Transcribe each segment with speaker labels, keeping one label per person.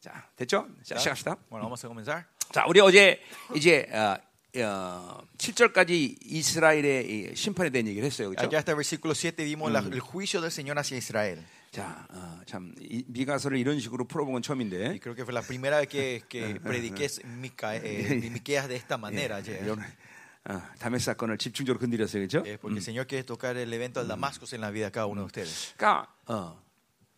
Speaker 1: 자, 됐죠? 자, 시작합시다.
Speaker 2: Bueno, vamos a comenzar.
Speaker 1: 자, 우리 어제 이제 어, 어, 7절까지 이스라엘의 이 심판에 대한 얘기를 했어요. 그렇죠?
Speaker 2: Allá hasta el versículo 7 vimos la- el juicio del Señor hacia Israel.
Speaker 1: 자, 어, 참 이, 미가서를 이런 식으로 풀어본 건 처음인데
Speaker 2: Y creo que fue la primera vez que, que prediqué Mica- eh, Miqueas de esta manera ayer.
Speaker 1: 이런 어, 다메 사건을 집중적으로 건드렸어요. 그렇죠?
Speaker 2: Eh, porque el Señor quiere tocar el evento del Damasco en la vida de cada uno de ustedes.
Speaker 1: 그러니까 어,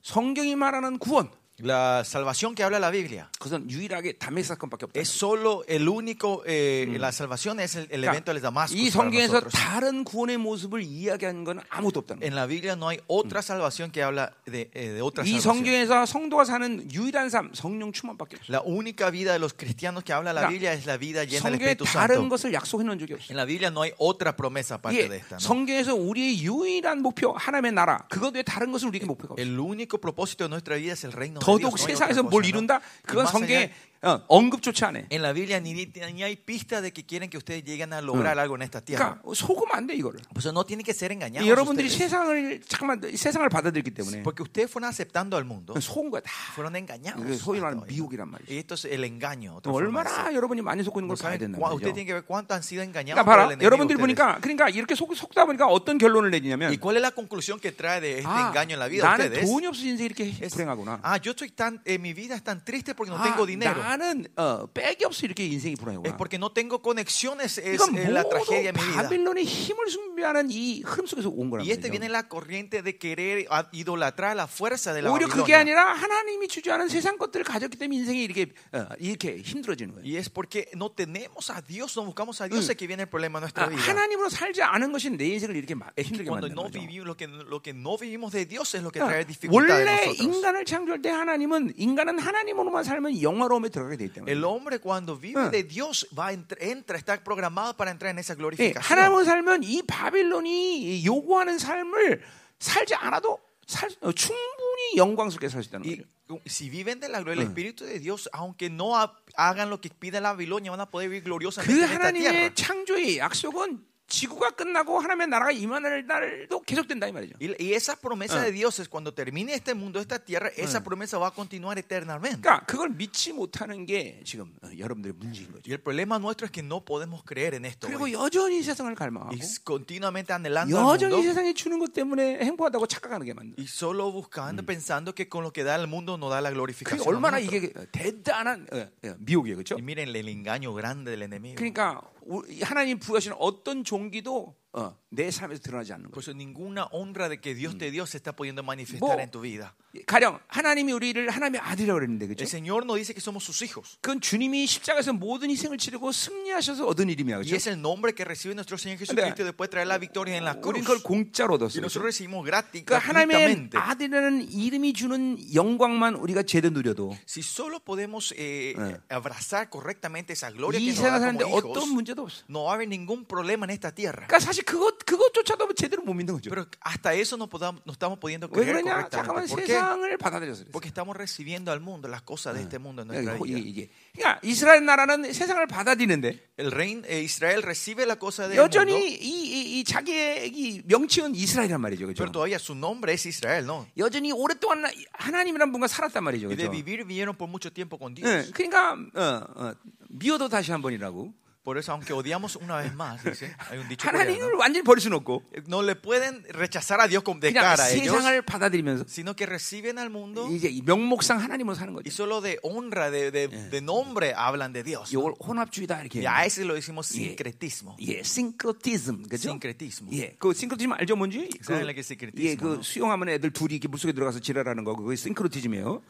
Speaker 1: 성경이 말하는 구원
Speaker 2: La salvación que habla la Biblia
Speaker 1: 그것은 유일하게 다메 사건밖에 없다.
Speaker 2: es solo el único, eh, la salvación es el, el evento del
Speaker 1: 그러니까
Speaker 2: Damasco.
Speaker 1: 이
Speaker 2: para
Speaker 1: 성경에서
Speaker 2: nosotros.
Speaker 1: 다른 구원의 모습을 이야기하는 건 아무것도 없다는 거예요.
Speaker 2: En la Biblia no hay otra salvación que habla de, eh, de otra
Speaker 1: 이
Speaker 2: salvación.
Speaker 1: 성경에서 성도가 사는 유일한 삶, 성령 충만밖에 없어요.
Speaker 2: La única vida de los cristianos que habla la
Speaker 1: Claro.
Speaker 2: Biblia es la vida llena del
Speaker 1: 성경에
Speaker 2: Espíritu
Speaker 1: 다른
Speaker 2: Santo.
Speaker 1: 것을 약속해 놓은 적이 없어요.
Speaker 2: En la Biblia no hay otra promesa aparte de
Speaker 1: 예,
Speaker 2: esta. ¿no?
Speaker 1: 성경에서 우리의 유일한 목표 하나님의 나라 그것 외에 다른 것은 우리에게 목표가 없어요.
Speaker 2: El único propósito de nuestra vida es el reino de Dios.
Speaker 1: 더더욱
Speaker 2: no hay
Speaker 1: 세상에서
Speaker 2: otra
Speaker 1: 뭘
Speaker 2: cosa, ¿no?
Speaker 1: 이룬다?
Speaker 2: Y
Speaker 1: 그건
Speaker 2: más allá,
Speaker 1: 성경에 어, 언급조차 안 해.
Speaker 2: En la Biblia ni, ni hay pista de que quieren que ustedes lleguen a lograr algo en esta tierra.
Speaker 1: 그러니까 속으면 안 돼 이거를.
Speaker 2: Por eso no tienen que ser engañados.
Speaker 1: 여러분들이
Speaker 2: ustedes.
Speaker 1: 세상을 잠깐만 이 세상을 받아들였기 때문에
Speaker 2: porque ustedes fueron aceptando al mundo,
Speaker 1: 속은 거야 다. 이게
Speaker 2: fueron engañados.
Speaker 1: 소위 말하는
Speaker 2: hasta hoy,
Speaker 1: 미혹이란
Speaker 2: ¿no? Y
Speaker 1: 말이죠.
Speaker 2: esto es el engaño. otra forma de
Speaker 1: 얼마나
Speaker 2: decir.
Speaker 1: 여러분이 많이 속고 있는
Speaker 2: No
Speaker 1: 걸 봐야
Speaker 2: saben
Speaker 1: 된다는
Speaker 2: cuá- Ustedes
Speaker 1: 거죠.
Speaker 2: tienen que ver cuánto han sido engañados
Speaker 1: 그러니까
Speaker 2: por el
Speaker 1: 봐라.
Speaker 2: enemigo
Speaker 1: 여러분들이
Speaker 2: ustedes.
Speaker 1: 보니까 그러니까 이렇게 속, 속다 보니까 어떤 결론을 내리냐면
Speaker 2: ¿Y cuál es la conclusión que trae de este
Speaker 1: 아,
Speaker 2: engaño en la vida
Speaker 1: 나는
Speaker 2: de ustedes?
Speaker 1: 돈이 없어 인생 이렇게
Speaker 2: Es-
Speaker 1: 불행하구나.
Speaker 2: ah, yo estoy tan, eh, mi vida es tan triste porque no
Speaker 1: 아,
Speaker 2: tengo dinero.
Speaker 1: 나는 어, 백이 없어 이렇게 인생이
Speaker 2: Es
Speaker 1: 불행하구나.
Speaker 2: porque no tengo conexiones, es
Speaker 1: 이건
Speaker 2: eh, la
Speaker 1: 모두
Speaker 2: tragedia de mi vida.
Speaker 1: 바빌론의 힘을 숭배하는 이 흐름 속에서 온 거란
Speaker 2: Y este viene
Speaker 1: 말이죠.
Speaker 2: la corriente de querer a- idolatrar la fuerza de la
Speaker 1: 오히려 그게
Speaker 2: Babilonia.
Speaker 1: 아니라 하나님이 주저하는 세상 것들을 가졌기 때문에 인생이 이렇게 어, 이렇게 힘들어지는 거예요.
Speaker 2: Y es porque no tenemos a Dios, no buscamos a
Speaker 1: Mm.
Speaker 2: Dios, es que viene el problema de
Speaker 1: 아,
Speaker 2: nuestra vida.
Speaker 1: 하나님으로 살지 않은 것이 내 인생을 이렇게 막
Speaker 2: Es que
Speaker 1: 힘들게
Speaker 2: cuando
Speaker 1: 만드는
Speaker 2: no
Speaker 1: 거죠.
Speaker 2: vivimos, lo que, lo que no vivimos de Dios es lo que trae
Speaker 1: 그러니까
Speaker 2: dificultades a
Speaker 1: 원래
Speaker 2: nosotros.
Speaker 1: 인간을 창조할 때 하나님은 인간은 하나님으로만 살면 영화로움에 들어가게 되기 때문에
Speaker 2: El hombre cuando
Speaker 1: Ah. Eh,
Speaker 2: vive de Dios va a entr- entra, está programado para entrar en esa
Speaker 1: 예,
Speaker 2: glorificación.
Speaker 1: 하나님으로 살면 이 바빌론이 요구하는 삶을 살지 않아도 살, 어, 충분히 영광스럽게 살 수 있다는
Speaker 2: Y
Speaker 1: 거예요.
Speaker 2: si viven de la gloria
Speaker 1: Ah.
Speaker 2: del Espíritu de Dios, aunque no ha- hagan lo que pide la Babilonia, van a poder vivir gloriosamente
Speaker 1: 그
Speaker 2: en esta tierra.
Speaker 1: 하나님의 창조의 약속은 지구가 끝나고 하나님의 나라가 임하는 날도 계속된다 이 말이죠.
Speaker 2: Y, y esa promesa de Dios es cuando termine este mundo, esta tierra, esa promesa va a continuar eternamente.
Speaker 1: 그러니까 그걸 믿지 못하는 게 지금 어, 여러분들의 문제인 거죠.
Speaker 2: Y el problema nuestro es que no podemos creer en esto.
Speaker 1: 그리고
Speaker 2: hoy.
Speaker 1: 여전히 세상을 갈망하고
Speaker 2: Y continuamente anhelando al
Speaker 1: 여전히
Speaker 2: mundo
Speaker 1: 세상이 주는 것 때문에 행복하다고 착각하는 게 만들어.
Speaker 2: y solo buscando, pensando que con lo que da el mundo no da la
Speaker 1: 그게
Speaker 2: glorificación. a
Speaker 1: 얼마나
Speaker 2: nosotros.
Speaker 1: 이게 대단한 어, 어, 미혹이에요, 그렇죠?
Speaker 2: Y miren el engaño grande del enemigo.
Speaker 1: 그러니까 우- 하나님 부여하신 어떤 종기도 어, 내 삶에서 드러나지 않는
Speaker 2: Por
Speaker 1: 거죠.
Speaker 2: eso ninguna honra de que Dios te dio se está pudiendo
Speaker 1: Bo-
Speaker 2: manifestar en tu vida.
Speaker 1: 예, 가령 하나님이 우리를 하나님의 아들이라고 그랬는데
Speaker 2: El
Speaker 1: 그렇죠?
Speaker 2: Señor nos dice que somos sus hijos.
Speaker 1: 그건 주님이 십자가에서 모든 희생을 치르고 승리하셔서 얻은 일임이야,
Speaker 2: Y
Speaker 1: 그렇죠?
Speaker 2: es el nombre que recibe nuestro Señor Jesucristo y después trae la victoria en la
Speaker 1: 우린
Speaker 2: cruz.
Speaker 1: 그걸 공짜로
Speaker 2: Y
Speaker 1: 얻었어요.
Speaker 2: nosotros
Speaker 1: 그렇죠?
Speaker 2: recibimos gratis,
Speaker 1: 그러니까 하나님의
Speaker 2: gratuitamente.
Speaker 1: Ah, 아들이라는 이름이 주는 영광만 우리가 제대로 누려도
Speaker 2: Si solo podemos eh,
Speaker 1: Eh.
Speaker 2: abrazar correctamente esa gloria
Speaker 1: 뭐 이
Speaker 2: que nos
Speaker 1: 세상
Speaker 2: da
Speaker 1: 사는데
Speaker 2: como hijos,
Speaker 1: 어떤 문제도 없어.
Speaker 2: no va a haber ningún problema en esta tierra.
Speaker 1: 그러니까 사실 그것 그것조차도 제대로 못 믿는 거죠.
Speaker 2: Pero hasta eso no, podam- no estamos pudiendo
Speaker 1: 왜
Speaker 2: creer
Speaker 1: 그러냐? 잠깐만
Speaker 2: correctamente. ¿Por qué?
Speaker 1: 세상을 받아들여서 그랬어.
Speaker 2: Porque estamos recibiendo al mundo las cosas de este mundo en nuestra
Speaker 1: 그러니까 이게,
Speaker 2: vida.
Speaker 1: 이게. 그러니까 이스라엘 나라는 세상을 받아들이는데
Speaker 2: El reino eh, Israel recibe la cosa del mundo,
Speaker 1: 여전히 이, 이, 이 자기의 이 명칭은 이스라엘이란 말이죠.
Speaker 2: pero
Speaker 1: 그렇죠?
Speaker 2: todavía su nombre es Israel, ¿no?
Speaker 1: 여전히 오랫동안 나- 하나님이란 분과 살았단 말이죠.
Speaker 2: Y de
Speaker 1: 그렇죠?
Speaker 2: vivir vivieron por mucho tiempo con Dios.
Speaker 1: 예, 그러니까 어, 어, 미워도 다시 한 번이라고
Speaker 2: Por eso, aunque odiamos una vez más, dice, hay un dicho
Speaker 1: 하나님을
Speaker 2: coreano,
Speaker 1: 완전히 버릴 수는 없고
Speaker 2: no le pueden rechazar a Dios con de
Speaker 1: 그냥
Speaker 2: cara a ellos,
Speaker 1: 세상을 받아들이면서
Speaker 2: sino que reciben al mundo
Speaker 1: 이제 이 명목상 하나님으로 사는 거죠.
Speaker 2: y solo de honra, de, de- de nombre hablan de Dios.
Speaker 1: 이걸 혼합주의다 이렇게.
Speaker 2: Y a ese lo decimos sincretismo.
Speaker 1: 예, 싱크로티즘, 그죠?
Speaker 2: Syncretism.
Speaker 1: 예, 그 싱크로티즘 알죠, 뭔지? 그,
Speaker 2: Saben lo que es syncretism,
Speaker 1: 예, 그
Speaker 2: no?
Speaker 1: 수영하면 애들 둘이 이렇게 물속에 들어가서 지랄하는 거 그게 싱크로티즘이에요.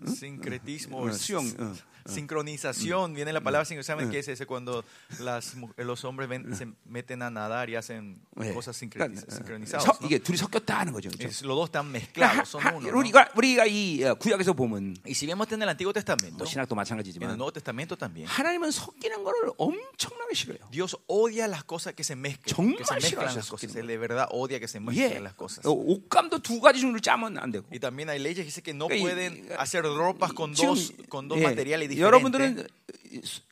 Speaker 2: Sincretismo,
Speaker 1: Eh,
Speaker 2: es-
Speaker 1: siong, eh,
Speaker 2: sincronización, viene la palabra sincronización. ¿Saben qué es ese cuando las, mu- eh, los hombres ven- se meten a nadar y hacen
Speaker 1: 예.
Speaker 2: cosas
Speaker 1: 그러니까, 어,
Speaker 2: sincretiz- sincronizadas?
Speaker 1: 서-
Speaker 2: ¿no?
Speaker 1: 이게 둘이 섞였다 하는 거죠. 그죠?
Speaker 2: Es- los dos están
Speaker 1: 그러니까
Speaker 2: mezclados, son
Speaker 1: 하- 하-
Speaker 2: uno. ¿no?
Speaker 1: 우리가 우리가 이 어, 구약에서 보면
Speaker 2: Y si vemos en el Antiguo Testamento,
Speaker 1: 뭐 신학도
Speaker 2: en el
Speaker 1: 마찬가지지만
Speaker 2: Nuevo Testamento también,
Speaker 1: 하나님은 섞이는 거를 엄청나게 싫어요.
Speaker 2: Dios odia las cosas que se mezclan.
Speaker 1: 정말
Speaker 2: Que se
Speaker 1: 싫어하셔,
Speaker 2: mezclan las cosas.
Speaker 1: 섞이는
Speaker 2: Él de verdad odia que se
Speaker 1: 예,
Speaker 2: mezclan las cosas.
Speaker 1: 어, 옷감도 두 가지 종류로 짜면 안 되고.
Speaker 2: Y también hay leyes que dicen que no
Speaker 1: 그러니까 이-
Speaker 2: pueden hacer ropas con
Speaker 1: 지금,
Speaker 2: dos, con dos
Speaker 1: 예,
Speaker 2: materiales diferentes.
Speaker 1: 여러분들은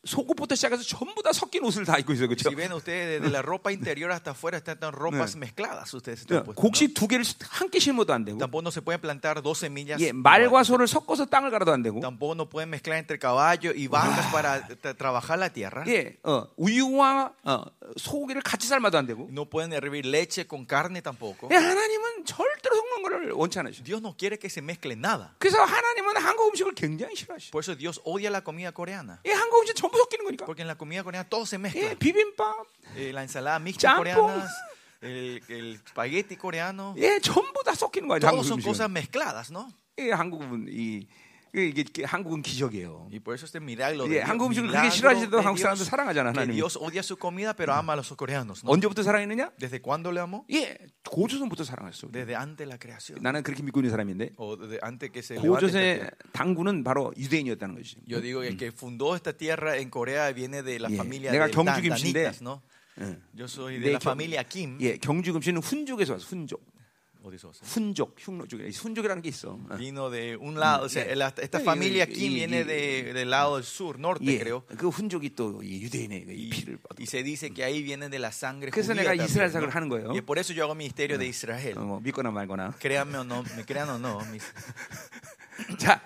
Speaker 1: 속옷부터 시작해서 전부 다 섞인 옷을 다 입고 있어요. 그렇죠?
Speaker 2: Si ven ustedes, desde la ropa interior hasta afuera están tan ropas mezcladas ustedes.
Speaker 1: 뭐
Speaker 2: están puestos, ¿no?
Speaker 1: 어, 곡식 두 개를 함께 심어도 안 되고
Speaker 2: Tampoco no se pueden plantar dos semillas.
Speaker 1: 예, 말과 소를 섞어서 땅을 갈아도 안 되고
Speaker 2: Tampoco no pueden mezclar entre caballo y vacas para tra- trabajar la tierra.
Speaker 1: 예, 어, 우유와 어, 소고기를 같이 삶아도 안 되고
Speaker 2: No pueden hervir leche con carne tampoco.
Speaker 1: 예, 하나님은 절대로 섞는 거를 원치 않으셔
Speaker 2: Dios no quiere que se mezcle nada.
Speaker 1: 그래서 하나님은 한국 음식을 굉장히 싫어하셔
Speaker 2: Por eso Dios odia la comida coreana.
Speaker 1: 예, 한국 음식 전부 섞이는 거니까
Speaker 2: Porque en la comida coreana todo se
Speaker 1: 예,
Speaker 2: mezcla.
Speaker 1: 비빔밥
Speaker 2: Eh, la ensalada mixta
Speaker 1: Champong.
Speaker 2: coreana, el, el espagueti coreano.
Speaker 1: 예, 전부 다 섞이는 거야
Speaker 2: Todo
Speaker 1: 한국
Speaker 2: son
Speaker 1: 음식은
Speaker 2: cosas mezcladas, ¿no?
Speaker 1: 예, 한국은 이그 이게, 이게 한국은 기적이에요
Speaker 2: Y por eso este milagro.
Speaker 1: 예,
Speaker 2: de Dios,
Speaker 1: 한국 음식을 그렇게
Speaker 2: milagro
Speaker 1: 싫어하시던
Speaker 2: de
Speaker 1: 한국 사람들
Speaker 2: Dios,
Speaker 1: 사랑하잖아
Speaker 2: que
Speaker 1: 하나님
Speaker 2: Dios odia su comida, pero ama a los coreanos. ¿no?
Speaker 1: 언제부터 사랑했느냐?
Speaker 2: ¿Desde cuándo le amó?
Speaker 1: 예, 고조선부터 사랑했어
Speaker 2: Desde antes de la creación.
Speaker 1: 나는 그렇게 믿고 있는 사람인데
Speaker 2: O desde antes que se
Speaker 1: 네,
Speaker 2: levante esta
Speaker 1: 고조선의
Speaker 2: tierra.
Speaker 1: 당군은 바로 유대인이었다는 것이죠
Speaker 2: Yo digo que el que fundó esta tierra en Corea viene de la
Speaker 1: Yeah.
Speaker 2: familia
Speaker 1: 내가
Speaker 2: de
Speaker 1: 경주
Speaker 2: Dan,
Speaker 1: 김씨인데,
Speaker 2: Danitas, ¿no?
Speaker 1: 예.
Speaker 2: Yo soy
Speaker 1: 내
Speaker 2: de la
Speaker 1: 경-
Speaker 2: familia Kim.
Speaker 1: 예, 경주 금신은 훈족에서 왔어. 훈족.
Speaker 2: 어디서 왔어요?
Speaker 1: 훈족, 흉노 쪽에 훈족이라는 게 있어. 어.
Speaker 2: Vino de un lado, o sea,
Speaker 1: Yeah.
Speaker 2: la- esta
Speaker 1: Yeah,
Speaker 2: familia
Speaker 1: y-
Speaker 2: Kim
Speaker 1: y-
Speaker 2: viene
Speaker 1: y-
Speaker 2: de- del lado del sur, norte,
Speaker 1: 예.
Speaker 2: creo.
Speaker 1: 그 훈족이 또이 유대인의 이
Speaker 2: Y,
Speaker 1: 피를 받아.
Speaker 2: y se dice que ahí vienen de la sangre
Speaker 1: 그래서
Speaker 2: judía
Speaker 1: 내가
Speaker 2: también,
Speaker 1: 이스라엘
Speaker 2: ¿no?
Speaker 1: 사역을 하는 거예요.
Speaker 2: Y por eso yo hago ministerio de Israel.
Speaker 1: 어, 뭐 믿거나 말거나.
Speaker 2: Créanme o no, me crean o no. mis-
Speaker 1: 자,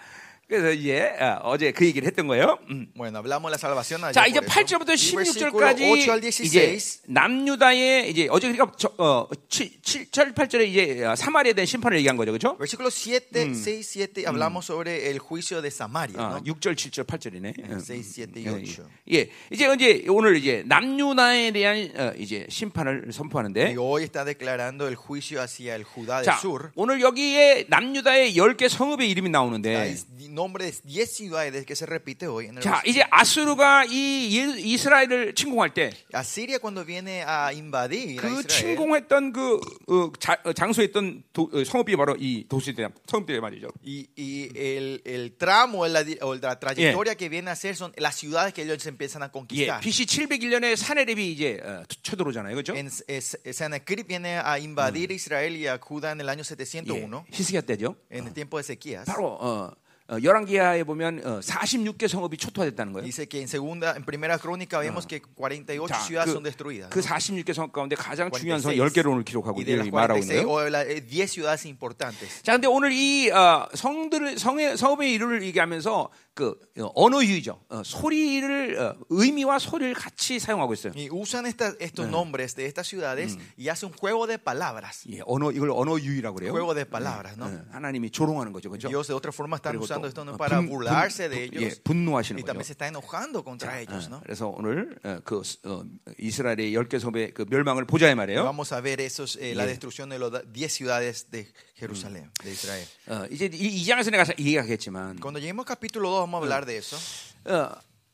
Speaker 1: 그래서 이제 아, 어제 그 얘기를 했던 거예요. 음.
Speaker 2: Bueno, hablamos de la salvación ayer
Speaker 1: 자,
Speaker 2: por
Speaker 1: 이제
Speaker 2: eso.
Speaker 1: 8절부터
Speaker 2: Y versículo 8 al
Speaker 1: 16절까지 이제
Speaker 2: 16,
Speaker 1: 남유다의 이제 어제 그러니까 저, 어, 7절 8절에 이제 어, 사마리아에 대한 심판을 얘기한 거죠. 그렇죠?
Speaker 2: versículo 7, 6, 7, hablamos sobre el juicio de Samaria.
Speaker 1: 아,
Speaker 2: ¿no?
Speaker 1: 6절, 7절, 8절이네.
Speaker 2: 6, 7 y 8.
Speaker 1: 예, 이제 이제 오늘 이제 남유다에 대한 어, 이제 심판을 선포하는데
Speaker 2: Y hoy está declarando el juicio hacia el Judá del
Speaker 1: 자,
Speaker 2: Sur.
Speaker 1: 오늘 여기에 남유다의 10개 성읍의 이름이 나오는데
Speaker 2: Hay nombre de 10 ciudades que se repite hoy. En el
Speaker 1: 자,
Speaker 2: versículo.
Speaker 1: 이제 아수르가 이 예- 이스라엘을 침공할 때 그
Speaker 2: Asiria cuando viene a invadir a Israel,
Speaker 1: 침공했던 그 어, 자- 어, 장소했던 도- 어, 성읍이 바로 이 도시들 성읍들 말이죠.
Speaker 2: y, y el, el tramo la di- o la trayectoria que viene a hacer son las ciudades que ellos empiezan a
Speaker 1: 예,
Speaker 2: conquistar.
Speaker 1: BC 701년에 사내립이 이제 어, 쳐들어오잖아요. 그죠?
Speaker 2: En, es- es- Sennacherib viene a invadir Israel y a Judá en el año
Speaker 1: 예,
Speaker 2: 701,
Speaker 1: 히스기야 때죠.
Speaker 2: en el tiempo de Ezequías.
Speaker 1: 바로 어, 어, 열왕기하에 보면 어, 46개 성읍이 초토화됐다는 거예요.
Speaker 2: Dice que en segunda, en primera crónica vemos que 48
Speaker 1: 자, 그,
Speaker 2: ciudades son destruidas.
Speaker 1: 그 46개 성 가운데 가장 중요한 성
Speaker 2: 46.
Speaker 1: 10개를 오늘 기록하고
Speaker 2: y de
Speaker 1: 있는
Speaker 2: las
Speaker 1: 이 말하고
Speaker 2: 46
Speaker 1: 있네요.
Speaker 2: o la- eh, 10 ciudades importantes.
Speaker 1: 자, 근데 오늘 이 어, 성들을 성의 성읍의 이름을 얘기하면서 그 어, 언어 유의죠. 어, 소리를 어, 의미와 소리를 같이 사용하고 있어요.
Speaker 2: Y usan esta- estos nombres de estas ciudades y hace un juego de palabras.
Speaker 1: 예, 언어 이걸 언어 유의라고 그래요.
Speaker 2: Juego de palabras, ¿no?
Speaker 1: 어, 하나님이 조롱하는 거죠, 그렇죠?
Speaker 2: Dios de otra forma están
Speaker 1: 그리고
Speaker 2: usando
Speaker 1: 또
Speaker 2: esto ¿no?
Speaker 1: 어,
Speaker 2: para
Speaker 1: 분- 분-
Speaker 2: burlarse de
Speaker 1: 분- 예,
Speaker 2: ellos.
Speaker 1: 분노하시는
Speaker 2: Y también se
Speaker 1: 거죠.
Speaker 2: está enojando contra
Speaker 1: 어,
Speaker 2: ellos, ¿no?
Speaker 1: 그래서 오늘 어, 그 어, 이스라엘의 10개 섬의 그 멸망을 보자 이 말이에요.
Speaker 2: Vamos a ver esos, eh, la destrucción de las 10 ciudades de Jerusalén, de Israel.
Speaker 1: 어, 이제 이, 이 장에서 내가 얘기하겠지만
Speaker 2: Cuando lleguemos al capítulo 2 vamos a hablar de eso.
Speaker 1: 어,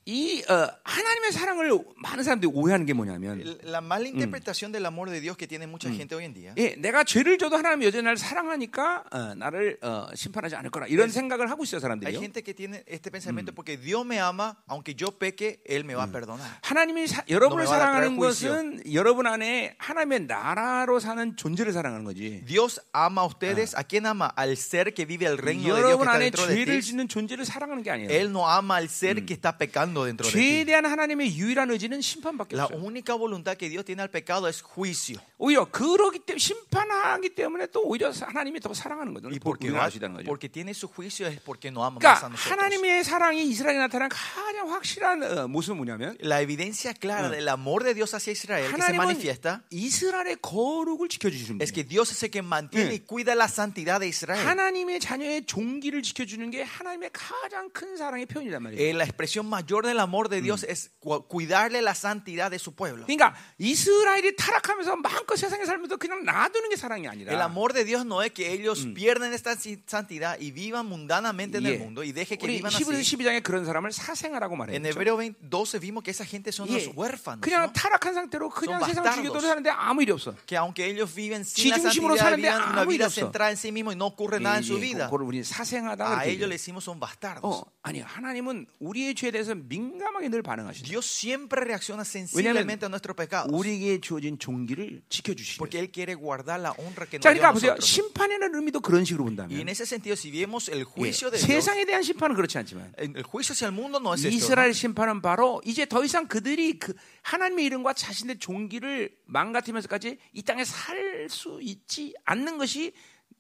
Speaker 1: 이 어, 하나님의 사랑을 많은 사람들이 오해하는 게 뭐냐면
Speaker 2: El- La mala interpretación del amor de Dios que tiene mucha gente hoy Mm. en día.
Speaker 1: 예, 내가 죄를 져도 하나님이 여전히 나를 사랑하니까 어, 나를 어, 심판하지 않을 거라 이런 생각을 하고 있어요
Speaker 2: Hay
Speaker 1: 사람들이요.
Speaker 2: gente que tiene este pensamiento porque Dios me ama, aunque yo peque, Él me va a perdonar.
Speaker 1: 하나님이 사- 여러분을
Speaker 2: 너무 많아,
Speaker 1: 사랑하는
Speaker 2: 그럴 수
Speaker 1: 것은 여러분 안에 하나님의 나라로 사는 존재를 사랑하는 거지.
Speaker 2: Dios ama a ustedes. ¿A quién ama? Al ser que vive el reino de Dios que
Speaker 1: 여러분
Speaker 2: está
Speaker 1: 안에
Speaker 2: dentro de
Speaker 1: 죄를
Speaker 2: ti.
Speaker 1: 짓는 존재를 사랑하는 게 아니에요.
Speaker 2: Él no ama al ser que está pecando dentro de
Speaker 1: 죄에
Speaker 2: ti.
Speaker 1: 대한 하나님의 유일한 의지는 심판밖에
Speaker 2: La
Speaker 1: 없어요.
Speaker 2: única voluntad que Dios tiene al pecado es juicio.
Speaker 1: 오히려 그러기 때문에 심판하기 때문에 또 오히려 하나님이 더 사랑하는 거죠.
Speaker 2: Y porque,
Speaker 1: 우리가
Speaker 2: va-
Speaker 1: 아시다는 거죠.
Speaker 2: porque tiene su juicio es porque no ama más
Speaker 1: 그러니까
Speaker 2: a nosotros.
Speaker 1: 하나님의 사랑이 이스라엘에 나타난 가장 확실한 어, 모습은 뭐냐면
Speaker 2: La evidencia clara del amor de Dios hacia Israel que se
Speaker 1: 하나님은
Speaker 2: manifiesta
Speaker 1: 이스라엘의 거룩을 지켜주시는
Speaker 2: es
Speaker 1: 분이에요.
Speaker 2: que Dios es el que mantiene y cuida la santidad de Israel.
Speaker 1: 하나님의 자녀의 종기를 지켜주는 게 하나님의 가장 큰 사랑의 표현이란 말이에요.
Speaker 2: Eh, la expresión mayor del amor de Dios es cu- cuidarle la santidad de su pueblo.
Speaker 1: 그러니까 이스라엘이 타락하면서 마음껏 세상에 살면서 그냥 놔두는 게 사랑이
Speaker 2: El
Speaker 1: 아니라
Speaker 2: amor de Dios no es que ellos pierdan esta si- santidad y vivan mundanamente en
Speaker 1: 예.
Speaker 2: el mundo y deje que
Speaker 1: 우리
Speaker 2: vivan
Speaker 1: 히브리서
Speaker 2: así.
Speaker 1: 12장에 그런 사람을 사생아라고 말해요.
Speaker 2: En
Speaker 1: 그렇죠?
Speaker 2: Hebreo 20, 12 vimos que esa gente son los
Speaker 1: 예,
Speaker 2: huérfanos.
Speaker 1: 그냥
Speaker 2: ¿no?
Speaker 1: 타락한 상태로 그냥
Speaker 2: Son
Speaker 1: 세상
Speaker 2: bastardos.
Speaker 1: 주기도를 하는데 아무 일이 없어.
Speaker 2: Que aunque ellos viven sin la
Speaker 1: 지중심으로 사는데
Speaker 2: santidad, vivan una
Speaker 1: 아무 일이
Speaker 2: vida
Speaker 1: 없어.
Speaker 2: centrada en sí mismo y no ocurre nada en su vida.
Speaker 1: 예, 그걸 우리 사생아다.
Speaker 2: A
Speaker 1: 그렇게 얘기해요.
Speaker 2: ellos le decimos son bastardos.
Speaker 1: 어, 아니 하나님은 우리의 죄에 대해서 민감하게 늘 반응하시죠.
Speaker 2: Dios siempre reacciona sensiblemente a nuestros
Speaker 1: 아,
Speaker 2: pecados.
Speaker 1: 우리에게 주어진 종기를 지켜주시죠.
Speaker 2: Porque Él quiere guardar la honra que nos
Speaker 1: 자,
Speaker 2: dio a
Speaker 1: 그러니까 보세요.
Speaker 2: nosotros.
Speaker 1: 심판이라는 의미도 그런 식으로
Speaker 2: Y en
Speaker 1: 본다면
Speaker 2: ese sentido, si vemos
Speaker 1: 예,
Speaker 2: el juicio de Dios,
Speaker 1: 세상에 대한 심판은 그렇지 않지만
Speaker 2: el juicio hacia el mundo no es esto. ¿no?
Speaker 1: 네, 이스라엘 심판은 바로 이제 더 이상 그들이 그 하나님의 이름과 자신의 종기를 망가뜨리면서까지 이 땅에 살 수 있지 않는 것이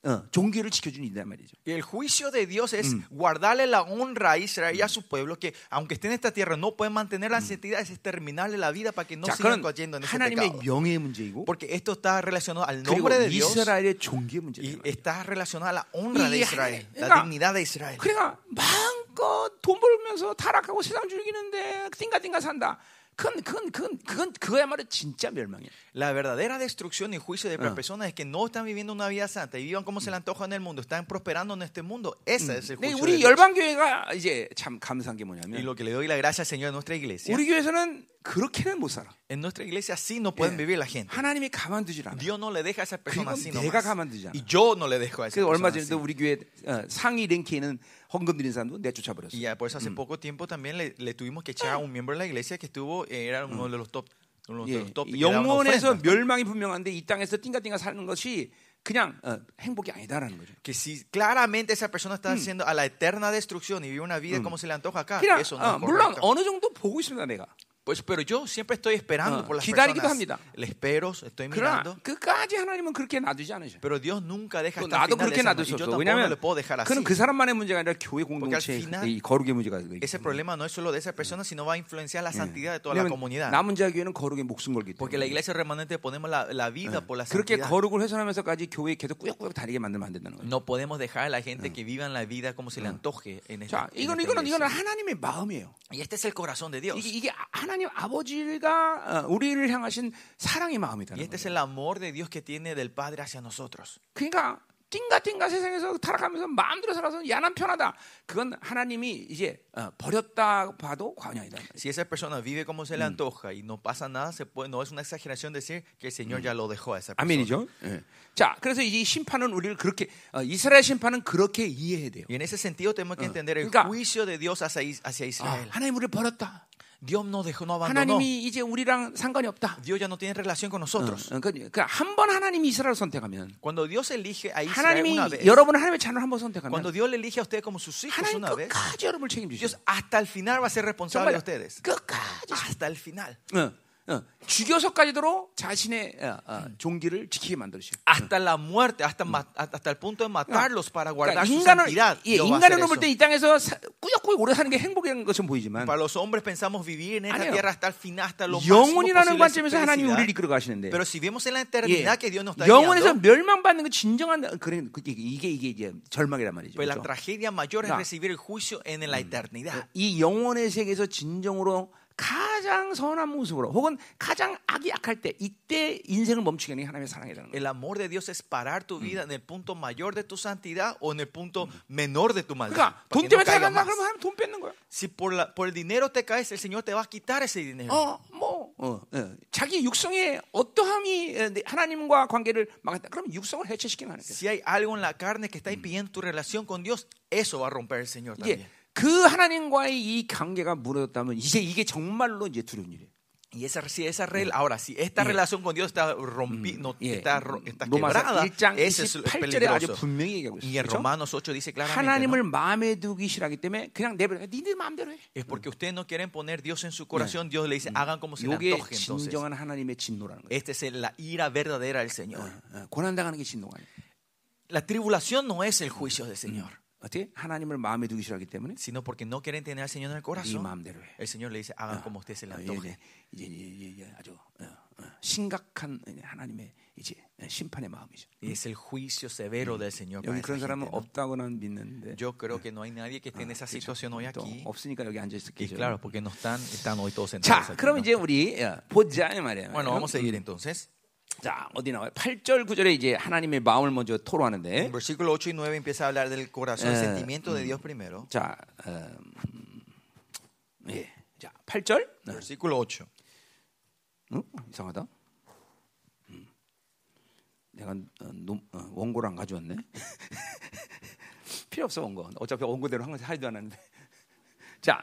Speaker 1: 어, 종기를 지켜주는 일이란 말이죠.
Speaker 2: Y el juicio de Dios es guardarle la honra a Israel y a su pueblo que, aunque esté en esta tierra, no pueden mantener las entidades, es terminarle la vida para que no
Speaker 1: 자,
Speaker 2: sigan
Speaker 1: 그건
Speaker 2: cayendo en ese
Speaker 1: 하나님의 뭐
Speaker 2: pecado.
Speaker 1: 명예의 문제이고
Speaker 2: Porque esto está relacionado al
Speaker 1: 그리고
Speaker 2: nombre de Dios
Speaker 1: 이스라엘의 종기의 문제예요.
Speaker 2: y está relacionado a la honra de
Speaker 1: Y-
Speaker 2: Israel, la
Speaker 1: 그러니까-
Speaker 2: dignidad de Israel.
Speaker 1: 그러니까 마음껏 돈 벌면서 타락하고 세상 즐기는데 띵가띵가 산다. 그건 그건 그건 그건 그거야말로 진짜 멸망이야.
Speaker 2: La verdadera destrucción y juicio de las
Speaker 1: Ah. Mm.
Speaker 2: personas es que no están viviendo una vida santa y vivan como se le antoja en el mundo, están prosperando en este mundo. Ese es el
Speaker 1: 근데
Speaker 2: juicio. de
Speaker 1: 우리
Speaker 2: Dios.
Speaker 1: 열방 교회가 이제 참 감사한 게
Speaker 2: Y
Speaker 1: 뭐냐면
Speaker 2: lo que le doy la gracia al Señor en nuestra iglesia.
Speaker 1: 우리 교회에서는 그렇게는 못 살아.
Speaker 2: En nuestra iglesia sí no pueden
Speaker 1: 예.
Speaker 2: vivir la gente.
Speaker 1: 하나님이 가만두질 않아.
Speaker 2: Dios no le deja a esa
Speaker 1: 그리고
Speaker 2: persona así
Speaker 1: 내가
Speaker 2: nomás.
Speaker 1: 가만두지 않아.
Speaker 2: Y yo no le dejo a esa
Speaker 1: 그래서 얼마
Speaker 2: persona
Speaker 1: 전에도
Speaker 2: así.
Speaker 1: 우리 교회 어, 상위 랭킹에 있는 헌금 드린 사람도 내가 쫓아버렸어.
Speaker 2: Y ya por eso
Speaker 1: Mm.
Speaker 2: hace poco tiempo también le, le tuvimos que
Speaker 1: Ah.
Speaker 2: echar a un miembro de la iglesia que estuvo, eh, era
Speaker 1: Mm.
Speaker 2: uno de los top. Uno de los
Speaker 1: 예,
Speaker 2: top que daban
Speaker 1: 영원에서
Speaker 2: ofrendas.
Speaker 1: 멸망이 분명한데 이 땅에서 띵가띵가 사는 것이 그냥 어, 행복이 아니다라는 거죠.
Speaker 2: que si claramente esa persona está haciendo a la eterna destrucción y vive una vida como se le antoja acá,
Speaker 1: 그냥
Speaker 2: eso no
Speaker 1: 어,
Speaker 2: es
Speaker 1: 물론
Speaker 2: correcto.
Speaker 1: 어느 정도 보고 있습니다 내가.
Speaker 2: Pues, pero yo siempre estoy
Speaker 1: Ah,
Speaker 2: esperando por las
Speaker 1: 기다리기도
Speaker 2: personas.
Speaker 1: 합니다.
Speaker 2: Le espero, estoy
Speaker 1: 그러나
Speaker 2: mirando.
Speaker 1: 끝까지 하나님은 그렇게 놔두지 않으셔.
Speaker 2: Pero Dios nunca deja
Speaker 1: 또
Speaker 2: hasta el
Speaker 1: 나도
Speaker 2: final de
Speaker 1: 그러니까 그렇게
Speaker 2: esa-
Speaker 1: 놔둘
Speaker 2: y
Speaker 1: 수
Speaker 2: yo
Speaker 1: 없어.
Speaker 2: tampoco no le
Speaker 1: 왜냐하면
Speaker 2: puedo dejar así.
Speaker 1: 그는 그 사람만의 문제가 아니라 교회 공동체
Speaker 2: final-
Speaker 1: 이 거룩의 문제가 있기
Speaker 2: Ese
Speaker 1: 때문에.
Speaker 2: problema no es solo de esa persona, sino va a influenciar la santidad de toda la
Speaker 1: 왜냐하면
Speaker 2: comunidad.
Speaker 1: 남은 자 교회는 거룩의 목숨 걸기
Speaker 2: Porque la
Speaker 1: 때문에.
Speaker 2: iglesia remanente ponemos la, la vida por la
Speaker 1: 그렇게
Speaker 2: santidad.
Speaker 1: 거룩을 훼손하면서까지 교회 계속 꾸역꾸역 다니게 만들면 안 된다는 거예요.
Speaker 2: No podemos dejar a la gente que vivan la vida como se le antoje en esta,
Speaker 1: 자,
Speaker 2: en
Speaker 1: 이건
Speaker 2: esta
Speaker 1: 이거는
Speaker 2: iglesia.
Speaker 1: 이거는 하나님의 마음이에요.
Speaker 2: Y este es el corazón de Dios.
Speaker 1: 이게, 이게 하나님 아버지가 어, 우리를 향하신 사랑의
Speaker 2: Y
Speaker 1: 마음이다는
Speaker 2: este es
Speaker 1: 거예요. 네.
Speaker 2: el amor de Dios que tiene del Padre hacia nosotros.
Speaker 1: 그러니까 띵가 띵가 세상에서 타락하면서 마음대로 살아서 야난 편하다. 그건 하나님이 이제 어, 버렸다 봐도 과언이 아니다.
Speaker 2: Si esa persona vive como se le antoja y no pasa nada, se puede, no es una exageración decir que el Señor ya lo dejó a esa persona.
Speaker 1: 아멘이죠. 예. 자, 그래서 이 심판은 우리를 그렇게 어, 이스라엘 심판은 그렇게 이해해야 돼요.
Speaker 2: Y en ese sentido tenemos que entender el
Speaker 1: 그러니까-
Speaker 2: juicio de Dios hacia, Is- hacia
Speaker 1: 아,
Speaker 2: Israel.
Speaker 1: 하나님 우리를 버렸다.
Speaker 2: Dios no dejó, no
Speaker 1: 아,
Speaker 2: abandonó.
Speaker 1: 하나님이 이제 우리랑 상관이 없다.
Speaker 2: Dios ya no tiene relación con
Speaker 1: Ah.
Speaker 2: nosotros.
Speaker 1: 그러니까 한 번 하나님이 이스라엘을 선택하면
Speaker 2: Cuando Dios elige a Israel
Speaker 1: 하나님이
Speaker 2: una vez,
Speaker 1: 여러분 하나님의 그 자녀를 한 번
Speaker 2: cuando
Speaker 1: 선택하면
Speaker 2: Dios le elige a usted como sus hijos
Speaker 1: 하나님
Speaker 2: una vez,
Speaker 1: 끝까지 여러분을
Speaker 2: Dios
Speaker 1: 책임지셔.
Speaker 2: hasta el final va a ser responsable
Speaker 1: 정말
Speaker 2: de ustedes.
Speaker 1: 끝까지.
Speaker 2: Hasta el final.
Speaker 1: 아. 어, 어, 죽여서까지도록 자신의 어, 어, 종기를 지키게 만드시오.
Speaker 2: Hasta la muerte, hasta, ma- hasta el punto de matarlos para
Speaker 1: 그러니까
Speaker 2: guardar su
Speaker 1: 인간을
Speaker 2: santidad.
Speaker 1: 예,
Speaker 2: Dios va a hacer
Speaker 1: 인간으로
Speaker 2: eso.
Speaker 1: 볼 때 이 땅에서 사- 꾸역꾸역 오래 사는 게 행복한 것처럼 보이지만
Speaker 2: Para los hombres pensamos vivir en
Speaker 1: 아니에요.
Speaker 2: esta tierra hasta el final, hasta lo máximo
Speaker 1: 영혼이라는
Speaker 2: posible de
Speaker 1: 관점에서 하나님이
Speaker 2: felicidad.
Speaker 1: 우리를 이끌어 가시는데
Speaker 2: Pero si vemos en
Speaker 1: 예,
Speaker 2: la eternidad que Dios nos está
Speaker 1: 영혼에서
Speaker 2: guiando,
Speaker 1: 멸망받는 건 진정한 그런 그- 이게 이게 이제 절망이란 말이죠.
Speaker 2: pues la
Speaker 1: 그렇죠?
Speaker 2: tragedia mayor es
Speaker 1: 그러니까-
Speaker 2: recibir el juicio en la eternidad.
Speaker 1: 그렇죠? 이 영혼의 세계에서 진정으로 가장 선한 모습으로 혹은 가장 악이 약할 때 이때 인생을 멈추게 하는 게 하나님의 사랑이라는 거예요.
Speaker 2: El amor de Dios es parar tu vida en el punto mayor de tu santidad o en el punto menor de tu maldad.
Speaker 1: 그러니까
Speaker 2: para
Speaker 1: 돈
Speaker 2: que no
Speaker 1: 때문에
Speaker 2: caiga
Speaker 1: 살아간다
Speaker 2: más.
Speaker 1: 그러면 하나님 돈 뺏는 거야.
Speaker 2: Si por, la- por el dinero te caes, el Señor te va a quitar ese dinero.
Speaker 1: 어, 뭐, 어, 어. 자기 육성의 어떠함이 어, 내- 하나님과 관계를 막았다. 그럼 육성을 해체시키는 하나님.
Speaker 2: Si hay algo en la carne que está impidiendo tu relación con Dios, eso va a romper el Señor
Speaker 1: 이게
Speaker 2: también.
Speaker 1: 그 하나님과의 이 관계가 무너졌다면 이제 이게 정말로 이제 두려운 일이에요.
Speaker 2: Y esa, si esa regla, ahora, si esta relación con Dios está rompi, no,
Speaker 1: 예.
Speaker 2: está, ro- está
Speaker 1: 로마서
Speaker 2: quebrada,
Speaker 1: 1장
Speaker 2: ese es el
Speaker 1: 28절에 아주
Speaker 2: peligroso.
Speaker 1: 분명히 얘기하고
Speaker 2: Y
Speaker 1: 있어요.
Speaker 2: en
Speaker 1: 그렇죠?
Speaker 2: Romanos 8 dice claramente, ¿no?
Speaker 1: 하나님을 마음에 두기 싫어하기 때문에 그냥 내버려. 그러니까 니들 마음대로 해.
Speaker 2: es porque ustedes no quieren poner Dios en su corazón, Dios le dice, hagan como se les
Speaker 1: 이게
Speaker 2: antoje entonces.
Speaker 1: 진정한 하나님의 진노라는 거예요.
Speaker 2: Esta es la ira verdadera del Señor.
Speaker 1: 어, 고난 당하는 게 진노가 아니에요.
Speaker 2: La tribulación no es el juicio del Señor,
Speaker 1: 어떻게? 하나님을 마음에 두기 싫어하기 때문에
Speaker 2: sino porque no quieren tener al Señor en el
Speaker 1: 네
Speaker 2: corazón.
Speaker 1: 마음대로 해.
Speaker 2: El Señor le dice, hagan como ustedes se les
Speaker 1: 어,
Speaker 2: antoje.
Speaker 1: 이제 이제, 이제, 이제 아주 어, 어, 심각한 하나님의 이제 심판의 마음이죠.
Speaker 2: Y es el juicio severo del Señor. para
Speaker 1: 여기
Speaker 2: esta
Speaker 1: 그런 사람은
Speaker 2: gente, ¿no?
Speaker 1: 없다고는 믿는데
Speaker 2: Yo creo que no hay nadie que esté en esa situación hoy
Speaker 1: 또
Speaker 2: aquí.
Speaker 1: 없으니까 여기 앉아 있을
Speaker 2: Y
Speaker 1: 게죠.
Speaker 2: claro, porque no están, están hoy todos sentados.
Speaker 1: 자,
Speaker 2: aquí,
Speaker 1: 그럼
Speaker 2: ¿no?
Speaker 1: 이제 우리 어, 보자 이 말이에요.
Speaker 2: Bueno, vamos a seguir entonces.
Speaker 1: 자, 어디 나와요? 8절 9절에 이제 하나님의 마음을 먼저 토로하는데
Speaker 2: En versículo 8 y 9 empieza a hablar del corazón, el
Speaker 1: Eh,
Speaker 2: sentimiento de Dios primero.
Speaker 1: 자, 어, 음, 예. 자, 8절. 어,
Speaker 2: Versículo 8.
Speaker 1: 응? 이상하다. 음. 내가 어, 놈- 어, 원고를 안 가져왔네. 필요 없어 원고. 어차피 원고대로 항상 하지도 않았는데. 자,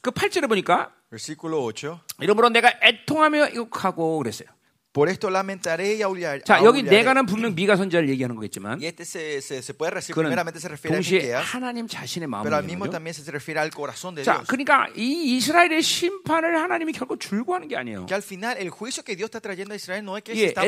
Speaker 1: 그 8절에 보니까
Speaker 2: Versículo 8.
Speaker 1: 이러므로 내가 애통하며 이곡하고 그랬어요.
Speaker 2: Por esto lamentaré y aullar-
Speaker 1: 자, 여기
Speaker 2: aullaré.
Speaker 1: 내가는 분명 미가 선지자를 얘기하는 거겠지만
Speaker 2: Y este se, se, se puede recibir,
Speaker 1: 그는
Speaker 2: primeramente se refiere a
Speaker 1: 동시에
Speaker 2: Miqueas,
Speaker 1: 하나님 자신의
Speaker 2: pero al
Speaker 1: 마음을
Speaker 2: mismo
Speaker 1: 얘기하죠.
Speaker 2: también se refiere al corazón de
Speaker 1: 자,
Speaker 2: Dios.
Speaker 1: 그러니까 이 이스라엘의 심판을 하나님이 결코 줄고하는 게 아니에요.
Speaker 2: Que al final el juicio que Dios está trayendo a Israel no es que
Speaker 1: 예,
Speaker 2: se está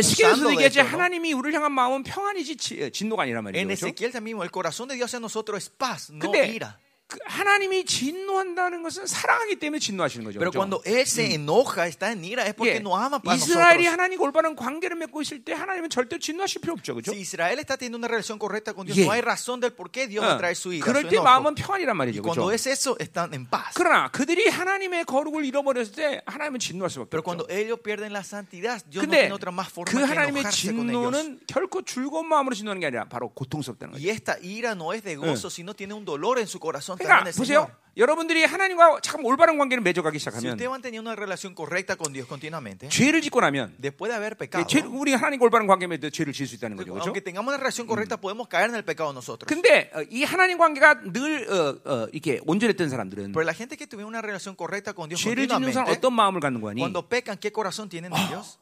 Speaker 1: 에스겔에서도
Speaker 2: abusando de
Speaker 1: 얘기하지
Speaker 2: esto, ¿no?
Speaker 1: 하나님이 우리를 향한 마음은 평안이지 지- 진노가 아니란 말이죠.
Speaker 2: En
Speaker 1: 그렇죠?
Speaker 2: Ezequiel también mismo, el corazón de Dios en nosotros es paz, no
Speaker 1: 근데
Speaker 2: ira.
Speaker 1: 그 하나님이 진노한다는 것은 사랑하기 때문에 진노하시는 거죠.
Speaker 2: Pero
Speaker 1: 그렇죠?
Speaker 2: cuando Él se enoja, está en ira, es
Speaker 1: 예,
Speaker 2: porque no ama para
Speaker 1: 이스라엘이
Speaker 2: nosotros.
Speaker 1: 하나님과 올바른 관계를 맺고 있을 때 하나님은 절대 진노하실 필요 없죠. 그렇죠?
Speaker 2: Si Israel está teniendo una relación correcta con Dios,
Speaker 1: 예.
Speaker 2: no hay razón del por qué Dios
Speaker 1: 어,
Speaker 2: trae su ira.
Speaker 1: 그럴
Speaker 2: su
Speaker 1: 때
Speaker 2: enojo.
Speaker 1: 마음은 평안이란 말이죠.
Speaker 2: Cuando
Speaker 1: 그렇죠?
Speaker 2: es eso, están en paz.
Speaker 1: 그러나 그들이 하나님의 거룩을 잃어버렸을 때 하나님은 진노할 수밖에
Speaker 2: Pero
Speaker 1: 없죠.
Speaker 2: cuando ellos pierden la santidad, Dios no
Speaker 1: 근데
Speaker 2: tiene otra más forma
Speaker 1: 그
Speaker 2: que
Speaker 1: 하나님의
Speaker 2: enojarse con ellos.
Speaker 1: 진노는 결코 즐거운 마음으로 진노하는 게 아니라 바로 고통스럽다는 거죠.
Speaker 2: Y esta ira no es de gozo, sino tiene un dolor en su corazón.
Speaker 1: 그러니까
Speaker 2: también del
Speaker 1: 보세요.
Speaker 2: Señor.
Speaker 1: 여러분들이 하나님과 참 올바른 관계를 맺어가기
Speaker 2: Si
Speaker 1: 시작하면
Speaker 2: ustedes van teniendo una relación correcta con Dios continuamente,
Speaker 1: 죄를 짓고 나면
Speaker 2: después de
Speaker 1: 예,
Speaker 2: haber pecado,
Speaker 1: 죄, 우리 하나님과 올바른 관계 맺을 때 죄를 지을 수 있다는 거죠. 그렇죠?
Speaker 2: aunque tengamos una relación correcta, podemos caer en el pecado nosotros.
Speaker 1: 근데 어, 이 하나님 관계가 늘 어, 어, 이렇게 온전했던 사람들은
Speaker 2: Pero la gente que tuvo una relación correcta con Dios
Speaker 1: 죄를 짓는 사람
Speaker 2: continuamente,
Speaker 1: 어떤 마음을 갖는 거니?
Speaker 2: cuando pecan, ¿qué corazón tienen ellos?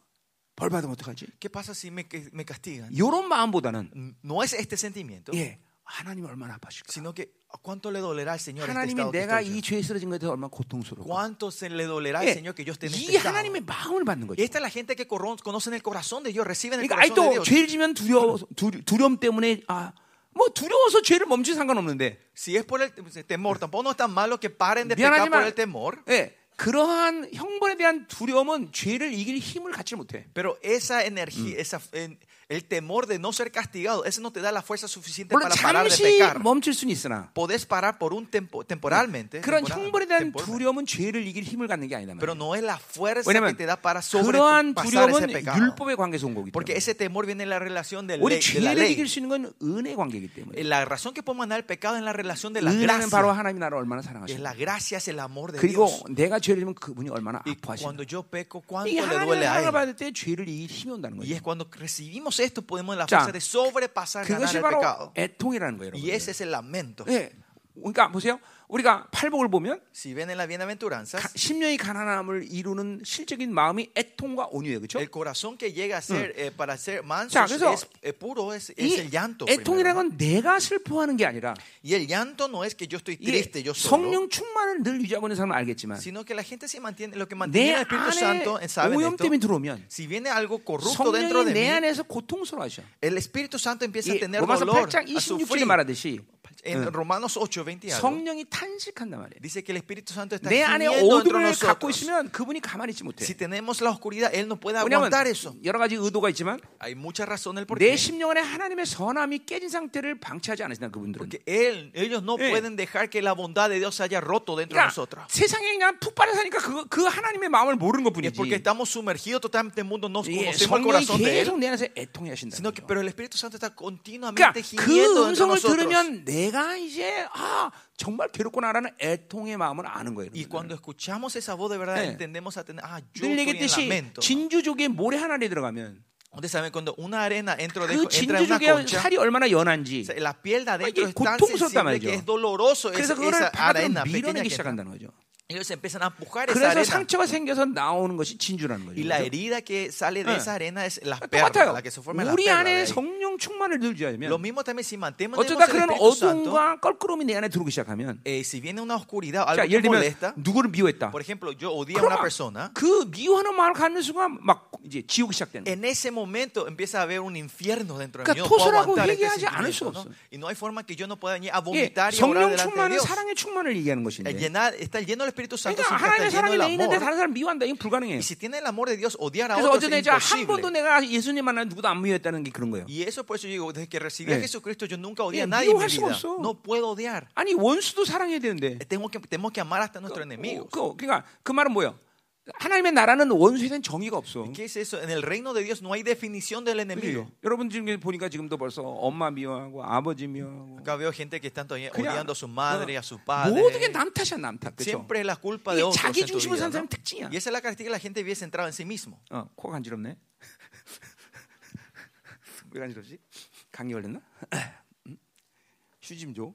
Speaker 1: 벌 받으면 어떡하지?
Speaker 2: ¿Qué pasa si me, que- me castigan?
Speaker 1: 이런 마음보다는
Speaker 2: No es este sentimiento,
Speaker 1: 예 하나님이 얼마나 아파실까?
Speaker 2: sino que ¿cuánto le dolerá al Señor este
Speaker 1: 하나님이
Speaker 2: estado que
Speaker 1: 내가
Speaker 2: estoy yo?
Speaker 1: 이 죄에 쓰러진 것에 대해서 얼마나 고통스럽고
Speaker 2: ¿Cuánto se le dolerá al
Speaker 1: 예,
Speaker 2: Señor que yo esté en este
Speaker 1: 이
Speaker 2: estado?
Speaker 1: 하나님의 마음을 받는
Speaker 2: Y
Speaker 1: 거죠.
Speaker 2: esta es la gente que corro- conocen el corazón de Dios, reciben el
Speaker 1: 그러니까 아이
Speaker 2: corazón de
Speaker 1: 또
Speaker 2: Dios.
Speaker 1: 죄를 지면 두려워 두려- 두려움 때문에 아 뭐 두려워서 죄를 멈추 상관없는데
Speaker 2: Si es por el temor, tampoco no es tan malo que paren de pecar por
Speaker 1: 미안하지만
Speaker 2: el temor.
Speaker 1: 예 그러한 형벌에 대한 두려움은 죄를 이길 힘을 갖지 못해.
Speaker 2: Pero esa energía, esa, en- el temor de no ser castigado, ese no te da la fuerza suficiente
Speaker 1: 물론
Speaker 2: para parar de
Speaker 1: 잠시
Speaker 2: pecar.
Speaker 1: 멈출 수는 있으나
Speaker 2: Podés parar por un tempo, temporalmente.
Speaker 1: 그런
Speaker 2: temporal-
Speaker 1: 형벌에 대한
Speaker 2: temporalmente.
Speaker 1: 두려움은 죄를 이길 힘을 갖는 게 아니다.
Speaker 2: Pero
Speaker 1: 말이에요.
Speaker 2: no es la fuerza que
Speaker 1: 왜냐면
Speaker 2: te da para
Speaker 1: 그러한
Speaker 2: sobrepasar ese
Speaker 1: 두려움은
Speaker 2: pecado.
Speaker 1: 율법의 관계에서 온 거기
Speaker 2: Porque
Speaker 1: 때문에
Speaker 2: ese temor viene en la relación de,
Speaker 1: 우리
Speaker 2: ley- de la
Speaker 1: 죄를 이길
Speaker 2: ley. Eh,
Speaker 1: 수 있는 건 은혜 관계이기 때문에
Speaker 2: La razón que podemos ganar el pecado es en la relación de la
Speaker 1: 은혜는 바로
Speaker 2: gracia.
Speaker 1: 하나님 나라를 얼마나
Speaker 2: Que es
Speaker 1: 사랑하시고
Speaker 2: Mm, la gracia, es el amor de
Speaker 1: 그리고
Speaker 2: Dios.
Speaker 1: 내가 죄를 지면 그분이 얼마나
Speaker 2: Y
Speaker 1: 아파하시나
Speaker 2: cuando yo peco, ¿cuánto
Speaker 1: 이
Speaker 2: le
Speaker 1: 하나님의
Speaker 2: duele a
Speaker 1: 사랑을
Speaker 2: él?
Speaker 1: 받을 때 죄를 이길 힘이 온다는
Speaker 2: Y
Speaker 1: 거예요
Speaker 2: es cuando recibimos esto, podemos la
Speaker 1: 자,
Speaker 2: fuerza de sobrepasar ganar
Speaker 1: 그것이
Speaker 2: el
Speaker 1: 바로
Speaker 2: pecado.
Speaker 1: 애통이라는 거예요
Speaker 2: Y
Speaker 1: 여러분들.
Speaker 2: ese es el lamento.
Speaker 1: 예. 그러니까 보세요 우리가 팔복을 보면
Speaker 2: Si ven en las
Speaker 1: 가-
Speaker 2: bienaventuranzas,
Speaker 1: 심령의 가난함을 이루는 실적인 마음이 애통과 온유예요 그렇죠?
Speaker 2: el corazón que llega a ser eh, para ser manso
Speaker 1: 자, 그래서
Speaker 2: es eh, puro, es, es
Speaker 1: 이
Speaker 2: el llanto.
Speaker 1: 애통이라는 건
Speaker 2: primero.
Speaker 1: 내가 슬퍼하는 게 아니라
Speaker 2: Y el llanto no es que yo estoy
Speaker 1: 이게
Speaker 2: triste, yo solo,
Speaker 1: 성령 충만을 늘 유지하고 있는 사람은 알겠지만
Speaker 2: sino que la gente se mantiene, lo que
Speaker 1: 내
Speaker 2: mantiene el Espíritu
Speaker 1: 안에
Speaker 2: Santo, eh, saben
Speaker 1: 오염
Speaker 2: esto,
Speaker 1: 때문에 들어오면
Speaker 2: si viene algo corrupto dentro
Speaker 1: 성령이
Speaker 2: de
Speaker 1: 내
Speaker 2: mí,
Speaker 1: 안에서 고통스러워하셔.
Speaker 2: el Espíritu Santo empieza a
Speaker 1: 이
Speaker 2: tener
Speaker 1: 로마서
Speaker 2: dolor,
Speaker 1: 8장
Speaker 2: a
Speaker 1: 26절에
Speaker 2: sufrir.
Speaker 1: 말하듯이
Speaker 2: En Romanos 8, 20 algo,
Speaker 1: 성령이 탄식한단 말이에요.
Speaker 2: dice que el Espíritu Santo está
Speaker 1: 내 안에
Speaker 2: gimiendo dentro de
Speaker 1: 어둠을 갖고
Speaker 2: nosotros.
Speaker 1: 있으면 그분이 가만히 있지 못해.
Speaker 2: Si tenemos la oscuridad, Él no puede
Speaker 1: 왜냐하면
Speaker 2: aguantar eso.
Speaker 1: 여러 가지 의도가 있지만
Speaker 2: Hay muchas razones por
Speaker 1: 내
Speaker 2: qué.
Speaker 1: 심령 안에 하나님의 선함이 깨진 상태를 방치하지 않으신다 그분들은.
Speaker 2: Porque él, ellos no
Speaker 1: Eh.
Speaker 2: pueden dejar que la bondad de Dios se haya roto dentro de
Speaker 1: 그러니까
Speaker 2: nosotros.
Speaker 1: 세상에 그냥 푹 빠져 사니까 그, 그 하나님의 마음을 모르는
Speaker 2: Y es
Speaker 1: 것뿐이지.
Speaker 2: porque estamos sumergidos totalmente en el mundo, no
Speaker 1: 예,
Speaker 2: conocemos el
Speaker 1: 성령이
Speaker 2: corazón de
Speaker 1: 계속
Speaker 2: Él.
Speaker 1: 내 안에서 애통해 하신다.
Speaker 2: Sino que, pero el Espíritu Santo está
Speaker 1: 그러니까
Speaker 2: continuamente gimiendo
Speaker 1: 그
Speaker 2: dentro de
Speaker 1: 음성을
Speaker 2: nosotros.
Speaker 1: 들으면 내가 이제 아 정말 괴롭구나라는 애통의 마음을 아는 거예요.
Speaker 2: Y
Speaker 1: 여러분들.
Speaker 2: cuando escuchamos esa voz de verdad,
Speaker 1: Eh.
Speaker 2: entendemos a tener, ah, yo
Speaker 1: 늘
Speaker 2: estoy en
Speaker 1: 얘기했듯이
Speaker 2: lamento.
Speaker 1: 진주족의 모래 하나에 들어가면
Speaker 2: Ustedes saben, cuando una arena entra, de,
Speaker 1: 그
Speaker 2: entra en una
Speaker 1: 진주족의
Speaker 2: concha,
Speaker 1: 살이 얼마나 연한지
Speaker 2: o sea, la piel de adentro
Speaker 1: 이게
Speaker 2: es tan
Speaker 1: 고통스럽단
Speaker 2: sensible
Speaker 1: 말이죠.
Speaker 2: que es doloroso es-
Speaker 1: 그래서
Speaker 2: esa
Speaker 1: 그거를
Speaker 2: arena
Speaker 1: 바닥으로
Speaker 2: pequeña
Speaker 1: 밀어내기
Speaker 2: que entra.
Speaker 1: 시작한다는 거죠.
Speaker 2: Ellos empiezan a empujar esa
Speaker 1: 그래서 뭐.
Speaker 2: arena.
Speaker 1: 상처가 생겨서 나오는 것이 진주라는 거죠.
Speaker 2: Y la
Speaker 1: 그죠?
Speaker 2: herida que sale de
Speaker 1: Eh.
Speaker 2: esa arena es las perlas,
Speaker 1: 똑같아요.
Speaker 2: la que se forma en las
Speaker 1: 우리
Speaker 2: perlas. de
Speaker 1: 안에
Speaker 2: ahí.
Speaker 1: 성령 충만을
Speaker 2: Lo
Speaker 1: 늘려면
Speaker 2: mismo también si mantenemos el
Speaker 1: 어쩌다 그런
Speaker 2: Espíritu Santo,
Speaker 1: 어둠과 껄끄러움이 내 안에 들어오기 시작하면
Speaker 2: eh, si viene una oscuridad, algo
Speaker 1: 자,
Speaker 2: que
Speaker 1: 예를
Speaker 2: molesta,
Speaker 1: 들면 누구를 미워했다.
Speaker 2: por ejemplo, yo odié a una
Speaker 1: 그러나
Speaker 2: persona,
Speaker 1: 그 미워하는 마음을 갖는 순간 막 이제 지옥이 시작되는 거예요.
Speaker 2: en ese momento empieza a haber un infierno dentro de mí.
Speaker 1: 그러니까
Speaker 2: Yo no puedo
Speaker 1: 토설하고
Speaker 2: aguantar este
Speaker 1: 회개하지 않을
Speaker 2: sentimiento,
Speaker 1: 수가
Speaker 2: ¿no?
Speaker 1: 없어.
Speaker 2: Y no hay forma que yo no pueda venir a
Speaker 1: 예,
Speaker 2: vomitar y orar
Speaker 1: 성령
Speaker 2: delante de
Speaker 1: 충만은
Speaker 2: Dios.
Speaker 1: 사랑의 충만을 얘기하는
Speaker 2: El
Speaker 1: 것인데
Speaker 2: llenar- está lleno del Espíritu Santo,
Speaker 1: 예, 그러니까
Speaker 2: significa
Speaker 1: 하나님의
Speaker 2: está
Speaker 1: 사랑이 내
Speaker 2: lleno del
Speaker 1: 있는데
Speaker 2: amor.
Speaker 1: 다른 사람 미워한다 이건 불가능해요.
Speaker 2: Y si tiene el amor de Dios, odiar a
Speaker 1: 그래서
Speaker 2: otros
Speaker 1: 어제는
Speaker 2: es
Speaker 1: 이제 한 번도
Speaker 2: imposible.
Speaker 1: 내가 예수님 만나 누구도 안 미워했다는 게 그런 거예요.
Speaker 2: Y eso por eso yo digo, desde que recibí a
Speaker 1: 예.
Speaker 2: Jesucristo, yo nunca
Speaker 1: 예,
Speaker 2: odié a nadie en mi
Speaker 1: 미워할 수가
Speaker 2: vida.
Speaker 1: 없어.
Speaker 2: No puedo odiar. Eh,
Speaker 1: 아니 원수도 사랑해야 되는데.
Speaker 2: Tengo que, tenemos que amar hasta a nuestros enemigos.
Speaker 1: 예, 그, 러니까그 말은 뭐야? 하나님의 나라는 원수에 대한 정의가 없어.
Speaker 2: ¿Qué es eso? En el reino de Dios no hay definición del enemigo.
Speaker 1: 그지? 여러분 지금 보니까 지금도 벌써 엄마 미워하고 아버지 미워하고
Speaker 2: Acá veo gente que están todavía
Speaker 1: 그냥,
Speaker 2: odiando a su madre,
Speaker 1: 어,
Speaker 2: a su padre.
Speaker 1: 모든 게 남 탓이야 남 탓. 그렇죠?
Speaker 2: Siempre es la culpa de
Speaker 1: 이게
Speaker 2: otros.
Speaker 1: 자기
Speaker 2: En tu
Speaker 1: 중심으로 사는
Speaker 2: vida, ¿no?
Speaker 1: 사람 특징이야.
Speaker 2: Y esa es la característica que la gente vive centrada en sí mismo.
Speaker 1: 어, 코가 간지럽네. 왜 간지럽지? 감기 걸렸나? 음? 휴지 좀 줘.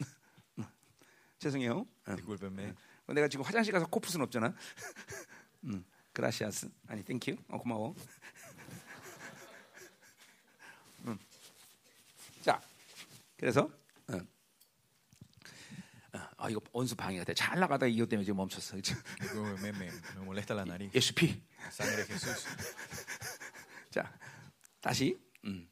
Speaker 1: 죄송해요. 어.
Speaker 2: Discúlpenme.
Speaker 1: 내가 지금 화장실 가서 코프슨 없잖아. 음, 그라시아스. 아니, 땡큐. 어, 고마워. 음. 자, 그래서 어. 어, 아 이거 원수 방해가 돼. 잘 나가다 이거 때문에 지금 멈췄어. 그쵸?
Speaker 2: Discúlpenme, Me, me- me molesta la nariz.
Speaker 1: 예수 피.
Speaker 2: Sangre de Jesús.
Speaker 1: 자, 다시. 음.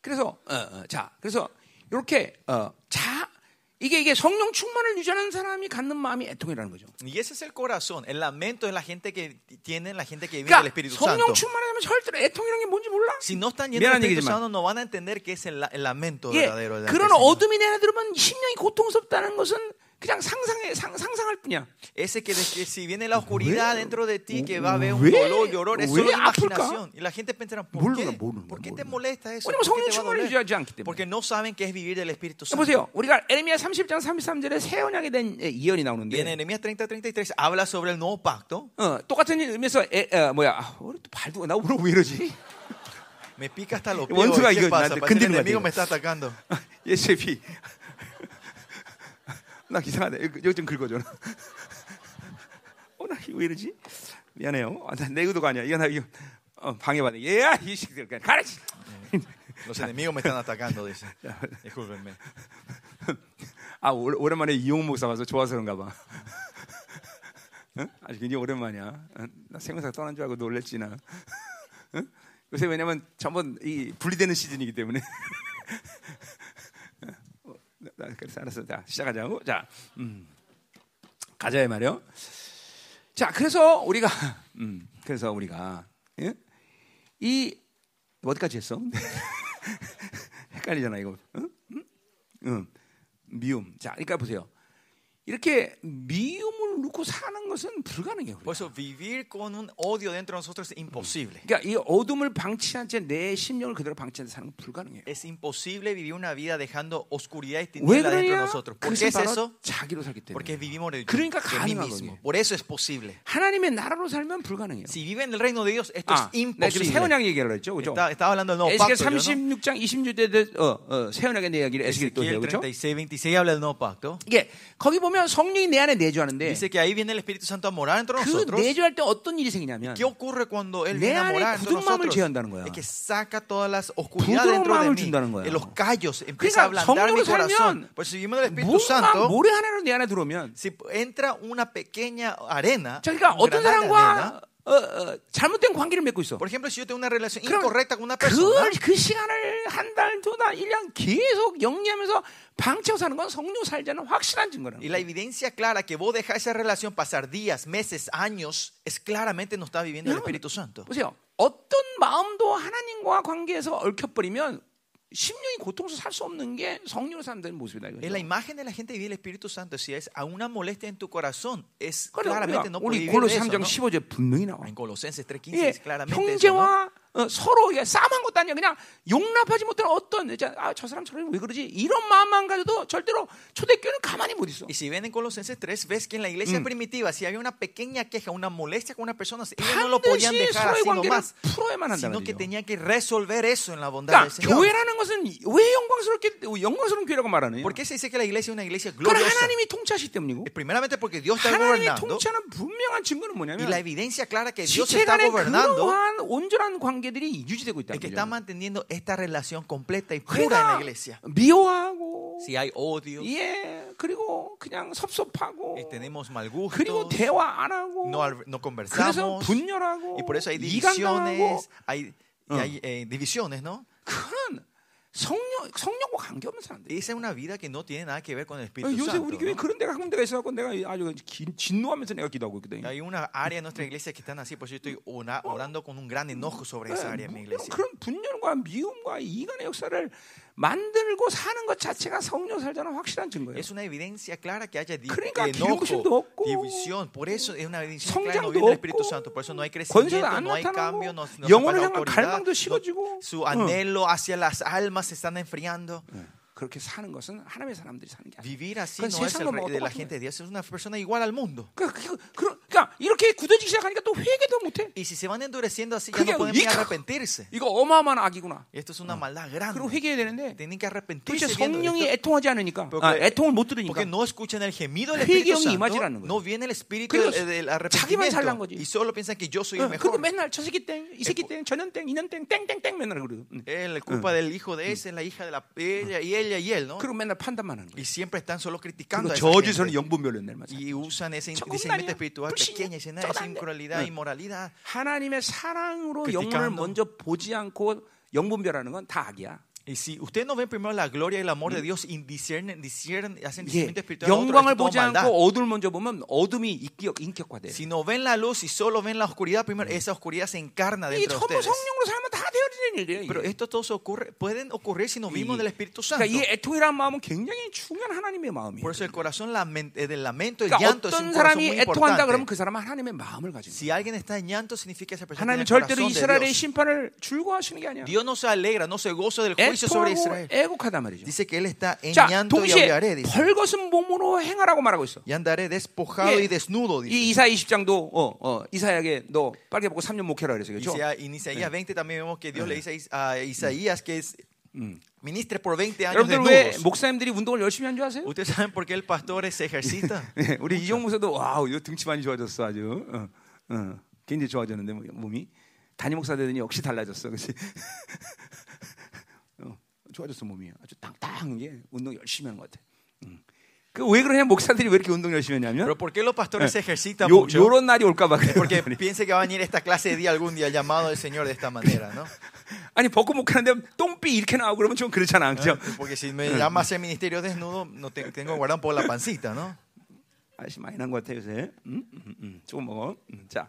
Speaker 1: 그래서 어, 어, 자, 그래서 이렇게 어, 자 이게 이게 성령 충만을 유지하는 사람이 갖는 마음이 애통이라는 거죠.
Speaker 2: Y ese es el corazón, el lamento de la gente que tiene, la gente que vive del
Speaker 1: 그러니까
Speaker 2: Espíritu
Speaker 1: 성령
Speaker 2: Santo.
Speaker 1: 충만하면 절대로 애통이라는 게 뭔지 몰라.
Speaker 2: Si no están yendo al
Speaker 1: 미안한
Speaker 2: Espíritu
Speaker 1: 얘기지만.
Speaker 2: Santo, no van a entender que es el, la- el lamento
Speaker 1: 예,
Speaker 2: verdadero. delante del
Speaker 1: 그런
Speaker 2: Señor.
Speaker 1: 어둠이 내려들면 심령이 고통스럽다는 것은 그냥 상상해 상, 상상할 뿐이야.
Speaker 2: Ese que, de- que si viene la oscuridad dentro de ti, que va a haber un
Speaker 1: 왜-
Speaker 2: dolor y horror, es
Speaker 1: 왜
Speaker 2: solo
Speaker 1: 아플까?
Speaker 2: imaginación. Y la gente pensará, ¿por
Speaker 1: 모르는
Speaker 2: qué?
Speaker 1: 거야, 모르는
Speaker 2: ¿Por
Speaker 1: 거야,
Speaker 2: qué te
Speaker 1: 모르는
Speaker 2: molesta eso?
Speaker 1: 왜냐면
Speaker 2: ¿Por qué
Speaker 1: 성령
Speaker 2: te va a
Speaker 1: 충만을
Speaker 2: doler?
Speaker 1: 유지하지 않기 때문에.
Speaker 2: Porque no 사ben qué es vivir del Espíritu Santo.
Speaker 1: 보세요. 우리가 에레미야 30장 33절에 새 언약에 대한 예, 예언이
Speaker 2: Y en
Speaker 1: 나오는데
Speaker 2: Enemías 30-33 habla sobre el nuevo pacto.
Speaker 1: 어, 똑같은 의미에서 에, 어, 뭐야? 아, 우리 또 발도 나 오늘 왜 이러지?
Speaker 2: Me pica hasta los pies.
Speaker 1: 원수가
Speaker 2: ¿Qué
Speaker 1: 이거
Speaker 2: pasa?
Speaker 1: 나한테
Speaker 2: Parece que
Speaker 1: 건드린
Speaker 2: el
Speaker 1: 것
Speaker 2: enemigo
Speaker 1: 같아요.
Speaker 2: me está atacando.
Speaker 1: 예수의 피. E. 나 이상하네. 여기 여기 좀 긁어줘. 어, 나왜 이러지? 미안해요. 아, 나내 의도가 아니야. 이거 나 이거 어, 방해받네. 예, 이 새끼들 그냥 가라. 씨.
Speaker 2: Los enemigos me están atacando, dice. Discúlpenme.
Speaker 1: 아 오- 오랜만에 이용 목사 와서 좋아서 그런가 봐. 응? 아주 굉장히 오랜만이야. 응? 나 생명사 떠난 줄 알고 놀랬지 나. 응? 요새 왜냐면 전부 이 분리되는 시즌이기 때문에. 어, 나- 나 그래서 알았어. 자 시작하자고. 자 음. 가자 이 말이요. 자 그래서 우리가 음, 그래서 우리가 예? 이 어디까지 했어? 헷갈리잖아 이거. 응? 응. 미움. 자, 그러니까 보세요. 이렇게 미움을 놓고 사는 것은 불가능해요. 우리가.
Speaker 2: Por eso, vivir con un odio dentro de nosotros es imposible.
Speaker 1: 그러니까 이 어둠을 방치한 채 내 심령을 그대로 방치한 채 사는 건 불가능해요.
Speaker 2: Es imposible vivir una vida dejando oscuridad y
Speaker 1: 왜
Speaker 2: tiniebla dentro de
Speaker 1: 그러냐?
Speaker 2: nosotros. ¿Por
Speaker 1: 그것은
Speaker 2: qué es eso?
Speaker 1: 바로 자기로 살기 때문에.
Speaker 2: Porque vivimos de,
Speaker 1: 그러니까
Speaker 2: de mí
Speaker 1: 가능한
Speaker 2: mismo.
Speaker 1: 거예요.
Speaker 2: Por eso es posible.
Speaker 1: 하나님의 나라로 살면 불가능해요.
Speaker 2: Si vive en el reino Ah, de Dios, esto
Speaker 1: 아,
Speaker 2: es
Speaker 1: 내가 지금
Speaker 2: imposible.
Speaker 1: 세원양 얘기를 했죠, 그죠?
Speaker 2: Está- estaba hablando del nuevo
Speaker 1: 에스겔
Speaker 2: pacto. yo, ¿no?
Speaker 1: 36장 26절에 어, 어, 세원양의 내 이야기를 에스겔 또 해요,
Speaker 2: Ezequiel
Speaker 1: 그죠?
Speaker 2: 36, 26 habla del nuevo pacto.
Speaker 1: 이게 거기 보면 성령이 내 안에 내주하는데
Speaker 2: Dice que ahí viene el Espíritu Santo a morar entre
Speaker 1: 그
Speaker 2: nosotros.
Speaker 1: 내주할 때 어떤 일이 생기냐면
Speaker 2: ¿Qué ocurre cuando Él
Speaker 1: 내
Speaker 2: viene a
Speaker 1: 안에
Speaker 2: morar entre
Speaker 1: 굳은 마음을
Speaker 2: nosotros?
Speaker 1: 제한다는 거야.
Speaker 2: Es que saca todas las oscuridades
Speaker 1: 부드러운
Speaker 2: dentro de
Speaker 1: 마음을
Speaker 2: mí.
Speaker 1: 준다는 거야.
Speaker 2: Eh, Los callos. Empieza a
Speaker 1: 그러니까
Speaker 2: ablandar
Speaker 1: 성령으로
Speaker 2: mi corazón.
Speaker 1: 살면
Speaker 2: Pues si vivimos del Espíritu
Speaker 1: 뭔가
Speaker 2: Santo,
Speaker 1: 모래 하나로 내 안에 들어오면
Speaker 2: si entra una pequeña arena,
Speaker 1: 자, 그러니까
Speaker 2: un
Speaker 1: 어떤
Speaker 2: granada de
Speaker 1: 사람과
Speaker 2: arena,
Speaker 1: 어, 어, 잘못된 관계를 맺고 있어.
Speaker 2: por ejemplo, si yo tengo una relación
Speaker 1: 그럼
Speaker 2: incorrecta con una persona,
Speaker 1: 그, 그 시간을 한 달, 두 달, 일 년 계속 영리하면서 방치하고 사는 건 성령 살자는 확실한
Speaker 2: y
Speaker 1: 증거라는
Speaker 2: la
Speaker 1: 거야.
Speaker 2: evidencia clara que vos dejás esa relación pasar días, meses, años, es claramente no está viviendo el Espíritu Santo.
Speaker 1: 보세요. 어떤 마음도 하나님과 관계에서 얽혀버리면 심령이 고통스러워 살 수 없는 게 성령으로 사는 모습이다. 이거죠.
Speaker 2: Es la imagen de la gente que vive el Espíritu Santo. Si es a una molestia en tu corazón, es
Speaker 1: 그러니까
Speaker 2: claramente no puede
Speaker 1: 우리
Speaker 2: vivir de
Speaker 1: 골로새
Speaker 2: eso,
Speaker 1: 3장
Speaker 2: ¿no?
Speaker 1: 15절 분명히 나와.
Speaker 2: Ah, En Colosenses 3.15
Speaker 1: 예,
Speaker 2: es claramente eso, ¿no?
Speaker 1: 형제와 어, 서로 이게 싸움한 것도 아니야. 그냥 용납하지 못하는 어떤 진짜, 아, 저 사람 저런 왜 그러지? 이런 마음만 가져도 절대로 초대교회는 가만히 못 있어.
Speaker 2: Y si ven en Colosenses 3, ves que en la iglesia primitiva, si había una pequeña queja, una molestia con una persona, ellos no lo podían
Speaker 1: 반드시 서로의
Speaker 2: dejar así
Speaker 1: 관계를
Speaker 2: nomás,
Speaker 1: 풀어야만 한다는
Speaker 2: sino que
Speaker 1: 거죠.
Speaker 2: tenían que resolver eso en la bondad del
Speaker 1: 그러니까
Speaker 2: Señor.
Speaker 1: 교회라는 것은 왜 영광스럽게 영광스러운 교회라고 말하느냐?
Speaker 2: ¿Por qué se dice que la iglesia es una iglesia
Speaker 1: 그건
Speaker 2: gloriosa?
Speaker 1: 하나님이 통치하시기 때문이고
Speaker 2: Es Primeramente porque Dios está
Speaker 1: 그 하나님이
Speaker 2: gobernando
Speaker 1: 통치하는 분명한 증거는
Speaker 2: y la
Speaker 1: 뭐냐면
Speaker 2: evidencia clara que Dios
Speaker 1: 지체
Speaker 2: está
Speaker 1: 간의
Speaker 2: gobernando
Speaker 1: 그러한 온전한 관계들이 유지되고
Speaker 2: es
Speaker 1: 있다는
Speaker 2: que está
Speaker 1: 거죠.
Speaker 2: manteniendo esta relación completa y pura en la
Speaker 1: 그러니까
Speaker 2: iglesia.
Speaker 1: 미워하고
Speaker 2: Si hay odio,
Speaker 1: 예 그리고 그냥 섭섭하고
Speaker 2: eh, tenemos mal
Speaker 1: 그리고
Speaker 2: gusto,
Speaker 1: 대화 안 하고
Speaker 2: no, al- no
Speaker 1: 그래서
Speaker 2: conversamos,
Speaker 1: 분열하고
Speaker 2: y por eso hay
Speaker 1: 이간당하고
Speaker 2: divisiones, hay, y hay eh, divisiones, ¿no?
Speaker 1: 그건 성령 성령과 관계없는 사람들.
Speaker 2: Esa es una vida que no tiene nada que ver con el
Speaker 1: 아,
Speaker 2: Espíritu
Speaker 1: 요새
Speaker 2: Santo.
Speaker 1: 우리 교회
Speaker 2: ¿no?
Speaker 1: 그런 데가 한 군데가 있어갖고 내가 아주 기- 진노하면서 내가 기도하고 있거든요.
Speaker 2: Hay una área en nuestra iglesia que están así, por eso yo estoy ora- orando con un gran enojo sobre
Speaker 1: 네,
Speaker 2: esa área en mi
Speaker 1: 물론
Speaker 2: iglesia.
Speaker 1: 그런 분열과 미움과 이간의 역사를 만들고 사는 것 자체가 성령 살자는 확실한 증거예요.
Speaker 2: Es una evidencia clara que haya di-
Speaker 1: 그러니까 기름부심도
Speaker 2: enojo,
Speaker 1: 없고,
Speaker 2: división. Por eso es una evidencia clara no
Speaker 1: 성장도
Speaker 2: viene del Espíritu
Speaker 1: 없고,
Speaker 2: Santo. Por eso no hay
Speaker 1: 권세도
Speaker 2: crecimiento,
Speaker 1: 안
Speaker 2: no hay
Speaker 1: 나타나고,
Speaker 2: cambio, no, no se
Speaker 1: 영혼을
Speaker 2: para la
Speaker 1: 향한
Speaker 2: autoridad.
Speaker 1: 갈망도 식어지고,
Speaker 2: su anhelo hacia las almas se están enfriando.
Speaker 1: 그렇게 사는 것은 하나님의 사람들이 사는 게 아니에요.
Speaker 2: Vivir así
Speaker 1: 그건
Speaker 2: Pues no es el
Speaker 1: 세상과
Speaker 2: rey de la
Speaker 1: 똑같은
Speaker 2: gente de Dios, es una persona igual al mundo.
Speaker 1: 그러니까 그, 그, 그러니까 이렇게 굳어지기 시작하니까 또 회개도 못해.
Speaker 2: Y si se van endureciendo así, ya no
Speaker 1: 그게
Speaker 2: pueden ni
Speaker 1: 위크-
Speaker 2: arrepentirse.
Speaker 1: 이거 어마어마한 악이구나.
Speaker 2: Y esto es una maldad
Speaker 1: 그리고
Speaker 2: grande.
Speaker 1: 회개해야 되는데
Speaker 2: Tienen que
Speaker 1: 도대체
Speaker 2: arrepentirse. viendo
Speaker 1: 성령이
Speaker 2: esto,
Speaker 1: 애통하지 않으니까
Speaker 2: porque-
Speaker 1: 아, 애통을 못 들으니까
Speaker 2: Porque no escuchan el gemido del
Speaker 1: 회개형이
Speaker 2: Espíritu
Speaker 1: 임하지
Speaker 2: Santo.
Speaker 1: 않는 거예요.
Speaker 2: No viene el espíritu
Speaker 1: 그래서
Speaker 2: del, del
Speaker 1: 살란
Speaker 2: arrepentimiento.
Speaker 1: 거지.
Speaker 2: Y solo piensan que yo soy el
Speaker 1: 응, 어, 그리고
Speaker 2: mejor.
Speaker 1: 맨날 저 새끼 땡이 새끼 땡 저년 땡 이년 땡 땡땡땡 맨날 그래요 응.
Speaker 2: Es la culpa del hijo de ese, la hija de la ella y ella y él, ¿no?
Speaker 1: 그리고 맨날 판단만 하는 거예요
Speaker 2: Y siempre están solo criticando
Speaker 1: 그리고
Speaker 2: a esa
Speaker 1: 저주에서는
Speaker 2: gente.
Speaker 1: 영분별로 날 맞아
Speaker 2: y usan ese
Speaker 1: 저건
Speaker 2: discernimiento
Speaker 1: 말이야.
Speaker 2: espiritual
Speaker 1: 불신이야.
Speaker 2: pequeña y llena
Speaker 1: 저건
Speaker 2: de
Speaker 1: 안 돼.
Speaker 2: inmoralidad,
Speaker 1: 응.
Speaker 2: inmoralidad.
Speaker 1: 하나님의 사랑으로
Speaker 2: 그러니까
Speaker 1: 영혼을
Speaker 2: 너-
Speaker 1: 먼저 보지 않고 영분별하는 건 다 악이야
Speaker 2: Y si ustedes no ven primero la gloria y el amor de Dios, y disciernen, disciernen, hacen
Speaker 1: 이게
Speaker 2: discernimiento espiritual, a otro,
Speaker 1: 영광을
Speaker 2: esto es
Speaker 1: 보지
Speaker 2: todo maldad.
Speaker 1: 않고 어둠을 먼저 보면 어둠이 인격, 인격화돼
Speaker 2: Si no ven la luz y solo ven la oscuridad, primero esa oscuridad se encarna
Speaker 1: 이게
Speaker 2: dentro de
Speaker 1: 전부
Speaker 2: ustedes.
Speaker 1: 성령으로 살면 다 되어지는 일이에요 이게.
Speaker 2: Pero esto todo se ocurre, pueden ocurrir si no vimos del Espíritu Santo.
Speaker 1: 그러니까 이 애통이라는 마음은 굉장히 중요한 하나님의 마음이에요
Speaker 2: Por eso el corazón lamen- eh, del lamento, el
Speaker 1: 그러니까
Speaker 2: llanto es un
Speaker 1: 어떤
Speaker 2: corazón
Speaker 1: 사람이
Speaker 2: muy
Speaker 1: 애통한다 그러면 그
Speaker 2: importante.
Speaker 1: 사람은 하나님의 마음을 가지고
Speaker 2: Si alguien está en llanto, significa que esa persona
Speaker 1: 하나님
Speaker 2: tiene el
Speaker 1: 절대로
Speaker 2: corazón de
Speaker 1: 이스라엘의
Speaker 2: Dios.
Speaker 1: 심판을 줄거하시는 게 아니야.
Speaker 2: Dios no se alegra, no se goza del juicio sobre
Speaker 1: 애통하고
Speaker 2: Israel.
Speaker 1: 애곡하단 말이죠.
Speaker 2: Dice que él está en
Speaker 1: 자,
Speaker 2: llanto y
Speaker 1: 동시에
Speaker 2: aullaré, dice.
Speaker 1: 벌거슨 몸으로 행하라고 말하고 있어.
Speaker 2: Y andaré despojado
Speaker 1: 예.
Speaker 2: y desnudo, dice.
Speaker 1: 이 이사 20장도 어, 어, 이사에게 너 빨개 보고 3년 목회라 그랬어. 그렇죠?
Speaker 2: Isaías- "Ah, en Isaías 20 también vemos que Dios le dice a Is- a Isaías que es ministre por 20 años
Speaker 1: 여러분들 왜
Speaker 2: desnudos.
Speaker 1: 목사님들이 운동을 열심히 한 줄 아세요?
Speaker 2: ¿Ustedes saben por qué el pastor se ejercita?
Speaker 1: 네, 우리 이용무사도 와우, 이거 등치 많이 좋아졌어 아주. 어, 어, 굉장히 좋아졌는데 뭐, 몸이 단임 목사 되더니 역시 달라졌어. 그렇지? 어, 좋아졌어 몸이 아주 땅땅한 게 운동 열심히 하는 것 같아. 음. 그왜 그러냐 목사들이 왜 이렇게 운동 열심히 하냐면
Speaker 2: ¿Pero por qué los pastores se ejercitan
Speaker 1: 요,
Speaker 2: mucho?
Speaker 1: 요런 날이 올까봐 네, 그래.
Speaker 2: Porque piense que va a venir esta clase de día algún día, el llamado del Señor de esta manera, ¿no?
Speaker 1: 아니 벗고 못 가는데 똥삐 이렇게 나오고 그러면 좀 그렇잖아, 그죠?
Speaker 2: Porque si me llama a hacer ministerio desnudo, no te- tengo que guardar un poco la pancita, ¿no?
Speaker 1: 아저씨 많이 난 것 같아 요새. 음, 음, 음. 조금 먹어. 음, 자,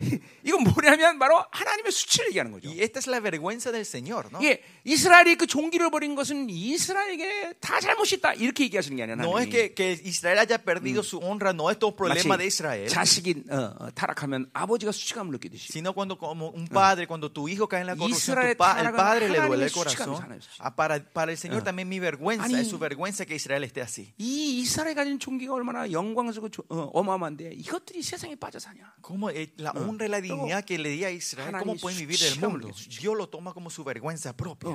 Speaker 1: 이건 뭐냐면 바로 하나님의 수치를 얘기하는 거죠.
Speaker 2: Y esta es la vergüenza del Señor, ¿no?
Speaker 1: 이게 이스라엘이 그 종기를 버린 것은 이스라엘에게 다 잘못이 있다 이렇게 얘기하시는 게 아니라
Speaker 2: No es que, que Israel haya perdido su honra, no es todo problema de Israel.
Speaker 1: 자식이 어, 어, 타락하면 아버지가 수치감을 느끼듯이
Speaker 2: sino cuando como un padre, cuando tu hijo cae en la corrupción,
Speaker 1: Israel
Speaker 2: tu pa- el
Speaker 1: 타락은
Speaker 2: padre le duele
Speaker 1: 하나님의
Speaker 2: el
Speaker 1: 수치감이
Speaker 2: corazón.
Speaker 1: 살아있어요.
Speaker 2: Ah, para, para el Señor también mi vergüenza,
Speaker 1: 아니,
Speaker 2: es su vergüenza que Israel esté así.
Speaker 1: 이 이스라엘 가진 종기가 얼마나 영광스럽고 조- 어, 어마어마한데 이것들이 세상에 빠져 사냐?
Speaker 2: ¿Cómo eh, la honra y la dignidad que le di a Israel, cómo
Speaker 1: 하나님이
Speaker 2: pueden vivir del
Speaker 1: 수치감을
Speaker 2: mundo? Dios lo toma como su vergüenza
Speaker 1: 어.
Speaker 2: propia.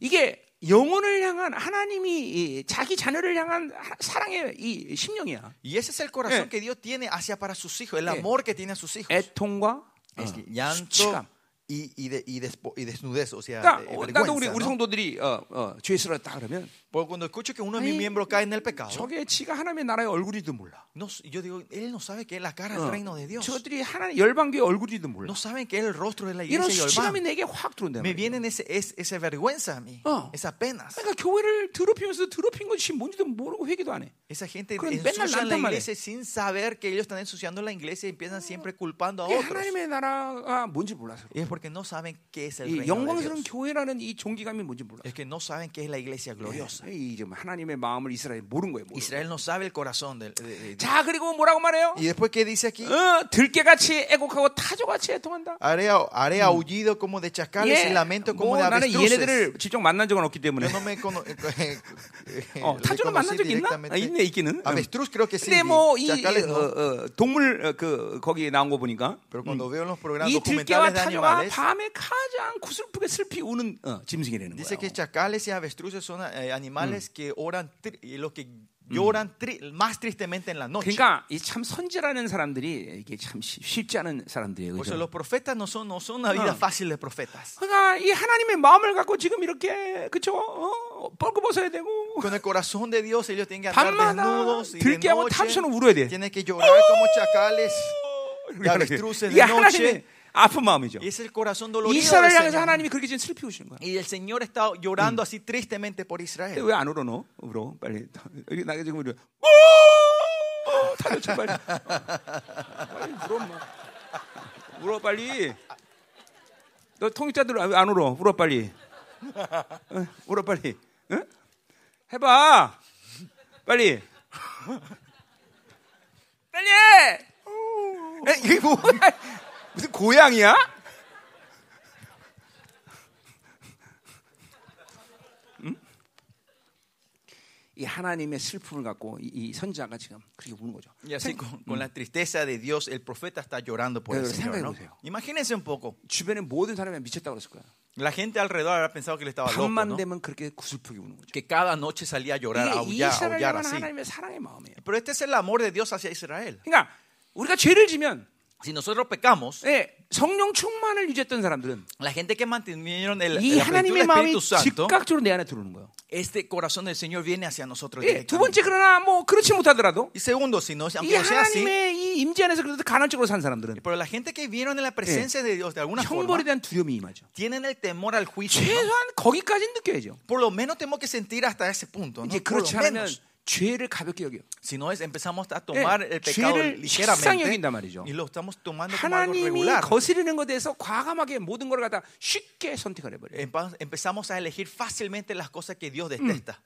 Speaker 1: 이게 영혼을 향한 하나님이 이 자기 자녀를 향한 하- 사랑의 이 심령이야.
Speaker 2: Y ese es el corazón
Speaker 1: 예.
Speaker 2: que Dios tiene hacia para sus hijos, el
Speaker 1: 예.
Speaker 2: amor que tiene a sus
Speaker 1: Eh.
Speaker 2: hijos.
Speaker 1: 애통과 어,
Speaker 2: Es llanto
Speaker 1: 수치감.
Speaker 2: y, y, de- y despo- y desnudez, o sea, de-
Speaker 1: 그러니까 어,
Speaker 2: de
Speaker 1: 나도 우리
Speaker 2: vergüenza.
Speaker 1: 우리
Speaker 2: ¿no?
Speaker 1: 성도들이 어, 어, 죄스러웠다 그러면
Speaker 2: Porque cuando escucho que uno de
Speaker 1: 아니, 어?
Speaker 2: mis miembros cae en el pecado,
Speaker 1: 저게 지가 하나님의 나라의 얼굴이도 몰라.
Speaker 2: no- yo digo, él no sabe que es la cara
Speaker 1: 어,
Speaker 2: del reino de Dios.
Speaker 1: 저들이 하나님 열방교의 얼굴이도 몰라.
Speaker 2: No saben que es el rostro de la
Speaker 1: 이런
Speaker 2: iglesia y
Speaker 1: 수치감이
Speaker 2: Olván.
Speaker 1: 내게 확 들어온다.
Speaker 2: Me vienen ese, es- esa vergüenza a mí,
Speaker 1: 어.
Speaker 2: esas penas.
Speaker 1: 그러니까 교회를 더럽히면서 더럽힌 것이 뭔지도 모르고 회개도 안 해.
Speaker 2: Esa gente
Speaker 1: 그럼 맨날
Speaker 2: ensucia la
Speaker 1: 난단 말이야.
Speaker 2: iglesia sin saber que ellos están ensuciando la iglesia y empiezan siempre culpando a
Speaker 1: 이게
Speaker 2: otros.
Speaker 1: 하나님의 나라가 뭔지 몰라서. 그래.
Speaker 2: Y es porque no saben qué es el
Speaker 1: 이
Speaker 2: reino de
Speaker 1: 영광스러운
Speaker 2: Dios.
Speaker 1: 교회라는 이 종기감이 뭔지 몰라.
Speaker 2: Es que no 사ben qué es la iglesia gloriosa.
Speaker 1: 이 지금 하나님의 마음을 이스라엘 예. 모른 거예요. 모르는 거예요.
Speaker 2: Israel no sabe el corazón de, de- de- de-
Speaker 1: 자 그리고 뭐라고 말해요?
Speaker 2: Y después, ¿qué dice aquí?
Speaker 1: 어, 들깨같이 애곡하고 타조같이 애통한다.
Speaker 2: Haré, a- haré aullido como de chacales y lamento
Speaker 1: 뭐
Speaker 2: como de
Speaker 1: 나는
Speaker 2: avestruces.
Speaker 1: 얘네들을 직접 만난 적은 없기 때문에.
Speaker 2: Yo no me cono- eh, Oh,
Speaker 1: 어, 타조는 만난
Speaker 2: reconocí
Speaker 1: 적 있나? 아,
Speaker 2: eh, directamente.
Speaker 1: 있네 있기는.
Speaker 2: Avestruz creo que sí.
Speaker 1: 근데 뭐이
Speaker 2: Chacales no.
Speaker 1: 동물 어, 그 거기 나온 거 보니까
Speaker 2: Pero cuando veo en los programas
Speaker 1: 이 들깨와
Speaker 2: documentales de
Speaker 1: 타조가
Speaker 2: animales,
Speaker 1: 밤에 가장 구슬프게 슬피 우는 어, 짐승이라는
Speaker 2: dice
Speaker 1: 거예요.
Speaker 2: que chacales y avestruces son eh, animales
Speaker 1: Mm.
Speaker 2: que oran tri- y los que lloran tri- más tristemente en la noche.
Speaker 1: 그러니까 이 참 선지라는 사람들이 이게 참 쉬- 쉽지 않은 사람들이에요.
Speaker 2: Por eso
Speaker 1: 그죠?
Speaker 2: los profetas no son, no son una vida
Speaker 1: Ah.
Speaker 2: fácil de profetas.
Speaker 1: 그러니까 이 하나님의 마음을 갖고 지금 이렇게 그쵸 어, 벌거벗어야 되고
Speaker 2: Con el corazón de Dios ellos tienen que andar
Speaker 1: 밤마다
Speaker 2: desnudos y de
Speaker 1: 들깨하고 타조는 울어야 돼.
Speaker 2: noche tienen que llorar como chacales. avestruces de
Speaker 1: 이게 하나님의
Speaker 2: noche.
Speaker 1: 아픈 마음이죠.
Speaker 2: Y es el corazón dolorido del
Speaker 1: 이스라엘 향해서
Speaker 2: Señor.
Speaker 1: 하나님이 그렇게 지금 슬피 우시는 거야.
Speaker 2: Y el Señor está
Speaker 1: Mm.
Speaker 2: llorando así tristemente por Israel.
Speaker 1: 왜 안 울어 너? 울어 빨리. 여기 나가 지금 울어. 다들 빨리. 빨리 울어 뭐. 울어 빨리. 너 통역자들 왜안 울어? 울어 빨리. 응? 울어 빨리. 응? 해봐. 빨리. 빨리. 해! 에, 이게 뭐야? 무슨 고양이야? 이 하나님의 슬픔을 갖고 이, 이 선지자가 지금 그렇게 우는 거죠.
Speaker 2: Y así con, con la tristeza de Dios, el profeta está llorando por el
Speaker 1: Mm. Pero
Speaker 2: Señor. ¿no?
Speaker 1: 생각해보세요.
Speaker 2: Imagínense un poco.
Speaker 1: 주변에 모든 사람이 미쳤다고 그랬을 거야.
Speaker 2: La gente alrededor habrá pensado que él estaba loco,
Speaker 1: 밤만
Speaker 2: ¿no?
Speaker 1: 되면 그렇게 구슬프게 우는 거죠.
Speaker 2: que cada noche salía a llorar, a
Speaker 1: 이게
Speaker 2: aullar, a
Speaker 1: 이스라엘은 아,
Speaker 2: aullar así.
Speaker 1: 하나님의 사랑의 마음이에요.
Speaker 2: Pero este es el amor de Dios hacia Israel.
Speaker 1: 그러니까 우리가 죄를 지면
Speaker 2: Si nosotros pecamos,
Speaker 1: 예, 성령 충만을 유지했던 사람들은
Speaker 2: la gente que mantenieron el,
Speaker 1: 이
Speaker 2: la plenitud
Speaker 1: 하나님의
Speaker 2: del
Speaker 1: 마음이
Speaker 2: Espíritu Santo,
Speaker 1: 즉각적으로 내 안에 들어오는 거예요.
Speaker 2: este corazón del Señor viene hacia nosotros.
Speaker 1: 예, 두 번째
Speaker 2: directamente.
Speaker 1: 그러나 뭐 그렇지 못하더라도
Speaker 2: Y segundo, si no,
Speaker 1: 이
Speaker 2: aunque no sea así,
Speaker 1: 하나님의 이 임재 안에서 그래도 가난적으로 산 사람들은
Speaker 2: pero la gente que vieron en la presencia de Dios de alguna
Speaker 1: 형벌에
Speaker 2: forma,
Speaker 1: 대한 두려움이 임하죠.
Speaker 2: tienen el temor al juicio. ¿no?
Speaker 1: 최소한 거기까지 는 느껴야죠.
Speaker 2: Por lo menos tenemos que sentir hasta ese punto. ¿no?
Speaker 1: 이제
Speaker 2: Por
Speaker 1: 그렇지
Speaker 2: lo
Speaker 1: 않으면
Speaker 2: menos.
Speaker 1: 죄를 가볍게 여겨.
Speaker 2: Si no es, empezamos a tomar
Speaker 1: 예,
Speaker 2: el pecado
Speaker 1: 죄를 식상히 여긴단 말이죠.
Speaker 2: ligeramente y lo estamos tomando como algo
Speaker 1: 하나님이
Speaker 2: regular.
Speaker 1: 거스르는 것에 대해서 과감하게 모든 걸 갖다 쉽게 선택을 해버려요.
Speaker 2: Empa- Empezamos a elegir fácilmente las cosas que Dios detesta.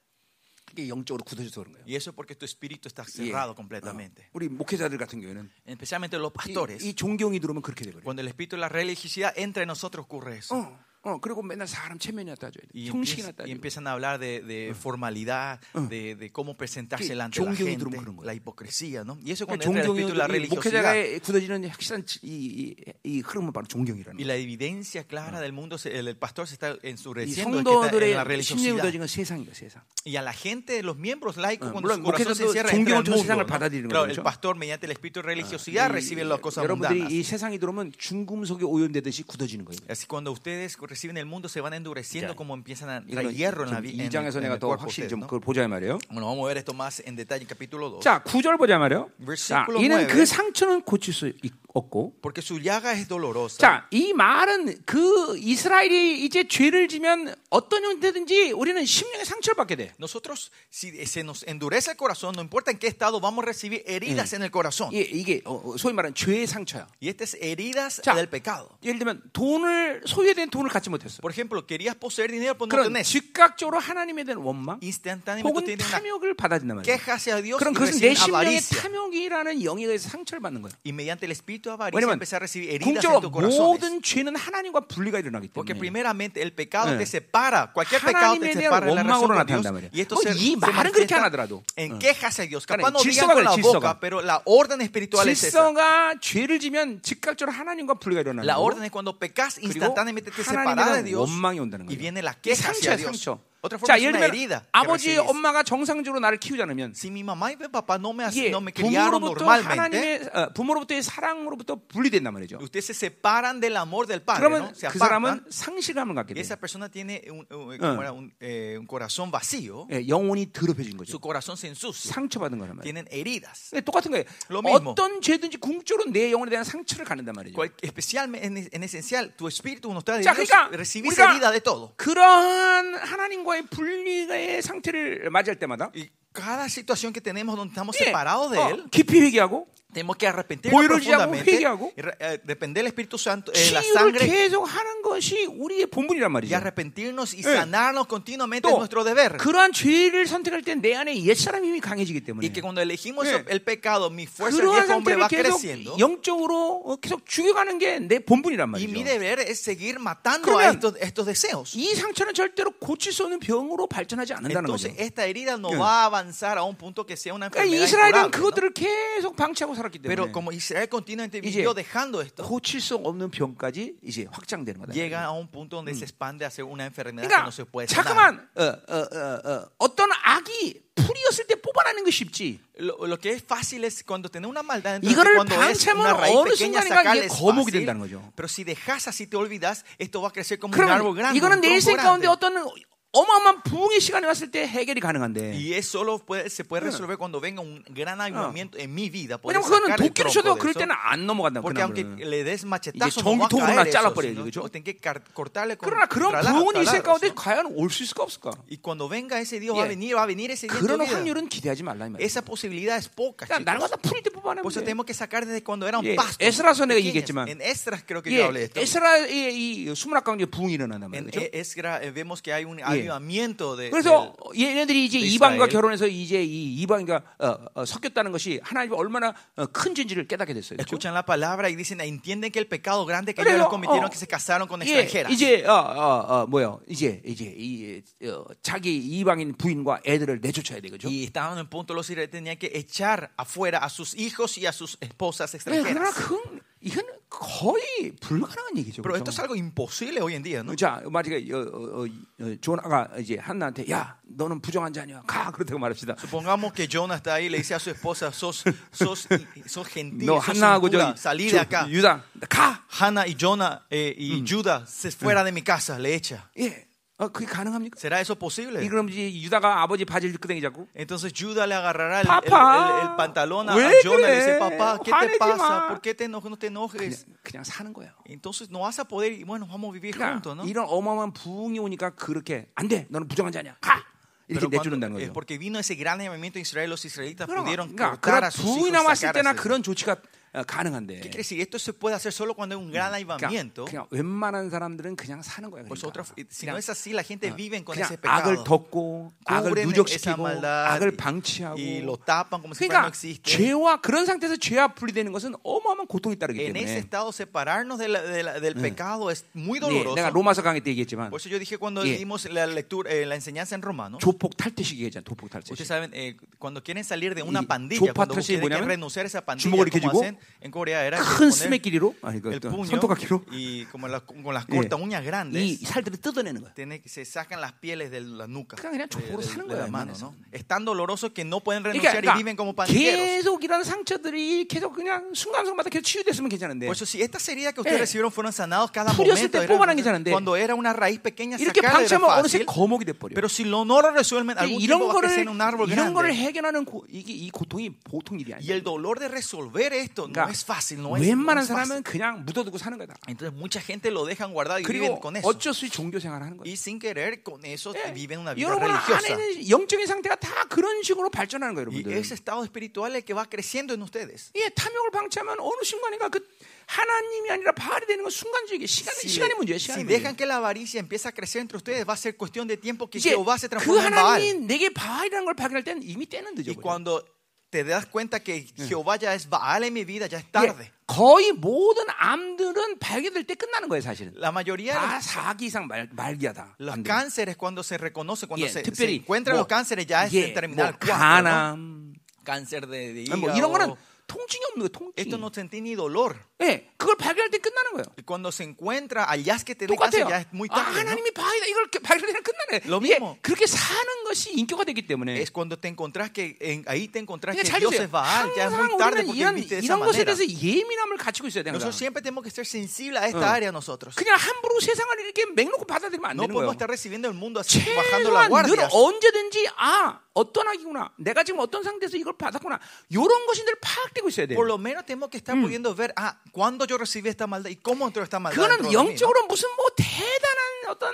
Speaker 1: 그게 영적으로 굳어져서 그런 거예요.
Speaker 2: Y eso es porque tu espíritu está
Speaker 1: 예.
Speaker 2: cerrado
Speaker 1: 어,
Speaker 2: completamente.
Speaker 1: 우리 목회자들 같은 경우에는
Speaker 2: Especialmente los pastores.
Speaker 1: 이, 이 존경이 들어오면 그렇게 돼버려요.
Speaker 2: Cuando el espíritu de la religiosidad entra en nosotros, ocurre eso.
Speaker 1: 어, 어, 그리고 맨날 사람 체면이나 따져야 돼.
Speaker 2: Y,
Speaker 1: 형식이나
Speaker 2: empieza- y
Speaker 1: 따져야 돼.
Speaker 2: empiezan a hablar de, de formalidad, de, de cómo
Speaker 1: Sí,
Speaker 2: presentarse delante de la
Speaker 1: 존경이
Speaker 2: gente,
Speaker 1: 들어오면 그런 거예요.
Speaker 2: la hipocresía, ¿no? Y eso
Speaker 1: 그러니까
Speaker 2: cuando entra el
Speaker 1: 존경이
Speaker 2: espíritu de la
Speaker 1: 이
Speaker 2: religiosidad.
Speaker 1: 목회자의 굳어지는 확실한 이, 이, 이 흐름은 바로 존경이라는
Speaker 2: Y
Speaker 1: 거예요.
Speaker 2: la evidencia clara del mundo, se- el, el pastor se está
Speaker 1: 이
Speaker 2: ensurdeciendo el que está en la
Speaker 1: 성도들의 심령이
Speaker 2: religiosidad.
Speaker 1: 굳어진 건 세상이에요, 세상.
Speaker 2: Y a la gente, los miembros laicos,
Speaker 1: Ah,
Speaker 2: cuando
Speaker 1: 물론
Speaker 2: su corazón se
Speaker 1: 목회자도
Speaker 2: cierra, entra
Speaker 1: 존경을
Speaker 2: al
Speaker 1: 통해서
Speaker 2: mundo.
Speaker 1: 세상을
Speaker 2: ¿no?
Speaker 1: 받아들이는
Speaker 2: Claro,
Speaker 1: 거죠.
Speaker 2: el pastor, mediante el espíritu
Speaker 1: Ah,
Speaker 2: de religiosidad, recibe las cosas mundanas.
Speaker 1: 여러분들이 이 세상이 들어오면 중금속에 오염되듯이 굳어지는 거예요.
Speaker 2: Así cuando ustedes reciben el mundo, se van endureciendo
Speaker 1: Ya.
Speaker 2: como empiezan a
Speaker 1: 그러니까
Speaker 2: traer hierro en la vida.
Speaker 1: 이 장에서 어. 내가 더 확실히 좀 그걸 보자 이 말이에요.
Speaker 2: Bueno, vamos a ver esto más en detalle en capítulo 2.
Speaker 1: 자, 9절 보자 말이요. 자,
Speaker 2: Versículo
Speaker 1: 이는
Speaker 2: nueve.
Speaker 1: 그 상처는 고칠 수 있- 없고.
Speaker 2: Porque su llaga es dolorosa.
Speaker 1: 자, 이 말은 그 이스라엘이 이제 죄를 지면 어떤 형태든지 우리는 심령의 상처를 받게 돼.
Speaker 2: Nosotros, si eh, se nos endurece el corazón, no importa en qué estado, vamos a recibir heridas
Speaker 1: Mm.
Speaker 2: en el corazón.
Speaker 1: 이게, 이게 어, 어, soy 말하는 죄의 상처야.
Speaker 2: Y estas heridas
Speaker 1: Ya.
Speaker 2: del pecado.
Speaker 1: 예를 들면 돈을 소유된 돈을 갖지 못했어.
Speaker 2: Por ejemplo, querías poseer dinero, pero no
Speaker 1: 그런
Speaker 2: tenés.
Speaker 1: 즉각적으로 하나님에 대한 원망
Speaker 2: Instantáneamente
Speaker 1: 혹은
Speaker 2: tienes una
Speaker 1: 탐욕을 받아진단 말이야.
Speaker 2: queja hacia Dios
Speaker 1: 그럼
Speaker 2: y
Speaker 1: 그것은 내
Speaker 2: recibes
Speaker 1: 심령의
Speaker 2: avaricia.
Speaker 1: 탐욕이라는 영역에 의해서 상처를 받는 거야.
Speaker 2: Y mediante el espíritu de avaricia
Speaker 1: 왜냐면
Speaker 2: empezar a recibir heridas en
Speaker 1: 궁적으로
Speaker 2: tu corazón.
Speaker 1: 모든 죄는 하나님과 분리가 일어나기
Speaker 2: Porque
Speaker 1: 때문에
Speaker 2: primeramente el pecado
Speaker 1: 예.
Speaker 2: te separa, cualquier pecado te
Speaker 1: 하나님에 대한
Speaker 2: separa de la
Speaker 1: 원망으로
Speaker 2: relación con
Speaker 1: 나타난단
Speaker 2: Dios.
Speaker 1: 말이야.
Speaker 2: Y esto
Speaker 1: 뭐,
Speaker 2: se,
Speaker 1: 이
Speaker 2: se
Speaker 1: 말은 그렇게 안
Speaker 2: manifiesta
Speaker 1: 하더라도.
Speaker 2: en quejas a Dios.
Speaker 1: 그러니까
Speaker 2: Capaz no digan
Speaker 1: 질서가
Speaker 2: con la
Speaker 1: 그래, 질서가.
Speaker 2: boca, pero la orden espiritual es esa.
Speaker 1: 질서가 죄를 지면 즉각적으로 하나님과 분리가 일어나는
Speaker 2: La
Speaker 1: 거고
Speaker 2: orden es cuando pecas
Speaker 1: 그리고
Speaker 2: instantáneamente te
Speaker 1: 하나님에
Speaker 2: separas de
Speaker 1: 대한
Speaker 2: Dios
Speaker 1: 원망이 온다는
Speaker 2: y
Speaker 1: 거예요.
Speaker 2: viene la
Speaker 1: 이게
Speaker 2: queja hacia
Speaker 1: 상처야
Speaker 2: Dios.
Speaker 1: 상처.
Speaker 2: Otra forma
Speaker 1: 자,
Speaker 2: es
Speaker 1: 예를
Speaker 2: una
Speaker 1: 들면
Speaker 2: herida. que
Speaker 1: 아버지,
Speaker 2: recibes.
Speaker 1: 엄마가 정상적으로 나를 키우자면
Speaker 2: Si mi mamá y mi papá no me, hac-
Speaker 1: 이게
Speaker 2: no me criaron
Speaker 1: 부모로부터
Speaker 2: normalmente,
Speaker 1: 하나님의 어, 부모로부터의 사랑으로부터 분리된단 말이죠.
Speaker 2: ustedes se separan del amor del padre,
Speaker 1: 그 그러면
Speaker 2: ¿no? Se
Speaker 1: 그
Speaker 2: apartan.
Speaker 1: 사람은 상실감을 갖게
Speaker 2: Y
Speaker 1: 돼.
Speaker 2: esa persona tiene un, un- ¿cómo era? Un, eh, un corazón vacío,
Speaker 1: 예, 영혼이 더럽혀진 거죠.
Speaker 2: su corazón se ensucia,
Speaker 1: 상처받은 거란 말이에요.
Speaker 2: tienen heridas.
Speaker 1: 예, 똑같은 거예요.
Speaker 2: Lo mismo.
Speaker 1: 어떤 죄든지 궁적으로 내 영혼에 대한 상처를 갖는단 말이죠.
Speaker 2: Cual- especialmente en, en esencial, tu espíritu no está de
Speaker 1: 자,
Speaker 2: Dios,
Speaker 1: 그러니까
Speaker 2: recibís
Speaker 1: 우리가-
Speaker 2: herida de todo.
Speaker 1: 그러한 하나님과의 분리의 상태를 맞이할 때마다
Speaker 2: Y cada situación que tenemos donde estamos
Speaker 1: 예,
Speaker 2: separados de
Speaker 1: 어,
Speaker 2: Él,
Speaker 1: 깊이 회개하고
Speaker 2: tenemos que arrepentirnos
Speaker 1: 보혈을 지하고
Speaker 2: profundamente,
Speaker 1: 회개하고
Speaker 2: y re- eh, depender del Espíritu Santo,
Speaker 1: 예,
Speaker 2: eh, la
Speaker 1: 치유를
Speaker 2: sangre,
Speaker 1: 계속 하는 것이 우리의 본분이란
Speaker 2: y
Speaker 1: 말이죠.
Speaker 2: arrepentirnos y
Speaker 1: 예.
Speaker 2: sanarnos continuamente es
Speaker 1: 또
Speaker 2: nuestro deber.
Speaker 1: 그러한 죄를 선택할 때 내 안에 옛사람이 힘이 강해지기
Speaker 2: Y
Speaker 1: 때문에
Speaker 2: que cuando elegimos
Speaker 1: 예.
Speaker 2: el pecado, mi fuerza de
Speaker 1: 그러한
Speaker 2: viejo hombre
Speaker 1: 상태를
Speaker 2: va
Speaker 1: 계속
Speaker 2: creciendo.
Speaker 1: 영적으로 어, 계속 죽여가는 게 내 본분이란
Speaker 2: Y mi
Speaker 1: 말이죠.
Speaker 2: deber es seguir matando a
Speaker 1: 그러면
Speaker 2: estos, estos deseos.
Speaker 1: 이 상처는 절대로 고칠 수 없는 병으로 발전하지 않는다는 거죠.
Speaker 2: Entonces, esta herida no
Speaker 1: 예.
Speaker 2: va a avanzar a un punto que sea una
Speaker 1: 그러니까
Speaker 2: enfermedad.
Speaker 1: 이스라엘은
Speaker 2: incurable, ¿no?
Speaker 1: 그것들을 계속 방치하고 살았기
Speaker 2: Pero
Speaker 1: 때문에
Speaker 2: como Israel continuamente
Speaker 1: 이제
Speaker 2: vivió dejando esto,
Speaker 1: 고칠 수 없는 병까지 이제 확장되는 거다.
Speaker 2: llega a un punto donde se expande a ser una enfermedad que no se
Speaker 1: 그러니까
Speaker 2: puede sanar.
Speaker 1: 잠깐만 어, 어, 어, 어, 어떤 악이 풀이었을 때 뽑아내는 게 쉽지.
Speaker 2: Lo, lo que es fácil es cuando tenés una maldad dentro de ti,
Speaker 1: 이거를
Speaker 2: cuando es una
Speaker 1: 방치하면
Speaker 2: raíz
Speaker 1: 어느
Speaker 2: pequeña,
Speaker 1: 순간인가
Speaker 2: sacarle
Speaker 1: 이게
Speaker 2: es
Speaker 1: 거목이
Speaker 2: fácil.
Speaker 1: 된다는 거죠.
Speaker 2: Pero si dejas así, te olvidas, esto va a crecer como un árbol
Speaker 1: 그럼
Speaker 2: grande.
Speaker 1: 이거는
Speaker 2: un
Speaker 1: 내
Speaker 2: tronco
Speaker 1: 인생 가운데
Speaker 2: grande.
Speaker 1: 어떤 어마어마한 부흥의 시간이 왔을 때 해결이 가능한데.
Speaker 2: Y eso solo puede- se puede resolver cuando venga un gran avivamiento en mi vida. poder
Speaker 1: 왜냐면 그거는
Speaker 2: sacar el
Speaker 1: 도끼를
Speaker 2: tronco
Speaker 1: 쳐도
Speaker 2: de
Speaker 1: 그럴
Speaker 2: eso.
Speaker 1: 때는 안 넘어간다고.
Speaker 2: Porque aunque
Speaker 1: 그나물은.
Speaker 2: le des machetazo, no va a
Speaker 1: 전기톱으로나
Speaker 2: caer eso,
Speaker 1: 잘라버려요,
Speaker 2: sino
Speaker 1: 그죠?
Speaker 2: tienen que car- cortarle con
Speaker 1: 그러나 그렇죠. 그런
Speaker 2: taladros,
Speaker 1: 부흥이 있을
Speaker 2: taladros,
Speaker 1: 가운데
Speaker 2: ¿no?
Speaker 1: 과연 올 수 있을까 없을까?
Speaker 2: Y cuando venga ese
Speaker 1: 예.
Speaker 2: Dios, va a venir, va a venir ese día. en tu
Speaker 1: 그런
Speaker 2: vida.
Speaker 1: 확률은 기대하지 말라 이 말이야.
Speaker 2: Esa posibilidad es poca.
Speaker 1: 그러니까
Speaker 2: chicos.
Speaker 1: 나를 갖다 풀이 때 뻔한
Speaker 2: Por
Speaker 1: 문제예요.
Speaker 2: eso tenemos que sacar desde cuando eran
Speaker 1: 예,
Speaker 2: pastos.
Speaker 1: 에스라서 내가
Speaker 2: pequeñas.
Speaker 1: 얘기했지만.
Speaker 2: En Esdras creo que yo hablé de
Speaker 1: 예,
Speaker 2: esto.
Speaker 1: 에스라의 이 수문학 강제 부흥이 일어난단 말이죠.
Speaker 2: En
Speaker 1: 그죠?
Speaker 2: E- Esdras eh, vemos que hay un avivamiento de,
Speaker 1: 그래서 얘네들이 이제
Speaker 2: 이스라엘.
Speaker 1: 이방과 결혼해서 이제 이 이방과 어, 어, 섞였다는 것이 하나님이 얼마나 어, 큰 진지를 깨닫게 됐어요. 그렇죠?
Speaker 2: escuchan la palabra y dicen, entienden que el pecado grande que
Speaker 1: Pero,
Speaker 2: ellos cometieron,
Speaker 1: oh,
Speaker 2: que se casaron con
Speaker 1: 예,
Speaker 2: extranjeras.
Speaker 1: 이제 어, 어, 어, 뭐요? 이제 이제 이, 어, 자기 이방인 부인과 애들을 내쫓아야 되죠.
Speaker 2: Y estaban en punto los israelíes tenían que echar afuera a sus hijos y a sus esposas
Speaker 1: 네, 그러나
Speaker 2: extranjeras.
Speaker 1: 그건 이건 거의 불가능한 얘기죠.
Speaker 2: Pero esto
Speaker 1: 그렇죠?
Speaker 2: es algo imposible hoy en día, ¿no?
Speaker 1: 자, 만약에 어, 어, 어, 조나가 이제 한나한테 야, 너는 부정한 자녀야. 가 그렇다고 말합시다.
Speaker 2: Supongamos que Jonah está ahí y le dice a su esposa, sos, sos, sos gentil,
Speaker 1: 너
Speaker 2: sos
Speaker 1: 한나하고 네,
Speaker 2: impura,
Speaker 1: 저기
Speaker 2: salí de
Speaker 1: 저-
Speaker 2: acá.
Speaker 1: 유다 가.
Speaker 2: Hannah y Jonah eh, y Judah se fuera de mi casa, le echa.
Speaker 1: 예, 어, 그게 가능합니까?
Speaker 2: ¿Será eso posible?
Speaker 1: 이 그럼 이제 유다가 아버지 바지를 끄댕이 잡고
Speaker 2: Entonces Judah le agarrará el, el-
Speaker 1: Papá,
Speaker 2: el- el pantalón a a
Speaker 1: ¿왜
Speaker 2: Jonah y le dice,
Speaker 1: 그래?
Speaker 2: papá, ¿qué
Speaker 1: 화내지 마."
Speaker 2: te pasa? ¿Por qué te enojas? No te
Speaker 1: 그냥,
Speaker 2: enojes.
Speaker 1: 그냥 사는 거예요.
Speaker 2: Entonces no vas a poder y bueno, vamos a vivir
Speaker 1: 그러니까
Speaker 2: juntos, ¿no?
Speaker 1: 이런 어마어마한 부흥이 오니까 그렇게 안 돼. 너는 부정한 자냐. 가. 이렇게
Speaker 2: Pero cuando-
Speaker 1: 내주는다는
Speaker 2: eh,
Speaker 1: 거죠.
Speaker 2: porque vino ese gran llamamiento de Israel, los israelitas
Speaker 1: 그러나,
Speaker 2: pudieron
Speaker 1: 그러니까
Speaker 2: cortar
Speaker 1: 그런
Speaker 2: a sus
Speaker 1: 부흥이
Speaker 2: hijos.
Speaker 1: 나왔을
Speaker 2: sacar a
Speaker 1: 때나
Speaker 2: sus-
Speaker 1: 그런 조치가 어, 가능한데.
Speaker 2: ¿Qué quiere decir? Esto se puede hacer solo cuando hay un gran
Speaker 1: 그냥,
Speaker 2: avivamiento.
Speaker 1: 그냥 웬만한 사람들은 그냥 사는 거예요.
Speaker 2: Por eso
Speaker 1: 그러니까.
Speaker 2: otra- si no es así, la gente vive con
Speaker 1: 그냥
Speaker 2: ese
Speaker 1: 악을
Speaker 2: pecado.
Speaker 1: 덮고 악을
Speaker 2: Cubren esa
Speaker 1: 누적시키고
Speaker 2: maldad
Speaker 1: 악을
Speaker 2: y, y lo
Speaker 1: 방치하고
Speaker 2: tapan como si fuera no
Speaker 1: 그러니까
Speaker 2: existe.
Speaker 1: 죄와 그런 상태에서 예, 죄와 분리되는 것은 어마어마한 고통이 따르기
Speaker 2: En ese
Speaker 1: 때문에
Speaker 2: estado, separarnos de la- de la- del pecado es muy
Speaker 1: 예,
Speaker 2: doloroso.
Speaker 1: 내가 로마서 강의 때 얘기했지만
Speaker 2: Por eso yo dije cuando
Speaker 1: Yeah.
Speaker 2: dimos la lectura, eh, la enseñanza en romano.
Speaker 1: 조폭 탈퇴식 얘기했잖아 조폭 탈퇴식
Speaker 2: Ustedes saben, eh, cuando quieren salir de una
Speaker 1: 이
Speaker 2: pandilla, cuando
Speaker 1: 조파타시
Speaker 2: quieren
Speaker 1: 뭐냐면
Speaker 2: renunciar a esa pandilla,
Speaker 1: 주먹을 이렇게
Speaker 2: como
Speaker 1: 쥐고
Speaker 2: hacen en Corea era que
Speaker 1: 큰
Speaker 2: poner
Speaker 1: 스매끼리로 아니 그
Speaker 2: el
Speaker 1: 어떤
Speaker 2: puño
Speaker 1: 손톱깎이로
Speaker 2: y como la- con las
Speaker 1: Yeah.
Speaker 2: cortas uñas
Speaker 1: 예. 이
Speaker 2: grandes
Speaker 1: 살들을 뜯어내는 거야.
Speaker 2: tiene que- se sacan las pieles de la nuca,
Speaker 1: 그냥 그냥 족보로 사는
Speaker 2: la
Speaker 1: 거야, hermano,
Speaker 2: mano, ¿no? Es tan doloroso que no pueden
Speaker 1: 그러니까,
Speaker 2: renunciar y
Speaker 1: 그러니까
Speaker 2: viven como pandilleros.
Speaker 1: 계속 이런 상처들이 계속 그냥 순간순간마다 계속 치유됐으면 괜찮은데
Speaker 2: Por eso, si estas heridas que ustedes
Speaker 1: Yeah.
Speaker 2: recibieron fueron sanados cada
Speaker 1: 풀렸을
Speaker 2: momento,
Speaker 1: 때
Speaker 2: era-
Speaker 1: 뽑아낸 게 잘한데.
Speaker 2: cuando era una raíz pequeña,
Speaker 1: 이렇게
Speaker 2: sacarla era
Speaker 1: 방치하면 어느새
Speaker 2: fácil.
Speaker 1: 거목이 돼버려.
Speaker 2: Pero si lo no lo resuelven, algún
Speaker 1: 이런
Speaker 2: tiempo va a
Speaker 1: 거를
Speaker 2: crecer en un árbol
Speaker 1: 이런
Speaker 2: grande.
Speaker 1: 거를 해결하는 고, 이게 이 고통이 보통 일이
Speaker 2: Y
Speaker 1: 아니야.
Speaker 2: el dolor de resolver esto no
Speaker 1: 그러니까
Speaker 2: es fácil, no es, no
Speaker 1: 웬만한
Speaker 2: es
Speaker 1: 사람은
Speaker 2: fácil.
Speaker 1: 그냥 묻어두고 사는 거다.
Speaker 2: Entonces mucha gente lo dejan guardado y viven
Speaker 1: 그리고
Speaker 2: con eso.
Speaker 1: 어쩔 수 없이 종교 생활을 하는 거야.
Speaker 2: Y sin querer con eso viven una vida
Speaker 1: 여러분 안에
Speaker 2: religiosa.
Speaker 1: 있는 영적인 상태가 다 그런 식으로 발전하는 거예요,
Speaker 2: Y
Speaker 1: 여러분들.
Speaker 2: ese estado espiritual es el que va creciendo en ustedes.
Speaker 1: 예, 탐욕을 방치하면 어느 순간인가 그 하나님이 아니라 바알이 되는 건 순간적인 시간
Speaker 2: Si,
Speaker 1: 시간의 문제예요.
Speaker 2: si
Speaker 1: 시간의 문제.
Speaker 2: dejan que la avaricia empiece a crecer entre ustedes, va a ser cuestión de tiempo que
Speaker 1: 이제
Speaker 2: Jehová se
Speaker 1: 그
Speaker 2: transforme en
Speaker 1: 하나님이
Speaker 2: Baal.
Speaker 1: 내게 바알이라는 걸 발견할 때는 이미 때는 늦어.
Speaker 2: Y cuando te das cuenta que Jehová ya es Baal en mi vida, ya es tarde.
Speaker 1: 예, 거의 모든 암들은 발견될 때 끝나는 거예요, 사실은.
Speaker 2: La mayoría de
Speaker 1: 다
Speaker 2: los,
Speaker 1: 4기 이상 말, 말기하다.
Speaker 2: los
Speaker 1: 암들은.
Speaker 2: cánceres, cuando se reconoce, cuando
Speaker 1: 예,
Speaker 2: se, se
Speaker 1: 특별히
Speaker 2: encuentran
Speaker 1: 뭐,
Speaker 2: los cánceres, ya es
Speaker 1: 예,
Speaker 2: en terminal
Speaker 1: 뭐
Speaker 2: 4. ¿no?
Speaker 1: 간암
Speaker 2: Cáncer de, de
Speaker 1: 뭐 이런 거는
Speaker 2: hígado.
Speaker 1: 통증이 없는 거예요. 통증.
Speaker 2: Esto no sentí ni dolor.
Speaker 1: 예, 그걸 발견할 때 끝나는 거예요.
Speaker 2: Y Cuando se encuentra allá que te cáncer
Speaker 1: 똑같아요.
Speaker 2: ya es muy
Speaker 1: 아,
Speaker 2: tarde. Ah, ¿no?
Speaker 1: 하나님이 바이다 이걸 이렇게 발견하면
Speaker 2: Lo
Speaker 1: 끝나네. 이게
Speaker 2: mismo.
Speaker 1: 예, 그렇게 사는 것이 인격화 되기 때문에.
Speaker 2: Es cuando te encontrás que en- ahí te encontrás
Speaker 1: 그러니까
Speaker 2: que
Speaker 1: 잘
Speaker 2: Dios
Speaker 1: 보세요.
Speaker 2: es Baal, ya es
Speaker 1: 항상
Speaker 2: muy tarde
Speaker 1: 우리는
Speaker 2: porque
Speaker 1: 이런
Speaker 2: viviste de esa
Speaker 1: 이런 것에
Speaker 2: manera.
Speaker 1: 대해서 예민함을 갖추고 있어야 돼요. 항상.
Speaker 2: Nosotros siempre tenemos que ser sensibles a esta área nosotros.
Speaker 1: 그냥 함부로 세상을 이렇게 맥놓고 받아들이면 안
Speaker 2: No
Speaker 1: 되는
Speaker 2: podemos
Speaker 1: 거예요.
Speaker 2: estar recibiendo el mundo así, bajando la
Speaker 1: 최소한 늘
Speaker 2: guardia.
Speaker 1: 언제든지 아 어떤 악이구나 내가 지금 어떤 상태에서 이걸 받았구나 이런 것이 늘 파악되고 있어야 돼요.
Speaker 2: Por lo menos tenemos que estar pudiendo ver, ah, cuándo yo recibí esta maldad y cómo entró esta maldad. dentro
Speaker 1: 아, 그거는
Speaker 2: de mí, ¿no?
Speaker 1: 영적으로 무슨 뭐 대단한 어떤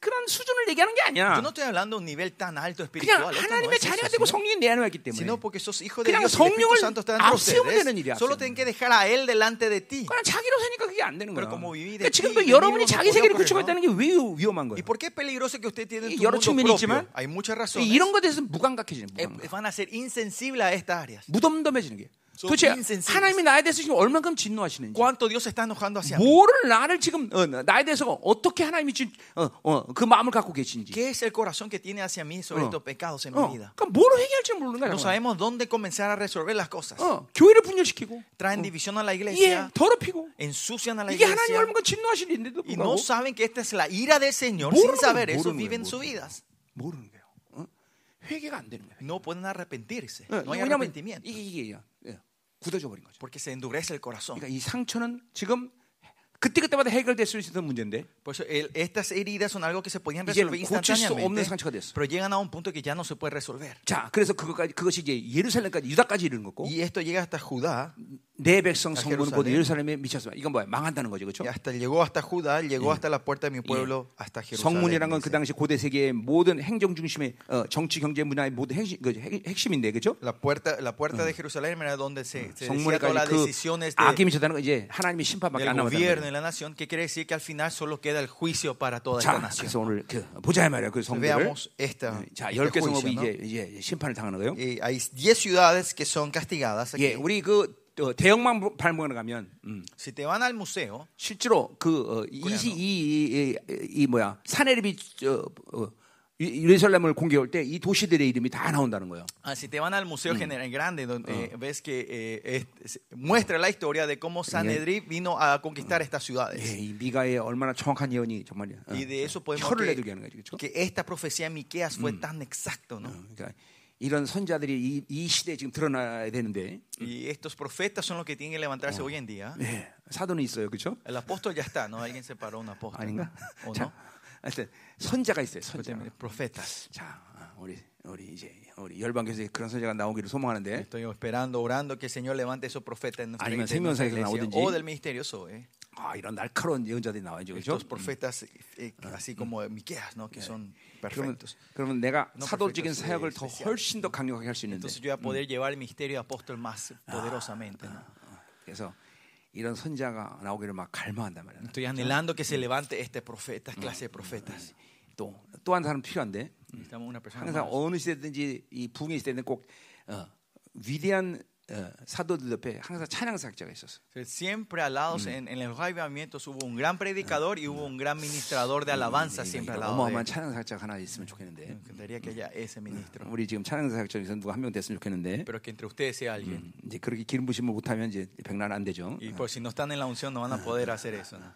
Speaker 1: 그런 수준을 얘기하는 게
Speaker 2: Yo
Speaker 1: 아니야.
Speaker 2: no estoy hablando de un nivel tan alto
Speaker 1: 그냥
Speaker 2: espiritual. esto no
Speaker 1: 하나님의
Speaker 2: es eso,
Speaker 1: 자녀가 되고
Speaker 2: sino-
Speaker 1: 성령이 내 안에 왔기 때문에.
Speaker 2: sino porque sos hijo de
Speaker 1: 그냥
Speaker 2: Dios y el Espíritu
Speaker 1: 성령을
Speaker 2: Santo está dentro de
Speaker 1: 앞세우면
Speaker 2: ustedes.
Speaker 1: 되는 일이야,
Speaker 2: Solo
Speaker 1: 앞세우면.
Speaker 2: tienen que dejar a Él delante de ti.
Speaker 1: 그냥 자기로 사니까 그게 안 되는 거야.
Speaker 2: Pero como viví
Speaker 1: 그러니까
Speaker 2: de ti,
Speaker 1: 지금도
Speaker 2: de mí
Speaker 1: 여러분이
Speaker 2: uno
Speaker 1: 자기
Speaker 2: podía
Speaker 1: 세계를 구축하고
Speaker 2: correr,
Speaker 1: 있다는 게 왜 위험한
Speaker 2: ¿Y
Speaker 1: 거야?
Speaker 2: por qué es peligroso que usted tiene
Speaker 1: Y
Speaker 2: tu
Speaker 1: 여러
Speaker 2: mundo
Speaker 1: 측면이지만
Speaker 2: propio? Hay muchas razones.
Speaker 1: 이런 것에 대해서 무감각해지는
Speaker 2: Eh,
Speaker 1: 무감각.
Speaker 2: Van a ser insensibles a estas áreas.
Speaker 1: 무덤덤해지는 게.
Speaker 2: So
Speaker 1: 도대체
Speaker 2: insensitive.
Speaker 1: 하나님이 나에 대해서 지금 얼만큼 진노하시는지.
Speaker 2: ¿Cuánto Dios se está enojando hacia mí?
Speaker 1: 뭐를 나를 지금 어, 나에 대해서 어떻게 하나님이 지금 어, 어, 그 마음을 갖고 계신지.
Speaker 2: ¿Qué es el corazón que tiene hacia mí sobre
Speaker 1: Oh.
Speaker 2: estos pecados en
Speaker 1: 어,
Speaker 2: mi vida?
Speaker 1: 그러니까 뭘 해결할지 모르는 거야. 정말.
Speaker 2: No sabemos dónde comenzar a resolver las cosas.
Speaker 1: 어, 교회를 분열시키고,
Speaker 2: Traen división a
Speaker 1: 예,
Speaker 2: la iglesia,
Speaker 1: 더럽히고.
Speaker 2: ensucian a la
Speaker 1: 이게 하나님
Speaker 2: iglesia
Speaker 1: 얼마큼 진노하시는 일인데도
Speaker 2: y
Speaker 1: 불구하고
Speaker 2: no saben que esta es la ira del Señor.
Speaker 1: 모르는
Speaker 2: Sin saber
Speaker 1: 거예요,
Speaker 2: eso,
Speaker 1: 모르는
Speaker 2: viven
Speaker 1: 거예요,
Speaker 2: sus
Speaker 1: 모르는
Speaker 2: vidas.
Speaker 1: 모르는 거예요. 어? 회개가 안 되는 거예요.
Speaker 2: No pueden arrepentirse.
Speaker 1: 어,
Speaker 2: No hay
Speaker 1: 왜냐하면
Speaker 2: arrepentimiento.
Speaker 1: 이게, 이게 예, 굳어져 버린 거죠.
Speaker 2: Porque se endurece el corazón.
Speaker 1: 그러니까 이 상처는 지금 그때 그때마다 해결될 수 있었던 문제인데
Speaker 2: Por eso, el- estas heridas son algo que se podían
Speaker 1: 이제는
Speaker 2: resolver
Speaker 1: 고칠 수 없는
Speaker 2: instantáneamente,
Speaker 1: 상처가 됐어.
Speaker 2: pero llegan a un punto que ya no se puede resolver. Oh.
Speaker 1: 자, 그래서 그것까지 그것이 이제 예루살렘까지 유다까지 이르는 거고
Speaker 2: Y esto llega hasta Judá.
Speaker 1: 내 백성
Speaker 2: 아,
Speaker 1: 성분은 곧
Speaker 2: 예루살렘.
Speaker 1: 예루살렘에 미쳤어. 이건 뭐야? 망한다는 거죠, 그렇죠?
Speaker 2: Y hasta llegó hasta Judá, llegó hasta la puerta de mi pueblo, hasta Jerusalén.
Speaker 1: 성문이란 건 그
Speaker 2: dice.
Speaker 1: 당시 고대 세계의 모든 행정 중심의 어, 정치, 경제, 문화의 모든 핵심, 그 핵- 핵심인데, 그렇죠?
Speaker 2: La puerta, la puerta de Jerusalén era donde se, se decía
Speaker 1: 성문에까지
Speaker 2: todas las
Speaker 1: 그
Speaker 2: decisiones de-
Speaker 1: 악이 미쳤다는 건 이제 하나님의 심판밖에 안
Speaker 2: del
Speaker 1: 남았다는 거예요.
Speaker 2: gobierno y la nación, que quiere decir que al final solo queda el juicio para toda esta
Speaker 1: 자,
Speaker 2: nación.
Speaker 1: 그래서 오늘 그 보자 이 말이야 그 성들을.
Speaker 2: Veamos esta,
Speaker 1: 자,
Speaker 2: este
Speaker 1: 열 개
Speaker 2: juicio,
Speaker 1: 성읍이
Speaker 2: ¿no?
Speaker 1: 이제 이제 심판을 당하는 네, 거예요.
Speaker 2: Eh, hay 10 ciudades que son castigadas. aquí.
Speaker 1: 예, 우리 그 어, 대형만 발목에 가면 음,
Speaker 2: Si te van al museo,
Speaker 1: 실제로 그 어, 22이 이, 이 뭐야 사내립이 어, 어, 이- 예루살렘을 공격할 때 이 도시들의 이름이 다 나온다는 거예요.
Speaker 2: ah, si te van al museo general grande, donde eh, ves que eh, es- muestra la historia de cómo Sanedrín vino a conquistar estas
Speaker 1: 예,
Speaker 2: ciudades.
Speaker 1: 이 미가의 얼마나 정확한 예언이 정말 어,
Speaker 2: Y de eso podemos
Speaker 1: 혀를 내두게 하는 거죠,
Speaker 2: que,
Speaker 1: 그렇죠?
Speaker 2: que esta profecía de Miqueas fue tan exacto, ¿no?
Speaker 1: 그러니까 이런 선자들이 이, 이 시대에 지금 드러나야 되는데
Speaker 2: Y estos profetas son los que tienen que levantarse hoy en día.
Speaker 1: 예, 사도는 있어요, 그렇죠?
Speaker 2: El apóstol ya está, ¿no? Alguien separó un apóstol.
Speaker 1: 아닌가?
Speaker 2: ¿O
Speaker 1: 자,
Speaker 2: no?
Speaker 1: 하여튼 선자가 있어요. 선자.
Speaker 2: Profetas.
Speaker 1: 자, 어, 우리 우리 이제 우리 열방교에서 그런 선자가 나오기를 소망하는데
Speaker 2: Estoy esperando, orando que el Señor levante esos profetas en nuestra
Speaker 1: 아니면
Speaker 2: iglesia, en nuestra
Speaker 1: 생명사에서
Speaker 2: iglesia,
Speaker 1: 나오든지.
Speaker 2: o del ministerio Zoe.
Speaker 1: 아, 이런 날카로운 예언자들이 나와야죠, 그렇죠?
Speaker 2: Estos profetas, eh, así como Miqueas, ¿no? Que son
Speaker 1: 그러면,
Speaker 2: perfectos.
Speaker 1: 그러면 내가
Speaker 2: No,
Speaker 1: 사도적인
Speaker 2: perfecto,
Speaker 1: 사역을
Speaker 2: sí,
Speaker 1: 더
Speaker 2: especial.
Speaker 1: 훨씬 더 강력하게 할 수 있는데
Speaker 2: Entonces yo voy a poder llevar el ministerio de apóstol más poderosamente. ¿no?
Speaker 1: 아, 그래서 이런 선자가 나오기를 막 갈망한단 말이야.
Speaker 2: Estoy anhelando que se levante este profeta, clase de profetas.
Speaker 1: 또 또 한 사람 필요한데
Speaker 2: Necesitamos una persona
Speaker 1: 항상
Speaker 2: más.
Speaker 1: 어느 시대든지 이 부흥의 시대는 꼭 어, 위대한 어, 사도들 옆에 항상 찬양사역자가 있었어. 요
Speaker 2: O sea, Siempre alados en, en los avivamientos hubo un gran predicador y hubo un gran ministrador de alabanza siempre al lado de
Speaker 1: 그러니까 어마어마한
Speaker 2: él.
Speaker 1: 찬양사역자가 하나 있으면 좋겠는데
Speaker 2: Me encantaría que haya ese ministro.
Speaker 1: 우리 지금 찬양사역자 중에서 누가 한 명 됐으면 좋겠는데 음,
Speaker 2: Pero que entre ustedes sea alguien.
Speaker 1: 이제 그렇게 기름 부심을 못하면 이제 백날 안 되죠. 아,
Speaker 2: Y por si no están en la unción, no van a poder hacer eso. ¿no?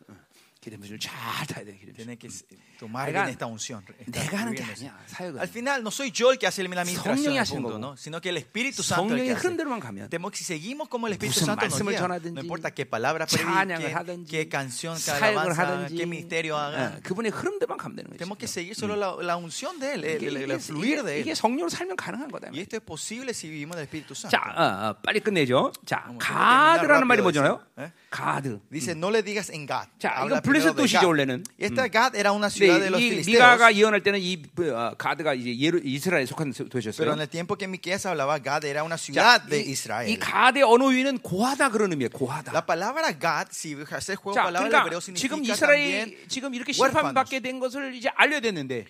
Speaker 1: 기름 부심을 잘 타야 돼. 기름 부심.
Speaker 2: Tienen que s- tomar
Speaker 1: Oigan,
Speaker 2: bien esta unción. esta
Speaker 1: 내가 하는 게
Speaker 2: unción.
Speaker 1: 아니야. 사역은
Speaker 2: Al final, no soy yo el que hace la administración,
Speaker 1: 성령이
Speaker 2: el
Speaker 1: 하시는
Speaker 2: punto,
Speaker 1: 거고.
Speaker 2: ¿no? sino que el Espíritu Santo.
Speaker 1: 성령의
Speaker 2: el que hace.
Speaker 1: 흐름대로만 가면
Speaker 2: Temo que si seguimos como el Espíritu
Speaker 1: 무슨
Speaker 2: Santo nos
Speaker 1: 말씀을
Speaker 2: guía,
Speaker 1: 전하든지,
Speaker 2: no importa qué palabra
Speaker 1: 찬양을
Speaker 2: predique,
Speaker 1: 하든지
Speaker 2: qué canción, qué
Speaker 1: 사역을
Speaker 2: alabanza, haga,
Speaker 1: 하든지
Speaker 2: qué ministerio haga.
Speaker 1: 어, 그분의 흐름대로만 가면 되는 거지.
Speaker 2: Tenemos que seguir solo la, la unción de Él, el,
Speaker 1: 이게,
Speaker 2: el- el
Speaker 1: 이게,
Speaker 2: fluir
Speaker 1: 이게,
Speaker 2: de
Speaker 1: 이게
Speaker 2: Él.
Speaker 1: 성령으로 살면 가능한 거다.
Speaker 2: Y esto es posible si vivimos del Espíritu Santo.
Speaker 1: 자, 어, 어, 빨리 끝내죠. 자,
Speaker 2: 어머,
Speaker 1: 가드라는 말이
Speaker 2: 뭐 라피도
Speaker 1: 뭐잖아요?
Speaker 2: 있어요. 예? 에?
Speaker 1: 가드.
Speaker 2: Dice, no le digas en Gad.
Speaker 1: 자,
Speaker 2: Habla
Speaker 1: 이건
Speaker 2: primero
Speaker 1: 블레셋
Speaker 2: de
Speaker 1: 도시죠
Speaker 2: Gad.
Speaker 1: 원래는.
Speaker 2: Y esta Gad era una ciudad
Speaker 1: 근데
Speaker 2: de los
Speaker 1: 네, 이
Speaker 2: filisteos.
Speaker 1: 미가가 예언할 때는 이 어, 가드가 이제 예루, 이스라엘 속한
Speaker 2: Pero
Speaker 1: 도시였어요.
Speaker 2: en el tiempo que Miqueas hablaba, Gad era una ciudad
Speaker 1: 자,
Speaker 2: de
Speaker 1: 네, 이,
Speaker 2: Israel.
Speaker 1: 이 가드의 언어 위는 고하다 그런 의미예요. 고하다.
Speaker 2: la palabra Gad, si haces juego de
Speaker 1: 자,
Speaker 2: palabras
Speaker 1: 그러니까
Speaker 2: hebreo,
Speaker 1: 지금
Speaker 2: significa también
Speaker 1: 이스라엘이 지금 이렇게
Speaker 2: huérfanos.
Speaker 1: 심판받게 된 것을 이제 알려야 되는데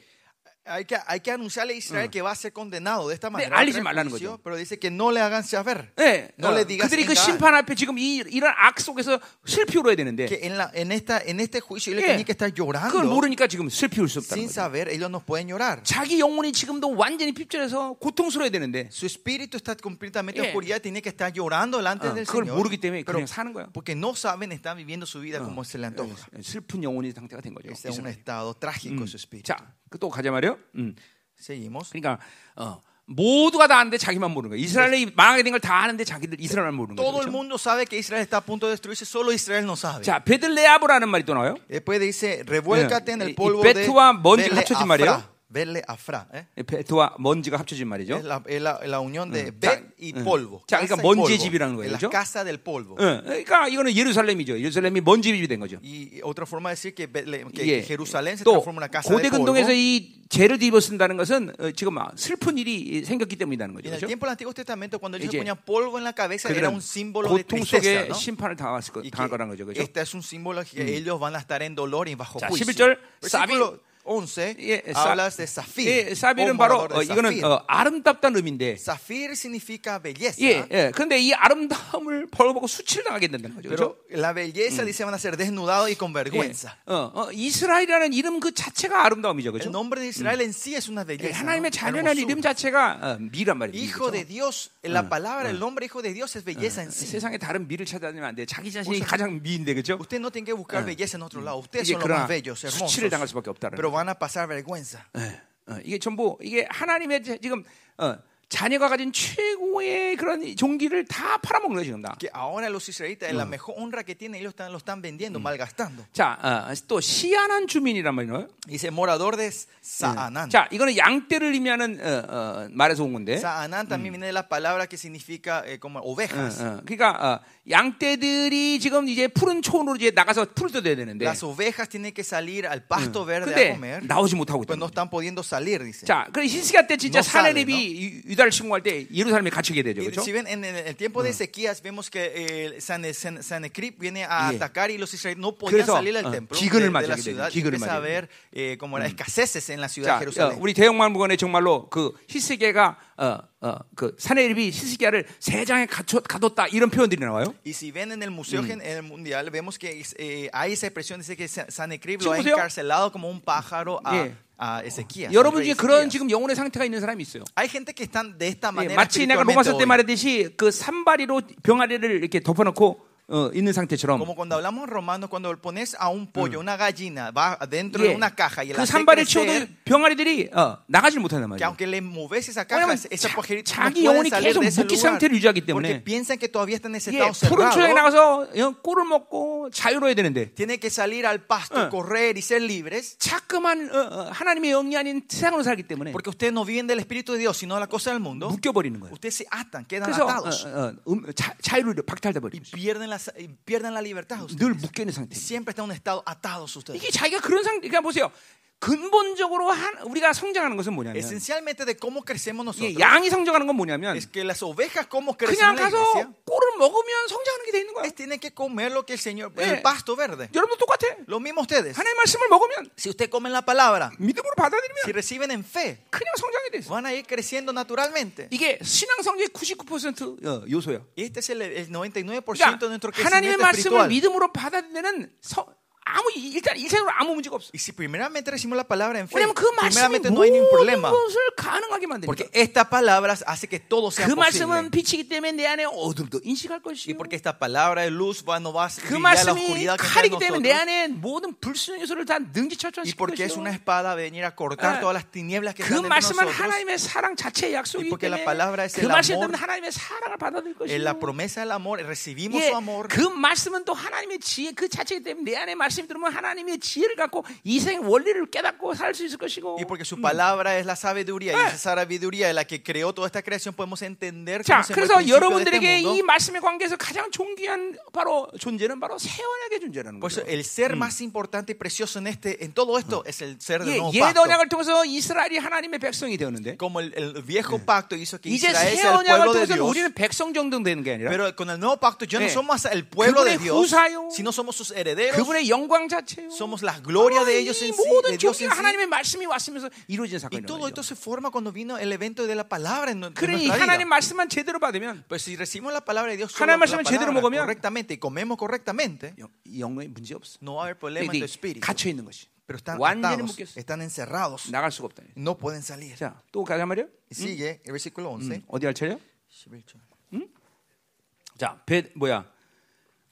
Speaker 2: hay que, hay que anunciarle a Israel que va a ser condenado Mm. de esta
Speaker 1: 근데
Speaker 2: manera.
Speaker 1: 알리지
Speaker 2: traer
Speaker 1: 말라는
Speaker 2: juicio,
Speaker 1: 거죠.
Speaker 2: Pero dice que no le hagan saber.
Speaker 1: 네,
Speaker 2: Eh, no
Speaker 1: 어,
Speaker 2: le digas
Speaker 1: 그들이 그
Speaker 2: en Gad.
Speaker 1: 심판 앞에 지금 이, 이런 악 속에서 슬피 울어야 되는데
Speaker 2: Que en, la, en, esta, en este juicio ellos
Speaker 1: 예,
Speaker 2: tenían que estar
Speaker 1: 그걸
Speaker 2: llorando.
Speaker 1: 모르니까 지금 슬피 울 수 없다는
Speaker 2: Sin
Speaker 1: 거죠.
Speaker 2: saber, ellos no pueden llorar.
Speaker 1: 자기 영혼이 지금도 완전히 핍절해서 고통스러워야 되는데
Speaker 2: Su espíritu está completamente
Speaker 1: 예.
Speaker 2: en oscuridad, tiene que estar llorando delante
Speaker 1: 어,
Speaker 2: del
Speaker 1: 그걸
Speaker 2: Señor.
Speaker 1: 모르기 때문에
Speaker 2: Pero
Speaker 1: 그냥 사는 거야.
Speaker 2: porque no saben, están viviendo su vida como se le antoja.
Speaker 1: 슬픈 영혼의 상태가 된 거죠.
Speaker 2: Este es un
Speaker 1: 이스라엘.
Speaker 2: estado trágico su espíritu.
Speaker 1: 자, 그또 가자 말이요. 음.
Speaker 2: Seguimos.
Speaker 1: 그러니까 어, 모두가 다 아는데 자기만 모르는 거예요. 이스라엘이 망하게 된 걸 다 아는데 자기들 이스라엘만 모르는 거예요.
Speaker 2: Todo el
Speaker 1: 그렇죠?
Speaker 2: mundo sabe que Israel está a punto de destruirse, solo Israel no sabe.
Speaker 1: 자, 베들레아브라는 말이 또 나와요.
Speaker 2: Después dice, revuélcate
Speaker 1: Yeah.
Speaker 2: en
Speaker 1: Y- y
Speaker 2: el polvo de
Speaker 1: Betuá, 먼지가 합쳐진 말이에요.
Speaker 2: Verle afra. ¿eh?
Speaker 1: 예, 베트와 먼지가 합쳐진 말이죠.
Speaker 2: Es, la, es la- la unión de
Speaker 1: 자,
Speaker 2: Bet y
Speaker 1: 음.
Speaker 2: polvo.
Speaker 1: 자,
Speaker 2: Casa
Speaker 1: 그러니까
Speaker 2: y
Speaker 1: 먼지의
Speaker 2: polvo.
Speaker 1: 집이라는 거예요,
Speaker 2: En la
Speaker 1: 그죠?
Speaker 2: casa del polvo.
Speaker 1: 예, 그러니까 이거는 예루살렘이죠. 예루살렘이 먼지 집이 된 거죠.
Speaker 2: Y otra forma de decir que, Betle- que-
Speaker 1: 예.
Speaker 2: que Jerusalén se
Speaker 1: 또
Speaker 2: transforma en una casa
Speaker 1: 고대
Speaker 2: de polvo.
Speaker 1: 근동에서 이 죄를 뒤집어 쓴다는 것은 어, 지금 아, 슬픈 일이 생겼기 때문이라는
Speaker 2: Y
Speaker 1: 거죠.
Speaker 2: en el
Speaker 1: 그렇죠?
Speaker 2: tiempo del Antiguo Testamento, cuando ellos
Speaker 1: 이제
Speaker 2: se ponían polvo en la cabeza, era
Speaker 1: 그들은
Speaker 2: un símbolo de
Speaker 1: 고통 속에
Speaker 2: tristeza. ¿no?
Speaker 1: 심판을 당했을 거,
Speaker 2: Y
Speaker 1: 당할 거라는
Speaker 2: que
Speaker 1: 거죠. 그렇죠?
Speaker 2: este es un
Speaker 1: Mm.
Speaker 2: símbolo que ellos van a estar en dolor y bajo
Speaker 1: 자,
Speaker 2: juicio.
Speaker 1: 11절,
Speaker 2: Versículo 11
Speaker 1: 예, 사-
Speaker 2: hablas de Zafir.
Speaker 1: 예,
Speaker 2: un
Speaker 1: 사비는 바로
Speaker 2: morador de
Speaker 1: 어, 이거는
Speaker 2: Zafir.
Speaker 1: 어, 아름답다는 의미인데
Speaker 2: Zafir significa belleza.
Speaker 1: 예, 예. 그런데 이 아름다움을 벌어보고 수치를 당하게 된다는 거죠. 그렇죠?
Speaker 2: Pero la belleza dice van a ser desnudados y con
Speaker 1: 예.
Speaker 2: vergüenza.
Speaker 1: 어, 어, 이스라엘이라는 이름 그 자체가 아름다움이죠.
Speaker 2: El
Speaker 1: 그렇죠?
Speaker 2: nombre de Israel en sí es una
Speaker 1: 예,
Speaker 2: belleza.
Speaker 1: 하나님의
Speaker 2: ¿no?
Speaker 1: 자녀라는
Speaker 2: Hermosura.
Speaker 1: 이름 자체가 어, 미란 말이죠.
Speaker 2: Hijo de Dios, la palabra, el nombre hijo de Dios es belleza en Ah. sí.
Speaker 1: 세상에 다른 미를 찾아다니면 안 돼. 자기 자신이 가장 미인데 그렇죠?
Speaker 2: Usted no tiene que buscar belleza en otro lado. Ustedes
Speaker 1: 이게
Speaker 2: son los
Speaker 1: 그러나
Speaker 2: más bellos,
Speaker 1: 수치를 당할
Speaker 2: hermosos.
Speaker 1: 수밖에 없다는
Speaker 2: Pero van a pasar vergüenza.
Speaker 1: 예, 어, 이게 전부 이게 하나님의 자- 지금 어, 자녀가 가진 최고의 그런 종기를 다 팔아먹는 거예요, 지금 다.
Speaker 2: Que ahora los israelitas, la mejor honra que tienen, ellos están- lo están vendiendo, malgastando.
Speaker 1: 자, 어, 또 시한한 주민이란 말이에요.
Speaker 2: Dice morador de Saanán.
Speaker 1: 자, 이거는 양떼를 의미하는 어, 어, 말에서 온
Speaker 2: ¿eh?
Speaker 1: 건데.
Speaker 2: Saanán también viene de la palabra que significa eh, como
Speaker 1: 어,
Speaker 2: ovejas.
Speaker 1: 어, 그러니까 어, 양떼들이 지금 이제 푸른 초원으로 이제 나가서 풀을 뜯어야 되는데.
Speaker 2: Las ovejas tienen que salir al
Speaker 1: Mm.
Speaker 2: pasto verde a
Speaker 1: 근데
Speaker 2: comer,
Speaker 1: 나오지 못하고 있다.
Speaker 2: pues no están pudiendo salir, dice.
Speaker 1: 자, 그래 히스기야 때 진짜
Speaker 2: No sale,
Speaker 1: 사내립이 유- 유다를 침공할 때 예루살렘에 갇히게 되죠,
Speaker 2: Y
Speaker 1: 그렇죠?
Speaker 2: Si ven, en el el tiempo de
Speaker 1: Mm.
Speaker 2: Ezequías vemos que eh, San- San- Sanecrit viene a
Speaker 1: Yeah.
Speaker 2: atacar y los israelíes no podían
Speaker 1: 그래서,
Speaker 2: salir del
Speaker 1: 어,
Speaker 2: templo
Speaker 1: 기근을
Speaker 2: de, de
Speaker 1: 맞이하게
Speaker 2: la
Speaker 1: 되죠.
Speaker 2: ciudad. Y
Speaker 1: 기근을
Speaker 2: empieza a
Speaker 1: 맞이하게
Speaker 2: ver eh, como
Speaker 1: Mm.
Speaker 2: las escaseces en la
Speaker 1: 자, 어,
Speaker 2: ciudad de Jerusalén.
Speaker 1: 우리 대형만무건에 정말로 그 히스기야가 어, 어, 그 사내립이 히스기야를 세 장에 갇혀, 가뒀다 이런 표현들이 나와요.
Speaker 2: Y si ven en el
Speaker 1: Mm.
Speaker 2: museo, gen- en el mundial, vemos que eh, hay esa expresión, dice que San- Sanecrit lo ha
Speaker 1: Sí, museo.
Speaker 2: encarcelado como un pájaro a,
Speaker 1: Yeah.
Speaker 2: a Ezequías. al
Speaker 1: 여러분
Speaker 2: rey
Speaker 1: 중에 그런
Speaker 2: Ezequías.
Speaker 1: 지금 영혼의 상태가 있는 사람이 있어요.
Speaker 2: Hay gente que están de esta
Speaker 1: 예,
Speaker 2: manera.
Speaker 1: 마치 내가
Speaker 2: espiritualmente
Speaker 1: 로마서 때
Speaker 2: hoy.
Speaker 1: 말했듯이 그 산발이로 병아리를 이렇게 덮어놓고 어, 있는 상태처럼
Speaker 2: Como cuando hablamos en romanos, cuando pones a un pollo, una gallina, va dentro de
Speaker 1: 예,
Speaker 2: una caja y la
Speaker 1: 그
Speaker 2: haces
Speaker 1: 산발을
Speaker 2: crecer,
Speaker 1: 치워도 병아리들이 어, 나가질 못한단
Speaker 2: que
Speaker 1: 말이에요.
Speaker 2: aunque le moves esa caja,
Speaker 1: 왜냐면
Speaker 2: esa
Speaker 1: 자-
Speaker 2: pajarita no
Speaker 1: 자기
Speaker 2: pueden
Speaker 1: 영혼이
Speaker 2: salir
Speaker 1: 계속
Speaker 2: de ese
Speaker 1: 묶인
Speaker 2: lugar
Speaker 1: 상태를 유지하기
Speaker 2: porque
Speaker 1: 때문에
Speaker 2: piensan que todavía están en ese
Speaker 1: 예,
Speaker 2: estado
Speaker 1: 푸른 초장에
Speaker 2: cerrado.
Speaker 1: 나가서 어, 꿀을 먹고 자유로워야 되는데
Speaker 2: Tienen que salir al pasto,
Speaker 1: 어.
Speaker 2: correr y ser libres.
Speaker 1: 자꾸만 어, 어, 하나님의 영이 아닌 세상으로 살기 때문에
Speaker 2: Porque ustedes no viven del Espíritu de Dios, sino de la cosa del mundo.
Speaker 1: 묶여버리는 거예요.
Speaker 2: Ustedes se atan, quedan
Speaker 1: 그래서 어,
Speaker 2: atados
Speaker 1: 어, 음, 자, 자유를 박탈돼
Speaker 2: y
Speaker 1: 버리죠.
Speaker 2: pierden la, y pierden la libertad. ustedes.
Speaker 1: 늘 묶여 있는 상태.
Speaker 2: Siempre están en un estado atados ustedes.
Speaker 1: 이게 자기가 그런 상태. 그러니까 보세요. 근본적으로 한, 우리가 성장하는 것은 뭐냐면
Speaker 2: Esencialmente de cómo crecemos
Speaker 1: 예,
Speaker 2: nosotros.
Speaker 1: 양이 성장하는 건 뭐냐면
Speaker 2: Es que las ovejas, ¿cómo crecen
Speaker 1: 그냥
Speaker 2: en la iglesia?
Speaker 1: 가서 꿀을 먹으면 성장하는 게 돼 있는 거야.
Speaker 2: Ustedes tienen que comer lo que el Señor,
Speaker 1: Eh.
Speaker 2: el pasto verde.
Speaker 1: 여러분도 똑같아.
Speaker 2: Lo mismo ustedes.
Speaker 1: 하나님의 말씀을 먹으면
Speaker 2: Si ustedes comen la palabra,
Speaker 1: 믿음으로
Speaker 2: si
Speaker 1: 받아들이면
Speaker 2: reciben en fe,
Speaker 1: 그냥 성장이 돼 있어.
Speaker 2: van a ir creciendo naturalmente.
Speaker 1: 이게 신앙 성장의 99% 어, 요소야.
Speaker 2: Y este es el, el 99% de nuestro
Speaker 1: 그러니까 하나님의
Speaker 2: crecimiento
Speaker 1: 말씀을
Speaker 2: espiritual.
Speaker 1: 믿음으로 받아들이는 서- 아무 일단 일체적으로 아무 문제가 없어.
Speaker 2: Y si primeramente recibimos la palabra en fe,
Speaker 1: 왜냐면 그 말씀이
Speaker 2: primeramente no hay ningún
Speaker 1: 모든
Speaker 2: problema.
Speaker 1: 것을 가능하게 만듭니다.
Speaker 2: Porque esta palabra hace que todo sea
Speaker 1: 그 말씀은
Speaker 2: posible.
Speaker 1: 빛이기 때문에 내 안에 어둠도 인식할
Speaker 2: Y
Speaker 1: 것이요.
Speaker 2: porque esta palabra de luz va, no va a
Speaker 1: 그
Speaker 2: brillar la
Speaker 1: 말씀이
Speaker 2: oscuridad que está en
Speaker 1: 칼이기 때문에 내
Speaker 2: nosotros.
Speaker 1: 안에 모든 불순 요소를 다 능지
Speaker 2: Y
Speaker 1: 철저시킬
Speaker 2: porque es una
Speaker 1: 것이요.
Speaker 2: espada venir a
Speaker 1: Ah.
Speaker 2: cortar todas las tinieblas que
Speaker 1: 그
Speaker 2: están en
Speaker 1: 말씀은
Speaker 2: nosotros.
Speaker 1: 하나님의 사랑 자체의
Speaker 2: Y
Speaker 1: 약속이기
Speaker 2: porque la
Speaker 1: 때문에
Speaker 2: palabra es
Speaker 1: 그
Speaker 2: el
Speaker 1: 말씀
Speaker 2: amor.
Speaker 1: 때문에 하나님의 사랑을 받아들일
Speaker 2: Eh,
Speaker 1: 것이요.
Speaker 2: la promesa del amor, recibimos
Speaker 1: 예,
Speaker 2: su amor.
Speaker 1: 그 말씀은 또 하나님의 지혜 그 자체이기 때문에 내 안에 말씀 들으면 하나님의 지혜를 갖고 이생의 원리를 깨닫고 살 수 있을 것이고
Speaker 2: Y porque su palabra es la sabiduría, y esa sabiduría es la que creó toda esta creación, podemos entender
Speaker 1: 자
Speaker 2: cómo se mueve el
Speaker 1: 그래서
Speaker 2: principio de
Speaker 1: 여러분들에게
Speaker 2: este
Speaker 1: 이 뭐.
Speaker 2: mundo.
Speaker 1: 말씀의 관계에서 가장 존귀한 바로 존재는 바로 새 언약의 존재라는
Speaker 2: Por eso
Speaker 1: 거죠
Speaker 2: el ser más importante y precioso en este, en todo esto, es el ser
Speaker 1: 예,
Speaker 2: del nuevo
Speaker 1: 옛
Speaker 2: pacto.
Speaker 1: 언약을 통해서 이스라엘이 하나님의 백성이 되었는데
Speaker 2: Como el, el viejo pacto hizo que
Speaker 1: 그 이제
Speaker 2: Israel
Speaker 1: 새
Speaker 2: sea el
Speaker 1: 언약을
Speaker 2: pueblo de
Speaker 1: 통해서
Speaker 2: Dios.
Speaker 1: 우리는 백성 정등 되는 게 아니라
Speaker 2: Pero con el nuevo pacto ya no
Speaker 1: Eh.
Speaker 2: somos el pueblo de
Speaker 1: 그분의
Speaker 2: Dios,
Speaker 1: 후사요.
Speaker 2: sino somos sus herederos,
Speaker 1: 그분의 영광 자체요
Speaker 2: somos la gloria
Speaker 1: 아,
Speaker 2: de ellos en
Speaker 1: 이
Speaker 2: sí, de
Speaker 1: 모든
Speaker 2: Dios en
Speaker 1: 종기가
Speaker 2: sí.
Speaker 1: 하나님의 말씀이 왔으면서 이루어진
Speaker 2: Y
Speaker 1: 사건이란
Speaker 2: todo
Speaker 1: 말이죠
Speaker 2: esto se forma cuando vino el evento de la palabra en, nu- en
Speaker 1: 그러니
Speaker 2: nuestra
Speaker 1: 하나님의
Speaker 2: vida.
Speaker 1: 말씀만 제대로 받으면
Speaker 2: Pues si recibimos la palabra de Dios solo
Speaker 1: 하나님
Speaker 2: la
Speaker 1: 말씀을 제대로
Speaker 2: palabra
Speaker 1: 먹으면
Speaker 2: correctamente y comemos correctamente,
Speaker 1: 영- 이 영광에 문제 없어
Speaker 2: no va a haber problema en tu
Speaker 1: 근데
Speaker 2: espíritu.
Speaker 1: 갇혀 있는 것이
Speaker 2: Pero están
Speaker 1: 완전히
Speaker 2: atados,
Speaker 1: 묶였어
Speaker 2: están encerrados,
Speaker 1: 나갈 수가 없다
Speaker 2: no pueden salir.
Speaker 1: 예, 자또 가자 말이야
Speaker 2: Y sigue el versículo 11.
Speaker 1: 어디 할 차례야 자벳 뭐야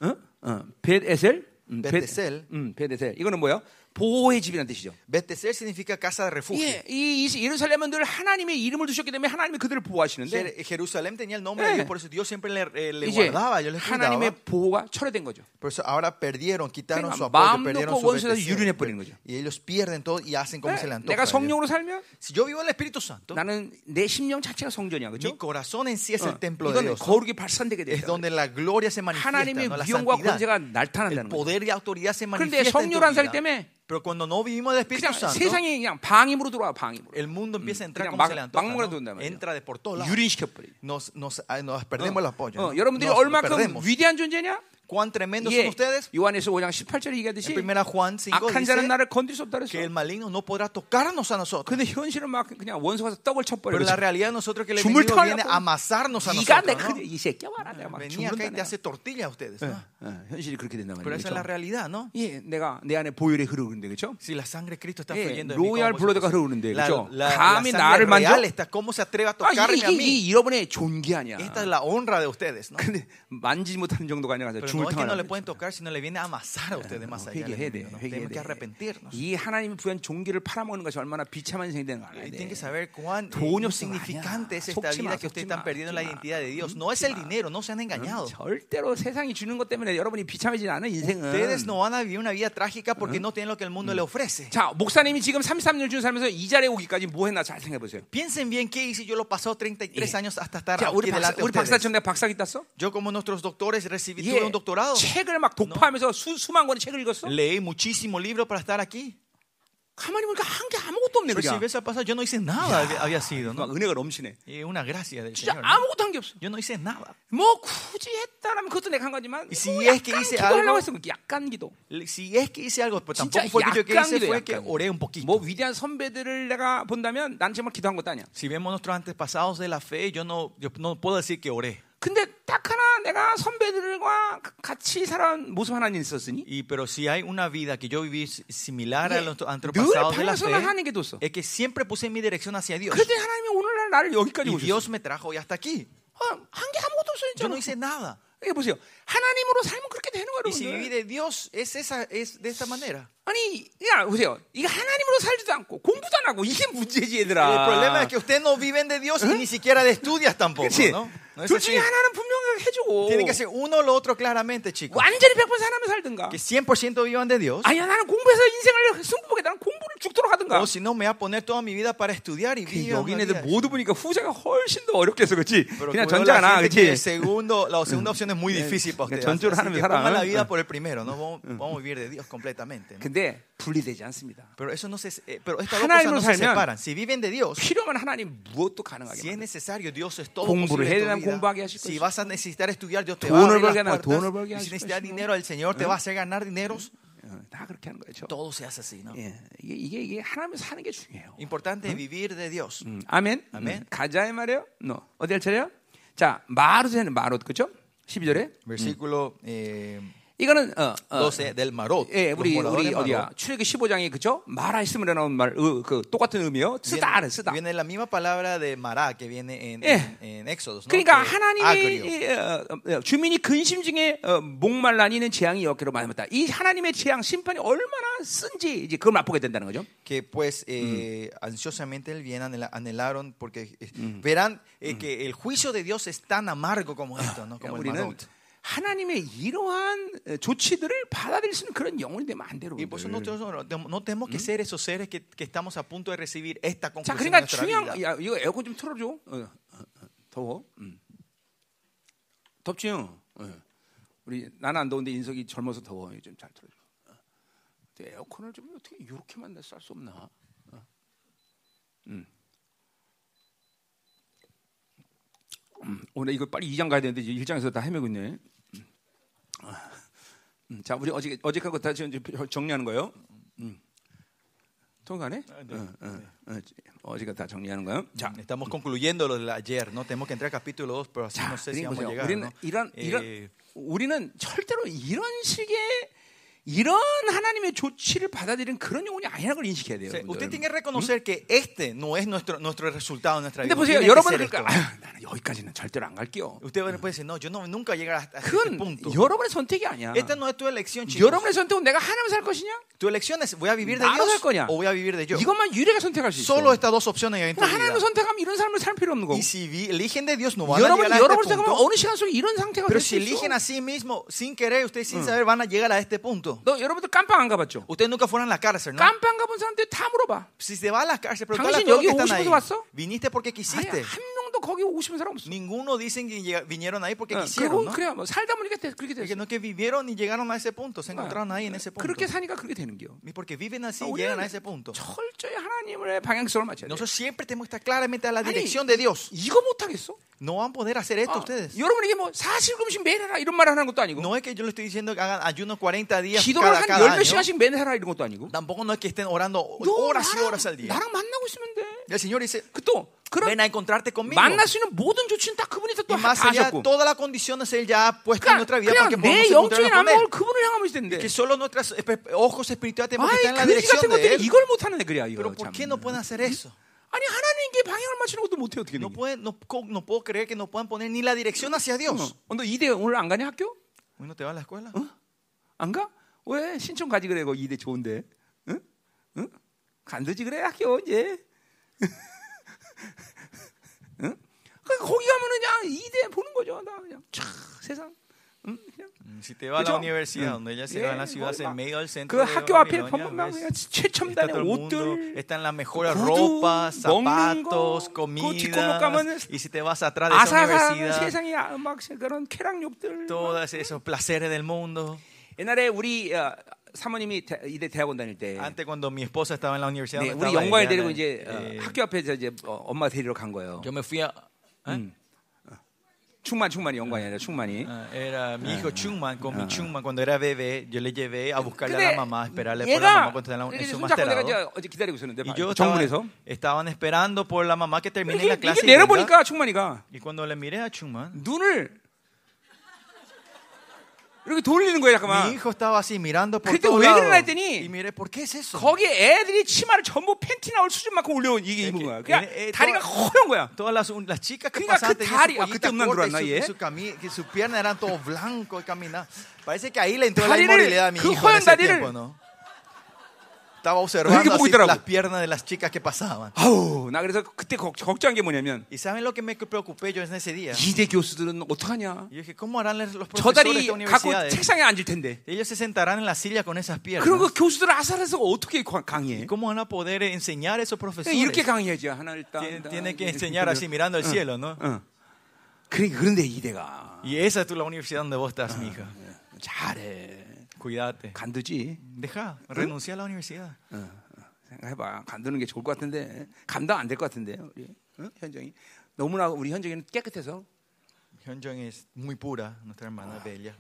Speaker 1: 어? 어어벳 에셀 음,
Speaker 2: 벳
Speaker 1: 벳-
Speaker 2: 에셀.
Speaker 1: 음, 벳 에셀 이거는 뭐야 보호의 집이라는 뜻이죠
Speaker 2: Beteser significa casa de refugio.
Speaker 1: 예, 이, 이 예루살렘은 늘 하나님의 이름을 두셨기 때문에 하나님이 그들을 보호하시는데
Speaker 2: Jer- Jerusalén tenía el nombre de
Speaker 1: Eh.
Speaker 2: Dios, por eso Dios siempre le, eh, le
Speaker 1: 이제
Speaker 2: guardaba, yo les cuidaba.
Speaker 1: 하나님의 보호가 철회된 거죠
Speaker 2: Por eso ahora perdieron, quitaron
Speaker 1: 그러니까
Speaker 2: su
Speaker 1: 마음
Speaker 2: apoyo, perdieron
Speaker 1: 놓고
Speaker 2: su
Speaker 1: 원수에서
Speaker 2: Beteser.
Speaker 1: 유린해버리는 거죠.
Speaker 2: Y ellos pierden todo y hacen como
Speaker 1: 예,
Speaker 2: se le antoja.
Speaker 1: 내가
Speaker 2: a ellos.
Speaker 1: 성령으로 살면
Speaker 2: Si yo vivo en el Espíritu Santo,
Speaker 1: 나는 내 심령 자체가 성전이야
Speaker 2: mi
Speaker 1: 그렇죠?
Speaker 2: corazón en sí es
Speaker 1: Ah,
Speaker 2: el templo de
Speaker 1: 이건
Speaker 2: Dios.
Speaker 1: 거룩이 발산되게
Speaker 2: Es
Speaker 1: 되죠
Speaker 2: donde la gloria se manifiesta,
Speaker 1: 하나님의
Speaker 2: ¿no? la
Speaker 1: 위엄과
Speaker 2: santidad.
Speaker 1: 권세가
Speaker 2: El
Speaker 1: 날타난다는 거죠
Speaker 2: poder y autoridad se
Speaker 1: 그런데
Speaker 2: manifiesta en tu
Speaker 1: 성령이라는 사람이
Speaker 2: vida.
Speaker 1: 때문에
Speaker 2: Pero cuando no vivimos del Espíritu
Speaker 1: 그냥
Speaker 2: Santo,
Speaker 1: 세상이 그냥 방임으로 들어와 방임으로
Speaker 2: el mundo empieza a entrar
Speaker 1: 그냥
Speaker 2: como
Speaker 1: 막-
Speaker 2: se le antoja,
Speaker 1: 막무가내
Speaker 2: ¿no?
Speaker 1: 돈단 말이야.
Speaker 2: Entra de por todos lados.
Speaker 1: 유린시켜버리죠
Speaker 2: Nos, nos, ah, nos perdemos el apoyo.
Speaker 1: 어,
Speaker 2: ¿no?
Speaker 1: 여러분들이
Speaker 2: Nos
Speaker 1: 얼마큼
Speaker 2: perdemos.
Speaker 1: 위대한 존재냐?
Speaker 2: ¿Cuán tremendos
Speaker 1: 예,
Speaker 2: son ustedes?
Speaker 1: 요한에서 5장 18절에 얘기하듯이
Speaker 2: En primera Juan 5
Speaker 1: 악한
Speaker 2: dice
Speaker 1: 자는 나를 건드릴 수 없다 그랬어
Speaker 2: que el maligno no podrá tocarnos a nosotros.
Speaker 1: 근데 현실은 막 그냥 원수가 서 떡을 쳐버려
Speaker 2: Pero la
Speaker 1: 그래서
Speaker 2: realidad de nosotros es que el
Speaker 1: Chumul
Speaker 2: enemigo viene
Speaker 1: tongue.
Speaker 2: a amasarnos a
Speaker 1: 네가
Speaker 2: nosotros.
Speaker 1: 내그
Speaker 2: ¿no?
Speaker 1: 이 새끼야 와라 내가 막
Speaker 2: Venía acá y te
Speaker 1: 죽는다
Speaker 2: hace tortilla a ustedes. ¿no?
Speaker 1: 어, 현실이 그렇게 된단
Speaker 2: Pero
Speaker 1: 말이죠.
Speaker 2: esa es la
Speaker 1: 그렇죠?
Speaker 2: realidad, ¿no?
Speaker 1: 예, 내가 내 안에 보혈이 흐르는데 그렇죠?
Speaker 2: Si la sangre de Cristo está
Speaker 1: 예,
Speaker 2: fluyendo en mí,
Speaker 1: 로얄
Speaker 2: ¿cómo
Speaker 1: 블러드가
Speaker 2: se-
Speaker 1: 흐르는데
Speaker 2: la,
Speaker 1: 그렇죠?
Speaker 2: la- la
Speaker 1: 감히
Speaker 2: sangre
Speaker 1: 나를 만져?
Speaker 2: real está, ¿cómo se atreve a
Speaker 1: 아,
Speaker 2: tocarme a
Speaker 1: 이게,
Speaker 2: mí?
Speaker 1: 이 여러분의 존귀 아니야.
Speaker 2: Esta es la honra de ustedes, ¿no?
Speaker 1: 근데 만지지 못하는 정도가 아니라
Speaker 2: Pero
Speaker 1: 죽을
Speaker 2: no es que no le
Speaker 1: 탕하는
Speaker 2: pueden tocar, sino le viene a amasar a ustedes más allá. del
Speaker 1: 회개해야 돼.
Speaker 2: enemigo, ¿no?
Speaker 1: 회개해야
Speaker 2: Tenemos que
Speaker 1: 돼.
Speaker 2: arrepentirnos.
Speaker 1: 이 하나님이 부여한 종기를 팔아먹는 것이 얼마나 비참한 인생이 되는 거 알아야
Speaker 2: Y
Speaker 1: 돼.
Speaker 2: tienen que saber cuán eh,
Speaker 1: 돈이 없어.
Speaker 2: significante
Speaker 1: 아니야.
Speaker 2: es esta
Speaker 1: 속지 마,
Speaker 2: vida que ustedes
Speaker 1: 속지 마,
Speaker 2: están perdiendo en la
Speaker 1: 속지 마.
Speaker 2: identidad de Dios. No es el dinero, no se han engañado.
Speaker 1: 절대로 세상이 주는 것 때문에 여러분이 비참해지지 않아 인생은.
Speaker 2: Ustedes no van a vivir una vida trágica porque no tienen lo que el mundo le ofrece.
Speaker 1: 자 목사님이 지금 33년 중 살면서 이 자리에 오기까지 뭐 했나 잘 생각해 보세요.
Speaker 2: Piensen bien qué hice yo los pasados 33
Speaker 1: 예.
Speaker 2: años hasta estar
Speaker 1: 자
Speaker 2: aquí
Speaker 1: 우리 박사
Speaker 2: delante de
Speaker 1: 우리
Speaker 2: ustedes.
Speaker 1: 박사처럼 내가 박사기 땄어?
Speaker 2: Yo como nuestros doctores recibí
Speaker 1: 예.
Speaker 2: tuve un doctorado.
Speaker 1: 책을 막 독파하면서 수, 수만 권의 책을 읽었어?
Speaker 2: Leí muchísimo libro para estar aquí.
Speaker 1: 가만히 보니까 한 게 아무것도 없네
Speaker 2: Pero si
Speaker 1: 그냥.
Speaker 2: ves al pasado, yo no hice nada había- había sido,
Speaker 1: 막
Speaker 2: ¿no?
Speaker 1: 은혜가 넘치네.
Speaker 2: Y una gracia del
Speaker 1: 진짜
Speaker 2: Señor. ¿no?
Speaker 1: 아무것도 한 게 없어.
Speaker 2: Yo no hice nada.
Speaker 1: 뭐 굳이 했다라면 그것도 내가 한 거지만
Speaker 2: 이
Speaker 1: 뭐
Speaker 2: CES que
Speaker 1: 약간
Speaker 2: hice
Speaker 1: 기도하려고
Speaker 2: algo-
Speaker 1: 했어 약간 기도
Speaker 2: Si es que hice algo, pero
Speaker 1: 진짜
Speaker 2: tampoco fue que yo que
Speaker 1: 약간
Speaker 2: hice,
Speaker 1: 기도
Speaker 2: fue que
Speaker 1: 약간 기도.
Speaker 2: oré un poquito.
Speaker 1: 뭐 위대한 선배들을 내가 본다면 난 정말 기도한 것도 아니야
Speaker 2: Si vemos nuestros antepasados de la fe, yo no, yo no puedo decir que oré.
Speaker 1: 근데 딱 하나 내가 선배들과 같이 살아온 모습 하나 있었으니
Speaker 2: Y, pero si hay una vida que yo viví si- similar a
Speaker 1: 예,
Speaker 2: los
Speaker 1: 늘
Speaker 2: antepasados de la
Speaker 1: 방향성을 하나님께
Speaker 2: fe,
Speaker 1: 뒀어
Speaker 2: es que siempre puse mi dirección hacia Dios.
Speaker 1: 그런데 하나님이 오늘날 나를 여기까지
Speaker 2: Y
Speaker 1: 오셨어
Speaker 2: Dios me trajo y hasta aquí.
Speaker 1: 한 게 아무것도 없어
Speaker 2: Yo no
Speaker 1: 진짜
Speaker 2: hice nada.
Speaker 1: 이게 보세요 하나님으로 살면 그렇게 되는
Speaker 2: Y si
Speaker 1: 거예요
Speaker 2: viví
Speaker 1: 여러분들.
Speaker 2: de Dios, es, esa, es de esta manera.
Speaker 1: 아니 야 보세요 이게 하나님으로 살지도 않고 공부도 안 하고 이게 문제지
Speaker 2: El problema
Speaker 1: 얘들아
Speaker 2: es que ustedes no viven de Dios y ni siquiera de estudias tampoco,
Speaker 1: 그렇지
Speaker 2: ¿no? No es
Speaker 1: 둘 중에
Speaker 2: así.
Speaker 1: 하나는 분명히
Speaker 2: Tienen
Speaker 1: 해주고
Speaker 2: que hacer uno o lo otro claramente, chicos.
Speaker 1: 완전히 100% 사람이 살든가
Speaker 2: Que 100% vivan de Dios.
Speaker 1: 어, 아니야 나는 공부해서 인생을 승부하게 나는 공부를 죽도록 하든가
Speaker 2: O si no, me voy a poner toda mi vida para estudiar y
Speaker 1: 그
Speaker 2: vivir.
Speaker 1: 어, 여기 있는 애들 모두 보니까 후자가 훨씬 더 어렵겠어 그렇지
Speaker 2: Pero
Speaker 1: 그냥
Speaker 2: como veo
Speaker 1: 전자가
Speaker 2: la
Speaker 1: 나
Speaker 2: gente
Speaker 1: 그렇지
Speaker 2: que el segundo, la segunda opción es muy difícil para ustedes.
Speaker 1: 전주를
Speaker 2: Así
Speaker 1: 하는
Speaker 2: que
Speaker 1: 사람.
Speaker 2: pongan la vida
Speaker 1: 응.
Speaker 2: por el primero, ¿no? Vamos, vamos a vivir de Dios completamente. ¿no?
Speaker 1: 근데 분리되지 않습니다
Speaker 2: Pero eso no se, eh, pero estas dos cosas
Speaker 1: 하나님으로
Speaker 2: no se
Speaker 1: 살면
Speaker 2: separan. Si viven de Dios,
Speaker 1: 필요하면 하나님 무엇도
Speaker 2: si
Speaker 1: 가능하게
Speaker 2: es
Speaker 1: 만들어.
Speaker 2: necesario, Dios es todo
Speaker 1: 공부를
Speaker 2: posible
Speaker 1: 해야
Speaker 2: en tu
Speaker 1: 되면
Speaker 2: vida.
Speaker 1: 공부하게 하실
Speaker 2: Si
Speaker 1: 것이고.
Speaker 2: vas a necesitar estudiar, Dios te va a
Speaker 1: 돈을
Speaker 2: abrir las
Speaker 1: 벌게 하나, 돈을 벌게
Speaker 2: puertas. Y
Speaker 1: 하실
Speaker 2: si
Speaker 1: 것이고.
Speaker 2: necesitas dinero, el Señor te va a hacer ganar dineros.
Speaker 1: 어, 다 그렇게 하는 거죠
Speaker 2: Todo se hace así, ¿no?
Speaker 1: 예, 이게 이게, 이게 하나님을 사는 게 중요해요
Speaker 2: Importante es vivir de Dios.
Speaker 1: 음, 예. 아멘
Speaker 2: 아멘.
Speaker 1: 음, 가자 이 말이에요 너 어디 할 차례요 자 마룻에는 마룻 그렇죠 12절에
Speaker 2: Versículo eh,
Speaker 1: 이거는 어, 어,
Speaker 2: 12 del Marot.
Speaker 1: 예,
Speaker 2: Los
Speaker 1: 우리
Speaker 2: moradores
Speaker 1: 우리
Speaker 2: de
Speaker 1: 어디야?
Speaker 2: Marot.
Speaker 1: 출애굽 15장에 그죠? 말하 있음으로 나온 말, 어, 그 똑같은 의미요. 쓰다,
Speaker 2: Viene,
Speaker 1: 쓰다.
Speaker 2: viene la misma palabra de Mará que viene en,
Speaker 1: Eh.
Speaker 2: en, en Éxodos. ¿no?
Speaker 1: 그러니까
Speaker 2: Que
Speaker 1: 하나님이
Speaker 2: agrio.
Speaker 1: 이, 어, 어, 어, 주민이 근심 중에 어, 목말라니는 재앙이 여기로 말했다. 이 하나님의 재앙 맛보게 심판이 얼마나 쓴지 이제 그걸 맛보게 된다는 거죠.
Speaker 2: que pues eh, ansiosamente el bien anhela- anhelaron porque eh, verán eh, que el juicio de Dios es tan amargo como esto, ¿no? Como el
Speaker 1: 그러니까 우리는
Speaker 2: Marot.
Speaker 1: 하나님의 이러한 어, 조치들을 받아들일 수 있는 그런 영혼이 되면 안 되는
Speaker 2: Y por eso
Speaker 1: 거예요.
Speaker 2: no, tenemos- no- no tenemos que ser esos seres que, que estamos a punto de recibir esta
Speaker 1: 자,
Speaker 2: conclusión de
Speaker 1: 그러니까
Speaker 2: nuestra
Speaker 1: 중요한
Speaker 2: vida.
Speaker 1: 야, 이거 에어컨 좀 틀어줘. 어, 어, 어, 더워. 음. 덥지요. 어. 우리 나는 안 더운데 인석이 젊어서 더워. 좀 잘 틀어줘. 어. 근데 에어컨을 좀 어떻게 이렇게만 쌀수 없나? 어. 음. 음, 오늘 이거 빨리 2장 가야 되는데 지금 1장에서 다 헤매고 있네. 음. 아. 음, 자, 우리 어제 어제 한거 다시 이제 정리하는 거예요. 음. 통과네? 어. 응, 응, 응. 어제가 다 정리하는 거예요. 자,
Speaker 2: Estamos concluyendo lo del ayer, ¿no? Tenemos que entrar al capítulo 2, pero así
Speaker 1: 자,
Speaker 2: no sé si
Speaker 1: 우리는
Speaker 2: vamos a
Speaker 1: 보세요.
Speaker 2: llegar,
Speaker 1: 우리는 예,
Speaker 2: ¿no?
Speaker 1: 이런
Speaker 2: Eh,
Speaker 1: 이런 우리는 절대로 이런 식의 이런 하나님의 조치를 받아들이는 그런 영혼이 아니라는 걸 인식해야 돼요.
Speaker 2: o sea, usted
Speaker 1: 여러분들.
Speaker 2: tiene que reconocer que este no es nuestro, nuestro resultado en nuestra
Speaker 1: 근데
Speaker 2: vida. No
Speaker 1: 보세요, 예,
Speaker 2: tiene que
Speaker 1: 여러분은
Speaker 2: ser
Speaker 1: 그러니까
Speaker 2: esto.
Speaker 1: 아유, 나는 여기까지는 절대로 안 갈게요.
Speaker 2: Usted puede decir, no, yo no, nunca llegaré hasta este
Speaker 1: 그건
Speaker 2: punto.
Speaker 1: 여러분의 선택이 아니야.
Speaker 2: Esta no es tu elección, chicos.
Speaker 1: 여러분의 선택은 내가 하나님을 살 것이냐,
Speaker 2: Tu elección es, ¿voy a vivir de
Speaker 1: 나로 살
Speaker 2: Dios
Speaker 1: 거냐.
Speaker 2: o voy a vivir de yo?
Speaker 1: 이것만 유리가 선택할 수 있어.
Speaker 2: Solo estas dos opciones hay en tu vida.
Speaker 1: 하나님을 선택하면 이런 사람을 살 필요 없는 거고.
Speaker 2: Y si vi- eligen de Dios, no van a
Speaker 1: 여러분
Speaker 2: llegar a este
Speaker 1: 여러분을 선택하면
Speaker 2: punto.
Speaker 1: 어느 시간 속에 이런 상태가 될
Speaker 2: Pero
Speaker 1: 수
Speaker 2: si
Speaker 1: 있어.
Speaker 2: eligen a sí mismo, sin querer, ustedes sin saber, van a llegar a este punto.
Speaker 1: 너 여러분들 깜빵 안 가봤죠?
Speaker 2: Ustedes nunca fueron a la cárcel, ¿no?
Speaker 1: 깜빵 가본 사람들 다 물어봐.
Speaker 2: Si se va a la cárcel, pero
Speaker 1: ¿당신
Speaker 2: todas las
Speaker 1: 여기
Speaker 2: personas que están
Speaker 1: 오고
Speaker 2: ahí,
Speaker 1: 싶어서 왔어?
Speaker 2: viniste porque
Speaker 1: 아니,
Speaker 2: quisiste.
Speaker 1: 네, 한 명도 거기 오고 싶은 사람 없어.
Speaker 2: Ninguno dicen que llega- vinieron ahí porque
Speaker 1: 어,
Speaker 2: quisieron,
Speaker 1: 그리고
Speaker 2: ¿no?
Speaker 1: 그래요. 뭐 살다 보니까 대- 그렇게
Speaker 2: Es que
Speaker 1: 됐어.
Speaker 2: no que vivieron y llegaron a ese punto,
Speaker 1: 어,
Speaker 2: se encontraron ahí en ese punto.
Speaker 1: 그렇게 사니까 그렇게 되는 게요.
Speaker 2: Y porque viven así,
Speaker 1: 우리는
Speaker 2: llegan a ese punto.
Speaker 1: 철저히 하나님의 방향성을 맞춰야 돼.
Speaker 2: Nosotros siempre tenemos que estar claramente a la
Speaker 1: Ani,
Speaker 2: dirección de Dios.
Speaker 1: 이거 못 하겠어?
Speaker 2: No van a poder hacer esto
Speaker 1: 아,
Speaker 2: ustedes.
Speaker 1: 여러분에게 뭐 사실 금식 매일 해라 이런 말 하는 것도 아니고
Speaker 2: No es que yo le estoy diciendo que hagan ayuno 40 días
Speaker 1: 기도를
Speaker 2: cada,
Speaker 1: 한
Speaker 2: cada
Speaker 1: 열몇
Speaker 2: año.
Speaker 1: 시간씩 매일 해라 이런 것도 아니고
Speaker 2: Tampoco no es que estén orando
Speaker 1: 너
Speaker 2: horas y
Speaker 1: 나랑-
Speaker 2: horas al día.
Speaker 1: 나랑 만나고 있으면 돼.
Speaker 2: Y el Señor dice,
Speaker 1: 그 또 그런
Speaker 2: ven a encontrarte conmigo.
Speaker 1: 만날 수 있는 모든 조치는 다 그분이 다
Speaker 2: Y más allá,
Speaker 1: 하셨고
Speaker 2: todas las condiciones Él ya ha puesto
Speaker 1: 그냥,
Speaker 2: en nuestra vida para que
Speaker 1: 그냥
Speaker 2: podamos
Speaker 1: 내 영적인
Speaker 2: encontrarnos con
Speaker 1: 안목을
Speaker 2: Él.
Speaker 1: 그분을 향하면 되는데
Speaker 2: Que solo nuestros espe- ojos espirituales tenemos que estar en la
Speaker 1: 아이 그지
Speaker 2: dirección
Speaker 1: 같은
Speaker 2: de
Speaker 1: 것들이
Speaker 2: Él.
Speaker 1: 이걸 못하는 애들이야 이거
Speaker 2: Pero
Speaker 1: 참
Speaker 2: ¿por qué no pueden hacer eso?
Speaker 1: 아니 하나님께 방향을 맞추는 것도 못해 어떻게
Speaker 2: No,
Speaker 1: 되니
Speaker 2: pueden, no, co- no puedo creer que no puedan poner ni la dirección hacia Dios. ¿Ah?
Speaker 1: 어, 너 이대 오늘 안 가냐 학교?
Speaker 2: ¿Hoy no te vas a la escuela?
Speaker 1: 안 가? 왜 신청 가지 그래? 거 이대 좋은데. 응? 응? 간다지 그래? 학교 이제. 응? 그 거기 가면은 그냥 이대 보는 거죠. 나 그냥 촥 세상. 응? 그냥.
Speaker 2: Mm, Si te vas a
Speaker 1: Yo-
Speaker 2: la universidad, donde ella se
Speaker 1: Yeah,
Speaker 2: va a la ciudad,
Speaker 1: voy,
Speaker 2: en
Speaker 1: ma-
Speaker 2: medio del centro
Speaker 1: 그
Speaker 2: de
Speaker 1: 학교 앞에
Speaker 2: Babilonia,
Speaker 1: 번번만
Speaker 2: ves,
Speaker 1: 그냥
Speaker 2: está todo
Speaker 1: 최첨단의
Speaker 2: el mundo,
Speaker 1: 옷들
Speaker 2: están las mejores
Speaker 1: vudú,
Speaker 2: ropas,
Speaker 1: 먹는
Speaker 2: zapatos,
Speaker 1: 거, 그 뒷골목 가면은
Speaker 2: comidas. Y si te vas atrás de esa
Speaker 1: 아사사한
Speaker 2: universidad,
Speaker 1: 세상의 아- 막 그런 쾌락욕들.
Speaker 2: todos esos placeres del mundo.
Speaker 1: 옛날에 우리 어, 사모님이 대- 이대 대학원 다닐 때
Speaker 2: Antes cuando mi esposa estaba en la universidad,
Speaker 1: 네,
Speaker 2: donde
Speaker 1: 우리
Speaker 2: estaba
Speaker 1: 영광을
Speaker 2: ella,
Speaker 1: 데리고 이제 어,
Speaker 2: eh,
Speaker 1: 학교 앞에서 이제 어, 엄마 데리러 간 거예요.
Speaker 2: yo me fui a...
Speaker 1: 충만 충만이 영광이 아니라 충만이.
Speaker 2: Ah, Era mi hijo Chungman, con mi Chungman cuando era bebé, yo le llevé a buscarle a
Speaker 1: 근데
Speaker 2: la mamá, a esperarle por la mamá
Speaker 1: 얘가
Speaker 2: cuando estaba en la-
Speaker 1: 이렇게
Speaker 2: en su
Speaker 1: 손잡고 내가
Speaker 2: masterado.
Speaker 1: 이제 어제 기다리고 있었는데
Speaker 2: Y yo estaba-
Speaker 1: 정문에서
Speaker 2: estaban esperando por la mamá que termine
Speaker 1: 이렇게,
Speaker 2: la clase.
Speaker 1: 이렇게
Speaker 2: y venga.
Speaker 1: 내려보니까 충만이가
Speaker 2: Y cuando le miré a Chungman,
Speaker 1: 눈을 이렇게 돌리는 거예요
Speaker 2: mi
Speaker 1: 잠깐만.
Speaker 2: hijo estaba así mirando por
Speaker 1: 그때
Speaker 2: todos
Speaker 1: 왜
Speaker 2: lados.
Speaker 1: 그러나 했더니
Speaker 2: Y miré, ¿por qué es eso?
Speaker 1: 거기 애들이 치마를 전부 팬티 나올 수준만큼 올려온 그 이게 입은 거야. 그냥
Speaker 2: 에, 에,
Speaker 1: 다리가
Speaker 2: 또-
Speaker 1: 허연 거야.
Speaker 2: Todas las, las chicas que
Speaker 1: 그러니까 그
Speaker 2: pasaban tenían
Speaker 1: 다리-
Speaker 2: su
Speaker 1: 아,
Speaker 2: pollita
Speaker 1: 그때 음란
Speaker 2: corta y
Speaker 1: 들어왔나,
Speaker 2: su,
Speaker 1: 얘?
Speaker 2: y su, cami- que sus piernas eran todo blanco y caminaba. Parece que ahí le entró la
Speaker 1: 다리를-
Speaker 2: inmoralidad a mi
Speaker 1: 그
Speaker 2: hijo en ese
Speaker 1: 허연
Speaker 2: tiempo,
Speaker 1: 다리를-
Speaker 2: ¿no? Estaba observando
Speaker 1: 보고
Speaker 2: así
Speaker 1: 있더라고.
Speaker 2: las piernas de las chicas que pasaban.
Speaker 1: 아우 나 그래서 그때 걱- 걱정한 게 뭐냐면
Speaker 2: ¿Y saben lo que me preocupé yo en ese día?
Speaker 1: 이대 교수들은 어떡하냐?
Speaker 2: Yo dije, ¿cómo harán los
Speaker 1: 저
Speaker 2: profesores de
Speaker 1: 다리
Speaker 2: esta
Speaker 1: 갖고
Speaker 2: universidad? eh?
Speaker 1: 책상에 앉을 텐데.
Speaker 2: Ellos se sentarán en la silla con esas
Speaker 1: 그리고
Speaker 2: piernas.
Speaker 1: 그 교수들 아사라서 어떻게 관- 강의해?
Speaker 2: ¿Cómo van a poder enseñar a esos
Speaker 1: 그냥 이렇게
Speaker 2: profesores?
Speaker 1: 강의하지 하나 일단.
Speaker 2: Tiene-
Speaker 1: 일단.
Speaker 2: Tiene que enseñar así mirando al cielo, ¿no?
Speaker 1: 응. 그러니까 그래 그런데 이대가
Speaker 2: Y esa es tu- la universidad donde vos estás, mija.
Speaker 1: 잘해.
Speaker 2: Cuídate.
Speaker 1: 간두지.
Speaker 2: Deja, renuncia a la universidad.
Speaker 1: 생각해봐. 간두는 게 좋을 것 같은데 감당 안 될 것 같은데 우리 응? 현정이 너무나 우리 현정이는 깨끗해서
Speaker 2: Hyunjung es muy pura, nuestra hermana es bella.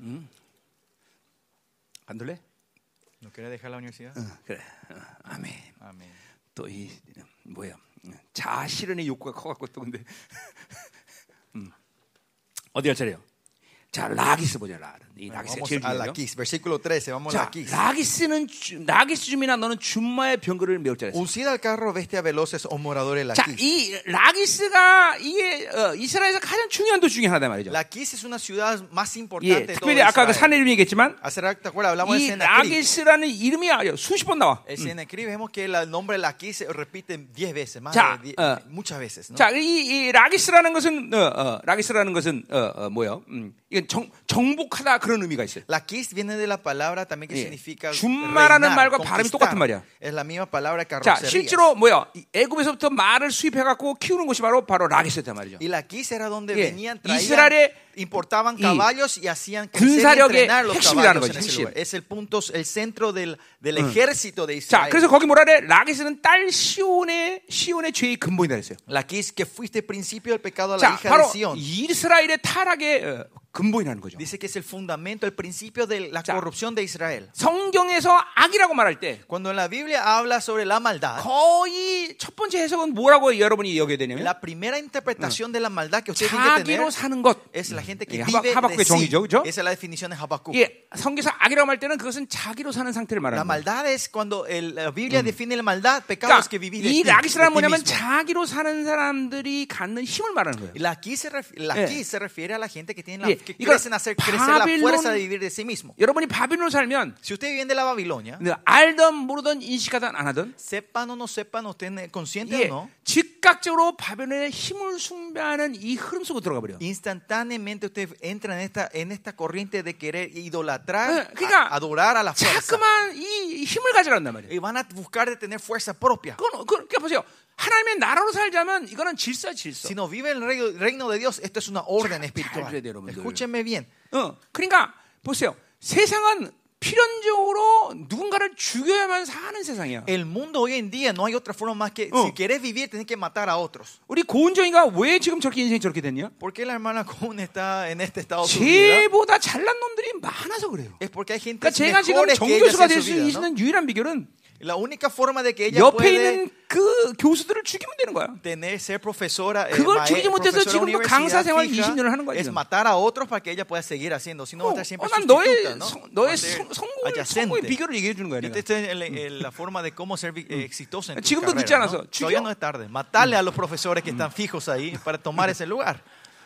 Speaker 1: 간둘래?
Speaker 2: ¿No quiere dejar la universidad?
Speaker 1: 응, 그래. 어, 아멘.
Speaker 2: Amén.
Speaker 1: 또 이 뭐야 자아 실현의 욕구가 커갖고 또 근데 음. 어디 할 차례요? 자 라기스 보자 라. 이 아, 라기스
Speaker 2: Vamos
Speaker 1: 제일
Speaker 2: a
Speaker 1: 중요해요.
Speaker 2: la Kiss, versículo 13, vamos a
Speaker 1: 자
Speaker 2: la Kiss.
Speaker 1: 라기스는 주- 라기스 주민아 너는 준마의 병거를 메울 자라. 했어.
Speaker 2: Uncida al carro, bestia veloces o moradores la Kiss.
Speaker 1: 자이 라기스가 이게 어, 이스라엘에서 가장 중요한 도 중에 하나다 말이죠.
Speaker 2: La Kiss es una ciudad más importante
Speaker 1: 예,
Speaker 2: de todo
Speaker 1: 특별히 아까 그 산의
Speaker 2: Israel.
Speaker 1: 이름이 얘기했지만
Speaker 2: Hace rato, ¿te acuerdas? Hablamos de
Speaker 1: 이
Speaker 2: Sennacherib.
Speaker 1: 라기스라는 이름이 아주 수십 번 나와.
Speaker 2: El Sennacherib vemos que la- el nombre de la Kiss se repite 10 veces, más
Speaker 1: Ya,
Speaker 2: de die-
Speaker 1: eh.
Speaker 2: muchas veces. ¿no?
Speaker 1: 자, 이, 이 라기스라는 것은 어, 어, 라기스라는 것은 어, 어, 뭐요? 음, 이건 정, 정복하다 그런 의미가 있어요.
Speaker 2: La kiss viene de la palabra también que
Speaker 1: 예.
Speaker 2: significa
Speaker 1: 준마라는
Speaker 2: reinar,
Speaker 1: 말과
Speaker 2: conquistar.
Speaker 1: 발음이 똑같은 말이야.
Speaker 2: Es la misma palabra
Speaker 1: 자,
Speaker 2: carrocería.
Speaker 1: 실제로 뭐요? 이 애굽에서부터 말을 수입해 갖고 키우는 곳이 바로 바로 라기스였단 말이죠.
Speaker 2: Y la kiss era donde
Speaker 1: 예.
Speaker 2: venían, traían,
Speaker 1: 이스라엘의
Speaker 2: importaban
Speaker 1: 이
Speaker 2: caballos y hacían crecer y
Speaker 1: 군사력의
Speaker 2: entrenar los
Speaker 1: 핵심이라는
Speaker 2: caballos
Speaker 1: 거지,
Speaker 2: en ese
Speaker 1: 핵심.
Speaker 2: lugar. Es el punto, el centro del, del ejército de
Speaker 1: 자,
Speaker 2: Israel.
Speaker 1: 그래서 거기 뭐라 그래? 라기스는 딸 시온의 시온의 죄의 근본이다 그랬어요.
Speaker 2: La kiss que fuiste principio del pecado a la
Speaker 1: 자,
Speaker 2: hija de
Speaker 1: 바로
Speaker 2: Sion.
Speaker 1: 이스라엘의 타락의 어, 근본이라는 거죠.
Speaker 2: Dice que es el fundamento, el principio de la
Speaker 1: 자.
Speaker 2: corrupción de Israel.
Speaker 1: 성경에서 악이라고 말할 때
Speaker 2: Cuando en la Biblia habla sobre la maldad,
Speaker 1: 거의 첫 번째 해석은 뭐라고 여러분이 여겨야 되냐면
Speaker 2: la primera interpretación de la maldad que usted tiene que
Speaker 1: 자기로
Speaker 2: tener
Speaker 1: 사는 것.
Speaker 2: es la gente que
Speaker 1: 예,
Speaker 2: vive
Speaker 1: 하박- 하박국의
Speaker 2: de sí.
Speaker 1: 정의죠, 그죠?
Speaker 2: Esa es la definición de Habacuc.
Speaker 1: 예, 성경에서 악이라고 말 때는 그것은 자기로 사는 상태를
Speaker 2: La
Speaker 1: 말하는 거예요.
Speaker 2: maldad es cuando el- la Biblia define la maldad, pecados
Speaker 1: 그러니까
Speaker 2: que vivís de ti,
Speaker 1: 이
Speaker 2: de
Speaker 1: 락이스라는
Speaker 2: ti
Speaker 1: 뭐냐면
Speaker 2: mismo.
Speaker 1: 자기로 사는 사람들이 갖는 힘을 말하는 거예요.
Speaker 2: Y La aquí se, ref- la
Speaker 1: 예.
Speaker 2: aquí se refiere a la gente que tiene la,
Speaker 1: 예,
Speaker 2: que
Speaker 1: 이거
Speaker 2: crecen a hacer crecer la
Speaker 1: 바빌론-
Speaker 2: fuerza de vivir de sí mismo.
Speaker 1: 여러분이 바빌론으로 살면
Speaker 2: Si ustedes viven de la Babilonia,
Speaker 1: 네, 알던 모르던 인식하던 안 하던
Speaker 2: sepan o no sepan, ustedes conscientes
Speaker 1: 예,
Speaker 2: o no,
Speaker 1: 즉각적으로 바빌론의 힘을 숭배하는 이 흐름 속으로 들어가 버려. 요
Speaker 2: instantáneamente ustedes entran en esta, en esta corriente de querer
Speaker 1: 예,
Speaker 2: idolatrar,
Speaker 1: 그러니까
Speaker 2: a- adorar a la fuerza.
Speaker 1: 자꾸만 이 힘을 가져간단 말이에요.
Speaker 2: Y van a buscar de tener fuerza propia.
Speaker 1: 그건 그 그러니까 보세요. 하나님의 나라로 살자면 이거는 질서 질서.
Speaker 2: Si no viven el reino- reino de Dios, esto es una orden
Speaker 1: 잘
Speaker 2: espiritual.
Speaker 1: 들어야 돼요, 여러분들.
Speaker 2: Escúchenme bien.
Speaker 1: 어, 그러니까 보세요. 세상은 필연적으로 누군가를 죽여야만 사는 세상이야.
Speaker 2: El mundo hoy en día no hay otra forma más que
Speaker 1: Oh.
Speaker 2: si querés vivir tenés que matar a otros.
Speaker 1: 우리 고은정이가 왜 지금 저렇게 인생이 저렇게 됐냐? 어,
Speaker 2: ¿Por qué la hermana Cohen está en este estado de su vida?
Speaker 1: 쟤보다 잘난 놈들이 많아서 그래요.
Speaker 2: Es es porque hay gente
Speaker 1: 그러니까 제가 지금
Speaker 2: mejores que ellas
Speaker 1: 정교수가
Speaker 2: en
Speaker 1: 될
Speaker 2: su
Speaker 1: 수
Speaker 2: vida. ¿no?
Speaker 1: 있는 유일한 비결은
Speaker 2: La única forma de que ella
Speaker 1: 옆에
Speaker 2: puede
Speaker 1: 있는 그 교수들을 죽이면 되는 거야.
Speaker 2: tener, ser profesora, eh,
Speaker 1: 그걸
Speaker 2: mae-
Speaker 1: 죽이지 못해서
Speaker 2: profesora
Speaker 1: 지금도
Speaker 2: universidad
Speaker 1: 강사 생활
Speaker 2: fija
Speaker 1: 20 년을 하는 거야,
Speaker 2: es
Speaker 1: 지금.
Speaker 2: matar a otros para que ella pueda seguir haciendo, si no va a
Speaker 1: 어,
Speaker 2: estar siempre
Speaker 1: 어, 난
Speaker 2: sustituta,
Speaker 1: 너의 아, 네.
Speaker 2: ¿no?
Speaker 1: 성-
Speaker 2: Va a
Speaker 1: 너의
Speaker 2: ser
Speaker 1: 성- 성공 성공의
Speaker 2: adyacente. Este
Speaker 1: 비결을 얘기해 주는 거야. 그러니까.
Speaker 2: Yo
Speaker 1: 내가.
Speaker 2: te estoy en, Mm. en- en la forma de cómo ser vi- eh, exitoso en tu
Speaker 1: 지금도
Speaker 2: carrera,
Speaker 1: 늦지 않아서
Speaker 2: ¿no?
Speaker 1: 죽여.
Speaker 2: Todavía no es tarde. Matarle a los profesores que están fijos ahí para tomar ese lugar.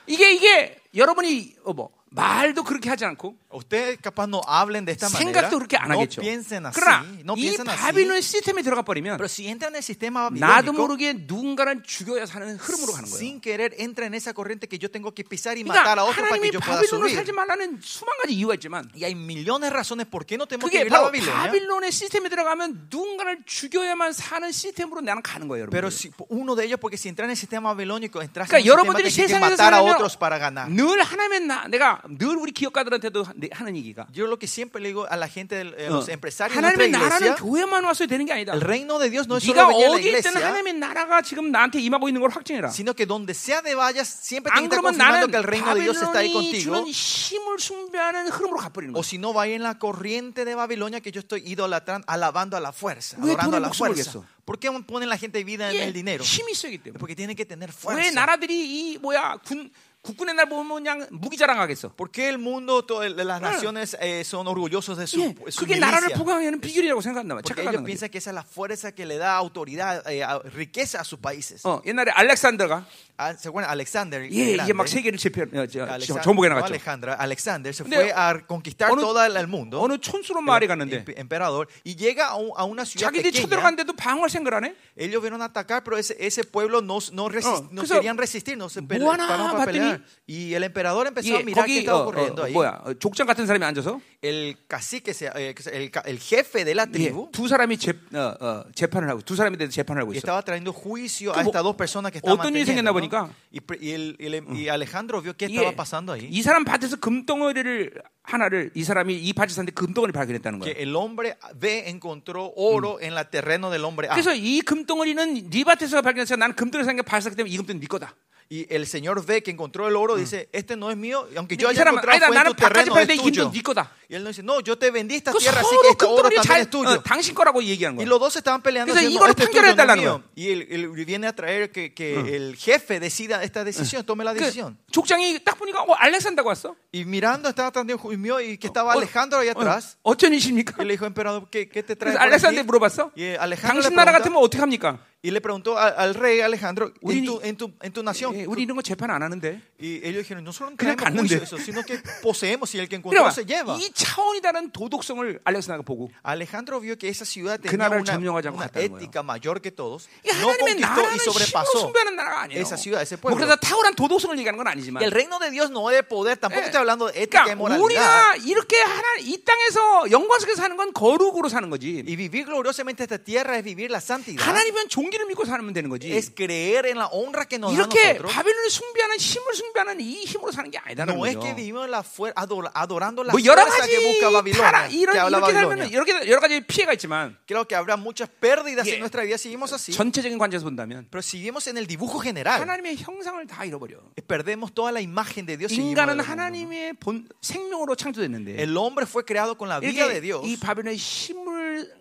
Speaker 1: 이게 이게 여러분이 어, 뭐 말도 그렇게 하지 않고
Speaker 2: Ustedes capaz no hablen de esta manera.
Speaker 1: 생각도 그렇게 안
Speaker 2: No
Speaker 1: 하겠죠.
Speaker 2: piensen así.
Speaker 1: 그러나
Speaker 2: No
Speaker 1: 이
Speaker 2: piensen así.
Speaker 1: 바빌론의 시스템에 들어가 버리면
Speaker 2: Pero si entran en el sistema
Speaker 1: 나도
Speaker 2: babilónico,
Speaker 1: 모르게 누군가를 죽여야 사는 흐름으로 가는 거예요.
Speaker 2: sin querer entra en esa corriente que yo tengo que pisar y matar a
Speaker 1: 그러니까
Speaker 2: otro para que
Speaker 1: 하나님이
Speaker 2: yo pueda
Speaker 1: 바빌론으로 살지
Speaker 2: subir.
Speaker 1: 말라는 수만 가지 이유가 있지만
Speaker 2: Y hay millones de razones por qué no tenemos que
Speaker 1: 뭐 그게
Speaker 2: vivir la
Speaker 1: 바로
Speaker 2: Babilonia.
Speaker 1: 바빌론의 시스템에 들어가면 누군가를 죽여야만 사는 시스템으로 나는 가는 거예요,
Speaker 2: Pero
Speaker 1: 여러분.
Speaker 2: si, uno de ellos, porque si entran en el sistema babilónico, entras en el
Speaker 1: 그러니까
Speaker 2: sistema de
Speaker 1: 여러분들이
Speaker 2: que hay que
Speaker 1: 세상에서
Speaker 2: matar a
Speaker 1: 살면
Speaker 2: otros para ganar.
Speaker 1: 늘 하나면 나 내가 늘 우리 기업가들한테도 하- 하는 얘기가
Speaker 2: Yo lo que siempre le digo a la gente, del- a los empresarios de nuestra
Speaker 1: 하나님의 나라는
Speaker 2: iglesia,
Speaker 1: 교회만 왔어야 되는 게 아니다.
Speaker 2: el reino de Dios no es
Speaker 1: 네가
Speaker 2: solo venir a la
Speaker 1: 어디에 있든
Speaker 2: iglesia,
Speaker 1: 하나님의 나라가 지금 나한테 임하고 있는 걸 확증해라.
Speaker 2: sino que donde sea de vayas, siempre
Speaker 1: 안
Speaker 2: tienes que estar
Speaker 1: 그러면
Speaker 2: confirmando
Speaker 1: 나는
Speaker 2: que el reino de Dios está ahí
Speaker 1: 바빌론이
Speaker 2: contigo.
Speaker 1: 주는 힘을 숭배하는 흐름으로 가버리는
Speaker 2: O
Speaker 1: 거야.
Speaker 2: si no, vaya en la corriente de Babilonia que yo estoy idolatrando, alabando a la fuerza,
Speaker 1: 왜
Speaker 2: adorando a
Speaker 1: 돈을
Speaker 2: la
Speaker 1: 목숨을
Speaker 2: fuerza.
Speaker 1: 걸겠어?
Speaker 2: ¿Por qué ponen la gente vida en
Speaker 1: 이게
Speaker 2: el dinero?
Speaker 1: 힘이 있어야기 때문에.
Speaker 2: Porque tiene que
Speaker 1: 왜
Speaker 2: tener fuerza.
Speaker 1: 나라들이 이 뭐야 군 국군의 날 보면 그냥 무기 자랑하겠어.
Speaker 2: ¿Por qué el mundo, to- las naciones eh, son orgullosos de su,
Speaker 1: 예, 뭐
Speaker 2: su
Speaker 1: 그게 나라를
Speaker 2: milicia?
Speaker 1: 부강하는 비결이라고 생각한다.
Speaker 2: Porque ellos
Speaker 1: 착각하는 거지.
Speaker 2: piensan que esa es la fuerza que le da autoridad, eh, a- riqueza a sus países.
Speaker 1: 어, 옛날에 알렉산더가
Speaker 2: Ah, ¿Se acuerdan? Alexander. el
Speaker 1: 예, 이제
Speaker 2: Grande,
Speaker 1: 막 세계를 제패 어, 저, 저,
Speaker 2: Alexan-
Speaker 1: 정복해
Speaker 2: no
Speaker 1: 나갔죠.
Speaker 2: Alejandra, Alexander se
Speaker 1: 근데
Speaker 2: fue a conquistar
Speaker 1: 어느-
Speaker 2: todo el mundo.
Speaker 1: 어느 촌수로
Speaker 2: el
Speaker 1: 마을에 갔는데
Speaker 2: empe- emperador y llega a, un- a una ciudad
Speaker 1: 자기들이
Speaker 2: pequeña.
Speaker 1: 쳐들어갔는데도 방어할 생각을 안 해?
Speaker 2: Ellos vieron atacar, pero ese, ese pueblo no, no, resi-
Speaker 1: 어,
Speaker 2: no
Speaker 1: 그래서
Speaker 2: querían resistir, no se pele-
Speaker 1: 뭐 하나
Speaker 2: pararon para
Speaker 1: 봤더니
Speaker 2: pelear. Y oh, el emperador empezó a
Speaker 1: 예,
Speaker 2: mirar qué
Speaker 1: 거기 어,
Speaker 2: estaba
Speaker 1: 어,
Speaker 2: ocurriendo ahí.
Speaker 1: 뭐야 어, 족장 같은 사람이 앉아서
Speaker 2: El cacique, se- eh, el, ca- el jefe de la
Speaker 1: 예,
Speaker 2: tribu,
Speaker 1: 두 사람이 재, 어, 어, 재판을 하고 두 사람에 대해서 재판을 하고
Speaker 2: y
Speaker 1: 있어.
Speaker 2: estaba trayendo juicio
Speaker 1: 그
Speaker 2: a
Speaker 1: 뭐-
Speaker 2: estas dos personas que estaban
Speaker 1: 어떤 일이 생겼나
Speaker 2: manteniendo, ¿no?
Speaker 1: 보니까?
Speaker 2: y, pre- y el- y el- Mm. y e, Alejandro vio qué
Speaker 1: 이게
Speaker 2: estaba pasando ahí
Speaker 1: 예. 이 사람 밭에서 금덩어리를 하나를 이 사람이 이 밭에 사는데 금덩어리 발견했다는
Speaker 2: que
Speaker 1: 거야.
Speaker 2: el hombre B encontró oro en el terreno del hombre A
Speaker 1: 그래서 이 금덩어리는 네 밭에서 발견해서 난 금덩어리 산게 발사기 때문에 이 금덩어리 네 거다.
Speaker 2: y el señor B que encontró el oro dice este no es mío y aunque
Speaker 1: 이
Speaker 2: yo haya
Speaker 1: 사람은 아니다
Speaker 2: encontrado fue en tu
Speaker 1: 나는 밭까지
Speaker 2: terreno
Speaker 1: 팔때
Speaker 2: es
Speaker 1: 이
Speaker 2: tuyo
Speaker 1: 금덩어리 네 거다.
Speaker 2: y él no dice no yo te vendí esta
Speaker 1: 그
Speaker 2: tierra así que
Speaker 1: 서로
Speaker 2: este oro
Speaker 1: 금덩어리
Speaker 2: también
Speaker 1: 잘
Speaker 2: es tuyo
Speaker 1: 어, 당신 거라고 얘기하는
Speaker 2: y
Speaker 1: 거야.
Speaker 2: los dos estaban peleando
Speaker 1: Entonces,
Speaker 2: diciendo,
Speaker 1: 이거를
Speaker 2: este es tuyo, no es
Speaker 1: 판결해달라는
Speaker 2: mío. y él, él viene a traer que, que el jefe decida esta decisión tome la
Speaker 1: 그
Speaker 2: decisión
Speaker 1: 족장이 딱 보니까 어 알렉산다고 왔어.
Speaker 2: y mirando estaba también mío y que estaba
Speaker 1: 어,
Speaker 2: Alejandro ahí atrás
Speaker 1: 어, 어쩐 일입니까?
Speaker 2: Y le dijo, emperador, ¿qué, Pues, qué te trae?
Speaker 1: 그래서
Speaker 2: por
Speaker 1: 알렉산더에
Speaker 2: aquí?
Speaker 1: 물어봤어.
Speaker 2: 예, Alejandro
Speaker 1: 당신
Speaker 2: le
Speaker 1: 나라
Speaker 2: pregunta-
Speaker 1: 같으면 어떻게 합니까?
Speaker 2: Y le preguntó al, al rey Alejandro,
Speaker 1: 우리는-
Speaker 2: ¿en tu, en, tu, en tu nación?
Speaker 1: 예, 우리 이런 거 재판 안 하는데.
Speaker 2: Y ellos dijeron, nosotros no
Speaker 1: 그냥
Speaker 2: traemos juicio
Speaker 1: 갔는데.
Speaker 2: eso, sino que poseemos y el que encontró
Speaker 1: 그러면
Speaker 2: se lleva.
Speaker 1: 이 차원이 다른 도덕성을 알렉산더가 보고
Speaker 2: Alejandro vio que esa ciudad
Speaker 1: 그
Speaker 2: tenía
Speaker 1: 나라를
Speaker 2: una,
Speaker 1: 점령하자고
Speaker 2: una
Speaker 1: 갔다는
Speaker 2: ética mayor que todos.
Speaker 1: 이게
Speaker 2: No
Speaker 1: 하나님의
Speaker 2: conquistó
Speaker 1: 나라는
Speaker 2: y
Speaker 1: 힘으로
Speaker 2: sobrepasó.
Speaker 1: 숭배하는 나라가 아니에요.
Speaker 2: Esa ciudad, ese
Speaker 1: 뭐
Speaker 2: pueblo.
Speaker 1: 그래서 탁월한 도덕성을 얘gi하는 건
Speaker 2: Y el
Speaker 1: 아니지만.
Speaker 2: reino de Dios no es de poder,
Speaker 1: 예.
Speaker 2: tampoco estoy hablando de ética
Speaker 1: 그러니까
Speaker 2: y moralidad.
Speaker 1: 우리가 이렇게 하나 이 땅에서 영광 속에 사는 건 거룩으로 사는 거지.
Speaker 2: Y vivir gloriosamente esta tierra es vivir la santidad.
Speaker 1: 하나님은 종기를 믿고 살면 되는 거지.
Speaker 2: Es creer en la honra que nos da a
Speaker 1: 이렇게
Speaker 2: nosotros.
Speaker 1: 바벨론을 숭배하는 힘을 숭배하는 이 힘으로 사는 게 아니다는
Speaker 2: No es
Speaker 1: 거죠.
Speaker 2: que vivimos la fuer- ador- adorando la
Speaker 1: 뭐 여러
Speaker 2: fuerza
Speaker 1: 가지
Speaker 2: que busca Babilonia.
Speaker 1: 타락,
Speaker 2: que
Speaker 1: 이런
Speaker 2: habla
Speaker 1: 이렇게
Speaker 2: Babilonia.
Speaker 1: 살면 이렇게 여러 가지 피해가 있지만
Speaker 2: Creo que habrá muchas pérdidas
Speaker 1: Yeah.
Speaker 2: en nuestra vida si seguimos así.
Speaker 1: 전체적인 관점에서 본다면
Speaker 2: Pero si vivimos en el dibujo general,
Speaker 1: 하나님의 형상을 다 잃어버려.
Speaker 2: eh, perdemos toda la imagen de Dios. si vivimos
Speaker 1: 인간은
Speaker 2: en el mundo,
Speaker 1: 하나님의 본 생명으로
Speaker 2: ¿no?
Speaker 1: 창조됐는데
Speaker 2: El hombre fue creado con la vida de
Speaker 1: 이렇게
Speaker 2: Dios.
Speaker 1: 이 바벨론의 힘을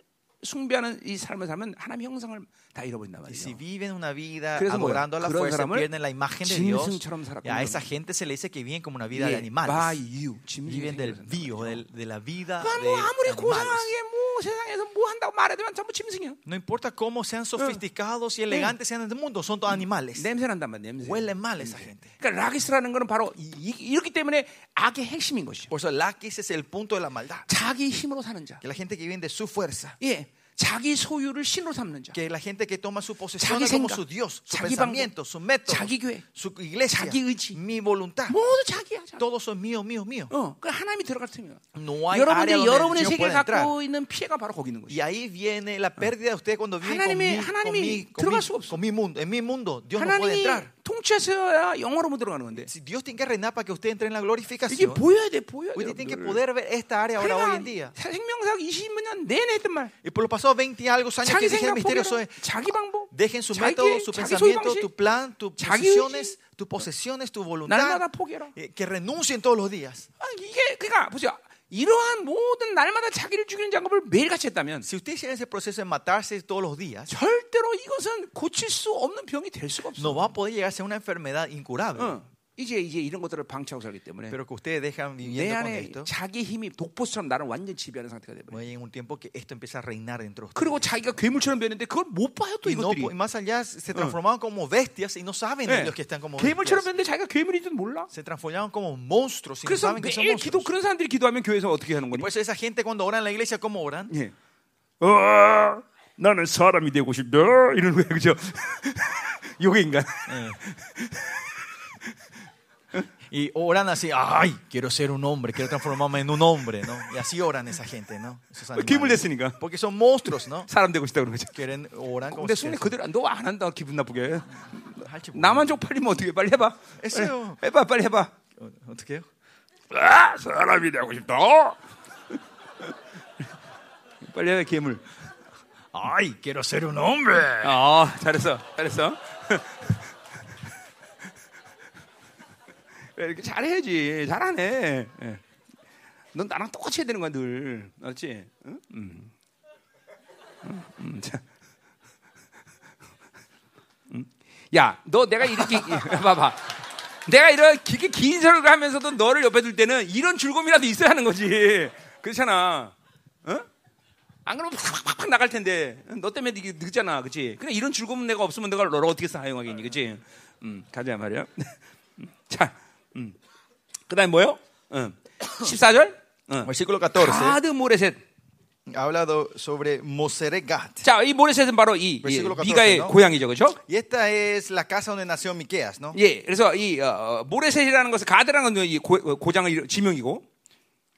Speaker 1: 숭배하는 이 삶을 살면 하나님의 형상을 다 잃어버린단
Speaker 2: Y si
Speaker 1: 말이에요.
Speaker 2: viven una vida
Speaker 1: 그래서 뭐야?
Speaker 2: adorando a la
Speaker 1: 그런
Speaker 2: fuerza,
Speaker 1: 사람을
Speaker 2: pierden la imagen de Dios.
Speaker 1: 짐승처럼 살았군요.
Speaker 2: Y a esa gente se le dice que viven como una vida de
Speaker 1: 예, by
Speaker 2: animales.
Speaker 1: you, 짐승의
Speaker 2: Viven del
Speaker 1: 생명을 산다.
Speaker 2: bio, del- de la vida
Speaker 1: 그러니까 뭐 아무리
Speaker 2: de animales.
Speaker 1: 고상하게 뭐 세상에서 뭐 한다고 말해도 전부 짐승이야.
Speaker 2: No importa cómo sean sofisticados y elegantes sean en el mundo, son todos animales.
Speaker 1: 냄새 난단 말이야. 냄새.
Speaker 2: Huelen mal esa gente.
Speaker 1: 그러니까 라기스라는 거는 바로 이, 이- 이렇기 때문에 악의 핵심인 것이죠.
Speaker 2: Por eso el laquis es el punto de la maldad.
Speaker 1: 자기 힘으로 사는 자.
Speaker 2: Que la gente que vive de su fuerza.
Speaker 1: 예. 자기 소유를 신으로 삼는 자.
Speaker 2: Que la gente que toma su posesión
Speaker 1: 자기
Speaker 2: como
Speaker 1: 생각,
Speaker 2: su Dios, su
Speaker 1: 자기
Speaker 2: pensamiento, su método,
Speaker 1: 자기 교회,
Speaker 2: su iglesia,
Speaker 1: 자기 의지.
Speaker 2: mi voluntad.
Speaker 1: 모두 자기야. 자기.
Speaker 2: Todo eso es mío, mío, mío.
Speaker 1: 어, 그 하나님이 들어갈 틈이야.
Speaker 2: No hay área
Speaker 1: 여러분들이
Speaker 2: donde
Speaker 1: 여러분의
Speaker 2: el
Speaker 1: 세계에
Speaker 2: Señor pueda entrar.
Speaker 1: 갖고 있는 피해가 바로 거기 있는 거죠.
Speaker 2: Y ahí viene la pérdida de ustedes cuando viven con
Speaker 1: 하나님이-
Speaker 2: mi, con
Speaker 1: 하나님이
Speaker 2: mi- con
Speaker 1: 들어갈
Speaker 2: mi-
Speaker 1: 수가 없어.
Speaker 2: con mi 무ndo. En mi mundo, Dios no
Speaker 1: 하나님이
Speaker 2: puede entrar.
Speaker 1: 통치하셔야 영화로 못 들어가는 건데.
Speaker 2: Si Dios tiene que reinar para que usted entre en la
Speaker 1: 이게
Speaker 2: glorificación.
Speaker 1: 보여야 돼, 보여야 돼.
Speaker 2: Usted tiene que
Speaker 1: 여러분들.
Speaker 2: poder ver esta área ahora hoy en día.
Speaker 1: 그러니까 생명사학 20년 내내 했던 말.
Speaker 2: Y por los pasados 20 y algo años que
Speaker 1: 자기
Speaker 2: dije el
Speaker 1: 생각
Speaker 2: misterio,
Speaker 1: 포기하라.
Speaker 2: soy,
Speaker 1: 자기 방법.
Speaker 2: Dejen su
Speaker 1: 자기
Speaker 2: método,
Speaker 1: 계획,
Speaker 2: su
Speaker 1: 자기 소유
Speaker 2: pensamiento,
Speaker 1: 방식.
Speaker 2: tu plan, tus
Speaker 1: 자기
Speaker 2: posiciones, tus posesiones, tu voluntad.
Speaker 1: 날마다 포기해라.
Speaker 2: Eh, Que renuncien todos los días.
Speaker 1: 아, 이게 그러니까 보세요. 이러한 모든 날마다 자기를 죽이는 작업을 매일같이 했다면
Speaker 2: Si usted hiciera ese proceso de matarse todos los días,
Speaker 1: 절대로 이것은 고칠 수 없는 병이 될 수가 없어.
Speaker 2: no va a poder llegarse a una enfermedad incurable.
Speaker 1: 어, 이제 이제 이런 것들을 방치하고 살기 때문에
Speaker 2: Pero que ustedes dejan
Speaker 1: 내
Speaker 2: viviendo con
Speaker 1: 안에
Speaker 2: esto,
Speaker 1: 자기 힘이 독보처럼 나를 완전 지배하는 상태가 돼버려.
Speaker 2: va a llegar un tiempo que esto empieza a reinar dentro de ustedes.
Speaker 1: 그리고 자기가 괴물처럼 변했는데 그걸 못 봐요 또
Speaker 2: Y, Ah. no,
Speaker 1: 이것들이.
Speaker 2: po- y más allá se transformaban como bestias y no saben
Speaker 1: 예.
Speaker 2: ellos que están como
Speaker 1: 괴물처럼
Speaker 2: bestias.
Speaker 1: 변했는데 자기가 괴물인 줄 몰라.
Speaker 2: Se transformaban como monstruos y no
Speaker 1: 그래서
Speaker 2: saben que son
Speaker 1: 매일 기도
Speaker 2: monstruos.
Speaker 1: 그런 사람들이 기도하면 교회에서 어떻게 하는 거니?
Speaker 2: Por eso esa gente cuando oran en la iglesia, ¿cómo oran?
Speaker 1: 예. 어, 나는 사람이 되고 싶다 이러는 거예요, 그죠? 요게 인간.
Speaker 2: Y oran así, ay, quiero ser un hombre, quiero transformarme en un hombre, ¿no? Y así oran esa gente, ¿no? Esos
Speaker 1: 괴물
Speaker 2: animales.
Speaker 1: 됐으니까
Speaker 2: Porque son monstruos, ¿no?
Speaker 1: 사람 되고 싶다 그러는 거죠.
Speaker 2: Quieren, oran como
Speaker 1: 근데
Speaker 2: si
Speaker 1: 손에
Speaker 2: fueran-
Speaker 1: 그대로 너 안 한다 기분 나쁘게.
Speaker 2: 할지 모르겠네.
Speaker 1: 나만 쪽팔리면 어떻게 빨리 해봐. 예,
Speaker 2: 했어요.
Speaker 1: 해봐 빨리 해봐.
Speaker 2: 어, 어떻게 해요?
Speaker 1: 아, 사람이 되고 싶다. 빨리 해 괴물.
Speaker 2: Ay, quiero ser un hombre.
Speaker 1: 아 잘했어 잘했어. 이렇게 잘해야지 잘하네. 예. 넌 나랑 똑같이 해야 되는 거야 늘 알았지? 응? 음. 음, 음, 자. 음. 야, 너 내가 이렇게 봐봐. 내가 이렇게 긴- 긴 설교 하면서도 너를 옆에 둘 때는 이런 즐거움이라도 있어야 하는 거지. 그렇잖아. 응? 안 그러면 팍팍팍 나갈 텐데 너 때문에 이게 늦잖아, 그렇지? 그냥 이런 즐거움 내가 없으면 내가 너를 어떻게 사용하겠니, 그렇지? 음, 가자 말이야. 음, 자, 음. 그다음 뭐요? 음. 14절. 음.
Speaker 2: Versículo 14
Speaker 1: 가드 모레셋.
Speaker 2: ha hablado sobre Moseregat.
Speaker 1: 자, 이 모레셋은 바로 이, 이
Speaker 2: Versículo 14,
Speaker 1: 미가의
Speaker 2: ¿no?
Speaker 1: 고향이죠, 그렇죠?
Speaker 2: Y esta es la casa donde nació Miqueas, ¿no?
Speaker 1: 예, 그래서 이 어, 어, 모레셋이라는 것은 가드라는 건이 고- 어, 고장의 이름- 지명이고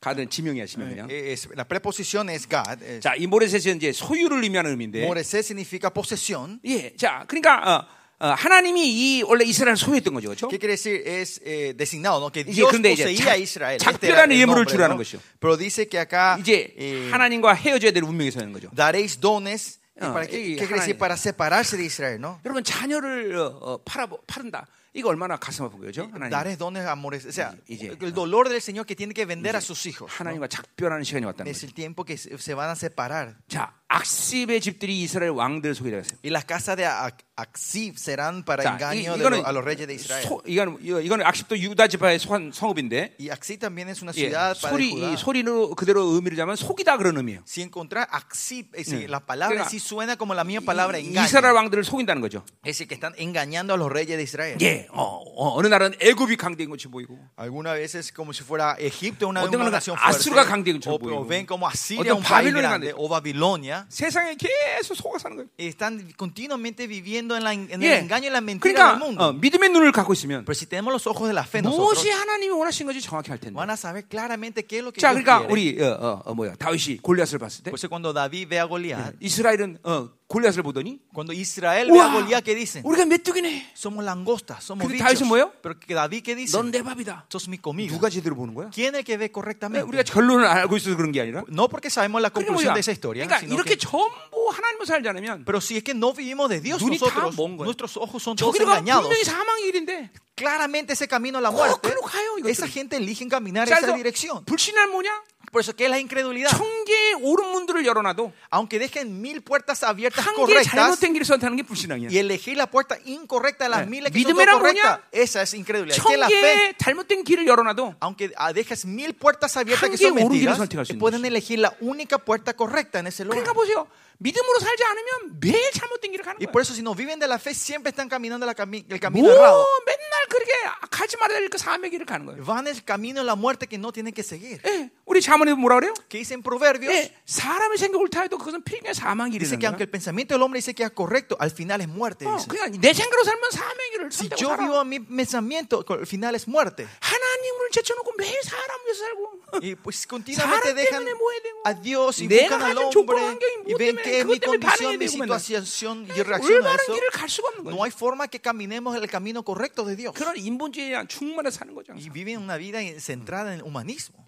Speaker 1: 가드는 지명이야, 지명 그냥.
Speaker 2: Eh, es- la preposición es Gad. eh,
Speaker 1: 자, 이 모레셋은 이제 소유를 의미하는 의미인데.
Speaker 2: Moresé significa posesión.
Speaker 1: 예, 자, 그러니까 어, 어, 하나님이 이 원래 이스라엘 소유했던 거죠, 그렇죠?
Speaker 2: ¿Qué quiere decir? Es eh, designado, ¿no? Que
Speaker 1: 이제
Speaker 2: Dios
Speaker 1: 근데 이제
Speaker 2: poseía
Speaker 1: 자-
Speaker 2: a Israel. Este
Speaker 1: 작별하는
Speaker 2: era el
Speaker 1: 예물을
Speaker 2: nombre,
Speaker 1: 주라는
Speaker 2: ¿no?
Speaker 1: 것이요.
Speaker 2: Pero dice que acá
Speaker 1: 이제
Speaker 2: eh,
Speaker 1: 하나님과 헤어져야 될 운명에 서는 거죠.
Speaker 2: daréis dones. ¿Y
Speaker 1: 어,
Speaker 2: para qué,
Speaker 1: 이
Speaker 2: qué quiere decir?
Speaker 1: 하나님-
Speaker 2: Para separarse de Israel, ¿no?
Speaker 1: 여러분 자녀를 어, 어, 팔아 파른다. 이거 얼마나 가슴 아픈 거죠, 하나님.
Speaker 2: Daréis dones a Moresé. O sea,
Speaker 1: 이제- 이제-
Speaker 2: el dolor del Señor que tiene que vender a sus hijos. ¿no?
Speaker 1: 하나님과 작별하는 시간이 왔다는
Speaker 2: Es
Speaker 1: 거죠.
Speaker 2: el tiempo que se se van a separar.
Speaker 1: 자, 악십의 집들이 이스라엘 왕들 속에 들어갔어요.
Speaker 2: Y las casas de A- A- Axib serán para
Speaker 1: 자, 이,
Speaker 2: engaño de
Speaker 1: 이거는
Speaker 2: lo- a los reyes de Israel.
Speaker 1: 소, 이건 이거- 이거는 악십도 유다 지파의 소- 성읍인데
Speaker 2: y Axib también es una
Speaker 1: 예,
Speaker 2: ciudad para el
Speaker 1: 소리
Speaker 2: Judá.
Speaker 1: 이 소리로 그대로 의미를 잡으면 속이다 그런 의미예요.
Speaker 2: Si encontrar Axib, es decir,
Speaker 1: Sí.
Speaker 2: la palabra
Speaker 1: Mira,
Speaker 2: sí suena como la misma palabra
Speaker 1: 이-
Speaker 2: engaño.
Speaker 1: 이스라엘 왕들을 속인다는 거죠.
Speaker 2: Es decir, que están engañando a los reyes de Israel.
Speaker 1: 예, 어, 어, 어느 날은 애굽이 강대인 것이 보이고
Speaker 2: Algunas veces como si fuera Egipto una,
Speaker 1: 어떤
Speaker 2: una
Speaker 1: 거는
Speaker 2: nación
Speaker 1: 아수르가
Speaker 2: fuerte.
Speaker 1: 강대국처럼
Speaker 2: O, o
Speaker 1: 보이고,
Speaker 2: ven como Asiria
Speaker 1: 어떤
Speaker 2: un país
Speaker 1: 바빌론이
Speaker 2: grande
Speaker 1: 강대국.
Speaker 2: o Babilonia.
Speaker 1: 세상에 계속 속아 사는 거예요.
Speaker 2: Están continuamente viviendo en, la- en el
Speaker 1: 예.
Speaker 2: engaño y la mentira del
Speaker 1: 그러니까
Speaker 2: mundo.
Speaker 1: 어, 믿음의 눈을 갖고 있으면
Speaker 2: Pero si tenemos los ojos de la
Speaker 1: 그렇죠.
Speaker 2: fe nosotros,
Speaker 1: 무엇이 하나님이 원하신 건지 정확히 알 텐데.
Speaker 2: van a saber claramente qué es lo que
Speaker 1: 자,
Speaker 2: Dios
Speaker 1: 그러니까
Speaker 2: quiere.
Speaker 1: 우리 어, 어, 어, 뭐야 다윗이 골리앗을 봤을 때
Speaker 2: Por eso cuando David ve a Goliat,
Speaker 1: 이스라엘은 어, 골리앗을 보더니
Speaker 2: cuando Israel ve a
Speaker 1: 우와,
Speaker 2: Goliat, ¿qué dicen?
Speaker 1: 우리가 메뚜기네.
Speaker 2: Somos langostas, somos
Speaker 1: 근데
Speaker 2: bichos.
Speaker 1: 다윗은 뭐예요?
Speaker 2: Pero que David, ¿qué dice?
Speaker 1: 넌 내 밥이다.
Speaker 2: Sos mi comida.
Speaker 1: 누가 제대로 보는 거야?
Speaker 2: ¿Quién es el que ve
Speaker 1: 네,
Speaker 2: correctamente?
Speaker 1: 우리가 결론을 알고 있어서 그런 게 아니라.
Speaker 2: No porque sabemos la
Speaker 1: 그러니까, 뭐야?
Speaker 2: conclusión de esa historia,
Speaker 1: 그러니까
Speaker 2: sino
Speaker 1: 이렇게
Speaker 2: que-
Speaker 1: 전부 하나님을 살지 않으면
Speaker 2: pero si es que no vivimos de Dios
Speaker 1: 눈이 다
Speaker 2: nosotros,
Speaker 1: 먼 거예요.
Speaker 2: nuestros ojos son todos
Speaker 1: 저기로 가면
Speaker 2: engañados.
Speaker 1: 분명히 사망의 길인데.
Speaker 2: Claramente ese camino a la
Speaker 1: 꼭
Speaker 2: muerte,
Speaker 1: 그로 가요, 이것들은.
Speaker 2: esa gente elige caminar
Speaker 1: 자,
Speaker 2: esa
Speaker 1: 그래서
Speaker 2: dirección.
Speaker 1: 불신할 뭐냐?
Speaker 2: Por eso, ¿qué es la incredulidad?
Speaker 1: 청계의 옳은 문들을 열어놔도
Speaker 2: Aunque dejen mil puertas abiertas
Speaker 1: 한 개
Speaker 2: correctas
Speaker 1: 잘못된 길을 선택하는 게 불신앙이야.
Speaker 2: y elegir la puerta incorrecta de las
Speaker 1: 네.
Speaker 2: miles que son
Speaker 1: 믿음이란
Speaker 2: todas correctas,
Speaker 1: 뭐냐?
Speaker 2: esa es incredulidad. ¿Qué es la fe?
Speaker 1: 청계의 잘못된 길을 열어놔도
Speaker 2: Aunque ah, dejes mil puertas abiertas que
Speaker 1: 한계
Speaker 2: son
Speaker 1: 옳은 길을
Speaker 2: mentiras,
Speaker 1: 선택할 수 있는
Speaker 2: pueden
Speaker 1: 것이죠.
Speaker 2: elegir la única puerta correcta en ese lugar.
Speaker 1: 그러니까 보세요. 믿음으로 살지 않으면 매일 잘못된 길을 가는
Speaker 2: Y
Speaker 1: 거야.
Speaker 2: por eso si no viven de la fe siempre están caminando la cami- el
Speaker 1: 뭐
Speaker 2: camino errado.
Speaker 1: 맨날 그렇게 가지 말아야 될 그 사람의 길을 가는 거예요.
Speaker 2: Van el camino de la muerte que no tienen que seguir.
Speaker 1: 예, 우리 자문에 뭐라 그래요?
Speaker 2: Que dicen proverbios.
Speaker 1: 예, 사람의 생각 옳다 해도 그것은 필경의 사망
Speaker 2: Dice
Speaker 1: 길이라는
Speaker 2: que aunque
Speaker 1: 거야.
Speaker 2: el pensamiento del hombre dice que es correcto, al final es muerte.
Speaker 1: 어,
Speaker 2: dice.
Speaker 1: 그냥 내 생각으로 살면 사망의 길을
Speaker 2: Si
Speaker 1: 선택하고
Speaker 2: yo
Speaker 1: 살아.
Speaker 2: vivo a mi pensamiento, co- al final es muerte.
Speaker 1: 하나님을 제쳐놓고 매일 사람 위해서 살고
Speaker 2: Y pues
Speaker 1: 사람
Speaker 2: continuamente dejan
Speaker 1: 때문에 뭐 해야 되고
Speaker 2: a Dios y
Speaker 1: 내가
Speaker 2: buscan al
Speaker 1: 가진 조건
Speaker 2: hombre
Speaker 1: 환경이 뭐
Speaker 2: y ven
Speaker 1: 때문에
Speaker 2: que es mi
Speaker 1: 그것 때문에
Speaker 2: condición, mi
Speaker 1: 반응해야 되고 맨날.
Speaker 2: situación y reacciono a
Speaker 1: 올바른
Speaker 2: eso.
Speaker 1: 길을 갈 수가 없는
Speaker 2: No
Speaker 1: 거예요.
Speaker 2: hay forma que caminemos el camino correcto de Dios.
Speaker 1: 그런 인본주의에 충만해 사는 거죠.
Speaker 2: Y viven una vida en- centrada en el humanismo.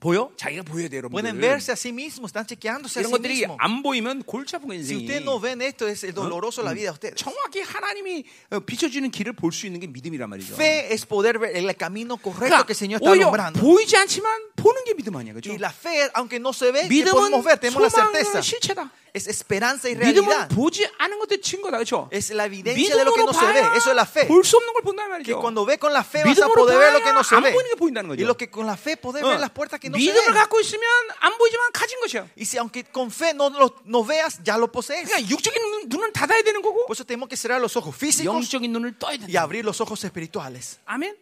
Speaker 1: 보여? 자기가 보여야 돼요, 여러분.
Speaker 2: Pueden verse a sí mismos, están chequeándose a
Speaker 1: 이런
Speaker 2: sí
Speaker 1: 것들이
Speaker 2: mismos.
Speaker 1: 안 보이면 골치 아픈 거
Speaker 2: Si
Speaker 1: 인생이.
Speaker 2: ustedes no ven esto, es doloroso la vida de ustedes.
Speaker 1: 정확히 하나님이 어, 비춰주는 길을 볼 수 있는 게 믿음이란 말이죠. 그러니까
Speaker 2: Fe es poder ver el camino correcto que el Señor está
Speaker 1: 오히려
Speaker 2: alumbrando.
Speaker 1: 보이지 않지만 보는 게 믿음 아니야, 그렇죠?
Speaker 2: Y la fe, aunque no se ve, que
Speaker 1: 믿음은
Speaker 2: podemos ver, tenemos la certeza.
Speaker 1: 소망은 실체다.
Speaker 2: Es esperanza y
Speaker 1: 믿음은
Speaker 2: realidad.
Speaker 1: 보지 않은 것들 증거다, 그렇죠?
Speaker 2: Es la evidencia de lo que
Speaker 1: 믿음으로
Speaker 2: no se ve.
Speaker 1: 봐야
Speaker 2: Eso es la fe.
Speaker 1: 볼 수 없는 걸 본다는
Speaker 2: Que
Speaker 1: 말이죠.
Speaker 2: cuando ve con la fe vas a
Speaker 1: 믿음으로
Speaker 2: poder ver lo que no pues,
Speaker 1: 봐야
Speaker 2: Ah. se
Speaker 1: 안
Speaker 2: ve.
Speaker 1: 보이는 게 보인다는 거죠.
Speaker 2: Y lo que con la fe podés ver
Speaker 1: 어.
Speaker 2: las puertas que no se
Speaker 1: 믿음을
Speaker 2: ven.
Speaker 1: 갖고 있으면 안 보이지만 가진 것이야.
Speaker 2: Y si aunque con fe no lo no veas, ya lo posees.
Speaker 1: 그러니까 육적인 눈- 눈은 닫아야 되는 거고
Speaker 2: Por eso tenemos que cerrar los ojos físicos
Speaker 1: 영적인 눈을 뭐 떠야 된다.
Speaker 2: y abrir los ojos espirituales.
Speaker 1: 아멘.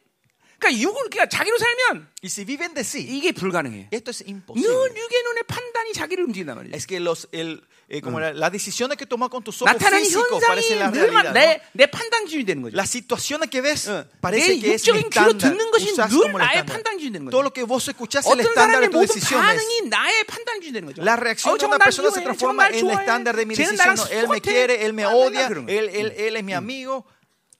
Speaker 1: 그러니까 육을 그러니까 자기로 살면
Speaker 2: Y si viven de sí,
Speaker 1: 이게 불가능해.
Speaker 2: esto es
Speaker 1: 늘
Speaker 2: imposible.
Speaker 1: 육의 눈의 판단이 자기를 움직인단 뭐 말이야.
Speaker 2: Es que los, el, eh, como la- las decisiones que tomas con tus ojos
Speaker 1: 나타나는
Speaker 2: físicos parecen la
Speaker 1: 현상이 늘
Speaker 2: realidad.
Speaker 1: 마-
Speaker 2: ¿no?
Speaker 1: 내, 내 판단 기준이 되는 거죠.
Speaker 2: Las situaciones que ves
Speaker 1: 어.
Speaker 2: parece
Speaker 1: 내
Speaker 2: que es el
Speaker 1: 육적인 귀로
Speaker 2: estándar.
Speaker 1: 듣는 것이
Speaker 2: Usas
Speaker 1: 늘
Speaker 2: como el
Speaker 1: 나의
Speaker 2: estándar.
Speaker 1: 판단 기준이 되는 거죠.
Speaker 2: Todo lo que vos escuchás es el
Speaker 1: 어떤
Speaker 2: estándar de
Speaker 1: 사람의
Speaker 2: tus
Speaker 1: 모든
Speaker 2: decisiones.
Speaker 1: 반응이 나의 판단 기준이 되는 거죠. 어,
Speaker 2: La reacción de
Speaker 1: 저건
Speaker 2: una
Speaker 1: 날
Speaker 2: persona se
Speaker 1: 미워해, 저건
Speaker 2: transforma
Speaker 1: 날
Speaker 2: en el
Speaker 1: 좋아해,
Speaker 2: estándar de mi
Speaker 1: 쟤는
Speaker 2: decisión.
Speaker 1: 나랑
Speaker 2: Él
Speaker 1: 똑같아.
Speaker 2: me quiere, él me
Speaker 1: 아, 맨날
Speaker 2: odia,
Speaker 1: 그런 거야.
Speaker 2: él, él, él es mi amigo.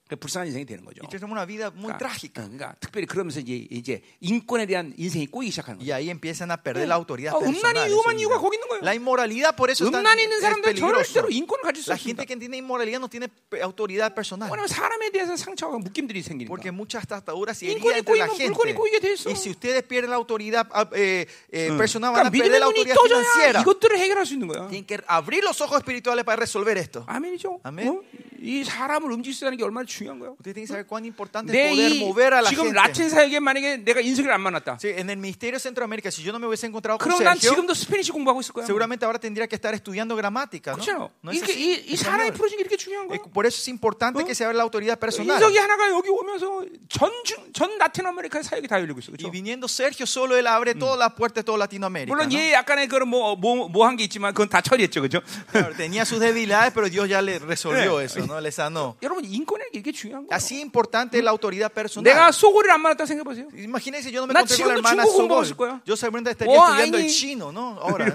Speaker 1: 그 불쌍한 인생이 되는 거죠.
Speaker 2: Y tenemos una vida muy
Speaker 1: 그러니까,
Speaker 2: trágica.
Speaker 1: 어, 그러니까 특별히 그러면서 이제, 이제 인권에 대한 인생이 꼬이기 시작하는
Speaker 2: Y
Speaker 1: 거죠.
Speaker 2: ahí empiezan a perder la autoridad
Speaker 1: 어,
Speaker 2: personal.
Speaker 1: 음란이
Speaker 2: en
Speaker 1: 위험한
Speaker 2: su vida.
Speaker 1: 이유가 거기 있는 거예요.
Speaker 2: La inmoralidad por eso está-
Speaker 1: 음란이 있는
Speaker 2: es
Speaker 1: 사람들은
Speaker 2: peligroso.
Speaker 1: 절대로 인권을 가질 수
Speaker 2: La gente
Speaker 1: 없습니다.
Speaker 2: que tiene inmoralidad no tiene pe- autoridad personal.
Speaker 1: 왜냐하면 사람에 대해서 상처와 뭐 묶임들이 생기니까.
Speaker 2: Porque muchas ataduras y
Speaker 1: 인권이
Speaker 2: heridas entre la
Speaker 1: 꼬이면
Speaker 2: gente.
Speaker 1: 물건이 꼬이게 돼 있어.
Speaker 2: Y si ustedes pierden la autoridad ah, eh, eh, personal,
Speaker 1: 그러니까
Speaker 2: van a perder
Speaker 1: 믿음의
Speaker 2: la
Speaker 1: 눈이
Speaker 2: autoridad
Speaker 1: 떠져야
Speaker 2: financiera.
Speaker 1: 이것들을 해결할 수 있는 거야.
Speaker 2: Tienen que abrir los ojos espirituales para resolver esto.
Speaker 1: 그 Ah. 아멘이죠.
Speaker 2: 아멘.
Speaker 1: 어? 이 사람을 움직일 수 있다는 게 얼마나 중요한 거예요.
Speaker 2: Ustedes tienen que saber cuán importante es poder
Speaker 1: 내이
Speaker 2: mover a la
Speaker 1: 지금
Speaker 2: gente.
Speaker 1: 라틴 사역에 만약에 내가 인석을 안 만났다.
Speaker 2: Sí, en el Ministerio de Centroamérica, si yo no me hubiese encontrado con
Speaker 1: 그럼 난
Speaker 2: Sergio,
Speaker 1: 지금도 스페니쉬 공부하고 있을 거야.
Speaker 2: seguramente ahora tendría que estar estudiando gramática.
Speaker 1: 그렇죠.
Speaker 2: ¿no? ¿No es
Speaker 1: 이게
Speaker 2: así?
Speaker 1: 이, 이 사람이
Speaker 2: Español.
Speaker 1: 풀어진 게 이렇게 중요한 거야.
Speaker 2: Eh, Por eso es importante que se abra la autoridad personal.
Speaker 1: 인석이 하나가 여기 오면서 전전 라틴 아메리카 사역이 다 열리고 있어.
Speaker 2: Y
Speaker 1: 그렇죠.
Speaker 2: viniendo Sergio, solo él abre todas las puertas de toda Latinoamérica.
Speaker 1: 물론
Speaker 2: ¿no?
Speaker 1: 얘 약간의 그런 뭐뭐한 게 있지만 그건 다 처리했죠, 그죠?
Speaker 2: Claro, tenía sus debilidades, pero Dios ya le resolvió
Speaker 1: Eh.
Speaker 2: eso, ¿no? Le sanó.
Speaker 1: 여러분 인권이라는 게 이게 중요한 거예요.
Speaker 2: Así importante es la autoridad
Speaker 1: 내가
Speaker 2: personal.
Speaker 1: 소고를 안 만났다 생각해보세요.
Speaker 2: Imagínense, yo no me
Speaker 1: 나
Speaker 2: encontré con la
Speaker 1: 지금도
Speaker 2: hermana
Speaker 1: 중국 공부하고
Speaker 2: Sogol.
Speaker 1: 있을 거야.
Speaker 2: Yo seguramente estaría
Speaker 1: 어,
Speaker 2: estudiando el
Speaker 1: 아니.
Speaker 2: chino, ¿no? Ahora, ¿no?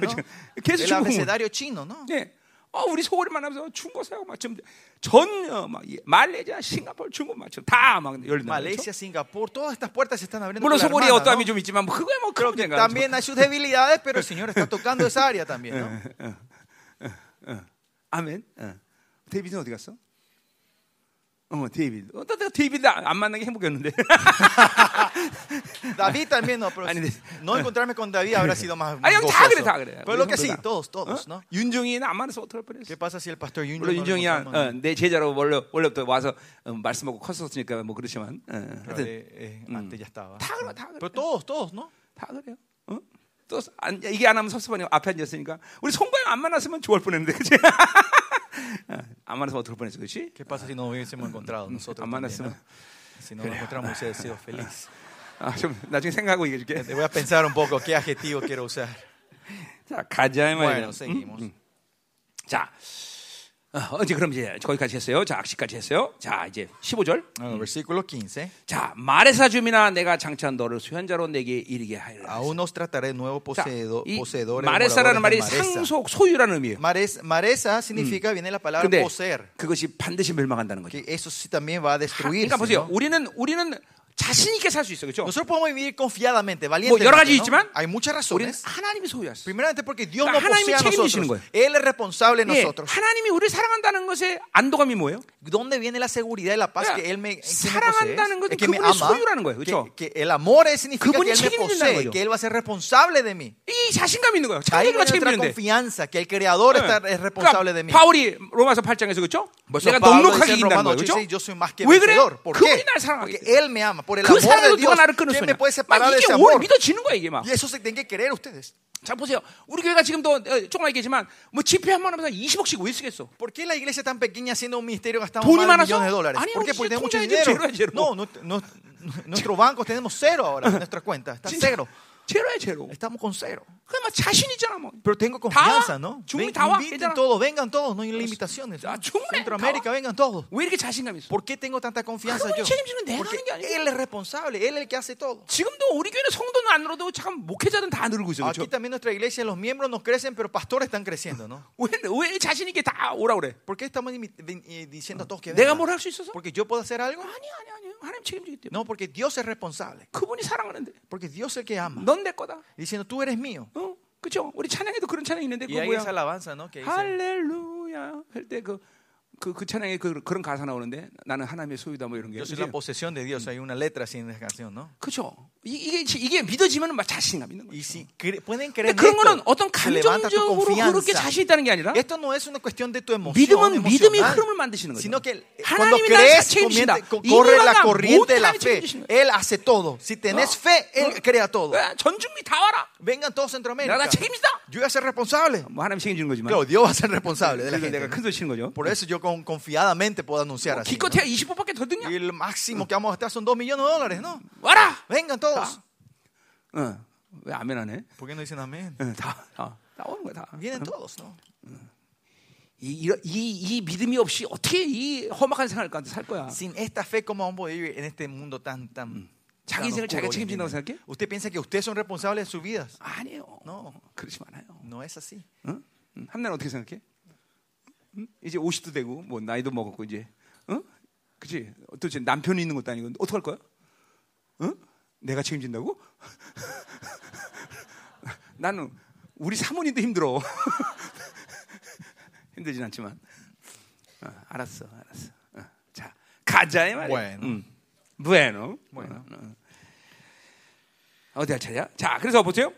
Speaker 1: 계속
Speaker 2: El
Speaker 1: 중국 공부.
Speaker 2: abecedario chino, ¿no?
Speaker 1: 예. 어, 우리 소고를 만나면서 중국 사고 막좀전 어, 막 예, 말레이시아, 싱가포르, 중국 막다막 열린다. 그렇죠?
Speaker 2: Malaysia, Singapur, todas estas puertas se están abriendo.
Speaker 1: 물론
Speaker 2: por la
Speaker 1: 소고리에
Speaker 2: hermana,
Speaker 1: 어떠함이
Speaker 2: ¿no?
Speaker 1: 좀 있지만 뭐 그거야 뭐 그런 가
Speaker 2: También hay sus debilidades, pero el Señor está tocando esa área también, ¿no?
Speaker 1: 아멘. 어. 데이비드는 어디 갔어? 어머 데이비드. 어, 나 내가 데이비드 안 만나게 행복했는데.
Speaker 2: David también no, pero
Speaker 1: 아니, 근데-
Speaker 2: no encontrarme con David habrá sido más.
Speaker 1: 아니
Speaker 2: más
Speaker 1: 형 다
Speaker 2: gozoso.
Speaker 1: 그래 다 그래.
Speaker 2: Pero lo que sí,
Speaker 1: 다.
Speaker 2: todos,
Speaker 1: 어?
Speaker 2: todos, ¿no?
Speaker 1: 윤종이 나 안 만나서 어떡할 뻔했어.
Speaker 2: ¿Qué pasa si el pastor Junior
Speaker 1: 물론
Speaker 2: no lo
Speaker 1: 윤종이야
Speaker 2: encontramos?
Speaker 1: 어, 내 제자로 원래 원래부터 와서 어, 말씀 먹고 컸었으니까 뭐 그렇지만 어,
Speaker 2: Pero,
Speaker 1: 하여튼
Speaker 2: eh, eh, antes ya estaba.
Speaker 1: 다 그래 다 그래.
Speaker 2: Pero todos, todos, ¿no?
Speaker 1: 다 그래요. 어? 또 안, 이게 안 하면 섭섭하니까 앞에 앉았으니까 우리 송바영 안 만났으면 좋을 뻔했는데 그치? 어, 안 만났으면 어떨 뻔했어 그렇지?
Speaker 2: ¿Qué pasa si no hubiésemos encontrado nosotros?
Speaker 1: Amanda Sema.
Speaker 2: también, ¿no? Si no nos encontramos, hubiese sido feliz.
Speaker 1: 아, 좀 나중에 생각하고 얘기해 줄게.
Speaker 2: Te voy a pensar un poco qué adjetivo quiero usar.
Speaker 1: 자 가자 이 말이에요.
Speaker 2: Bueno, seguimos.
Speaker 1: 자 어, 언제 그럼 이제 거기까지 했어요. 자 악시까지 했어요. 자 이제 15절.
Speaker 2: Bueno, versículo 15.
Speaker 1: 자 말에사 줌이나 내가 장차한 너를 수현자로 내게 이르게 하리라.
Speaker 2: Aún os trataré de nuevo
Speaker 1: 자,
Speaker 2: poseedo,
Speaker 1: 이
Speaker 2: poseedores.
Speaker 1: 마레사라는 말이
Speaker 2: moradores de Maresa.
Speaker 1: 상속 소유라는 의미예요.
Speaker 2: Mares- Maresa significa, viene la palabra
Speaker 1: 근데
Speaker 2: poseer,
Speaker 1: 그것이 반드시 멸망한다는 거죠.
Speaker 2: que eso sí también va a
Speaker 1: 하- 그러니까
Speaker 2: destruirse.
Speaker 1: 보세요.
Speaker 2: ¿no?
Speaker 1: 우리는 우리는 자신 있게 살 수 있어, 그렇죠?
Speaker 2: Nosotros podemos vivir confiadamente,
Speaker 1: 여러
Speaker 2: valientemente.
Speaker 1: 가지
Speaker 2: ¿no?
Speaker 1: 있지만
Speaker 2: Hay muchas
Speaker 1: 우리는
Speaker 2: razones.
Speaker 1: 하나님이 소유했어.
Speaker 2: Primeramente porque Dios
Speaker 1: 그러니까
Speaker 2: nos posee
Speaker 1: 하나님이
Speaker 2: a
Speaker 1: 책임지시는
Speaker 2: nosotros.
Speaker 1: 거예요.
Speaker 2: Él es responsable de
Speaker 1: 예,
Speaker 2: nosotros.
Speaker 1: 하나님이 우리를 사랑한다는 것의 안도감이 뭐예요?
Speaker 2: ¿Dónde viene la seguridad y la paz
Speaker 1: Mira,
Speaker 2: que él me, que me posee?
Speaker 1: 사랑한다는 것은
Speaker 2: Es que me
Speaker 1: 그분의
Speaker 2: ama.
Speaker 1: 소유라는 거예요, 그렇죠?
Speaker 2: que, que el amor es- significa
Speaker 1: 그분이
Speaker 2: que él me
Speaker 1: 책임진다는
Speaker 2: posee,
Speaker 1: 거죠.
Speaker 2: que él va a ser responsable de mí.
Speaker 1: 이 자신감이 있는 거예요.
Speaker 2: Ahí
Speaker 1: 자기가
Speaker 2: viene otra
Speaker 1: 책임지는데. 예. 그러니까
Speaker 2: confianza, que el creador está, es responsable de mí.
Speaker 1: 바울이 로마서 8장에서 그렇죠?
Speaker 2: Por eso
Speaker 1: 내가
Speaker 2: Pablo
Speaker 1: 넉넉하게
Speaker 2: dice en
Speaker 1: 이긴다는
Speaker 2: Romanos
Speaker 1: 거예요,
Speaker 2: 8:16,
Speaker 1: 그렇죠?
Speaker 2: yo soy más que
Speaker 1: 왜 그래?
Speaker 2: vencedor. ¿Por
Speaker 1: 뭐 그분이
Speaker 2: qué?
Speaker 1: 날 사랑하기
Speaker 2: Porque
Speaker 1: 때문에.
Speaker 2: él me ama. Por el
Speaker 1: 그
Speaker 2: amor de
Speaker 1: 사랑으로
Speaker 2: Dios,
Speaker 1: 누가 나를
Speaker 2: ¿quién
Speaker 1: 끊었느냐?
Speaker 2: me puede
Speaker 1: 막
Speaker 2: separar de ese
Speaker 1: 이게 오늘
Speaker 2: amor?
Speaker 1: 믿어지는 거야 이게 막.
Speaker 2: Y eso se tienen que creer ustedes.
Speaker 1: 자 보세요. 우리 교회가 지금도 어, 조금 얘기했지만 뭐 집회 한 번 하면서 20억씩 왜 쓰겠어?
Speaker 2: ¿Por qué la iglesia tan pequeña haciendo un ministerio gastamos
Speaker 1: ¿돈이
Speaker 2: más de
Speaker 1: 많아서?
Speaker 2: millones de dólares?
Speaker 1: 아니,
Speaker 2: ¿Por qué?
Speaker 1: 혹시
Speaker 2: Porque tenemos
Speaker 1: 통장에
Speaker 2: mucho dinero.
Speaker 1: 제로야, 제로.
Speaker 2: No, no, no, nuestro banco tenemos cero ahora en nuestra cuenta. Está
Speaker 1: 진짜
Speaker 2: cero.
Speaker 1: 제로야 제로.
Speaker 2: Estamos con cero.
Speaker 1: 그러니까 자신 있잖아 뭐.
Speaker 2: Pero tengo confianza,
Speaker 1: 와.
Speaker 2: ¿no?
Speaker 1: 주문이
Speaker 2: Ven-
Speaker 1: 다 와.
Speaker 2: inviten
Speaker 1: 괜찮아.
Speaker 2: todos, vengan todos, no hay limitaciones.
Speaker 1: 아,
Speaker 2: ¿no?
Speaker 1: 충분해. 다
Speaker 2: Centroamérica,
Speaker 1: 와.
Speaker 2: vengan todos.
Speaker 1: 왜 이렇게 자신감 이 있어?
Speaker 2: ¿Por qué tengo tanta confianza
Speaker 1: 그러면
Speaker 2: yo?
Speaker 1: 책임지는 내가
Speaker 2: Porque
Speaker 1: 하는 게 아니야.
Speaker 2: él es responsable, él es el que hace todo.
Speaker 1: 지금도 우리 교회는 성도는 안 늘어도 잠깐 목회자는 다 늘고 있어.
Speaker 2: Aquí
Speaker 1: 그렇죠?
Speaker 2: también nuestra iglesia, los miembros no crecen, pero pastores están creciendo, ¿no?
Speaker 1: 왜, 왜 자신 있게 다 오라 그래?
Speaker 2: ¿Por qué estamos imi- vin- eh, diciendo a todos que
Speaker 1: 내가
Speaker 2: vengan?
Speaker 1: 뭘 할 수 있어서?
Speaker 2: ¿Porque yo puedo hacer algo?
Speaker 1: 아니 아니 아니. 하나님 책임지기 때문에.
Speaker 2: No, porque Dios es responsable.
Speaker 1: 그분이 사랑하는데.
Speaker 2: Porque Dios es el que ama.
Speaker 1: 넌 내 거다.
Speaker 2: Diciendo, tú eres mío.
Speaker 1: 어? 그렇죠? 우리 찬양에도 그런 찬양이 있는데
Speaker 2: Y
Speaker 1: 그거
Speaker 2: hay
Speaker 1: 뭐야?
Speaker 2: esa alabanza, ¿no? Que dice,
Speaker 1: 할렐루야 할 때 그 그, 그 찬양에 그, 그런 가사 나오는데 나는 하나님의 소유다 뭐 이런 게
Speaker 2: yo soy
Speaker 1: 그치?
Speaker 2: la posesión de Dios. Hay una letra así en esa canción, ¿no?
Speaker 1: 그렇죠 이- 이게 지- 이게 믿어지면 막 자신감 있는 거예요
Speaker 2: Y si cre- pueden
Speaker 1: 근데
Speaker 2: creer en
Speaker 1: 그런 거는
Speaker 2: esto,
Speaker 1: 어떤
Speaker 2: se levanta tu
Speaker 1: 감정적으로 그렇게
Speaker 2: confianza.
Speaker 1: 자신 있다는 게 아니라
Speaker 2: Esto no es una cuestión de tu emoción,
Speaker 1: 믿음은 믿음이
Speaker 2: emocional,
Speaker 1: 흐름을 만드시는 거죠
Speaker 2: sino que cuando
Speaker 1: 하나님이 나를
Speaker 2: crees,
Speaker 1: 책임지신다
Speaker 2: comienza- co-
Speaker 1: 이
Speaker 2: corre la
Speaker 1: 누나가
Speaker 2: corriente de
Speaker 1: 모든
Speaker 2: la
Speaker 1: 하나님이
Speaker 2: fe.
Speaker 1: 책임지시는 거예요
Speaker 2: Él 하ce todo. Si tenés fe, Él crea todo.
Speaker 1: 야, 전중미 뭐, 예, 다 와라
Speaker 2: Vengan todos a Centroamérica.
Speaker 1: 내가 다 책임지다
Speaker 2: Yo voy a ser responsable.
Speaker 1: 그러니까. 뭐 하나님이 책임지는 거지만
Speaker 2: Claro, Dios va a ser responsable de la
Speaker 1: 그래서
Speaker 2: gente.
Speaker 1: 내가
Speaker 2: ¿no?
Speaker 1: 큰소리 치는 거죠
Speaker 2: Por eso yo con, confiadamente puedo anunciar así. ¿no?
Speaker 1: 기껏해야 25밖에 더 드냐
Speaker 2: Y el máximo que vamos a gastar son 2 millones de dólares, ¿no?
Speaker 1: 와라
Speaker 2: Vengan todos.
Speaker 1: 어, 왜 아멘 안 해?
Speaker 2: ¿Por qué no dicen amén?
Speaker 1: 어, 다, 다 나오는 거야 다
Speaker 2: Vienen todos, ¿no?
Speaker 1: 이, 이런- 이, 이 믿음이 없이 어떻게 이 험악한 생활을 가운데 살 거야?
Speaker 2: Sin esta fe, ¿cómo vamos a poder vivir en este mundo tan, tan.
Speaker 1: 자기
Speaker 2: tan
Speaker 1: 인생을 자기가
Speaker 2: oscuro hoy en
Speaker 1: 책임진다고
Speaker 2: día?
Speaker 1: 생각해?
Speaker 2: ¿Usted piensa que ustedes son responsables de sus vidas?
Speaker 1: 아니에요.
Speaker 2: No.
Speaker 1: 그렇지 않아요.
Speaker 2: No es así.
Speaker 1: 응? 응. 한나는 어떻게 생각해? 응? 이제 50도 되고 뭐 나이도 먹었고 이제, 응? 그렇지? 도대체 남편이 있는 것도 아니고 어떡할 거야? 응? 내가 책임진다고? 나는 우리 사모님도 힘들어. 힘들진 않지만. 어, 알았어, 알았어. 어, 자, 가자 이 말이야.
Speaker 2: Bueno.
Speaker 1: 음. bueno.
Speaker 2: Bueno.
Speaker 1: 어, 어. 어디 할 차례야? 자, 그래서 보세요.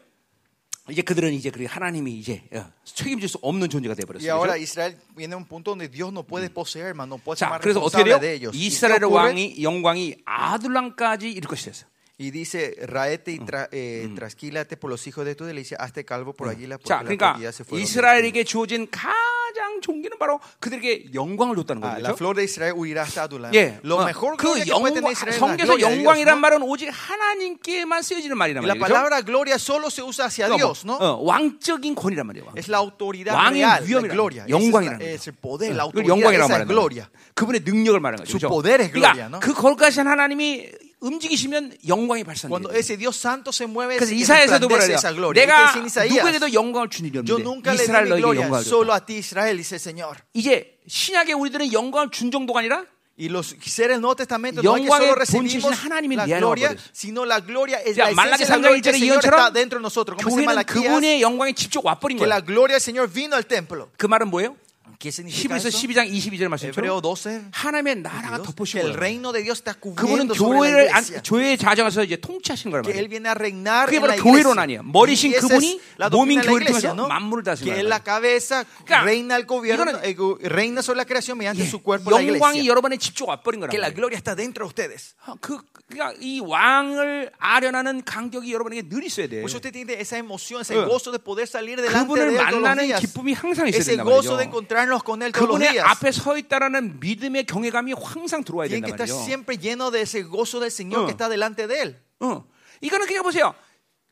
Speaker 1: 이제 그들은 이제 그 하나님이 이제 어, 책임질 수 없는 존재가 돼
Speaker 2: Y
Speaker 1: 버렸어요.
Speaker 2: ahora Israel viene a un punto donde Dios no puede poseer, más no puede ser
Speaker 1: 자,
Speaker 2: más
Speaker 1: 그래서 어떻게
Speaker 2: responsable de
Speaker 1: 돼요?
Speaker 2: ellos. ¿Y, qué
Speaker 1: 이스라엘
Speaker 2: ocurre?
Speaker 1: 왕이 영광이 아둘람까지 이를 것이 됐어.
Speaker 2: Y dice, raete y tra- eh, trasquílate por los hijos de tu delicia, hazte calvo por águila, porque
Speaker 1: 자,
Speaker 2: la
Speaker 1: 그러니까
Speaker 2: propiedad se fue. donde
Speaker 1: 이스라엘에게 주어진 가장 존귀는 바로 그들에게 영광을 줬다는
Speaker 2: Ah, la
Speaker 1: 거죠.
Speaker 2: flor de Israel huirá hasta Adulam.
Speaker 1: 예,
Speaker 2: Lo
Speaker 1: 어,
Speaker 2: mejor
Speaker 1: 그
Speaker 2: gloria Ah. que puede
Speaker 1: 영광,
Speaker 2: tener Israel es la
Speaker 1: 성경에서
Speaker 2: gloria de Dios,
Speaker 1: 영광이란
Speaker 2: ¿no?
Speaker 1: 말은 오직 하나님께만 쓰여지는 말이란
Speaker 2: Y la
Speaker 1: 말이죠.
Speaker 2: palabra gloria solo se usa hacia
Speaker 1: 그러니까 뭐,
Speaker 2: Dios, ¿no?
Speaker 1: 어, 왕적인 권위란 말이에요. 왕.
Speaker 2: Es la autoridad
Speaker 1: 왕의
Speaker 2: real, la
Speaker 1: 위엄이라는
Speaker 2: gloria.
Speaker 1: 거예요.
Speaker 2: Esa es la-
Speaker 1: 영광이라는 거죠. 어,
Speaker 2: Es el poder, la
Speaker 1: 그걸
Speaker 2: autoridad,
Speaker 1: 영광이라고
Speaker 2: esa es
Speaker 1: 말하는 거예요.
Speaker 2: gloria.
Speaker 1: 그분의 능력을 말하는 거죠.
Speaker 2: Su
Speaker 1: 그죠?
Speaker 2: poder의
Speaker 1: 그러니까
Speaker 2: gloria, no?
Speaker 1: 그 거기까지 하나님이 움직이시면 영광이
Speaker 2: Cuando
Speaker 1: 발산돼요.
Speaker 2: ese Dios santo se mueve,
Speaker 1: 그래서
Speaker 2: se
Speaker 1: 이사야에서도
Speaker 2: resplandece
Speaker 1: 말해요.
Speaker 2: esa gloria.
Speaker 1: 내가
Speaker 2: Dice en Isaías,
Speaker 1: 누구에게도 영광을 주는 일
Speaker 2: yo
Speaker 1: 없는데
Speaker 2: nunca le di
Speaker 1: 이스라엘
Speaker 2: mi
Speaker 1: 너에게
Speaker 2: gloria,
Speaker 1: 영광을 줬다.
Speaker 2: solo a ti Israel, dice el Señor.
Speaker 1: 이제 신약에 우리들은 영광을 준 정도가 아니라
Speaker 2: Y los seres del Nuevo Testamento no es que
Speaker 1: 영광의
Speaker 2: solo
Speaker 1: 본체이신
Speaker 2: recibimos
Speaker 1: 하나님을
Speaker 2: la
Speaker 1: 미안하고
Speaker 2: gloria,
Speaker 1: 그랬어요.
Speaker 2: sino la gloria es la
Speaker 1: 자,
Speaker 2: esencia
Speaker 1: 말라기
Speaker 2: de la
Speaker 1: 3장
Speaker 2: gloria que
Speaker 1: 1절의
Speaker 2: el Señor está
Speaker 1: 이언처럼
Speaker 2: dentro de nosotros. Como dice
Speaker 1: 교회는
Speaker 2: Malaquías,
Speaker 1: 그분의 영광에 직접 와버린
Speaker 2: que la
Speaker 1: 거예요.
Speaker 2: gloria del Señor vino al templo.
Speaker 1: 그 말은 뭐예요?
Speaker 2: ¿Qué significa
Speaker 1: 히브리서
Speaker 2: eso?
Speaker 1: 12장 22절 말씀처럼
Speaker 2: Hebreo 12.
Speaker 1: 하나님의 나라가
Speaker 2: 22, que
Speaker 1: 덮으시고
Speaker 2: el reino de Dios está
Speaker 1: 그분은
Speaker 2: cubriendo sobre la
Speaker 1: 교회를 안,
Speaker 2: iglesia.
Speaker 1: 교회의 자정에서 이제 통치하시는 거란
Speaker 2: Que él
Speaker 1: 말이에요.
Speaker 2: viene a reinar
Speaker 1: 그게
Speaker 2: en la
Speaker 1: 바로 교회론
Speaker 2: iglesia.
Speaker 1: 아니에요. 머리신
Speaker 2: Y esa
Speaker 1: 그분이
Speaker 2: es la doctrina
Speaker 1: 몸인
Speaker 2: de la
Speaker 1: 교회를
Speaker 2: iglesia,
Speaker 1: 통해서
Speaker 2: ¿no?
Speaker 1: 만물을 다스리는
Speaker 2: Que
Speaker 1: 거란
Speaker 2: es la cabeza,
Speaker 1: 그러니까
Speaker 2: reina el gobierno,
Speaker 1: 이거는-
Speaker 2: eh, gu- reina sobre la creación mediante su cuerpo la
Speaker 1: 예. 영광이
Speaker 2: iglesia.
Speaker 1: 여러분의 집중 와버린 거란
Speaker 2: Que la
Speaker 1: 말이에요.
Speaker 2: gloria está dentro de ustedes.
Speaker 1: 아, 그, 그러니까 이 왕을 아련하는 간격이 여러분에게 늘 있어야 돼요.
Speaker 2: Por eso usted tiene esa emoción, ese
Speaker 1: 예.
Speaker 2: gozo de poder salir delante de
Speaker 1: 그분을
Speaker 2: él todos los
Speaker 1: 만나는
Speaker 2: días.
Speaker 1: 기쁨이 항상 있어야
Speaker 2: Ese
Speaker 1: 된단
Speaker 2: gozo
Speaker 1: 말이죠.
Speaker 2: de encontrarnos con él todos los
Speaker 1: 그분의
Speaker 2: días.
Speaker 1: 앞에 서 있다라는 믿음의 경외감이 항상 들어와야
Speaker 2: Tiene que
Speaker 1: 된단
Speaker 2: estar
Speaker 1: 말이죠.
Speaker 2: siempre lleno de ese gozo del
Speaker 1: 어.
Speaker 2: Señor que está delante de él.
Speaker 1: 어. 이거는 그냥 보세요.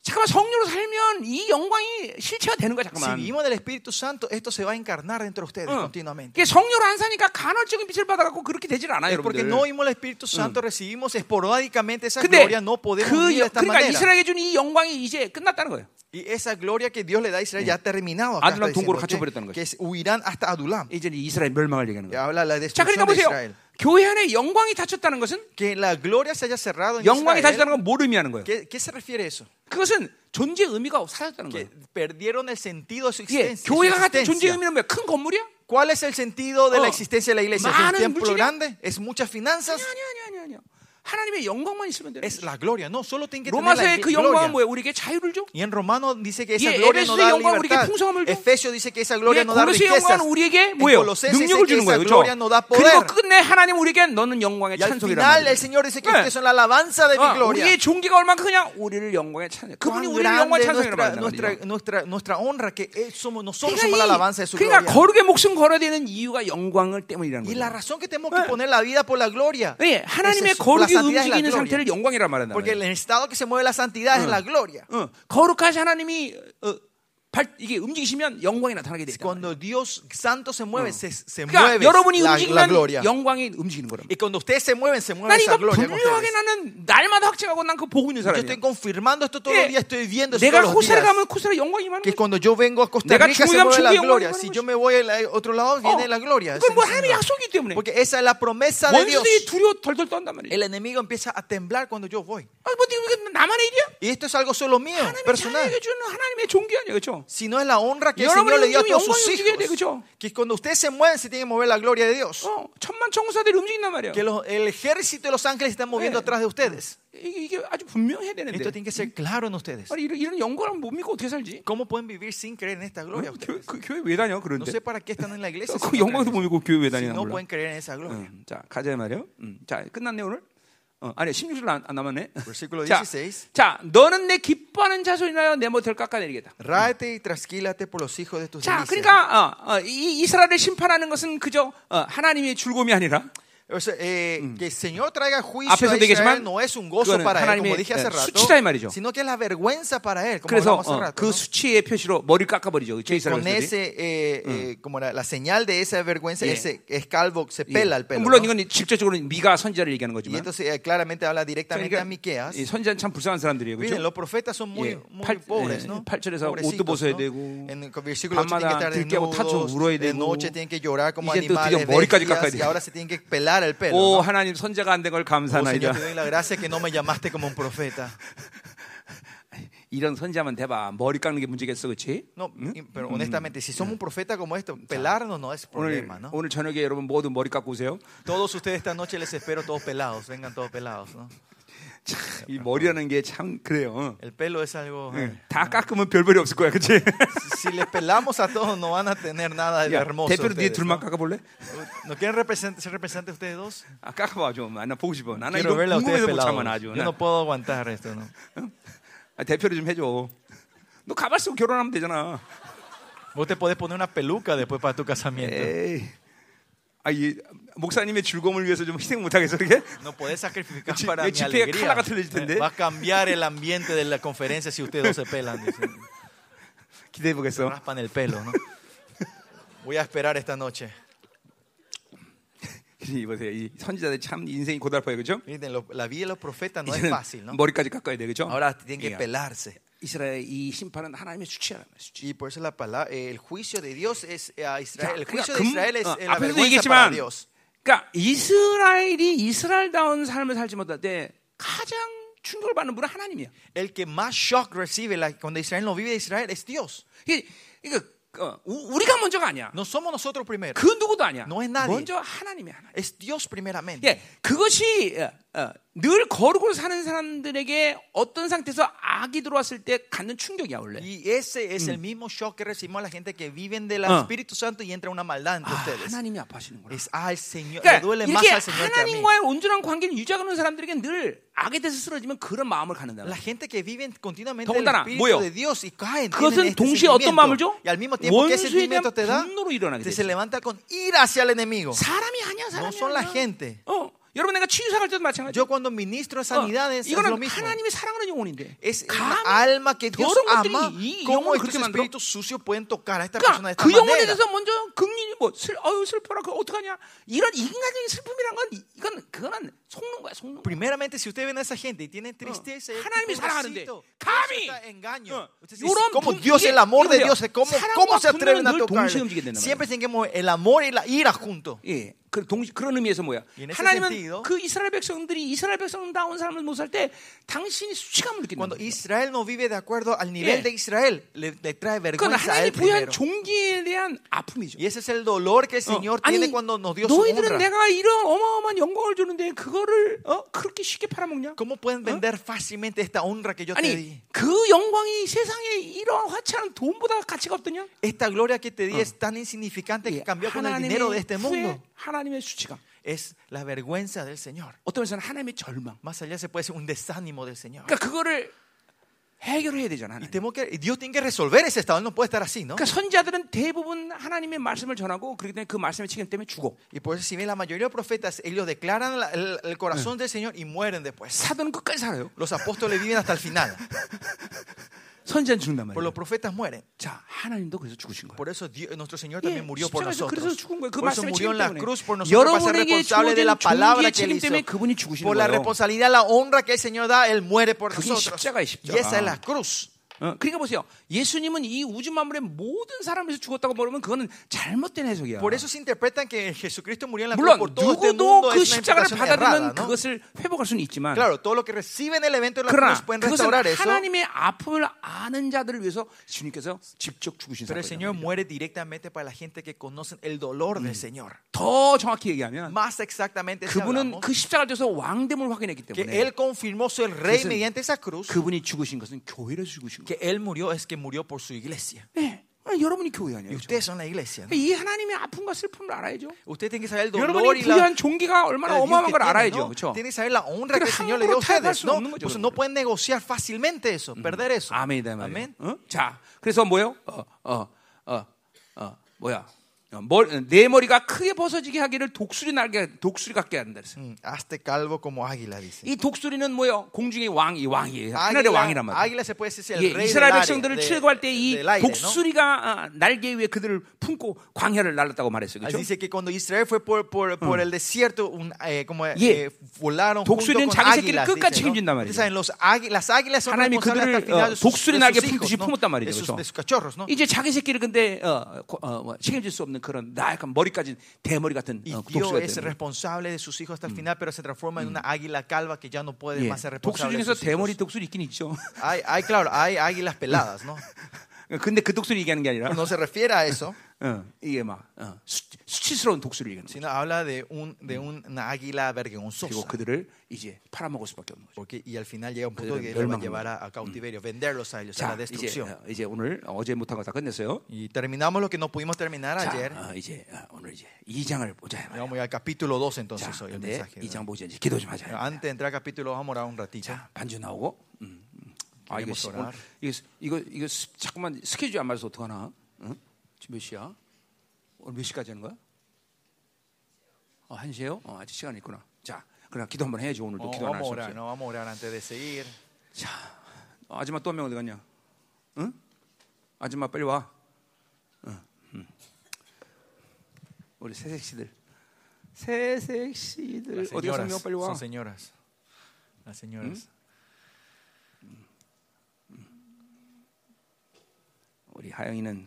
Speaker 1: 잠깐만 성령으로 살면 이 영광이 실체가 되는 거야
Speaker 2: Si
Speaker 1: 잠깐만. 어.
Speaker 2: vivimos del Espíritu Santo, esto se va a encarnar dentro de ustedes
Speaker 1: 응.
Speaker 2: continuamente.
Speaker 1: 이게 성령으로 안 사니까 간헐적인 빛을 받아갖고 네, 그렇게 되질 않아요,
Speaker 2: Es porque
Speaker 1: 여러분들.
Speaker 2: no oímos el Espíritu Santo, recibimos esporádicamente esa
Speaker 1: 근데
Speaker 2: gloria, no podemos
Speaker 1: 그
Speaker 2: vivir de
Speaker 1: 여-
Speaker 2: esta
Speaker 1: 그러니까
Speaker 2: manera.
Speaker 1: 이스라엘에게 준 이 영광이 이제 끝났다는 거예요.
Speaker 2: Y esa gloria que Dios le da a Israel ya ha terminado. acá
Speaker 1: Adulam
Speaker 2: está
Speaker 1: 동굴을
Speaker 2: diciendo,
Speaker 1: 갇혀버렸다는
Speaker 2: que-
Speaker 1: 거죠.
Speaker 2: que es- huirán hasta Adulam.
Speaker 1: 이제 이 이스라엘 멸망을 얘기하는
Speaker 2: Que
Speaker 1: 거예요.
Speaker 2: habla la
Speaker 1: 자, 그러니까
Speaker 2: destrucción de
Speaker 1: 보세요.
Speaker 2: Israel.
Speaker 1: 교회 안에 영광이 닫혔다는 것은
Speaker 2: Que la gloria se haya cerrado en
Speaker 1: 영광이
Speaker 2: Israel.
Speaker 1: 닫혔다는 건 뭘 의미하는 거예요?
Speaker 2: ¿Qué, qué se refiere a eso?
Speaker 1: 그것은 존재 의미가 없- 사라졌다는
Speaker 2: Que
Speaker 1: 거예요.
Speaker 2: perdieron el sentido de su
Speaker 1: 예,
Speaker 2: existencia. su
Speaker 1: 교회가 같은 존재
Speaker 2: existencia.
Speaker 1: 의미는 뭐야? 큰 건물이야?
Speaker 2: ¿Cuál es el sentido de la
Speaker 1: Oh.
Speaker 2: existencia de la iglesia? ¿Es
Speaker 1: 많은
Speaker 2: un templo
Speaker 1: 물질이야?
Speaker 2: grande? ¿Es muchas
Speaker 1: 아니
Speaker 2: finanzas?
Speaker 1: 아니 아니 아니 아니. 하나님의 영광만 있으면 되는
Speaker 2: Es
Speaker 1: 거예요.
Speaker 2: la gloria. No, solo tiene que tener la
Speaker 1: 로마서의 그 영광은
Speaker 2: gloria.
Speaker 1: 뭐예요? 우리에게 자유를 줘?
Speaker 2: Y en Romano dice que esa
Speaker 1: Yeah,
Speaker 2: gloria no
Speaker 1: Efesios
Speaker 2: da
Speaker 1: 영광은 우리에게
Speaker 2: libertad.
Speaker 1: 풍성함을 줘.
Speaker 2: Efesios dice que esa gloria
Speaker 1: 예,
Speaker 2: no da
Speaker 1: 고로스의
Speaker 2: riquezas.
Speaker 1: 영광은 우리에게
Speaker 2: En
Speaker 1: 뭐예요?
Speaker 2: Colosenses dice
Speaker 1: 능력을 주는
Speaker 2: que esa
Speaker 1: 거예요.
Speaker 2: gloria no da
Speaker 1: 그렇죠?
Speaker 2: poder.
Speaker 1: 그리고 끝내 하나님 우리에게 너는 영광의
Speaker 2: Y al
Speaker 1: 찬송이란
Speaker 2: final
Speaker 1: 말이에요.
Speaker 2: el Señor dice que
Speaker 1: 네.
Speaker 2: ustedes son la alabanza de mi
Speaker 1: 어,
Speaker 2: gloria.
Speaker 1: 우리의 종기가 얼마나 크냐? 우리를 영광의 찬송. 그분이
Speaker 2: Cuán
Speaker 1: 우리를 영광의
Speaker 2: grande
Speaker 1: 찬송이라고
Speaker 2: nuestra,
Speaker 1: 말한단
Speaker 2: nuestra,
Speaker 1: 말이죠.
Speaker 2: nuestra, nuestra honra que eh, somos, nosotros
Speaker 1: 그러니까,
Speaker 2: somos la alabanza
Speaker 1: 이,
Speaker 2: de su
Speaker 1: 그러니까
Speaker 2: gloria.
Speaker 1: 거룩의 목숨 걸어야 되는 이유가 영광을 때문이라는
Speaker 2: Y la
Speaker 1: 거예요.
Speaker 2: razón que tenemos que poner la vida por la gloria.
Speaker 1: 예,
Speaker 2: Esa
Speaker 1: 하나님의
Speaker 2: es su- la
Speaker 1: 거룩이
Speaker 2: santidad es la
Speaker 1: 움직이는 상태를
Speaker 2: gloria.
Speaker 1: 영광이란 말한단
Speaker 2: Porque
Speaker 1: 말이에요.
Speaker 2: el estado que se mueve la santidad es la gloria.
Speaker 1: 어, 거룩하신 하나님이 어, 발, 이게 움직이시면 영광이 나타나게 되다.
Speaker 2: Cuando Dios santo se mueve, se, se
Speaker 1: 그러니까
Speaker 2: mueve
Speaker 1: 여러분이
Speaker 2: la, la
Speaker 1: 움직이면
Speaker 2: gloria.
Speaker 1: 영광이 움직이는 거란
Speaker 2: Y cuando ustedes se mueven, se mueve
Speaker 1: 난
Speaker 2: esa
Speaker 1: 이거
Speaker 2: gloria. con
Speaker 1: 분명하게
Speaker 2: ustedes.
Speaker 1: 나는 날마다 확증하고 난 그거 보고 있는
Speaker 2: Yo
Speaker 1: 사람이야.
Speaker 2: estoy confirmando esto todos
Speaker 1: 예,
Speaker 2: los días, estoy viendo esto
Speaker 1: 내가
Speaker 2: todos los
Speaker 1: 코스에
Speaker 2: días.
Speaker 1: 가면 코스에 영광이 많은
Speaker 2: Que
Speaker 1: 거야.
Speaker 2: cuando yo vengo a Costa
Speaker 1: 내가
Speaker 2: Rica se
Speaker 1: 중국에 가면
Speaker 2: mueve la Oh, pues,
Speaker 1: 중국의
Speaker 2: gloria.
Speaker 1: 영광이
Speaker 2: Si
Speaker 1: 보이는
Speaker 2: yo me voy a otro lado, viene la gloria.
Speaker 1: 그건
Speaker 2: ese
Speaker 1: 뭐
Speaker 2: es el
Speaker 1: 하나님의
Speaker 2: Señor.
Speaker 1: 약속이기 때문에.
Speaker 2: Porque esa es la promesa de Dios.
Speaker 1: 원수들이 두려워 덜덜 떤단 말이야.
Speaker 2: El enemigo empieza a temblar cuando yo voy.
Speaker 1: 아, 뭐 이거 나만의 일이야?
Speaker 2: Y esto es algo solo mío,
Speaker 1: 하나님의
Speaker 2: personal.
Speaker 1: 자녀에게 주는 하나님의 종기 아니야, 그렇죠?
Speaker 2: Si no es la honra que el
Speaker 1: 여러분의
Speaker 2: Señor le dio a todos
Speaker 1: 움직임이 영광이
Speaker 2: sus
Speaker 1: 움직여야 돼,
Speaker 2: hijos.
Speaker 1: 그죠?
Speaker 2: Que cuando ustedes se mueven, se tiene que mover la gloria de Dios.
Speaker 1: 어, 천만 청사들이 움직인단 말이야.
Speaker 2: Que los- el ejército de los ángeles están moviendo
Speaker 1: Eh.
Speaker 2: atrás de ustedes.
Speaker 1: 이게, 이게 아주 분명해야
Speaker 2: Esto
Speaker 1: 되는데.
Speaker 2: tiene que ser claro en ustedes.
Speaker 1: 아니, 이런, 이런 영광을 못 믿고 어떻게 살지?
Speaker 2: ¿Cómo pueden vivir sin creer en esta gloria?
Speaker 1: 어? 교,
Speaker 2: ustedes?
Speaker 1: 그, 교회 왜 다녀?
Speaker 2: No
Speaker 1: 그런데
Speaker 2: sé para qué están en la iglesia.
Speaker 1: 그
Speaker 2: si no
Speaker 1: 영광도 못
Speaker 2: creen en
Speaker 1: 믿고 교회 왜
Speaker 2: eso. Si
Speaker 1: 다니나
Speaker 2: no
Speaker 1: 몰라.
Speaker 2: pueden creer en esa gloria.
Speaker 1: 음, 자 가자 말이요. 음, 자 끝났네 오늘. 어, 아니 16절 안, 안 남았네.
Speaker 2: Versículo
Speaker 1: 자,
Speaker 2: 16.
Speaker 1: 자 너는 내 기뻐하는 자손이라여 내 모태를 깎아내리겠다.
Speaker 2: Ráete y trasquílate por los hijos de tus
Speaker 1: 자,
Speaker 2: delicias.
Speaker 1: 그러니까 어, 어, 이 이스라엘을 심판하는 것은 그저 어, 하나님의 즐거움이 아니라
Speaker 2: O sea, eh, que el Señor traiga juicio
Speaker 1: 앞에서
Speaker 2: a Israel
Speaker 1: 얘기했지만
Speaker 2: no es un gozo
Speaker 1: 그거는
Speaker 2: para él,
Speaker 1: 하나님의,
Speaker 2: como dije hace
Speaker 1: eh, 수치다 이
Speaker 2: rato,
Speaker 1: 말이죠.
Speaker 2: sino que es la vergüenza para él, como
Speaker 1: 그래서
Speaker 2: hablamos hace
Speaker 1: 어,
Speaker 2: rato.
Speaker 1: 그
Speaker 2: ¿no?
Speaker 1: 수치의 표시로 머리를 깎아버리죠. 그
Speaker 2: Con
Speaker 1: 이스라엘들이.
Speaker 2: ese, eh, eh, como la, la señal de esa vergüenza,
Speaker 1: 예.
Speaker 2: ese es calvo, se
Speaker 1: 예.
Speaker 2: pela el pelo.
Speaker 1: 물론
Speaker 2: ¿no?
Speaker 1: 이건 직접적으로 미가 선지자를 얘기하는
Speaker 2: Y
Speaker 1: 거지만.
Speaker 2: entonces eh, claramente habla directamente a
Speaker 1: 그러니까
Speaker 2: Miqueas.
Speaker 1: 이 선지자는 참 불쌍한 사람들이에요.
Speaker 2: Miren,
Speaker 1: 그렇죠?
Speaker 2: los profetas son muy,
Speaker 1: 예,
Speaker 2: muy
Speaker 1: 팔-
Speaker 2: pobres,
Speaker 1: 예,
Speaker 2: ¿no?
Speaker 1: 팔절에서 옷도
Speaker 2: Pobrecitos,
Speaker 1: 벗어야
Speaker 2: ¿no?
Speaker 1: 되고,
Speaker 2: En el versículo 8 tienen que
Speaker 1: 밤마다
Speaker 2: estar
Speaker 1: 들깨하고 타서 울어야
Speaker 2: desnudos, de
Speaker 1: 되고,
Speaker 2: noche tienen que llorar como
Speaker 1: 이제 드디어
Speaker 2: animales,
Speaker 1: 머리까지
Speaker 2: bestias,
Speaker 1: 깎아야 돼.
Speaker 2: y ahora se tienen que pelar el pelo.
Speaker 1: 오
Speaker 2: ¿no?
Speaker 1: 하나님 선자가 안 된 걸
Speaker 2: Oh,
Speaker 1: 감사나이다.
Speaker 2: Señor, te doy la gracia que no me llamaste como un profeta.
Speaker 1: 이런 선자만 대봐 머리 깎는 게 문제겠어, 그렇지?
Speaker 2: No, y- pero honestamente, si somos un profeta como esto, pelarnos no es
Speaker 1: 오늘
Speaker 2: problema, ¿no?
Speaker 1: 오늘 저녁에 여러분 모두 머리 깎고 오세요.
Speaker 2: Todos ustedes esta noche les espero todos pelados, vengan todos pelados, ¿no?
Speaker 1: 이 머리라는 게 참 그래요.
Speaker 2: El pelo es algo... eh,
Speaker 1: 응. 다 깎으면 별별이 없을 거야, 그렇지?
Speaker 2: Si, si les pelamos a todos no van a tener nada de
Speaker 1: 야,
Speaker 2: hermoso.
Speaker 1: 대표로 네
Speaker 2: ustedes,
Speaker 1: 둘만
Speaker 2: ¿no?
Speaker 1: 깎아볼래?
Speaker 2: ¿No quieren represent- ser representantes ustedes dos?
Speaker 1: 아, 깎아봐 좀. 나나 보고 싶어. 나나 이거
Speaker 2: Quiero verla a ustedes
Speaker 1: 궁금해서 못 참아 나
Speaker 2: pelados.
Speaker 1: 아주.
Speaker 2: Yo
Speaker 1: 나
Speaker 2: no puedo aguantar esto, ¿no?
Speaker 1: 아, 대표로 좀 해줘. 너 가발 쓰고 결혼하면 되잖아.
Speaker 2: Vos te podés poner una peluca después para tu casamiento.
Speaker 1: 에이. 아, 이 목사님의 즐거움을 위해서 좀 희생 못하겠어, 이렇게?
Speaker 2: No podés sacrificar
Speaker 1: 그치,
Speaker 2: para
Speaker 1: 내
Speaker 2: mi
Speaker 1: 집회에 칼라가
Speaker 2: alegría.
Speaker 1: 틀려질 텐데.
Speaker 2: Eh, Va a cambiar el ambiente de la conferencia si ustedes dos se pelan. dice.
Speaker 1: 기대해 보겠어.
Speaker 2: Raspan el pelo, ¿no? Voy a esperar esta noche.
Speaker 1: 이보세요. 이 선지자들 참 인생이 고달파요, 그죠?
Speaker 2: Miren, lo- la vida de los profetas no es
Speaker 1: 이제는
Speaker 2: fácil, ¿no?
Speaker 1: 머리까지 깎아야 돼, 그죠?
Speaker 2: Ahora tienen que
Speaker 1: 예.
Speaker 2: pelarse.
Speaker 1: 이스라엘 이 심판은 하나님의 수치라는 거예요, 수치.
Speaker 2: Y por eso la palabra, eh, el juicio de Dios es eh, a Israel. El
Speaker 1: 자, 그러니까
Speaker 2: juicio de
Speaker 1: 금-
Speaker 2: Israel es
Speaker 1: 어,
Speaker 2: eh, la
Speaker 1: 앞에서도
Speaker 2: vergüenza para
Speaker 1: 얘기했지만,
Speaker 2: Dios.
Speaker 1: 그러니까 이스라엘이 이스라엘다운 삶을 살지 못할 때 가장 충격을 받는 분은 하나님이야.
Speaker 2: El que más shock recibe la- cuando Israel no vive de Israel es Dios.
Speaker 1: 이게 이거 어, 우- 우리가 먼저가 아니야.
Speaker 2: No somos nosotros primero.
Speaker 1: 그 누구도 아니야.
Speaker 2: No es nadie.
Speaker 1: 먼저 하나님이야. 하나님.
Speaker 2: Es Dios primeramente.
Speaker 1: 예, 그것이 어, 어, 늘 거룩으로 사는 사람들에게 어떤 상태에서 악이 들어왔을 때 갖는 충격이야 원래.
Speaker 2: Y ese es el mismo shock que recibimos a la gente que viven del
Speaker 1: Ah.
Speaker 2: Espíritu Santo y entra una maldad entre
Speaker 1: 아,
Speaker 2: ustedes.
Speaker 1: 하나님이 예. 아파하시는구나.
Speaker 2: Es al Señor. Le
Speaker 1: 그러니까
Speaker 2: duele
Speaker 1: 이렇게
Speaker 2: más al Señor que a mí.
Speaker 1: 하나님과의 온전한 관계를 유지하는 사람들에게 늘 악에 대해서 쓰러지면 그런 마음을 갖는다.
Speaker 2: La gente que vive continuamente del
Speaker 1: 더군다나
Speaker 2: Espíritu
Speaker 1: 뭐예요?
Speaker 2: de Dios y caen tienen
Speaker 1: 그것은
Speaker 2: este
Speaker 1: 동시에 어떤 마음을
Speaker 2: sentimiento.
Speaker 1: 줘?
Speaker 2: Y al mismo tiempo que ese
Speaker 1: 원수에 대한
Speaker 2: sentimiento te da,
Speaker 1: 분노로 일어나게
Speaker 2: te se
Speaker 1: 돼.
Speaker 2: levanta con ira hacia el enemigo.
Speaker 1: 사람이 아니야,
Speaker 2: No
Speaker 1: 사람이
Speaker 2: son la
Speaker 1: 아니야.
Speaker 2: gente.
Speaker 1: 어, 여러분 내가 치유사 갈 때도 마찬가지.
Speaker 2: Yo cuando ministro de sanidades es lo
Speaker 1: 이거는
Speaker 2: mismo.
Speaker 1: 하나님이 사랑하는 영혼인데.
Speaker 2: Es una
Speaker 1: 감히
Speaker 2: alma que Dios
Speaker 1: 더러운 것들이
Speaker 2: ama.
Speaker 1: 이
Speaker 2: ¿Cómo
Speaker 1: 영혼을
Speaker 2: estos
Speaker 1: 그렇게 만들어?
Speaker 2: espíritus sucios pueden tocar a esta persona de
Speaker 1: 그러니까
Speaker 2: esta
Speaker 1: 그 영혼에
Speaker 2: manera?
Speaker 1: 대해서 먼저 극리 뭐 슬, 어유 슬퍼라 그 어떡하냐 이런 인간적인 슬픔이란 건 이- 이건 그거는 속는 거야 속는 거야.
Speaker 2: Primeramente, si usted ven a esa gente y tienen tristeza, es
Speaker 1: 하나님이
Speaker 2: tipo,
Speaker 1: 사랑하는데
Speaker 2: "Pobrecito,
Speaker 1: 감히!"
Speaker 2: eso está engaño.
Speaker 1: 어,
Speaker 2: Usted dice,
Speaker 1: 요런
Speaker 2: como
Speaker 1: 분-
Speaker 2: Dios,
Speaker 1: 이게-
Speaker 2: el amor de
Speaker 1: 이거예요.
Speaker 2: Dios, ¿cómo,
Speaker 1: 사랑과
Speaker 2: cómo se atreven a
Speaker 1: 분노는 늘
Speaker 2: tocar?
Speaker 1: 동시에 움직인다는
Speaker 2: Siempre tienen que mover el amor y la ira juntos.
Speaker 1: 예, 그 동, 그런 의미에서 뭐야?
Speaker 2: In ese sentido-
Speaker 1: 하나님은 그 이스라엘 백성들이 이스라엘 백성다운 삶을 못 살 때 당신이 수치감을 느낀다.
Speaker 2: Cuando Israel no vive de acuerdo al nivel
Speaker 1: 예.
Speaker 2: de Israel, le, le trae
Speaker 1: 그건
Speaker 2: vergüenza a
Speaker 1: 하나님이
Speaker 2: él
Speaker 1: 부여한
Speaker 2: primero.
Speaker 1: 종기에 대한 아픔이죠.
Speaker 2: Y ese es el dolor que el
Speaker 1: Oh.
Speaker 2: Señor tiene cuando nos dio su
Speaker 1: 너희들은
Speaker 2: honra.
Speaker 1: 내가 이런 어마어마한 영광을 주는데 그거를 어? 그렇게 쉽게 팔아먹냐?
Speaker 2: ¿Cómo pueden vender fácilmente esta honra que yo te di?
Speaker 1: 아니 그 영광이 세상에 이런 화창한 돈보다 가치가 없더냐?
Speaker 2: Esta gloria que te di es tan insignificante que
Speaker 1: 예,
Speaker 2: cambió con el dinero
Speaker 1: 하나님의
Speaker 2: de este
Speaker 1: 후회,
Speaker 2: mundo.
Speaker 1: 하나님의 수치감.
Speaker 2: Es la vergüenza del Señor.
Speaker 1: 어떤 면에서는 하나님의 절망.
Speaker 2: Más allá se puede ser un desánimo del Señor.
Speaker 1: 그러니까 그거를 해결해야 되잖아. 하나님.
Speaker 2: Tenemos que, Dios tiene que resolver ese estado, Él no puede estar así, ¿no?
Speaker 1: 그러니까 선지자들은 대부분 하나님의 말씀을 전하고 그렇기 때문에 그 말씀의 책임 때문에 죽어.
Speaker 2: Y por eso, si bien la mayoría de profetas, ellos declaran la- el, el corazón del Señor y mueren después.
Speaker 1: 사도는 끝까지 살아요.
Speaker 2: Los apóstoles viven hasta el final.
Speaker 1: 선지자는 죽는단 말이에요.
Speaker 2: Por los profetas mueren.
Speaker 1: 자, 하나님도 그래서 죽으신 거예요.
Speaker 2: Por eso Dios- nuestro Señor
Speaker 1: 예,
Speaker 2: también murió por
Speaker 1: 십자가에서 그래서
Speaker 2: nosotros.
Speaker 1: 죽은 거예요. 그
Speaker 2: Por eso
Speaker 1: 말씀의
Speaker 2: murió
Speaker 1: 책임
Speaker 2: en la
Speaker 1: 때문에
Speaker 2: cruz por nosotros para ser
Speaker 1: 여러분에게
Speaker 2: responsable de la
Speaker 1: 주어진
Speaker 2: palabra
Speaker 1: 종기의
Speaker 2: que él
Speaker 1: 책임 때문에
Speaker 2: hizo.
Speaker 1: 그분이 죽으신
Speaker 2: Por la
Speaker 1: 거예요.
Speaker 2: responsabilidad, la honra que el Señor da, Él muere por
Speaker 1: 그게
Speaker 2: nosotros.
Speaker 1: 십자가예요,
Speaker 2: Y
Speaker 1: 십자가.
Speaker 2: esa es la cruz.
Speaker 1: 어, 그러니까 보세요. 예수님은 이 우주 만물의 모든 사람에서 죽었다고 모르면 그거는 잘못된 해석이야.
Speaker 2: Por eso se interpretan que Jesucristo murió en la cruz
Speaker 1: 물론
Speaker 2: por todo este
Speaker 1: 누구도
Speaker 2: mundo.
Speaker 1: 그
Speaker 2: Es una
Speaker 1: 십자가를
Speaker 2: interpretación
Speaker 1: 받아들면
Speaker 2: errada, ¿no?
Speaker 1: 그것을 회복할 수는 있지만
Speaker 2: Claro, todo lo que reciben el evento de la cruz
Speaker 1: 그러나
Speaker 2: pueden
Speaker 1: 그것은
Speaker 2: restaurar eso.
Speaker 1: 하나님의 아픔을 아는 자들을 위해서 주님께서 직접 죽으신
Speaker 2: Pero el Señor
Speaker 1: 사건이에요.
Speaker 2: muere directamente para la gente que conocen el dolor del Señor.
Speaker 1: 더 정확히 얘기하면
Speaker 2: Más exactamente, si
Speaker 1: 그분은
Speaker 2: hablamos,
Speaker 1: 그 십자가를 통해서 왕됨을 확인했기
Speaker 2: que
Speaker 1: 때문에
Speaker 2: Él confirmó ser rey
Speaker 1: 그것은-
Speaker 2: mediante esa cruz.
Speaker 1: 그분이 죽으신 것은 교회를 죽으신 거예요.
Speaker 2: Que Él murió es que murió por su iglesia.
Speaker 1: 네, 아니, 여러분이 교회
Speaker 2: Y
Speaker 1: 아니에요. 그렇죠?
Speaker 2: ustedes son la iglesia. ¿no?
Speaker 1: 이 하나님의 아픔과 슬픔을 알아야죠.
Speaker 2: Usted tiene que saber el dolor
Speaker 1: 여러분이
Speaker 2: y la,
Speaker 1: 부여한 종기가 얼마나
Speaker 2: la Dios
Speaker 1: 어마어마한
Speaker 2: que
Speaker 1: 걸
Speaker 2: tiene,
Speaker 1: 알아야죠.
Speaker 2: ¿no?
Speaker 1: 그렇죠?
Speaker 2: Tiene que saber la honra
Speaker 1: Pero
Speaker 2: que el Señor le dio a
Speaker 1: 함부로 타협할
Speaker 2: ustedes.
Speaker 1: 수
Speaker 2: No,
Speaker 1: 없는 거죠,
Speaker 2: pues no
Speaker 1: 여러분.
Speaker 2: pueden negociar fácilmente eso, perder eso.
Speaker 1: 아멘이다 말이에요.
Speaker 2: Amén.
Speaker 1: 어? 자, 그래서 뭐요? 어, 어, 어, 어, 뭐야? 어, 머리, 내 머리가 크게 벗어지게 하기를 독수리 날개, 독수리 같게 한다 그랬어요.
Speaker 2: Mm, Hazte calvo como águila, dice.
Speaker 1: 이 독수리는 뭐요? 공중의 왕이 왕이에요.
Speaker 2: 아,
Speaker 1: 하늘의
Speaker 2: Águila,
Speaker 1: 왕이란 말이에요.
Speaker 2: águila se puede decir es
Speaker 1: 예,
Speaker 2: el rey del
Speaker 1: 이스라엘 네,
Speaker 2: área,
Speaker 1: 백성들을
Speaker 2: de-
Speaker 1: 출애굽할 때 이
Speaker 2: del aire, ¿no?
Speaker 1: 독수리가 아, 날개 위에 그들을 품고 광야를 날랐다고 말했어요.
Speaker 2: Así
Speaker 1: 그렇죠?
Speaker 2: dice que cuando Israel fue por, por, por el desierto, un, eh, como eh,
Speaker 1: Yeah.
Speaker 2: volaron
Speaker 1: 독수리는
Speaker 2: junto con
Speaker 1: 자기 새끼를
Speaker 2: águilas.
Speaker 1: 끝까지
Speaker 2: dice,
Speaker 1: 책임진단
Speaker 2: ¿no?
Speaker 1: 말이죠.
Speaker 2: Ustedes saben, los águi- las águilas son
Speaker 1: 하나님이
Speaker 2: responsables hasta el
Speaker 1: 그들을,
Speaker 2: final
Speaker 1: 어,
Speaker 2: de sus,
Speaker 1: 독수리
Speaker 2: de
Speaker 1: 날개
Speaker 2: sus
Speaker 1: 품듯이
Speaker 2: hijos, ¿no?
Speaker 1: 품었단 말이죠,
Speaker 2: de, sus,
Speaker 1: 그렇죠?
Speaker 2: de sus cachorros. ¿no?
Speaker 1: 이제 자기 새끼를 근데 어, 고- 어, 뭐 책임질 수 없는 그런 나약한 머리까지 대머리 같은
Speaker 2: Y
Speaker 1: 어,
Speaker 2: Dios
Speaker 1: 독수리가 되는
Speaker 2: es
Speaker 1: 거예요.
Speaker 2: responsable de sus hijos hasta el final, pero se transforma en una águila calva que ya no puede
Speaker 1: 예,
Speaker 2: más
Speaker 1: 독수리
Speaker 2: ser responsable. de
Speaker 1: 중에서
Speaker 2: sus hijos.
Speaker 1: 대머리 독수리 있긴 있죠.
Speaker 2: Hay, hay, claro, hay águilas peladas, ¿no?
Speaker 1: 근데 그 독수리 얘기하는 게 아니라
Speaker 2: Pero no se refiere a eso,
Speaker 1: 어, 이게 막 어, 수, 수치스러운 독수리 얘기하는 거예요.
Speaker 2: sino habla de, un, de un- una águila
Speaker 1: 그리고
Speaker 2: vergonzosa.
Speaker 1: 그들을 이제 팔아먹을 수밖에 없는 거죠.
Speaker 2: Porque, y al final llega un punto
Speaker 1: 그들은
Speaker 2: que los va a
Speaker 1: 멸망합니다.
Speaker 2: llevar a, a cautiverio, venderlos a ellos, a la
Speaker 1: 자, 이제,
Speaker 2: destrucción.
Speaker 1: 어, 이제 오늘 어제 못한 거 다 끝냈어요.
Speaker 2: Y terminamos lo que no pudimos terminar
Speaker 1: 자,
Speaker 2: ayer.
Speaker 1: 어, 이제 어, 오늘 이제 2장을 보자.
Speaker 2: Y Vamos ya al capítulo 2
Speaker 1: 자,
Speaker 2: entonces hoy el
Speaker 1: 근데
Speaker 2: mensaje.
Speaker 1: 2장 보자 이제 기도 좀 하자.
Speaker 2: Antes de entrar al capítulo vamos a orar un ratito.
Speaker 1: 자, 반주 나오고. 음, 음. 아 이거
Speaker 2: 그냥
Speaker 1: 시,
Speaker 2: 먹더라.
Speaker 1: 오늘, 이거 스- 이거 이거 스- 자꾸만 스케줄 안 맞아서 어떡하나? 응? 지금 몇 시야? 오늘 몇 시까지 하는 거야? 어, 한 시에요? 어, 아직 시간 있구나. 자, 그러나 기도 한번 해야지 오늘도
Speaker 2: No,
Speaker 1: 기도
Speaker 2: vamos
Speaker 1: 안할수
Speaker 2: a orar,
Speaker 1: 없어요.
Speaker 2: no, vamos a orar antes de seguir.
Speaker 1: 자, 어, 아줌마 또 한 명 어디 갔냐? 응? 아줌마 빨리 와. 응, 응. 우리 새색시들. 새색시들
Speaker 2: Las
Speaker 1: 어디 가서
Speaker 2: señoras,
Speaker 1: 한명 빨리 와.
Speaker 2: son señoras. Las señoras.
Speaker 1: 우리 하영이는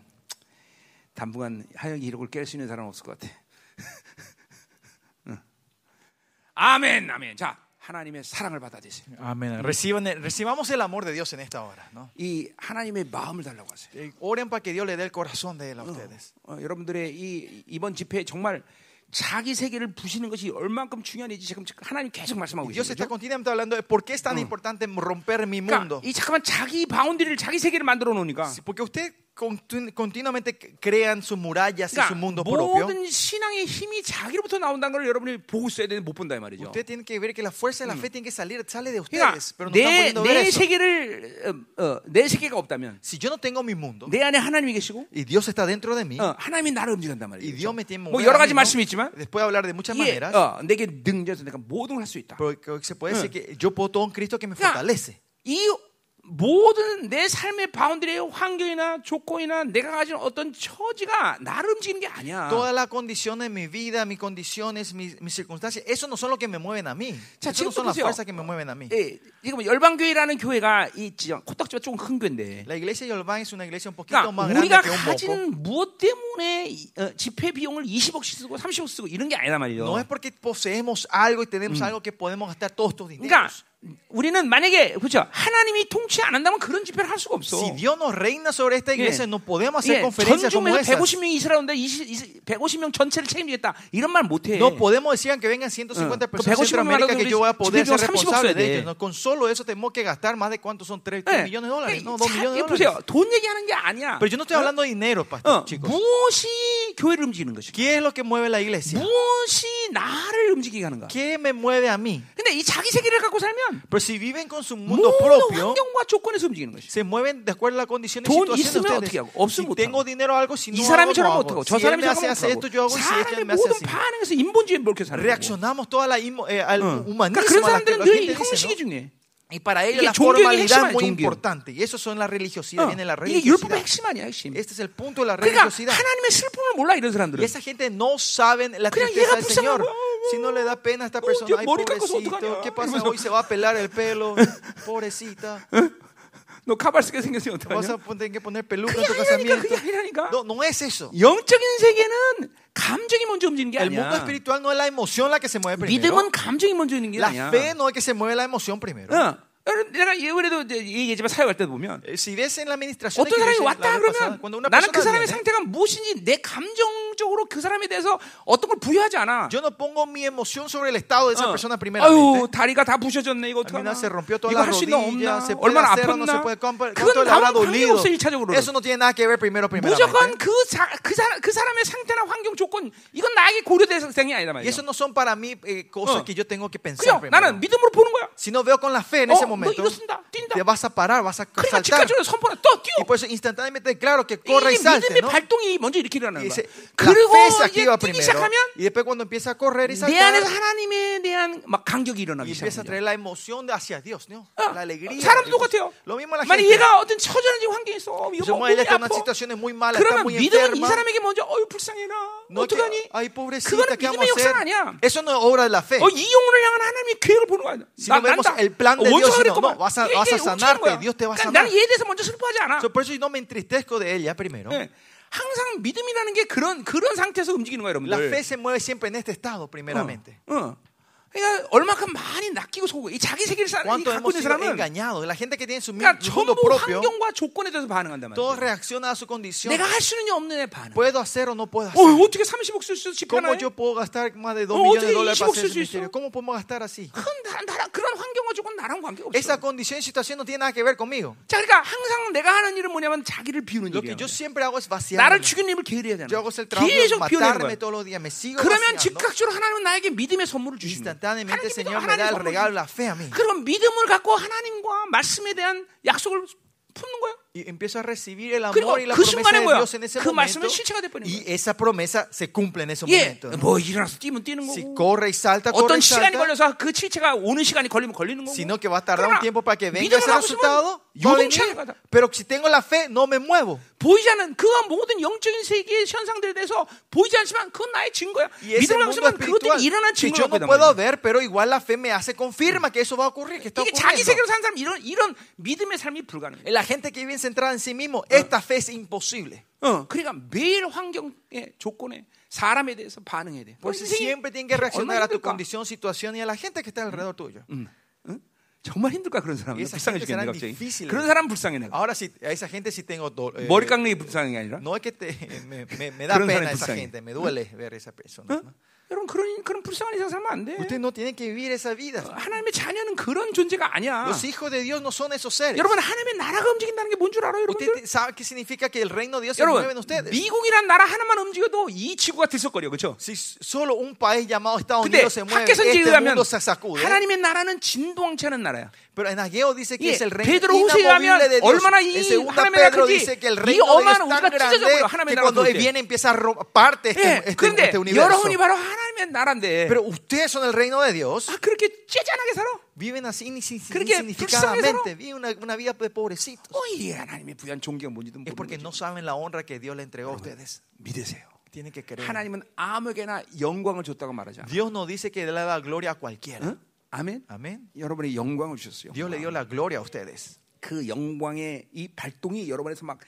Speaker 1: 당분간 하영이 기록을 깰 수 있는 사람 은 없을 것 같아. 응. 아멘, 아멘. 자, 하나님의 사랑을 받아들이세요.
Speaker 2: Amén. Reciban, el- recibamos el amor de Dios en esta hora. ¿no?
Speaker 1: 이 하나님의 마음을 달라고 하세요.
Speaker 2: Eh, Oren para que Dios le dé el corazón de él a ustedes.
Speaker 1: 어, 여러분들의 이 이번 집회 정말 자기 세계를 부시는 것이 얼만큼 중요한지 지금 하나님 계속 말씀하고
Speaker 2: Dios
Speaker 1: 계시죠.
Speaker 2: está
Speaker 1: 그죠?
Speaker 2: continuamente hablando de por qué es tan importante romper mi
Speaker 1: 그러니까
Speaker 2: mundo.
Speaker 1: 이 잠깐만 자기 바운드리를 자기 세계를 만들어 놓으니까
Speaker 2: Porque usted continu- continuamente crean sus murallas y su mundo
Speaker 1: 그러니까
Speaker 2: propio.
Speaker 1: 모든 신앙의 힘이 자기로부터 나온다는 걸 여러분이 보고 있어야 되는데 못 본다 이 말이죠.
Speaker 2: Usted tiene que ver que la fuerza de la fe tiene que salir, sale de
Speaker 1: 그러니까
Speaker 2: ustedes, pero no están
Speaker 1: 내,
Speaker 2: pudiendo ver
Speaker 1: 내
Speaker 2: eso.
Speaker 1: 세계를 어, 어, 내 세계가 없다면
Speaker 2: Si yo no tengo mi mundo
Speaker 1: 내 안에 하나님이 계시고
Speaker 2: y Dios está dentro de mí
Speaker 1: 어, 하나님이 나를 움직인단
Speaker 2: y
Speaker 1: 말이죠.
Speaker 2: Dios me
Speaker 1: 그렇죠?
Speaker 2: tiene
Speaker 1: 뭐
Speaker 2: mover
Speaker 1: 여러
Speaker 2: a mí,
Speaker 1: 가지
Speaker 2: ¿no?
Speaker 1: 말씀이 있지만 네.
Speaker 2: Después hablar de muchas
Speaker 1: 이게
Speaker 2: maneras,
Speaker 1: 어, 내게 능력에서 내가 모든 걸 할 수 있다.
Speaker 2: pero que se puede decir que yo puedo todo en Cristo que me fortalece.
Speaker 1: 이 모든 내 삶의 바운드리의 환경이나 조건이나 내가 가진 어떤 처지가 나를 움직이는 게 아니야.
Speaker 2: Todas las condiciones de mi vida, mis condiciones, mis, mis circunstancias, eso no son lo que me mueven a mí.
Speaker 1: 자,
Speaker 2: Eso
Speaker 1: 지금도
Speaker 2: no son las
Speaker 1: 보세요.
Speaker 2: fuerzas que me mueven a mí.
Speaker 1: 예, 지금 열방교회라는 교회가 이 지금 코딱지가 조금 큰 교회인데.
Speaker 2: La iglesia de Yolván es una iglesia un poquito
Speaker 1: 그러니까
Speaker 2: más grande
Speaker 1: 우리가
Speaker 2: que un poco.
Speaker 1: 가진 무엇 때문에 이- 어, 집회 비용을 20억씩 쓰고 30억 쓰고 이런 게 아니란 말이에요.
Speaker 2: No es porque poseemos algo y tenemos algo que podemos gastar todos estos
Speaker 1: 그러니까
Speaker 2: dineros.
Speaker 1: 우리는 만약에 그렇죠 하나님이 통치 안 한다면 그런 집회를 할 수가 없어.
Speaker 2: Si Dios nos reina sobre esta iglesia, no podemos
Speaker 1: 예,
Speaker 2: hacer conferencias como
Speaker 1: 전주에서
Speaker 2: esas.
Speaker 1: 150명이 이스라엘 온데 150명 전체를 책임지겠다 이런 말 못해.
Speaker 2: No podemos decir que vengan 150
Speaker 1: 응. 그
Speaker 2: personas
Speaker 1: 150
Speaker 2: de Centroamérica
Speaker 1: 명만
Speaker 2: que yo voy a poder
Speaker 1: 집회비용
Speaker 2: ser
Speaker 1: 30억
Speaker 2: responsable
Speaker 1: 써야 돼.
Speaker 2: de ellos. ¿no? Con solo eso tenemos que gastar más de cuántos son 3,
Speaker 1: 예.
Speaker 2: millones de dólares, no 2
Speaker 1: 자,
Speaker 2: millones de
Speaker 1: 보세요
Speaker 2: dólares.
Speaker 1: 돈 얘기하는 게 아니야.
Speaker 2: Pero yo no Ah, estoy hablando de dinero, pastor,
Speaker 1: 어,
Speaker 2: chicos.
Speaker 1: 무엇이 교회를 움직이는 것이고
Speaker 2: ¿Qué es lo que mueve la iglesia?
Speaker 1: 무엇이 나를 움직이게 하는가.
Speaker 2: ¿Qué me mueve a mí?
Speaker 1: 근데 이 자기 세계를 갖고 살면
Speaker 2: Pero si viven con su mundo
Speaker 1: 모든
Speaker 2: propio,
Speaker 1: 환경과 조건에서 움직이는 것이.
Speaker 2: se mueven de acuerdo a la condición y
Speaker 1: 돈
Speaker 2: situación de
Speaker 1: 있으면
Speaker 2: ustedes.
Speaker 1: 어떻게 하고, 없으면
Speaker 2: Si
Speaker 1: 못
Speaker 2: tengo
Speaker 1: 하고.
Speaker 2: dinero algo, si
Speaker 1: 이
Speaker 2: no hago,
Speaker 1: 사람이 저러면
Speaker 2: no
Speaker 1: 어떡하고
Speaker 2: hago. Si
Speaker 1: 저
Speaker 2: él
Speaker 1: 사람이
Speaker 2: me hace
Speaker 1: 저러면
Speaker 2: hace
Speaker 1: 어떡하고
Speaker 2: esto, yo hago, y si
Speaker 1: 사람의
Speaker 2: él me hace
Speaker 1: 모든
Speaker 2: así.
Speaker 1: 반응에서 인본주의 물결 사는 거고
Speaker 2: Reaccionamos toda la inmo- eh, al
Speaker 1: 응.
Speaker 2: humanismo
Speaker 1: 그러니까 그런
Speaker 2: a la que
Speaker 1: 사람들은
Speaker 2: la
Speaker 1: 늘
Speaker 2: gente dice, ¿no?
Speaker 1: 형식이 중요해
Speaker 2: Y para ellos
Speaker 1: 이게
Speaker 2: la
Speaker 1: 종교의
Speaker 2: formalidad
Speaker 1: 핵심이야,
Speaker 2: es muy
Speaker 1: 종교.
Speaker 2: importante. Y eso son la religiosidad,
Speaker 1: 어,
Speaker 2: viene la
Speaker 1: 이게 율법의
Speaker 2: religiosidad.
Speaker 1: 핵심 아니야 핵심.
Speaker 2: Este es el punto de la
Speaker 1: 그러니까
Speaker 2: religiosidad.
Speaker 1: 하나님의 슬픔을 몰라 이런
Speaker 2: Y
Speaker 1: 사람들은.
Speaker 2: esa gente no sabe la
Speaker 1: 그냥
Speaker 2: tristeza
Speaker 1: 얘가
Speaker 2: del Señor.
Speaker 1: 불쌍하고, 어,
Speaker 2: Si no le da pena a esta persona,
Speaker 1: Dios,
Speaker 2: ay
Speaker 1: 머리 깎아서
Speaker 2: pobrecito,
Speaker 1: 어떡하냐.
Speaker 2: ¿qué pasa?
Speaker 1: 이러면서.
Speaker 2: Hoy se va a pelar el pelo, pobrecita.
Speaker 1: 너 가발 쓰게 생겼으니
Speaker 2: Vas a
Speaker 1: 어떡하냐?
Speaker 2: poner que poner peluca en
Speaker 1: 그게
Speaker 2: tu
Speaker 1: 아니라니까
Speaker 2: casamiento.
Speaker 1: 그게 아니라니까.
Speaker 2: No, no es eso.
Speaker 1: 영적인 세계는 감정이 먼저 움직이는 게
Speaker 2: El mundo
Speaker 1: 아니야.
Speaker 2: espiritual no es la emoción la que se mueve primero.
Speaker 1: 믿음은 감정이 먼저 있는 게
Speaker 2: La
Speaker 1: 아니야.
Speaker 2: fe no es que se mueve la emoción primero.
Speaker 1: 어, 여러분, 내가 예전에도 이제 얘기했지만 사역할 때 보면
Speaker 2: Eh, Si ves en la administración, de
Speaker 1: 어떤 사람이
Speaker 2: iglesia, la
Speaker 1: 왔다
Speaker 2: vez pasada,
Speaker 1: 그러면
Speaker 2: cuando una
Speaker 1: 나는 그
Speaker 2: persona
Speaker 1: 사람의
Speaker 2: viene,
Speaker 1: 상태가 무엇인지 내 감정적으로 그 사람에 대해서 어떤 걸 부여하지 않아.
Speaker 2: yo no pongo mi emoción sobre el estado de esa
Speaker 1: 어.
Speaker 2: persona
Speaker 1: 아유
Speaker 2: primeramente.
Speaker 1: 다리가 다 부셔졌네 이거
Speaker 2: Mira,
Speaker 1: 어떡하나
Speaker 2: se rompió toda
Speaker 1: 이거
Speaker 2: la
Speaker 1: 할 수 있나 없나
Speaker 2: rodilla, se puede
Speaker 1: 얼마나
Speaker 2: hacer o no se
Speaker 1: 아팠나
Speaker 2: puede comprar. ¿Cuánto
Speaker 1: 그건
Speaker 2: le habrá
Speaker 1: 아무 관계가
Speaker 2: dolido?
Speaker 1: 없어 일차적으로는
Speaker 2: Eso no tiene nada que ver primero, primeramente.
Speaker 1: 무조건 그, 사, 그, 사람, 그 사람의 상태나 환경 조건 이건 나에게 고려될 상황이 아니다
Speaker 2: Y
Speaker 1: 말이야
Speaker 2: eso no son para mí eh, cosas
Speaker 1: 어.
Speaker 2: que yo tengo que pensar
Speaker 1: 그냥 나는
Speaker 2: primero.
Speaker 1: 믿음으로 보는 거야
Speaker 2: Si Oh, no veo con la fe en ese
Speaker 1: 어, 너
Speaker 2: momento,
Speaker 1: 이거 쓴다 뛴다
Speaker 2: te vas a parar, vas a
Speaker 1: 그러니까
Speaker 2: saltar.
Speaker 1: 즉각적으로 선포라 또
Speaker 2: Y
Speaker 1: 뛰어
Speaker 2: por eso instantáneamente declaro que corra y
Speaker 1: 이게 믿음의
Speaker 2: salte, ¿no?
Speaker 1: 발동이 먼저 이렇게 일어나는
Speaker 2: Y
Speaker 1: 거야
Speaker 2: dice, la
Speaker 1: 그리고
Speaker 2: fe se
Speaker 1: 이제
Speaker 2: activa
Speaker 1: 뛰기
Speaker 2: primero.
Speaker 1: 시작하면
Speaker 2: Y después cuando empieza a correr y
Speaker 1: 내
Speaker 2: saltar, ¡ah!
Speaker 1: 안에서 하나님에 대한 막 감격이
Speaker 2: y
Speaker 1: 일어나기
Speaker 2: empieza a
Speaker 1: 시작해요
Speaker 2: traer la emoción de hacia Dios, ¿no?
Speaker 1: 어,
Speaker 2: La alegría.
Speaker 1: 사람도
Speaker 2: Dios.
Speaker 1: 똑같아요
Speaker 2: Lo mismo la
Speaker 1: 만약
Speaker 2: gente.
Speaker 1: 얘가 어떤 처절한 환경에 있어 어, 이거
Speaker 2: Como
Speaker 1: 몸이
Speaker 2: ella está en una
Speaker 1: 아파
Speaker 2: situación muy mala, está
Speaker 1: 그러면
Speaker 2: muy
Speaker 1: 믿음은 이
Speaker 2: enferma.
Speaker 1: 사람에게 먼저 어유 불쌍해 나
Speaker 2: No es que,
Speaker 1: 어떡하니
Speaker 2: ay,
Speaker 1: 그거는
Speaker 2: pobrecita, ¿qué vamos
Speaker 1: 믿음의
Speaker 2: a hacer?
Speaker 1: 역사는 아니야.
Speaker 2: Eso no es obra de la fe.
Speaker 1: 어, 이 영혼을 향한 하나님의 계획을 보는 거 아니야. 어,
Speaker 2: Si no vemos el plan de Dios, sino, no, vas a-
Speaker 1: 이게
Speaker 2: vas a
Speaker 1: 이게 움직이는
Speaker 2: sanarte,
Speaker 1: 거야.
Speaker 2: Dios te va a
Speaker 1: 그러니까
Speaker 2: sanar.
Speaker 1: 나는 얘에 대해서 먼저 슬퍼하지 않아.
Speaker 2: So, por eso yo no me entristezco de ella primero.
Speaker 1: 예. 항상 믿음이라는 게 그런 그런 상태에서 움직이는 거야,
Speaker 2: La
Speaker 1: 여러분들.
Speaker 2: fe se mueve siempre en este estado, primeramente.
Speaker 1: 어, 어. 그러니까 얼마큼 많이 낚이고 속고 이 자기 세계를 사, 이
Speaker 2: ¿Cuánto
Speaker 1: 갖고
Speaker 2: hemos
Speaker 1: 있는
Speaker 2: sido
Speaker 1: 사람은
Speaker 2: engañados? La gente que tiene su mi-
Speaker 1: 그러니까
Speaker 2: mundo
Speaker 1: 전부
Speaker 2: propio,
Speaker 1: 환경과 조건에 대해서 반응한단
Speaker 2: todo
Speaker 1: 말이야.
Speaker 2: reacciona a su condición.
Speaker 1: 내가 할 수는 없는 애 반응.
Speaker 2: ¿Puedo hacer o no puedo hacer?
Speaker 1: 어, 어떻게 30억 쓸수 있지?
Speaker 2: ¿Cómo
Speaker 1: 하나에?
Speaker 2: yo puedo gastar más de 2
Speaker 1: Oh,
Speaker 2: millones de
Speaker 1: 어떻게
Speaker 2: dólares
Speaker 1: 20억
Speaker 2: para hacer ese
Speaker 1: 쓸수 있어?
Speaker 2: ministerio? ¿Cómo podemos gastar así?
Speaker 1: 큰 나, 나랑 그런 환경과 조건 나랑 관계 없어.
Speaker 2: Esa condición y situación no tiene nada que ver conmigo.
Speaker 1: 자, 그러니까 항상 내가 하는 일은 뭐냐면 자기를 비우는
Speaker 2: Lo que
Speaker 1: 일이야.
Speaker 2: yo siempre hago es vaciar.
Speaker 1: 나를 죽이는 힘을 게으려야
Speaker 2: Yo
Speaker 1: 되잖아.
Speaker 2: hago es el trabajo de
Speaker 1: 계속 비워내는
Speaker 2: matarme
Speaker 1: 거야.
Speaker 2: todos los días. Me sigo
Speaker 1: 그러면
Speaker 2: vaciando.
Speaker 1: 즉각적으로 하나님은 나에게 믿음의 선물을 주신다.
Speaker 2: Instantáneamente el Señor me da el regalo, la fe a mí.
Speaker 1: 그럼 믿음을 갖고 하나님과 말씀에 대한 약속을 푸는 거야.
Speaker 2: Y empiezo a recibir el
Speaker 1: 그리고
Speaker 2: amor y la
Speaker 1: 그
Speaker 2: promesa de
Speaker 1: 순간에 뭐야?
Speaker 2: Dios en ese
Speaker 1: 그 말씀은
Speaker 2: momento.
Speaker 1: 실체가 돼버리는
Speaker 2: Y
Speaker 1: 거야.
Speaker 2: esa promesa se cumple en ese
Speaker 1: 예,
Speaker 2: momento. ¿no?
Speaker 1: 뭐 일어나서 뛰면 뛰는
Speaker 2: Si
Speaker 1: 거고.
Speaker 2: corre y salta, corre
Speaker 1: 어떤
Speaker 2: y
Speaker 1: 시간이
Speaker 2: salta,
Speaker 1: 걸려서 그 실체가 오는 시간이 걸리면 걸리는 거고.
Speaker 2: sino que va a tardar
Speaker 1: 그러나
Speaker 2: un tiempo para que venga
Speaker 1: 믿음을
Speaker 2: ese
Speaker 1: 갖고 있으면
Speaker 2: resultado. va a
Speaker 1: 유동치
Speaker 2: venir,
Speaker 1: 않은 거다.
Speaker 2: pero si tengo la fe, no me muevo.
Speaker 1: 보이지 않은 그 모든 영적인 세계의 현상들에 대해서 보이지 않지만 그건 나의 증거야.
Speaker 2: Y ese
Speaker 1: 믿음을 갖고 있으면
Speaker 2: mundo
Speaker 1: 그것들이
Speaker 2: espiritual
Speaker 1: 일어난
Speaker 2: que yo
Speaker 1: 증거라고
Speaker 2: no puedo ver, pero igual la fe me hace confirma que eso va a ocurrir, que está
Speaker 1: 이게 자기
Speaker 2: ocurriendo.
Speaker 1: 세계로 사는 사람 이런 이런 믿음의 삶이 불가능해.
Speaker 2: La gente que Ah. vive centrada en sí mismo, esta fe es imposible.
Speaker 1: 어, 그러니까 매일 환경에 조건에 사람에 대해서 반응해야 돼.
Speaker 2: Por eso
Speaker 1: 인생이
Speaker 2: siempre tienen que reaccionar
Speaker 1: 얼마나
Speaker 2: a tu
Speaker 1: 힘들까?
Speaker 2: condición, situación y a la gente que está alrededor tuyo.
Speaker 1: 정말 힘들까 그런 사람?
Speaker 2: 이 사람들
Speaker 1: 불쌍해지겠네
Speaker 2: 사람
Speaker 1: 갑자기.
Speaker 2: difficile.
Speaker 1: 그런 사람 불쌍해 내가.
Speaker 2: Ahora, si a esa gente sí tengo do- eh,
Speaker 1: 머리 깎는 게 불쌍한 게 아니라.
Speaker 2: No es que te- me, me- me da
Speaker 1: 그런
Speaker 2: pena
Speaker 1: 사람이
Speaker 2: esa
Speaker 1: 불쌍해.
Speaker 2: gente, me duele ver esa persona.
Speaker 1: 어?
Speaker 2: ¿no?
Speaker 1: 여러분 그런 그런 불쌍한 인생 살면 안 돼.
Speaker 2: Usted no tiene que vivir esa vida.
Speaker 1: 하나님의 자녀는 그런 존재가 아니야.
Speaker 2: Los hijos de Dios no son esos seres.
Speaker 1: 여러분 하나님의 나라가 움직인다는 게 뭔 줄 알아요,
Speaker 2: Usted
Speaker 1: 여러분들?
Speaker 2: te- sabe qué significa que el reino de Dios se mueve en
Speaker 1: 여러분
Speaker 2: ustedes.
Speaker 1: 미국이란 나라 하나만 움직여도 이 지구가 들썩거려, 그렇죠?
Speaker 2: Si solo un país llamado Estados
Speaker 1: 근데
Speaker 2: Unidos se mueve,
Speaker 1: 학계선
Speaker 2: este
Speaker 1: 제외하면
Speaker 2: mundo se sacude.
Speaker 1: 하나님의 나라는 진동치 않은 나라야.
Speaker 2: Pero en Ageo dice
Speaker 1: 예,
Speaker 2: que es el reino
Speaker 1: 베드로 후세에 가면
Speaker 2: inamovible de Dios.
Speaker 1: 얼마나 이
Speaker 2: En segunda
Speaker 1: 하나님의 나라
Speaker 2: Pedro
Speaker 1: 큰지
Speaker 2: dice que el
Speaker 1: 이
Speaker 2: reino de Dios
Speaker 1: 어마어마한
Speaker 2: es tan
Speaker 1: 우리가
Speaker 2: grande
Speaker 1: 찢어져 버려,
Speaker 2: que
Speaker 1: 하나님의
Speaker 2: cuando
Speaker 1: 나라
Speaker 2: Él
Speaker 1: 그럴 때.
Speaker 2: viene empieza a robar parte
Speaker 1: 예,
Speaker 2: este, este,
Speaker 1: 그런데
Speaker 2: este universo.
Speaker 1: 여러분이 바로 하나님의 나라인데
Speaker 2: Pero ustedes son el reino de Dios.
Speaker 1: 아, 그렇게 째잔하게 살아? 어,
Speaker 2: Viven así insin-
Speaker 1: 그렇게
Speaker 2: insignificadamente.
Speaker 1: 불쌍해서?
Speaker 2: Viven una, una vida de pobrecitos.
Speaker 1: 어, 예, 하나님의 부여한 종기가 뭔지도
Speaker 2: Es porque
Speaker 1: 모르는
Speaker 2: no
Speaker 1: 거죠.
Speaker 2: saben la honra que Dios le entregó a ustedes.
Speaker 1: 믿으세요.
Speaker 2: Tienen que creer.
Speaker 1: 하나님은 아무에게나 영광을 줬다고 말하지 않아요.
Speaker 2: Dios no dice que le da gloria a cualquiera.
Speaker 1: 응? 네. 아멘. 네.
Speaker 2: Amén.
Speaker 1: 여러분이 영광을 주셨어요.
Speaker 2: Dios le dio la gloria a ustedes.
Speaker 1: 그 영광의 이 발동이 여러분에서 막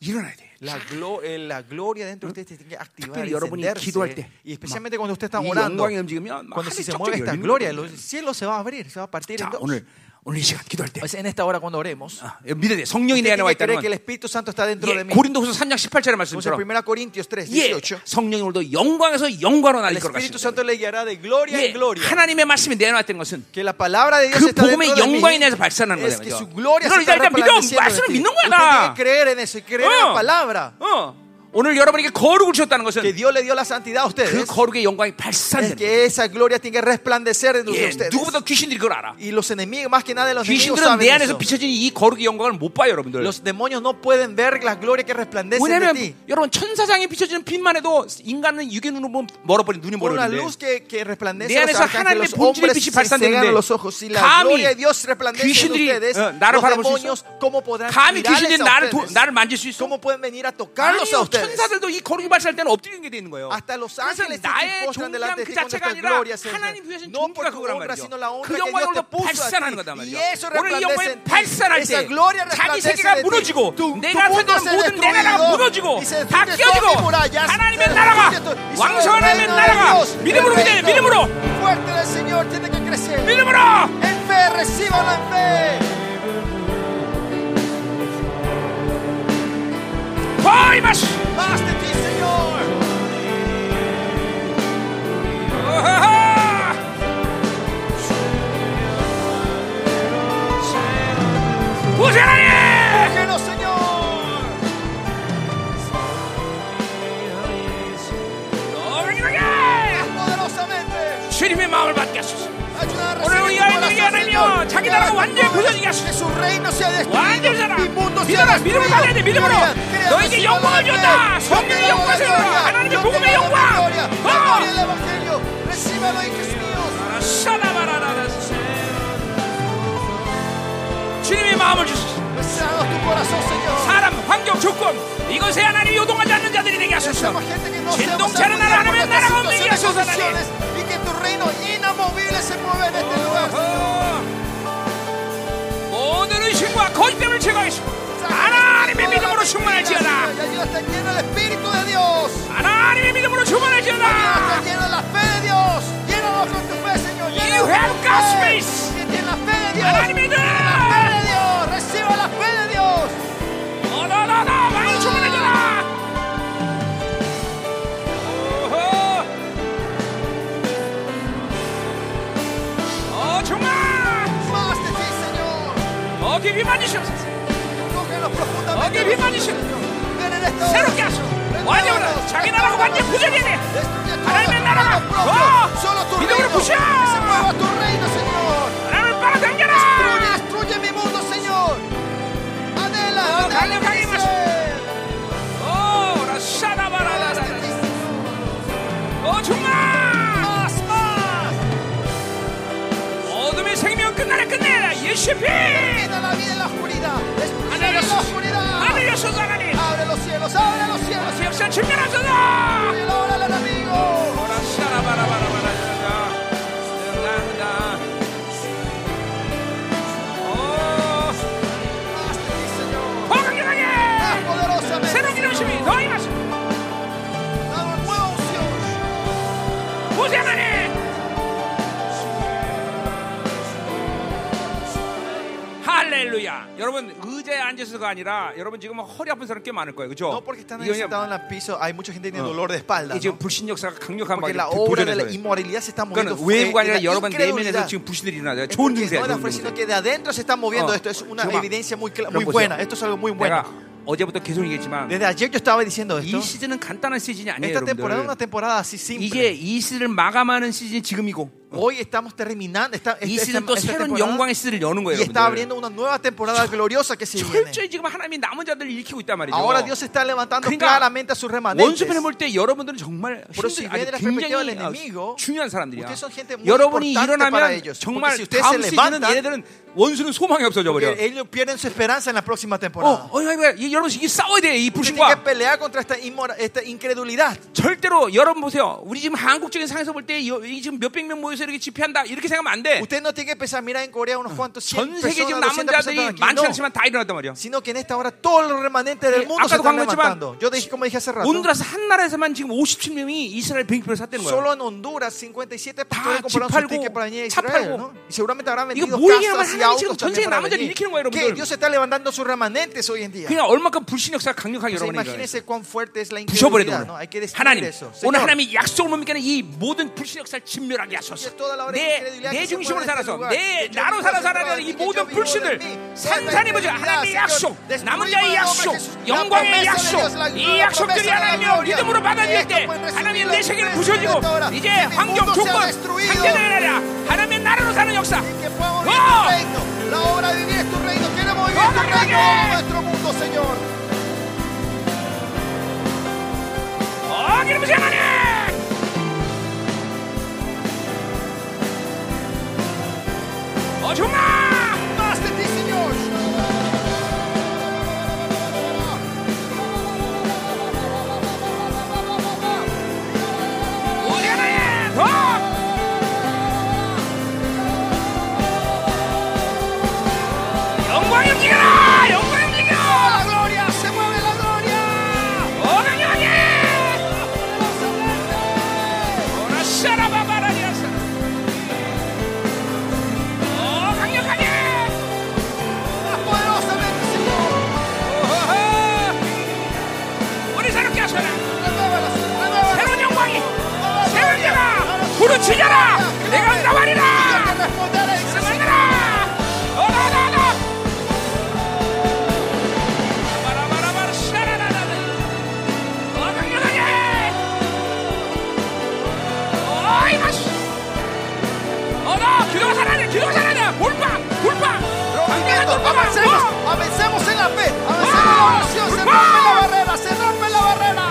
Speaker 1: 일어나야 돼요.
Speaker 2: La, glo- eh, la gloria dentro de ustedes tiene que activar
Speaker 1: 특별히 여러분이 기도할 때,
Speaker 2: encenderse. Y especialmente cuando usted está
Speaker 1: 이
Speaker 2: orando,
Speaker 1: 영광이 움직이면
Speaker 2: cuando
Speaker 1: 하늘이
Speaker 2: si se mueve
Speaker 1: 쩍쩍
Speaker 2: esta
Speaker 1: 열리는
Speaker 2: gloria,
Speaker 1: 거예요.
Speaker 2: el cielo se va a abrir, se va a partir en
Speaker 1: 자,
Speaker 2: dos.
Speaker 1: 오늘 오늘 이 어, 시간 기도할 때
Speaker 2: O sea, en esta hora cuando oremos,
Speaker 1: 아, 믿어야 돼. 성령이 내
Speaker 2: usted
Speaker 1: 안에 와
Speaker 2: tiene que
Speaker 1: 있다는
Speaker 2: creer que el
Speaker 1: 건
Speaker 2: Espíritu Santo está dentro de
Speaker 1: 예,
Speaker 2: mí.
Speaker 1: 고린도후서 3장 18절의
Speaker 2: Como dice
Speaker 1: 말씀처럼
Speaker 2: 1 Corintios 3,
Speaker 1: 예,
Speaker 2: 18.
Speaker 1: 성령이 오늘도 영광에서 영광으로
Speaker 2: El
Speaker 1: 나를 이끌어
Speaker 2: Espíritu
Speaker 1: 가신다.
Speaker 2: Santo le guiará de gloria
Speaker 1: 예,
Speaker 2: en gloria.
Speaker 1: 하나님의 말씀이 내 안에 와 있다는 것은
Speaker 2: Que la palabra de Dios
Speaker 1: 그
Speaker 2: está dentro
Speaker 1: 복음의
Speaker 2: de mí.
Speaker 1: 영광이 내에서 발산하는
Speaker 2: Es
Speaker 1: 거잖아요,
Speaker 2: que su
Speaker 1: 그죠?
Speaker 2: gloria
Speaker 1: 이걸
Speaker 2: se está
Speaker 1: 일단 믿어.
Speaker 2: resplandeciendo.
Speaker 1: 말씀을
Speaker 2: en ti.
Speaker 1: 믿는 거야,
Speaker 2: Usted tiene
Speaker 1: 나.
Speaker 2: que creer en eso y creer en la palabra.
Speaker 1: 어. 오늘 여러분에게 거룩을 주셨다는 것은
Speaker 2: que Dios le dio la santidad a
Speaker 1: 그
Speaker 2: ustedes
Speaker 1: 거룩의 영광이
Speaker 2: es
Speaker 1: 발산되는 거예요.
Speaker 2: que esa gloria tiene que resplandecer en
Speaker 1: 예,
Speaker 2: ustedes.
Speaker 1: 누구보다 귀신들이 그걸 알아.
Speaker 2: Y los enemigos, más que nada los enemigos,
Speaker 1: 귀신들은
Speaker 2: saben
Speaker 1: 내
Speaker 2: eso.
Speaker 1: 안에서 비춰진 이 거룩의 영광을 못 봐요, 여러분들.
Speaker 2: Los demonios no pueden ver la gloria que resplandece en
Speaker 1: 왜냐하면
Speaker 2: ti.
Speaker 1: 여러분 천사장에 비춰지는 빛만 해도 인간은 육의 눈으로 보면 멀어버린 눈이
Speaker 2: Por la
Speaker 1: 멀어버린데
Speaker 2: luz que, que resplandece
Speaker 1: 내
Speaker 2: a los
Speaker 1: 안에서
Speaker 2: arcángeles,
Speaker 1: 하나님의
Speaker 2: los
Speaker 1: 본질의
Speaker 2: hombres
Speaker 1: 빛이
Speaker 2: se cegan
Speaker 1: 발산되는데
Speaker 2: los ojos. Si la
Speaker 1: 감히
Speaker 2: gloria de Dios resplandece en
Speaker 1: 귀신들이,
Speaker 2: ustedes,
Speaker 1: 어, 나를
Speaker 2: los
Speaker 1: 바라볼 수
Speaker 2: demonios, ¿cómo podrán
Speaker 1: 감히
Speaker 2: mirarles
Speaker 1: 귀신들이
Speaker 2: a
Speaker 1: 나를 도-
Speaker 2: ustedes?
Speaker 1: 나를 만질 수 있어?
Speaker 2: ¿Cómo pueden venir a tocarlos a
Speaker 1: 아니요,
Speaker 2: ustedes?
Speaker 1: 천사들도 이 거룩이 발산할 때는 엎드리는 게 되어 있는 거예요.
Speaker 2: Hasta los
Speaker 1: 그래서
Speaker 2: ángeles se
Speaker 1: 나의
Speaker 2: postran
Speaker 1: 존귀함
Speaker 2: delante de
Speaker 1: 그
Speaker 2: ti con
Speaker 1: 자체가
Speaker 2: nuestras
Speaker 1: 아니라
Speaker 2: glorias. Señor.
Speaker 1: 하나님 위하신
Speaker 2: No por
Speaker 1: 존귀가
Speaker 2: tu
Speaker 1: 그거란
Speaker 2: obra,
Speaker 1: 말이죠.
Speaker 2: sino la honra
Speaker 1: 그
Speaker 2: que Dios
Speaker 1: 영광이
Speaker 2: te
Speaker 1: 오늘
Speaker 2: puso
Speaker 1: 발산하는
Speaker 2: a
Speaker 1: 거단
Speaker 2: ti.
Speaker 1: 말이죠.
Speaker 2: Y eso
Speaker 1: 오늘 이
Speaker 2: resplandece
Speaker 1: 영광이
Speaker 2: en ti.
Speaker 1: 발산할
Speaker 2: Esa
Speaker 1: 때
Speaker 2: gloria
Speaker 1: 자기
Speaker 2: resplandece
Speaker 1: 세계가
Speaker 2: de ti.
Speaker 1: 무너지고
Speaker 2: Tu- tu
Speaker 1: 내가
Speaker 2: mundo
Speaker 1: 살던
Speaker 2: se
Speaker 1: 모든 내
Speaker 2: destruido.
Speaker 1: 나라가 무너지고
Speaker 2: Y se
Speaker 1: 다
Speaker 2: destruye
Speaker 1: 깨어지고
Speaker 2: todas murallas.
Speaker 1: 하나님의
Speaker 2: Se
Speaker 1: 나라가
Speaker 2: destruye todo. Y solo
Speaker 1: 왕성
Speaker 2: el
Speaker 1: 하나님의
Speaker 2: reino de
Speaker 1: 나라가
Speaker 2: Dios,
Speaker 1: 믿음으로
Speaker 2: el
Speaker 1: 믿어요
Speaker 2: reino
Speaker 1: 믿음으로
Speaker 2: fuerte del Señor tiene que crecer.
Speaker 1: 믿음으로
Speaker 2: En fe, recíbalo en fe.
Speaker 1: 거의 마시
Speaker 2: Más de ti, Señor.
Speaker 1: 부세라니
Speaker 2: Déjenos, Señor.
Speaker 1: 너희에게
Speaker 2: Poderosamente.
Speaker 1: 주님의 마음을 받게 하소서
Speaker 2: Ayuda a
Speaker 1: 오늘 우리
Speaker 2: recibir
Speaker 1: 아이들에게
Speaker 2: tu corazón,
Speaker 1: 하나님여
Speaker 2: Señor.
Speaker 1: 자기 나라가 완전히 부서지게
Speaker 2: Que
Speaker 1: 하소서
Speaker 2: su reino sea
Speaker 1: 완전히
Speaker 2: destruido.
Speaker 1: 되라
Speaker 2: Mi mundo sea
Speaker 1: 믿어라 믿음을
Speaker 2: destruido.
Speaker 1: 받아야 돼 믿음으로
Speaker 2: Crean,
Speaker 1: 너에게
Speaker 2: crean,
Speaker 1: 영광을
Speaker 2: crean.
Speaker 1: 주었다
Speaker 2: Yo te
Speaker 1: 성령의
Speaker 2: doy
Speaker 1: 영광을
Speaker 2: la
Speaker 1: 세우라
Speaker 2: gloria.
Speaker 1: 하나님의
Speaker 2: Yo te
Speaker 1: 복음의
Speaker 2: doy la
Speaker 1: 영광
Speaker 2: gloria. La
Speaker 1: 어!
Speaker 2: gloria del Evangelio. Recíbalo, hijos míos.
Speaker 1: 샤나바라라라세. 주님의 마음을 주시오
Speaker 2: Recíbanos tu corazón, Señor.
Speaker 1: 사람, 환경, 조건 이것에 하나님 요동하지 않는 자들이 되게 하소서
Speaker 2: Seamos gente que no seamos
Speaker 1: 진동체는
Speaker 2: sacudidos por
Speaker 1: 하나님의
Speaker 2: nuestras
Speaker 1: 나라가 움직이게
Speaker 2: situaciones,
Speaker 1: 하소서, 하나님.
Speaker 2: condiciones, y que tu reino inamovible se mueva en este lugar.
Speaker 1: 모든 의심과 거짓됨을 제거하시고 하나님의 믿음으로 충만할지어다
Speaker 2: Y ayuda a estar lleno del Espíritu de Dios.
Speaker 1: 하나님의 믿음으로
Speaker 2: Ayuda a
Speaker 1: 충만할지어다
Speaker 2: estar lleno de la fe de Dios. Llénanos con tu fe, Señor.
Speaker 1: You
Speaker 2: Llénanos con
Speaker 1: have
Speaker 2: tu
Speaker 1: God's
Speaker 2: fe.
Speaker 1: face.
Speaker 2: Que tiene la fe de Dios.
Speaker 1: 하나님의 믿음
Speaker 2: La fe de Dios. Reciba la fe de Dios.
Speaker 1: 어너너너 많이 충만해져라 오호. 어 충만
Speaker 2: Más de ti, Señor.
Speaker 1: 더 깊이 만지시옵소서
Speaker 2: Tócanos
Speaker 1: Aquí
Speaker 2: profundamente.
Speaker 1: viva
Speaker 2: nosotros,
Speaker 1: Jesús.
Speaker 2: Señor. Ven en esta hora,
Speaker 1: 새롭게 하소서 완전으로 자기 나라가 완전 부정이 돼
Speaker 2: Destruye todo
Speaker 1: 하나님의
Speaker 2: tu
Speaker 1: 나라가
Speaker 2: reino propio.
Speaker 1: 더
Speaker 2: Solo tu
Speaker 1: 믿음으로
Speaker 2: reino. Que
Speaker 1: 부셔
Speaker 2: se mueva tu reino, Señor.
Speaker 1: 나를
Speaker 2: ¡Ah!
Speaker 1: 빨아당겨라
Speaker 2: Destruye, destruye mi mundo, Señor. Adela,
Speaker 1: Oh,
Speaker 2: adela,
Speaker 1: dale,
Speaker 2: dice.
Speaker 1: 오 라샤나바라라라 오 정말
Speaker 2: Más, más.
Speaker 1: 어둠의 생명 끝나라 끝내라 예수의 피
Speaker 2: Quita la vida en la oscuridad. Destruye
Speaker 1: 하늘을
Speaker 2: la oscuridad.
Speaker 1: 하늘을 쏟아가니
Speaker 2: Abre los cielos, abre los cielos.
Speaker 1: 역사 측면하소서
Speaker 2: Destruye la obra del enemigo. Más de ti, Señor. Más poderosamente.
Speaker 1: 새로운 이름심이 너희 마시
Speaker 2: Dame nueva unción.
Speaker 1: 보세하니 할렐루야 여러분 의자에 앉아서가 아니라 여러분 지금 허리 아픈 사람 꽤 많을 거예요 그죠?
Speaker 2: No porque están ahí
Speaker 1: 이게 그냥
Speaker 2: sentados en el piso, hay mucha gente que tiene dolor de espalda.
Speaker 1: 아, 이게
Speaker 2: ¿no?
Speaker 1: 지금 불신 역사가 강력한
Speaker 2: Porque
Speaker 1: 방에
Speaker 2: la obra de la
Speaker 1: 도전해서 그래요.
Speaker 2: inmoralidad se está moviendo.
Speaker 1: 그러니까 외부가
Speaker 2: eh,
Speaker 1: 아니라
Speaker 2: la
Speaker 1: 여러분 내면에서
Speaker 2: incredulidad.
Speaker 1: 지금 불신들이 일어나요
Speaker 2: Es
Speaker 1: 좋은
Speaker 2: porque
Speaker 1: 증세야
Speaker 2: no
Speaker 1: 좋은
Speaker 2: era fue,
Speaker 1: 증세
Speaker 2: sino que de adentro se está moviendo
Speaker 1: Oh,
Speaker 2: esto. Es una
Speaker 1: Chema.
Speaker 2: evidencia muy, cla-
Speaker 1: Gran
Speaker 2: muy
Speaker 1: posición.
Speaker 2: buena. Esto es algo muy bueno.
Speaker 1: 내가 뭐 어제부터 계속 얘기했지만
Speaker 2: Desde ayer yo estaba diciendo esto.
Speaker 1: 이 시즌은 간단한 시즌이 네. 그렇죠? 아니에요
Speaker 2: Esta temporada es una
Speaker 1: 여러분들
Speaker 2: temporada así simple.
Speaker 1: 이제 이 시즌을 마감하는 시즌이 지금이고
Speaker 2: Hoy estamos terminando esta, esta,
Speaker 1: 이
Speaker 2: esta-
Speaker 1: 시즌 또
Speaker 2: esta
Speaker 1: 새로운
Speaker 2: temporada
Speaker 1: 영광의 시즌을 여는
Speaker 2: y
Speaker 1: 거예요 여러분들
Speaker 2: está abriendo una nueva temporada gloriosa que se viene.
Speaker 1: 철저히 지금 하나님이 남은 자들을 일으키고 있단 말이죠
Speaker 2: Ahora Dios está levantando
Speaker 1: 그러니까
Speaker 2: claramente a sus remanentes.
Speaker 1: 원수편을 볼 때 여러분들은 정말
Speaker 2: Pero si
Speaker 1: 힘들,
Speaker 2: ven de
Speaker 1: 아주
Speaker 2: la perspectiva del
Speaker 1: 굉장히
Speaker 2: enemigo,
Speaker 1: 어, 중요한 사람들이야
Speaker 2: ustedes son gente muy
Speaker 1: 여러분이
Speaker 2: importante para
Speaker 1: 일어나면
Speaker 2: ellos.
Speaker 1: 정말
Speaker 2: Porque si ustedes
Speaker 1: 다음
Speaker 2: se
Speaker 1: 시즌은
Speaker 2: levantan,
Speaker 1: 얘네들은 원수는 소망이 없어져 버려
Speaker 2: porque ellos pierden su esperanza en la próxima
Speaker 1: 어,
Speaker 2: temporada.
Speaker 1: 어, 이거, 이거, 여러분 이게 싸워야 돼 이
Speaker 2: Ustedes tienen
Speaker 1: 불신과
Speaker 2: que pelear contra esta, inmora- esta incredulidad.
Speaker 1: 절대로 여러분 보세요 우리 지금 한국적인 상에서 볼 때 지금 몇백 명 모여서 이렇게 집회한다 이렇게 생각하면 안돼
Speaker 2: Usted no tiene que pensar, mira, en Corea unos cuantos
Speaker 1: 전
Speaker 2: 100
Speaker 1: 세계 지금
Speaker 2: personas,
Speaker 1: 남은
Speaker 2: 200 personas
Speaker 1: 자들이
Speaker 2: aquí.
Speaker 1: 많지
Speaker 2: No,
Speaker 1: 않지만 다 일어났단 말이야.
Speaker 2: sino que en esta hora todos los remanentes del
Speaker 1: Eh,
Speaker 2: mundo se
Speaker 1: 아까도
Speaker 2: están
Speaker 1: 강조했지만,
Speaker 2: levantando. Yo dije, como dije hace rato,
Speaker 1: 온드라스 한 나라에서만 지금 57명이 이스라엘 뱅크를 샀다는 거야.
Speaker 2: solo en Honduras 57
Speaker 1: Ah,
Speaker 2: pastores compraron
Speaker 1: chip
Speaker 2: su ticket
Speaker 1: palgo,
Speaker 2: para venir a
Speaker 1: chap
Speaker 2: Israel.
Speaker 1: palgo.
Speaker 2: ¿no? Y seguramente habrán
Speaker 1: Digo,
Speaker 2: vendido
Speaker 1: muy bien,
Speaker 2: casas y
Speaker 1: hermano,
Speaker 2: autos
Speaker 1: 지금
Speaker 2: también
Speaker 1: 전세계
Speaker 2: para
Speaker 1: 남은 자들이
Speaker 2: venir.
Speaker 1: 일으키는 거예요,
Speaker 2: Que
Speaker 1: 여러분들.
Speaker 2: Dios está levantando sus remanentes hoy en día.
Speaker 1: 그냥 얼마큼 불신 역사가 강력하게
Speaker 2: Entonces,
Speaker 1: 여러분에게 일어나요.
Speaker 2: imagínense cuán fuerte es la
Speaker 1: 부셔버려도
Speaker 2: incredulidad. ¿no? Hay que
Speaker 1: 오늘
Speaker 2: destruir
Speaker 1: 하나님
Speaker 2: eso.
Speaker 1: 오늘
Speaker 2: Señor,
Speaker 1: 하나님이 약속을 못 믿게 하는 이 모든 불신 역사를 진멸하게 하소서.
Speaker 2: dice toda la hora
Speaker 1: 내,
Speaker 2: de incredulidad
Speaker 1: 내
Speaker 2: que se
Speaker 1: 중심으로
Speaker 2: mueve en este
Speaker 1: 살아서
Speaker 2: lugar.
Speaker 1: 내
Speaker 2: Que yo
Speaker 1: 나로
Speaker 2: vivo
Speaker 1: 살아서
Speaker 2: en este
Speaker 1: 살아가는
Speaker 2: lugar,
Speaker 1: 이
Speaker 2: que yo
Speaker 1: 모든
Speaker 2: vivo en
Speaker 1: 불신들
Speaker 2: mí.
Speaker 1: 산산이 버져 하나님의
Speaker 2: Toda esta incredulidad,
Speaker 1: 약속
Speaker 2: Señor,
Speaker 1: 남은
Speaker 2: destruimos
Speaker 1: 자의
Speaker 2: la obra
Speaker 1: 약속
Speaker 2: que sus- la
Speaker 1: 영광의
Speaker 2: promesa de
Speaker 1: 약속
Speaker 2: Dios, la-
Speaker 1: 이
Speaker 2: la
Speaker 1: 약속들이
Speaker 2: promesa de la
Speaker 1: 하나님을
Speaker 2: gloria.
Speaker 1: 믿음으로 받아들일
Speaker 2: Esto
Speaker 1: 때
Speaker 2: pueden recibirlo
Speaker 1: 하나님의 내
Speaker 2: en
Speaker 1: 세계를
Speaker 2: este
Speaker 1: 부셔지고
Speaker 2: momento.
Speaker 1: 이제
Speaker 2: El
Speaker 1: 환경
Speaker 2: mundo se ha
Speaker 1: 조건
Speaker 2: destruido.
Speaker 1: 상태를 내라 하나님의 나라로 사는 역사
Speaker 2: Que podamos vivir
Speaker 1: ¡No!
Speaker 2: tu reino. La obra de vivir es tu reino. Queremos vivir tu
Speaker 1: ¡Vamos,
Speaker 2: reino en
Speaker 1: Miguel!
Speaker 2: nuestro mundo, Señor.
Speaker 1: 어 기름부신 하나님 어 정말
Speaker 2: Más de ti, Señor.
Speaker 1: 우리 어, 하나님 더 영광이 움직여라 영광이 움직여
Speaker 2: La gloria, se mueve la gloria.
Speaker 1: 어느 영이 어나 샤라바바라디아사 어 강력하게
Speaker 2: Poderosamente, Señor.
Speaker 1: 오호. 우리 새롭게 하소라
Speaker 2: Renuévala, renuévala.
Speaker 1: 새로운 영광이 새로운 자가 부르짖어라 내가 응답하리라
Speaker 2: Que responderá y se
Speaker 1: 승하라 어라라라 바라바라바라 샤라라라라 어 강력하게 어 이마시 어나 기도가 살아야 기도가 살아야 볼빵 볼빵 강력한
Speaker 2: Rompimiento,
Speaker 1: 돌파가
Speaker 2: avancemos,
Speaker 1: 어
Speaker 2: avancemos en la fe, avancemos en la oración, se rompe la barrera, se rompe la barrera.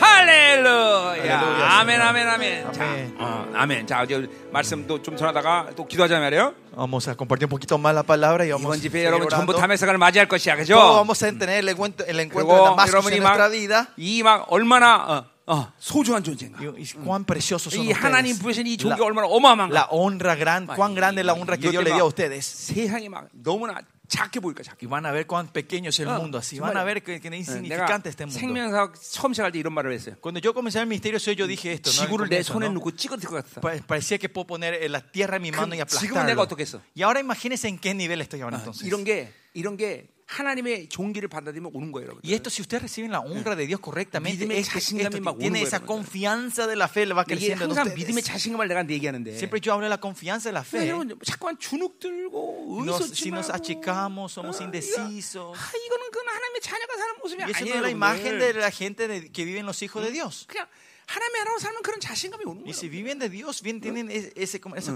Speaker 1: 할렐루야.
Speaker 2: 할렐루야,
Speaker 1: 아멘, 아멘, 아멘. 자,
Speaker 2: 아멘.
Speaker 1: 어, 아멘. 자, 이제 말씀도 좀 전하다가 또 기도하자 말이에요.
Speaker 2: Vamos a compartir un poquito más la palabra y vamos
Speaker 1: 이번
Speaker 2: a
Speaker 1: 집회
Speaker 2: seguir
Speaker 1: 여러분
Speaker 2: orando.
Speaker 1: 전부 담에서간을 맞이할 것이야, 그죠?
Speaker 2: Todos vamos a tener el encuentro, el encuentro de
Speaker 1: 그리고
Speaker 2: Damasco
Speaker 1: 여러분이
Speaker 2: en nuestra vida.
Speaker 1: 막이막 얼마나 어, 어, 소중한 존재인가.
Speaker 2: Y, y cuán preciosos son
Speaker 1: 이 하나님 부신 이
Speaker 2: ustedes.
Speaker 1: 종이
Speaker 2: La,
Speaker 1: 얼마나 어마어마한가.
Speaker 2: la honra gran, cuán grande es la honra que
Speaker 1: 이것
Speaker 2: Dios le
Speaker 1: 때문에
Speaker 2: dio a ustedes.
Speaker 1: 세상이 막 너무나 작게 보일까 작게.
Speaker 2: Y van a ver cuán pequeño es el
Speaker 1: Ah,
Speaker 2: mundo así. Van a ver que, que es
Speaker 1: 어, 내가
Speaker 2: insignificante este mundo.
Speaker 1: 생명사학 처음 시작할 때 이런 말을 했어요.
Speaker 2: Cuando yo comencé el ministerio, soy yo dije esto. ¿no? Al
Speaker 1: 지구를 내
Speaker 2: comienzo,
Speaker 1: 손에
Speaker 2: ¿no?
Speaker 1: 놓고 찌그러질 것 같다.
Speaker 2: Pa- Parecía que puedo poner eh, la tierra en mi mano y
Speaker 1: 지금은 내가
Speaker 2: aplastarlo.
Speaker 1: 어떻게 했어?
Speaker 2: Y ahora imagínense en qué nivel estoy
Speaker 1: Ah,
Speaker 2: ahora entonces.
Speaker 1: 이런 게 이런 게 하나님의 종기를 받아들이면 오는 거예요, 여러분.
Speaker 2: Y esto, si ustedes reciben la honra de Dios correctamente,
Speaker 1: 믿음의
Speaker 2: esto-
Speaker 1: 자신감이
Speaker 2: esto
Speaker 1: 막 오는
Speaker 2: tiene
Speaker 1: 거예요,
Speaker 2: esa
Speaker 1: 여러분들.
Speaker 2: confianza de la fe, va
Speaker 1: 그러니까 이게
Speaker 2: creciendo en
Speaker 1: 항상 믿음의
Speaker 2: ustedes.
Speaker 1: 자신감을 내가 얘기하는데
Speaker 2: Siempre yo hablo de la confianza de la
Speaker 1: 근데
Speaker 2: fe.
Speaker 1: 여러분 자꾸만 주눅 들고
Speaker 2: 네. Nos- si
Speaker 1: 의소침하고
Speaker 2: nos achicamos, somos
Speaker 1: 어,
Speaker 2: indecisos.
Speaker 1: 이거- 아, 이거는 그건 하나님의 자녀가 사는 모습이
Speaker 2: Y eso no
Speaker 1: 아니에요
Speaker 2: es la imagen de
Speaker 1: 여러분들.
Speaker 2: la gente de- que viven los hijos de Dios.
Speaker 1: 그냥 하나님의 나라로 살면 그런 자신감이 오는
Speaker 2: Y si
Speaker 1: 거예요
Speaker 2: viven de Dios, bien tienen es- ese- esa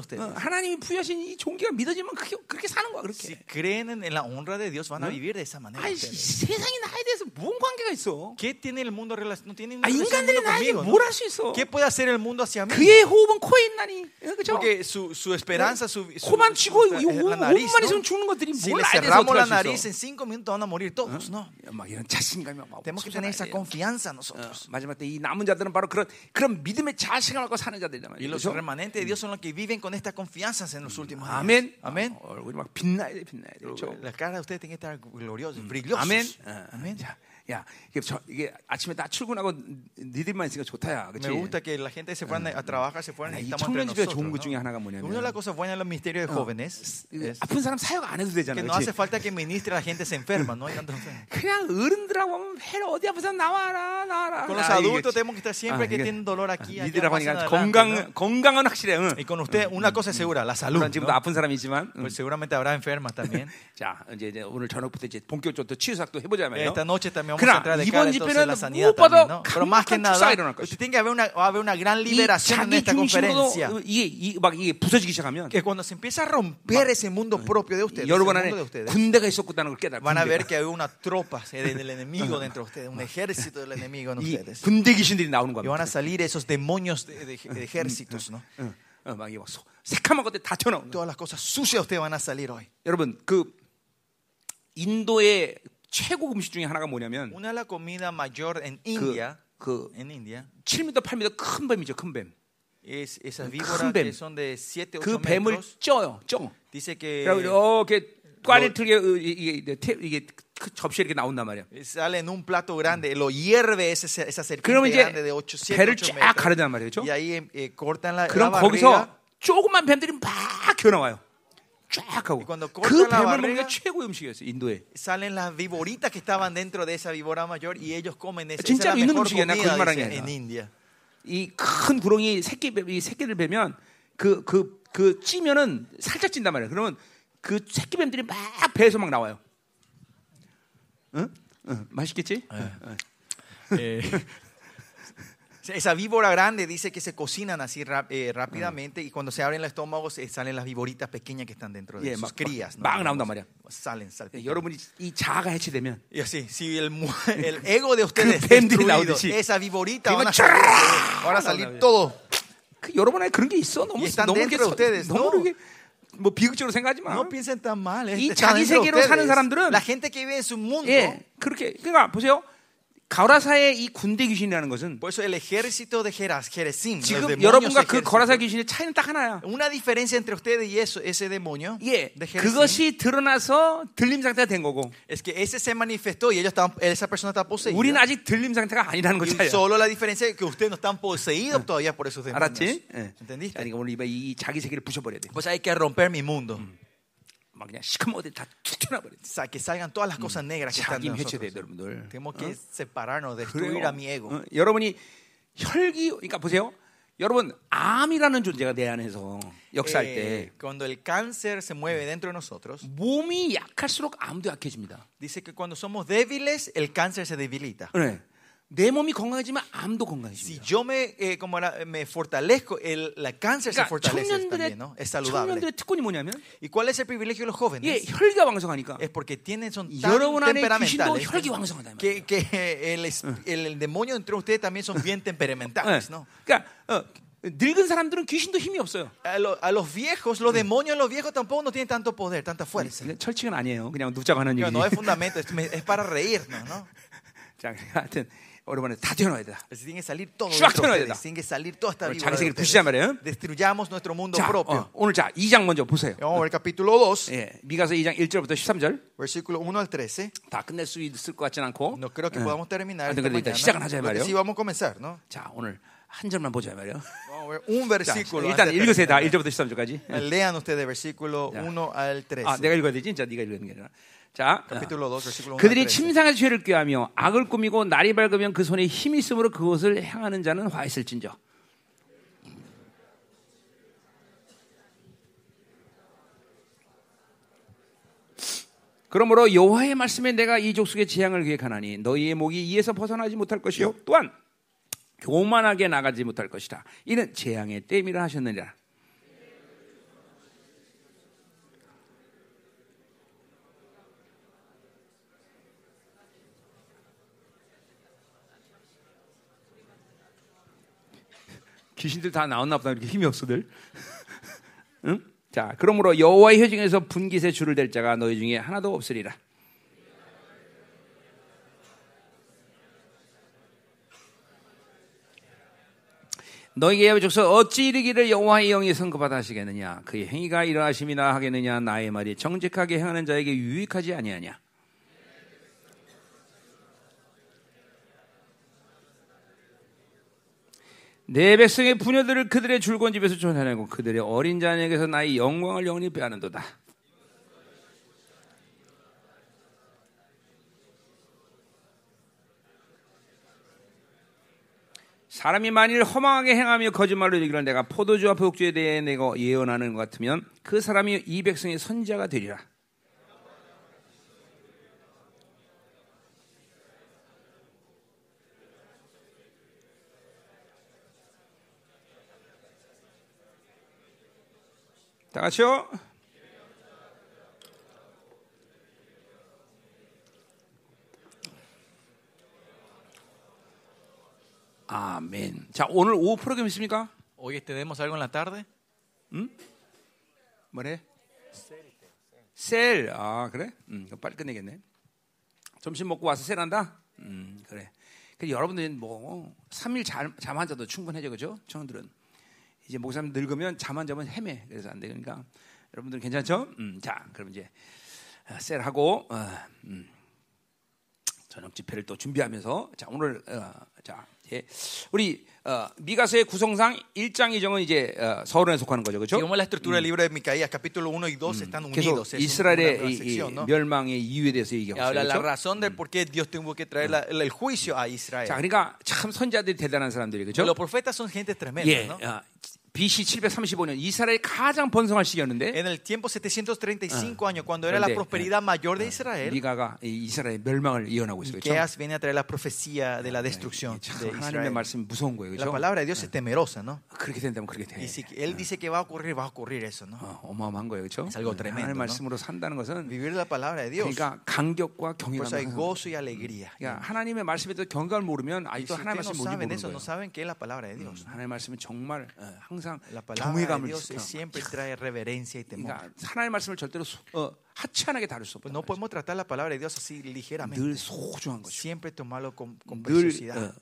Speaker 1: 어,
Speaker 2: ustedes.
Speaker 1: 하나님이 부여하신 이 종기가 믿어지면 그게, 그렇게 사는 거야 그렇게
Speaker 2: Si creen en en la honra de Dios, van a vivir de esa manera.
Speaker 1: 아이 이
Speaker 2: ustedes.
Speaker 1: 세상이 나에 대해서 뭔 관계가 있어
Speaker 2: ¿Qué tiene el mundo relación? No tiene
Speaker 1: 아
Speaker 2: ninguna relación
Speaker 1: 인간들이
Speaker 2: el mundo
Speaker 1: 나에게
Speaker 2: conmigo.
Speaker 1: 뭘
Speaker 2: ¿no?
Speaker 1: 할 수 있어
Speaker 2: ¿Qué puede hacer el mundo hacia mí?
Speaker 1: 그의 호흡은 코에 있나니 어, 그죠?
Speaker 2: Porque su, su esperanza, su, su-
Speaker 1: 코만
Speaker 2: su-
Speaker 1: 치고
Speaker 2: la-
Speaker 1: 이 호-
Speaker 2: la nariz,
Speaker 1: 호흡만
Speaker 2: ¿no?
Speaker 1: 있으면 죽는 것들이
Speaker 2: Si
Speaker 1: 뭘
Speaker 2: le
Speaker 1: 나에 대해서
Speaker 2: cerramos la
Speaker 1: 어떻게
Speaker 2: nariz,
Speaker 1: 할수
Speaker 2: en
Speaker 1: 있어
Speaker 2: cinco minutos van a morir todos. No,
Speaker 1: 막 이런 자신감이 막
Speaker 2: tenemos
Speaker 1: 솟아나야
Speaker 2: que tener esa
Speaker 1: 돼요.
Speaker 2: confianza
Speaker 1: 어,
Speaker 2: nosotros.
Speaker 1: 마지막 때 이 남은 자들은 바로 그런 그런 믿음의 자신감을 갖고 사는 자들이란
Speaker 2: Y
Speaker 1: 말이에요.
Speaker 2: los
Speaker 1: 그죠? 그렇죠?
Speaker 2: remanentes de Dios son los que viven con estas confianzas en los últimos días.
Speaker 1: 아멘.
Speaker 2: Mm. Amén.
Speaker 1: 어, 얼굴이 막 빛나야 돼, 빛나야 돼. 그죠?
Speaker 2: La cara de ustedes tiene que estar gloriosa, Ah, brillosa.
Speaker 1: 아멘. 어,
Speaker 2: Mm. Amén.
Speaker 1: 자, 야, 이게, 저, 이게 아침에 다 출근하고 니들만 있으니까 좋다야. 그치?
Speaker 2: Me gusta que la gente se fueran a trabajar, se fueran
Speaker 1: 이
Speaker 2: y estamos entre
Speaker 1: 청년 집회 좋은 것
Speaker 2: nosotros.
Speaker 1: 중에
Speaker 2: ¿no? Ah,
Speaker 1: 하나가 뭐냐면
Speaker 2: Una de las cosas buenas de los ministerios de jóvenes
Speaker 1: 이게
Speaker 2: es
Speaker 1: 아픈 사람 사역 안 해도
Speaker 2: que
Speaker 1: 되잖아.
Speaker 2: no
Speaker 1: 그치?
Speaker 2: hace falta que ministre la gente se enferma, no hay tanto enfermo.
Speaker 1: 그냥 어른들하고 하면 해라 어디 아픈 사람 나와라 나와라.
Speaker 2: Con los
Speaker 1: 아, 이게-
Speaker 2: adultos tenemos que estar siempre
Speaker 1: 아,
Speaker 2: que
Speaker 1: 이게-
Speaker 2: tienen dolor aquí.
Speaker 1: 아,
Speaker 2: allá,
Speaker 1: 니들하고
Speaker 2: pasen
Speaker 1: 하니까
Speaker 2: adelante,
Speaker 1: 건강
Speaker 2: ¿no?
Speaker 1: 건강은 확실해. 응.
Speaker 2: Y con usted una cosa es segura, la salud.
Speaker 1: 물론 지금도
Speaker 2: ¿no?
Speaker 1: 아픈 사람이지만. 응.
Speaker 2: Pues seguramente habrá enfermas también. Eh,
Speaker 1: 자 이제, 이제 오늘 저녁부터 이제 본격적으로 또 치유삭도 해보자 말이에요.
Speaker 2: Esta noche también vamos a
Speaker 1: 그러나
Speaker 2: entrar de cara
Speaker 1: 이번
Speaker 2: entonces a
Speaker 1: 집회는
Speaker 2: la sanidad también, ¿no?
Speaker 1: 무엇보다
Speaker 2: Pero más que
Speaker 1: 강력한 축사가
Speaker 2: nada,
Speaker 1: 일어날 것이.
Speaker 2: usted tiene que haber una, va a haber una gran
Speaker 1: 이
Speaker 2: liberación en
Speaker 1: 자기
Speaker 2: esta conferencia.
Speaker 1: 중심으로 이게 이, 막 이게 부서지기 시작하면
Speaker 2: Que cuando se empieza a romper ese mundo propio de ustedes, ese
Speaker 1: 여러분
Speaker 2: mundo de
Speaker 1: 안에
Speaker 2: ustedes,
Speaker 1: 군대가 있었구다는 걸 깨달아.
Speaker 2: van a ver que hay una tropa eh, del enemigo dentro de ustedes, un ejército del enemigo en
Speaker 1: 이
Speaker 2: ustedes.
Speaker 1: 군대 귀신들이 나오는
Speaker 2: Y
Speaker 1: 겁니다.
Speaker 2: van a salir esos demonios de, de- de ejércitos, ¿no?
Speaker 1: 응. 어, 막 이게 막 소- 새카만 것들 다 튀어나오는. 거예요.
Speaker 2: Todas las cosas sucias ustedes van a salir hoy.
Speaker 1: 여러분 그 인도의 최고 음식 중에 하나가 뭐냐면
Speaker 2: Una de las comidas mayor en
Speaker 1: 그,
Speaker 2: India,
Speaker 1: 그
Speaker 2: en India,
Speaker 1: 7m 8m 큰 뱀이죠 큰 뱀.
Speaker 2: es esas
Speaker 1: 큰
Speaker 2: víboras
Speaker 1: 뱀.
Speaker 2: que son de 7, 8
Speaker 1: 그 뱀을
Speaker 2: metros.
Speaker 1: 쪄요 쪄.
Speaker 2: Dice
Speaker 1: 그리고
Speaker 2: que
Speaker 1: 이렇게
Speaker 2: 뭐
Speaker 1: 꽈리 틀게 이게 이게 태- 이게 그 접시에 이렇게 나온단 말이야.
Speaker 2: eh, sale en un plato grande, lo hierve ese, esa
Speaker 1: 그러면
Speaker 2: serpiente grande de
Speaker 1: 이제
Speaker 2: 8, 7,
Speaker 1: 배를
Speaker 2: 8
Speaker 1: 쫙
Speaker 2: metros.
Speaker 1: 가르단 말이죠.
Speaker 2: Y ahí eh, eh, cortan la, la
Speaker 1: 그럼
Speaker 2: barriga.
Speaker 1: 거기서 조그만 뱀들이 막 튀어나와요. 쫙 하고
Speaker 2: 이건 너
Speaker 1: 그
Speaker 2: 꼴랑
Speaker 1: 뱀을
Speaker 2: 와르르?
Speaker 1: 먹는 게 최고의 음식이었어요 인도에.
Speaker 2: Salen las viboritas que estaban dentro de esa víbora mayor y ellos comen esa, esa es
Speaker 1: 진짜로
Speaker 2: la
Speaker 1: 있는
Speaker 2: mejor
Speaker 1: 음식이야, 나
Speaker 2: comida
Speaker 1: 거짓말하는
Speaker 2: dice,
Speaker 1: 게 아니라.
Speaker 2: en India.
Speaker 1: 이 큰 구렁이 새끼 이 새끼들 베면 그 그 그 찌면은 살짝 찐단 말이야. 그러면 그 새끼 뱀들이 막 배에서 막 나와요. 응? 응. 맛있겠지?
Speaker 2: 네.
Speaker 1: 응.
Speaker 2: Eh, esa víbora grande dice que se cocinan así rap- eh, rápidamente y cuando se abren el estómago se salen las víboritas pequeñas que están dentro de
Speaker 1: Yeah,
Speaker 2: sus
Speaker 1: ma-
Speaker 2: crías.
Speaker 1: ma- ma- naundan 말이야.
Speaker 2: Salen, salen.
Speaker 1: 네, 여러분이 이 자아가 해체되면
Speaker 2: Y así, si el, mu- el ego de ustedes es
Speaker 1: 뱀들이
Speaker 2: destruido,
Speaker 1: 나오듯이.
Speaker 2: esa víborita
Speaker 1: 그러면
Speaker 2: van a salir, van a
Speaker 1: 나오나
Speaker 2: salir
Speaker 1: 보죠.
Speaker 2: todo.
Speaker 1: 그 여러분 안에 그런 게 있어. 너무
Speaker 2: 예, están
Speaker 1: 너무
Speaker 2: dentro de ustedes,
Speaker 1: 너무
Speaker 2: no.
Speaker 1: 이렇게 뭐 비극적으로 생각하지 마.
Speaker 2: No piensen tan mal.
Speaker 1: Ah. Y
Speaker 2: este, están
Speaker 1: 자기
Speaker 2: dentro
Speaker 1: 세계로
Speaker 2: de
Speaker 1: 사는
Speaker 2: ustedes.
Speaker 1: 사람들은-
Speaker 2: la gente que vive en su mundo.
Speaker 1: 예, 그렇게 그러니까 보세요. 가오라사의 이 군대 귀신이라는 것은
Speaker 2: Por eso el ejército de Jeras, Jerezim, los
Speaker 1: 지금
Speaker 2: demonios
Speaker 1: 여러분과 그
Speaker 2: ejército.
Speaker 1: 거라사 귀신의 차이는 딱 하나야.
Speaker 2: Una diferencia entre ustedes y eso, ese demonio
Speaker 1: 예,
Speaker 2: de Jerezim,
Speaker 1: 그것이 드러나서 들림 상태가 된 거고,
Speaker 2: es que ese se manifestó y ellos estaban- esa persona está poseída.
Speaker 1: 우리는 아직 들림 상태가 아니라는
Speaker 2: Y
Speaker 1: 거잖아요.
Speaker 2: solo la diferencia es que ustedes no están poseídos todavía por esos demonios.
Speaker 1: 알았지? 예.
Speaker 2: ¿Entendiste?
Speaker 1: 그러니까 오늘 이봐 이 자기 세계를 부셔버려야 돼.
Speaker 2: Pues hay que romper mi mundo.
Speaker 1: 막 그냥 시커멓게 다 튀어나버려.
Speaker 2: O sea, que salgan todas las cosas negras que están
Speaker 1: 자기
Speaker 2: en
Speaker 1: 해체돼
Speaker 2: nosotros.
Speaker 1: 여러분들.
Speaker 2: Tenemos que separarnos, destruir a mi
Speaker 1: 그래요.
Speaker 2: ego.
Speaker 1: 어, 여러분이 혈기, 그러니까 보세요. 여러분 암이라는 존재가 내 안에서 역사할
Speaker 2: Eh,
Speaker 1: 때
Speaker 2: cuando el cáncer se mueve dentro de nosotros,
Speaker 1: 몸이 약할수록 암도 약해집니다.
Speaker 2: dice que cuando somos débiles, el cáncer se debilita.
Speaker 1: 네. 내 몸이 건강해지면 암도
Speaker 2: Si
Speaker 1: 건강해집니다.
Speaker 2: yo me, eh, como era- me fortalezco, el la cáncer se
Speaker 1: 그러니까
Speaker 2: fortalece
Speaker 1: 청년들의,
Speaker 2: también, ¿no? Es saludable.
Speaker 1: 청년들의 특권이 뭐냐면
Speaker 2: ¿Y cuál es el privilegio de los
Speaker 1: 예,
Speaker 2: jóvenes?
Speaker 1: 혈기가 왕성하니까
Speaker 2: Es porque tienen, son tan
Speaker 1: 여러분 안에 귀신도
Speaker 2: temperamentales
Speaker 1: 혈기 왕성하다. 이 말이에요.
Speaker 2: que, que el, es- el, el demonio entre ustedes también son bien
Speaker 1: 네.
Speaker 2: temperamentales, ¿no?
Speaker 1: 그러니까 어, 늙은 사람들은 귀신도 힘이 없어요.
Speaker 2: A, lo- a los viejos, los demonios, los viejos tampoco no tienen tanto poder, tanta fuerza.
Speaker 1: 근데 철칙은 아니에요. 그냥 눕자고 하는
Speaker 2: Pero
Speaker 1: 얘기.
Speaker 2: no es fundamento, es, me- es para reírnos, ¿no?
Speaker 1: 자, 하여튼 오랜만에 다 튀어나와야 돼.
Speaker 2: Así tiene que salir todo
Speaker 1: ¡Shua!
Speaker 2: dentro de ustedes,
Speaker 1: ¡Shua!
Speaker 2: tiene que salir toda esta
Speaker 1: ¡Shua!
Speaker 2: víbora de
Speaker 1: ¡Shua!
Speaker 2: ustedes.
Speaker 1: ¡Shua! ¡Shua!
Speaker 2: Destruyamos nuestro mundo
Speaker 1: 자, 어,
Speaker 2: propio.
Speaker 1: 오늘 자 2장 먼저 보세요.
Speaker 2: Vamos a ver el capítulo 2,
Speaker 1: 예, 미가서 2장 1절부터 13절
Speaker 2: versículo 1 al 13.
Speaker 1: 다 끝낼 수 있을 것 같진 않고.
Speaker 2: No creo que
Speaker 1: 예.
Speaker 2: podamos terminar.
Speaker 1: 하여튼
Speaker 2: Esta
Speaker 1: 그래도 일단
Speaker 2: mañana.
Speaker 1: 시작은 하자 이
Speaker 2: Creo que
Speaker 1: 말이에요.
Speaker 2: sí, vamos a comenzar, ¿no?
Speaker 1: 자, 오늘 한 절만 보자 이 말이에요.
Speaker 2: Vamos a ver un
Speaker 1: 자,
Speaker 2: versículo.
Speaker 1: 일단
Speaker 2: antes de
Speaker 1: 읽으세요. 다
Speaker 2: terminar.
Speaker 1: 1절부터 13절까지.
Speaker 2: Lean ustedes versículo
Speaker 1: Ya. Ah,
Speaker 2: 1 al 13.
Speaker 1: 아, 내가 읽어야 되지. 진짜 네가 읽는 게 아니라. 자, 어.
Speaker 2: capítulo 2, versículo 1 al
Speaker 1: 그들이
Speaker 2: 13.
Speaker 1: 침상에서 죄를 꾀하며 악을 꾸미고 날이 밝으면 그 손에 힘이 있으므로 그것을 행하는 자는 화 있을진저. 그러므로 여호와의 말씀에 내가 이 족속의 재앙을 계획하나니 너희의 목이 이에서 벗어나지 못할 것이요 또한 교만하게 나가지 못할 것이다. 이는 재앙의 때미라 하셨느니라. 귀신들 다 나왔나 보다 이렇게 힘이 없어들. 응? 자, 그러므로 여호와의 혀중에서 분깃의 줄을 댈 자가 너희 중에 하나도 없으리라. 너희의 여족서 어찌 이르기를 여호와의 영이 성급하다 하시겠느냐? 그의 행위가 일어나심이나 하겠느냐? 나의 말이 정직하게 행하는 자에게 유익하지 아니하냐? 내 백성의 부녀들을 그들의 줄곧 집에서 쫓아내고 그들의 어린 자녀에게서 나의 영광을 영원히 빼앗는도다. 사람이 만일 허망하게 행하며 거짓말로 이르기를 내가 포도주와 복주에 대해 내가 예언하는 것 같으면 그 사람이 이 백성의 선자가 되리라. 다 같이요. 아멘. 자, 오늘 오후 프로그램 있습니까?
Speaker 2: Oye, ¿tenemos algo en la tarde?
Speaker 1: 뭐래? 셀. 아 그래? 음, 그럼 빨리 끝내겠네. 점심 먹고 와서 셀한다. 음, 그래. 근데 여러분들은 뭐 3일 잠안 자도 충분해져 그죠? 청년들은 이제 목사님 늙으면 잠 안 자면 헤매. 그래서 안 돼. 그러니까 여러분들 은 아, 괜찮죠? 음, 자, 그럼 이제 셀하고 어, 음. 저녁 집회를 또 준비하면서 자 오늘 어, 자 예, 우리 어, 미가서의 구성상 1장 2정은 이제 어, 서론에 속하는 거죠, 그렇죠?
Speaker 2: Digamos la estructura del libro de Micaías, capítulo 1 y 2 están
Speaker 1: 계속
Speaker 2: unidos. es una
Speaker 1: 이스라엘의
Speaker 2: gran
Speaker 1: 이, 이
Speaker 2: sección, ¿no?
Speaker 1: 멸망의 이유에 대해서
Speaker 2: Y
Speaker 1: 얘기하고
Speaker 2: habla la
Speaker 1: 있어요. 그렇죠?
Speaker 2: razón de por qué Dios tuvo que traer la- el juicio a
Speaker 1: 자,
Speaker 2: Israel.
Speaker 1: 그러니까 참 선자들이 대단한 사람들이 그렇죠?
Speaker 2: Los profetas son gente
Speaker 1: 예,
Speaker 2: tremenda, ¿no?
Speaker 1: 아, BC 735년 이스라엘 가장 번성할 시기였는데
Speaker 2: En el tiempo 735 años, cuando era
Speaker 1: Pero
Speaker 2: la
Speaker 1: de-
Speaker 2: prosperidad mayor de Israel,
Speaker 1: 미가가 이 이스라엘 멸망을 예언하고 있어요. 그렇죠? 예,
Speaker 2: Miqueas viene a traer la profecía de la destrucción
Speaker 1: 참
Speaker 2: de
Speaker 1: 하나님의
Speaker 2: Israel.
Speaker 1: 말씀 네, 이 무서운 거예요, 그렇죠?
Speaker 2: La palabra de Dios es temerosa, ¿no?
Speaker 1: 그렇게 된다면 그렇게 돼.
Speaker 2: Y si él dice que va a ocurrir, va a ocurrir eso, ¿no?
Speaker 1: 어, 어마어마한 거예요, 그렇죠?
Speaker 2: Es algo tremendo,
Speaker 1: 하나님의
Speaker 2: no?
Speaker 1: 말씀으로 산다는 것은
Speaker 2: Vivir la palabra de Dios.
Speaker 1: 그러니까 간격과
Speaker 2: Por eso hay
Speaker 1: 경외감.
Speaker 2: gozo y alegría.
Speaker 1: 그러니까 하나님의 말씀에 대해서 경각을 모르면
Speaker 2: Y si
Speaker 1: 아직도 하나님의 말씀
Speaker 2: ustedes no
Speaker 1: 못
Speaker 2: saben
Speaker 1: 모르는
Speaker 2: eso,
Speaker 1: 거예요.
Speaker 2: no saben qué es la palabra de Dios.
Speaker 1: 하나님의 말씀은 정말 어, 아, 항상
Speaker 2: La palabra de
Speaker 1: 경외감을
Speaker 2: Dios
Speaker 1: 지켜.
Speaker 2: siempre trae reverencia y temor.
Speaker 1: 그러니까 하나님의 말씀을 절대로 소- 어, 하찮게 다룰 수 없다.
Speaker 2: Pues no podemos tratar la palabra de Dios así ligeramente.
Speaker 1: 늘 소중한 거죠. 뭐
Speaker 2: Siempre tomarlo con, con
Speaker 1: 늘이
Speaker 2: preciosidad.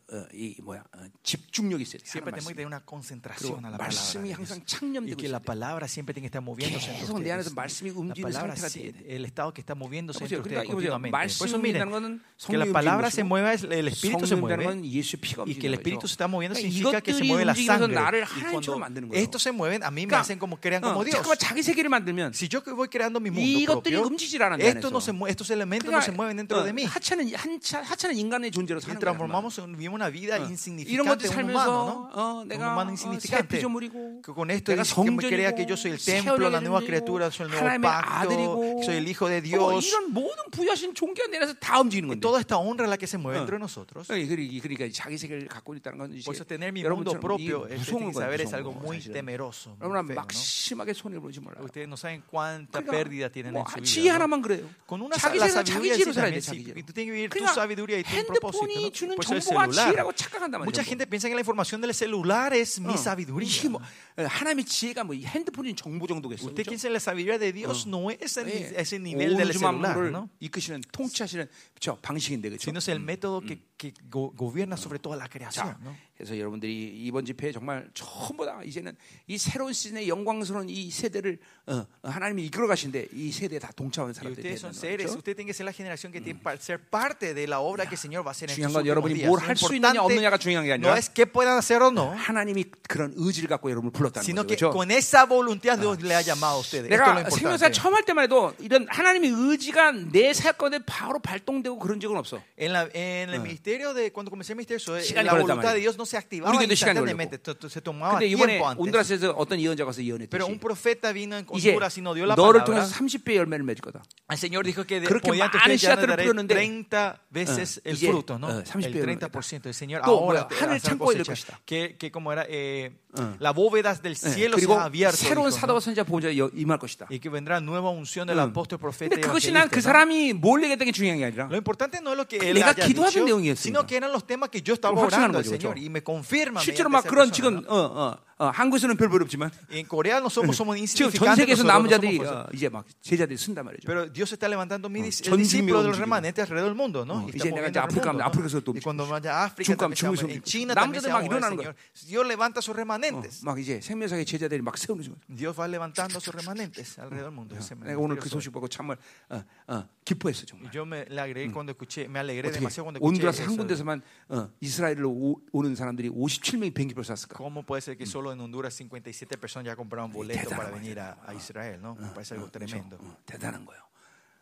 Speaker 1: 뭐야 어, 집중력이 있어야 돼.
Speaker 2: Siempre
Speaker 1: 하나님
Speaker 2: tenemos
Speaker 1: 말씀에.
Speaker 2: que tener una
Speaker 1: 그리고
Speaker 2: concentración a la palabra.
Speaker 1: 말씀이
Speaker 2: de
Speaker 1: 항상
Speaker 2: Dios. Y
Speaker 1: 창념되고
Speaker 2: que
Speaker 1: 있어야
Speaker 2: la
Speaker 1: 돼.
Speaker 2: palabra siempre tiene que estar moviéndose entre
Speaker 1: 계속 내 안에서
Speaker 2: ustedes.
Speaker 1: 말씀이
Speaker 2: La
Speaker 1: 움직이는
Speaker 2: palabra,
Speaker 1: 상태가
Speaker 2: sí,
Speaker 1: 돼야 돼.
Speaker 2: el estado que está moviéndose entre
Speaker 1: 보세요.
Speaker 2: ustedes
Speaker 1: 그러니까 이거 보세요.
Speaker 2: continuamente. Por eso miren,
Speaker 1: 말씀이라는 것은
Speaker 2: que la
Speaker 1: 성령이
Speaker 2: palabra se
Speaker 1: 움직이는
Speaker 2: mueva, es- el
Speaker 1: 것이고
Speaker 2: espíritu se
Speaker 1: 성령이라는
Speaker 2: mueve.
Speaker 1: 건 예수 피가
Speaker 2: Y que el
Speaker 1: 움직이는
Speaker 2: espíritu se
Speaker 1: 거죠.
Speaker 2: está moviendo
Speaker 1: 그러니까
Speaker 2: significa que se
Speaker 1: 이것들이
Speaker 2: mueve la
Speaker 1: 움직이면서
Speaker 2: sangre.
Speaker 1: 나를
Speaker 2: Y
Speaker 1: 하나님처럼
Speaker 2: cuando
Speaker 1: 만드는 거예요.
Speaker 2: estos se mueven, a mí me
Speaker 1: 그러니까,
Speaker 2: hacen como crean
Speaker 1: 어,
Speaker 2: como Dios.
Speaker 1: 잠깐만 자기 세계를 만들면
Speaker 2: Si yo que voy creando mi mundo
Speaker 1: 이것들이
Speaker 2: propio,
Speaker 1: 움직이질 않아, 내
Speaker 2: esto
Speaker 1: 안에서.
Speaker 2: no se mue- estos elementos no se mueven dentro de mí.
Speaker 1: 그러니까 어, 하찮은 한차 하찮은 인간의 존재로
Speaker 2: Y
Speaker 1: 사는 거야.
Speaker 2: transformamos, en- vivimos una vida
Speaker 1: 이런 것들
Speaker 2: insignificante, un humano,
Speaker 1: 살면서
Speaker 2: ¿no?
Speaker 1: 어,
Speaker 2: Un
Speaker 1: 내가
Speaker 2: humano
Speaker 1: 어, 새
Speaker 2: insignificante.
Speaker 1: 피조물이고
Speaker 2: Que con esto
Speaker 1: 내가
Speaker 2: dice que me crea que
Speaker 1: 성전이고
Speaker 2: yo soy el
Speaker 1: 새
Speaker 2: templo, la nueva
Speaker 1: 열린이고,
Speaker 2: criatura, soy el nuevo
Speaker 1: 하나님의
Speaker 2: pacto,
Speaker 1: 아들이고
Speaker 2: soy el hijo de
Speaker 1: 어,
Speaker 2: Dios.
Speaker 1: 이런 모든 부여하신 종교가 내려서 다 움직이는 건데
Speaker 2: Toda esta honra es la que se mueve entre nosotros.
Speaker 1: 어, 그러니까, 그러니까 자기 세계를 갖고 있다는 건 이제
Speaker 2: Por eso tener mi mundo
Speaker 1: 여러분처럼 이
Speaker 2: propio, este, tiene
Speaker 1: 무서운
Speaker 2: que saber,
Speaker 1: 거예요
Speaker 2: es algo
Speaker 1: 무서운 거
Speaker 2: muy
Speaker 1: 사실은
Speaker 2: temeroso. muy
Speaker 1: 여러분
Speaker 2: feo,
Speaker 1: 막
Speaker 2: ¿no?
Speaker 1: 심하게 손해를 보지 몰라요
Speaker 2: Ustedes no saben cuánta pérdida tienen en
Speaker 1: 그러니까
Speaker 2: su
Speaker 1: 뭐 지혜
Speaker 2: vida. ¿no?
Speaker 1: 하나만 그래요
Speaker 2: Con una
Speaker 1: 자기
Speaker 2: la
Speaker 1: 세상 자기
Speaker 2: sabiduría
Speaker 1: 지혜로
Speaker 2: sí,
Speaker 1: 살아야 돼
Speaker 2: también,
Speaker 1: 자기
Speaker 2: sí,
Speaker 1: 지혜로
Speaker 2: tú tienes que vivir tu
Speaker 1: 그러니까
Speaker 2: sabiduría y tu propósito.
Speaker 1: 핸드폰이
Speaker 2: ¿no?
Speaker 1: 주는
Speaker 2: Por eso el
Speaker 1: 정보가 지혜라고
Speaker 2: celular.
Speaker 1: 착각한단 말이에요
Speaker 2: Mucha gente piensa que la información del celular es mi
Speaker 1: 이게
Speaker 2: sabiduría.
Speaker 1: 뭐 어, 하나님의 지혜가 뭐 이 핸드폰인 정보 정도겠어요
Speaker 2: Usted
Speaker 1: 그렇죠?
Speaker 2: piensa en la sabiduría de Dios no es el-
Speaker 1: 예.
Speaker 2: ese nivel del
Speaker 1: 오로지
Speaker 2: celular,
Speaker 1: 만물을
Speaker 2: ¿no?
Speaker 1: 이끄시는 통치하시는 그쵸? 방식인데 그렇죠?
Speaker 2: sino es el método que, que go- gobierna sobre toda la creación.
Speaker 1: 자,
Speaker 2: ¿no?
Speaker 1: 그래서 여러분들이 이번 집회에 정말 전부 다 이제는 이 새로운 시즌의 영광스러운 이 세대를 어, 어, 하나님이 이끌어 가신데 이 세대에 다 동참하는
Speaker 2: Y
Speaker 1: 사람들이 되는
Speaker 2: ustedes son
Speaker 1: 거죠.
Speaker 2: seres, usted tiene que ser la generación que tiene para ser parte de la obra que el Señor va a hacer en
Speaker 1: 중요한 건
Speaker 2: estos últimos
Speaker 1: 여러분이
Speaker 2: días.
Speaker 1: 뭘 할 수 있느냐
Speaker 2: Importante
Speaker 1: 없느냐가 중요한 게
Speaker 2: no
Speaker 1: 아니라
Speaker 2: Ah, es qué puedan hacer o no,
Speaker 1: 하나님이 그런 의지를 갖고 여러분을 불렀다는
Speaker 2: sino
Speaker 1: 거죠.
Speaker 2: que
Speaker 1: 그렇죠?
Speaker 2: con esa voluntad Dios le ha llamado a ustedes. Esto es lo
Speaker 1: 내가 생명사
Speaker 2: importante.
Speaker 1: 처음 할 때만 해도 이런 하나님의 의지가 내 사건에 바로 발동되고 그런 적은 없어.
Speaker 2: En, la- en el ministerio de cuando comencé el ministerio, eso, eh,
Speaker 1: 시간이
Speaker 2: la
Speaker 1: 걸렸단
Speaker 2: voluntad de
Speaker 1: 말이에요.
Speaker 2: Dios no se activaba
Speaker 1: 우리에게도 시간이
Speaker 2: instantáneamente, to- to- se tomaba
Speaker 1: 근데 아, 이번에
Speaker 2: tiempo antes.
Speaker 1: 온드라스에서 어떤 예언자가 와서
Speaker 2: Pero
Speaker 1: 예언했듯이
Speaker 2: un profeta vino en
Speaker 1: 이제
Speaker 2: Honduras y nos dio la
Speaker 1: 너를
Speaker 2: palabra.
Speaker 1: 통해서 30배 열매를 맺을 거다.
Speaker 2: El Señor dijo que de,
Speaker 1: 그렇게
Speaker 2: podían
Speaker 1: 많은
Speaker 2: ustedes ya
Speaker 1: 씨앗들을
Speaker 2: daré
Speaker 1: 뿌렸는데,
Speaker 2: 30 veces
Speaker 1: 어,
Speaker 2: el
Speaker 1: 이제,
Speaker 2: fruto, ¿no?
Speaker 1: 어,
Speaker 2: El
Speaker 1: 30
Speaker 2: 30%. El Señor
Speaker 1: 또
Speaker 2: ahora
Speaker 1: 뭐야,
Speaker 2: te
Speaker 1: 하늘
Speaker 2: hará
Speaker 1: 창고에
Speaker 2: cosecha.
Speaker 1: 될 것이다.
Speaker 2: Que, que como era, eh,
Speaker 1: 어.
Speaker 2: la bóveda del cielo se
Speaker 1: 그리고
Speaker 2: ha abierto.
Speaker 1: 새로운
Speaker 2: dijo, ¿no?
Speaker 1: 사도와 선지자 보호자 임할 것이다. 음.
Speaker 2: Y que vendrá nueva unción del apóstol, profeta
Speaker 1: 근데
Speaker 2: y
Speaker 1: 그것이 난
Speaker 2: evangelista,
Speaker 1: 그
Speaker 2: ¿no?
Speaker 1: 사람이 뭘 얘기했던 게 중요한 게 아니라
Speaker 2: Lo importante no es lo que él
Speaker 1: 내가
Speaker 2: haya
Speaker 1: 기도하던
Speaker 2: dicho,
Speaker 1: 내용이었습니다.
Speaker 2: sino que eran los temas que yo estaba
Speaker 1: 그럼 확신하는
Speaker 2: orando al
Speaker 1: 거죠,
Speaker 2: Señor
Speaker 1: 그렇죠?
Speaker 2: y me confirma.
Speaker 1: 실제로 막
Speaker 2: mediante
Speaker 1: 그런
Speaker 2: esa persona,
Speaker 1: 지금 어, 어, 어, 한국에서는 별볼 없지만
Speaker 2: ¿no? En Corea nosotros somos
Speaker 1: 지금 전
Speaker 2: insignificantes,
Speaker 1: 세계에서
Speaker 2: nosotros no
Speaker 1: 남은
Speaker 2: somos
Speaker 1: 자들이
Speaker 2: fuertes.
Speaker 1: 어, 이제 막 제자들이 쓴단 말이죠.
Speaker 2: Pero Dios está levantando mis dis-
Speaker 1: 전지미
Speaker 2: Ah, discípulos de los
Speaker 1: 움직이고.
Speaker 2: remanentes alrededor del mundo, ¿no?
Speaker 1: 어,
Speaker 2: Y
Speaker 1: 이제
Speaker 2: está
Speaker 1: 내가 이제
Speaker 2: moviendo al
Speaker 1: 아프리카
Speaker 2: mundo,
Speaker 1: 가면 아프리카에서 또
Speaker 2: ¿no? Y cuando vaya a África,
Speaker 1: 중국 가면
Speaker 2: también
Speaker 1: 중국에서
Speaker 2: se va a mover. en
Speaker 1: 움직이고.
Speaker 2: China también se
Speaker 1: 남자들 막
Speaker 2: va a mover
Speaker 1: 일어나는
Speaker 2: el Señor. Dios levanta a sus remanentes.
Speaker 1: 어, 막 이제 생명사의 제자들이 막 세우는 거예요.
Speaker 2: Dios va levantando a sus remanentes alrededor del mundo. Ese
Speaker 1: 내가 오늘 그
Speaker 2: misterio
Speaker 1: 소식 보고 정말 어, 어, 기뻐했어
Speaker 2: soy.
Speaker 1: 정말.
Speaker 2: Y Yo me le agregué cuando escuché, me alegré
Speaker 1: 어떻게
Speaker 2: demasiado cuando
Speaker 1: 온드라스 한
Speaker 2: escuché. eso.
Speaker 1: 군데서만 어, 이스라엘로 오, 오는 사람들이 57명이 비행기표를 샀을까?
Speaker 2: ¿Cómo puede ser que solo en Honduras 57 personas Mm. ya Ah, compraron boleto para
Speaker 1: 대단한
Speaker 2: venir a, a Israel? ¿no? Me parece algo tremendo.
Speaker 1: 어, 대단한 거예요.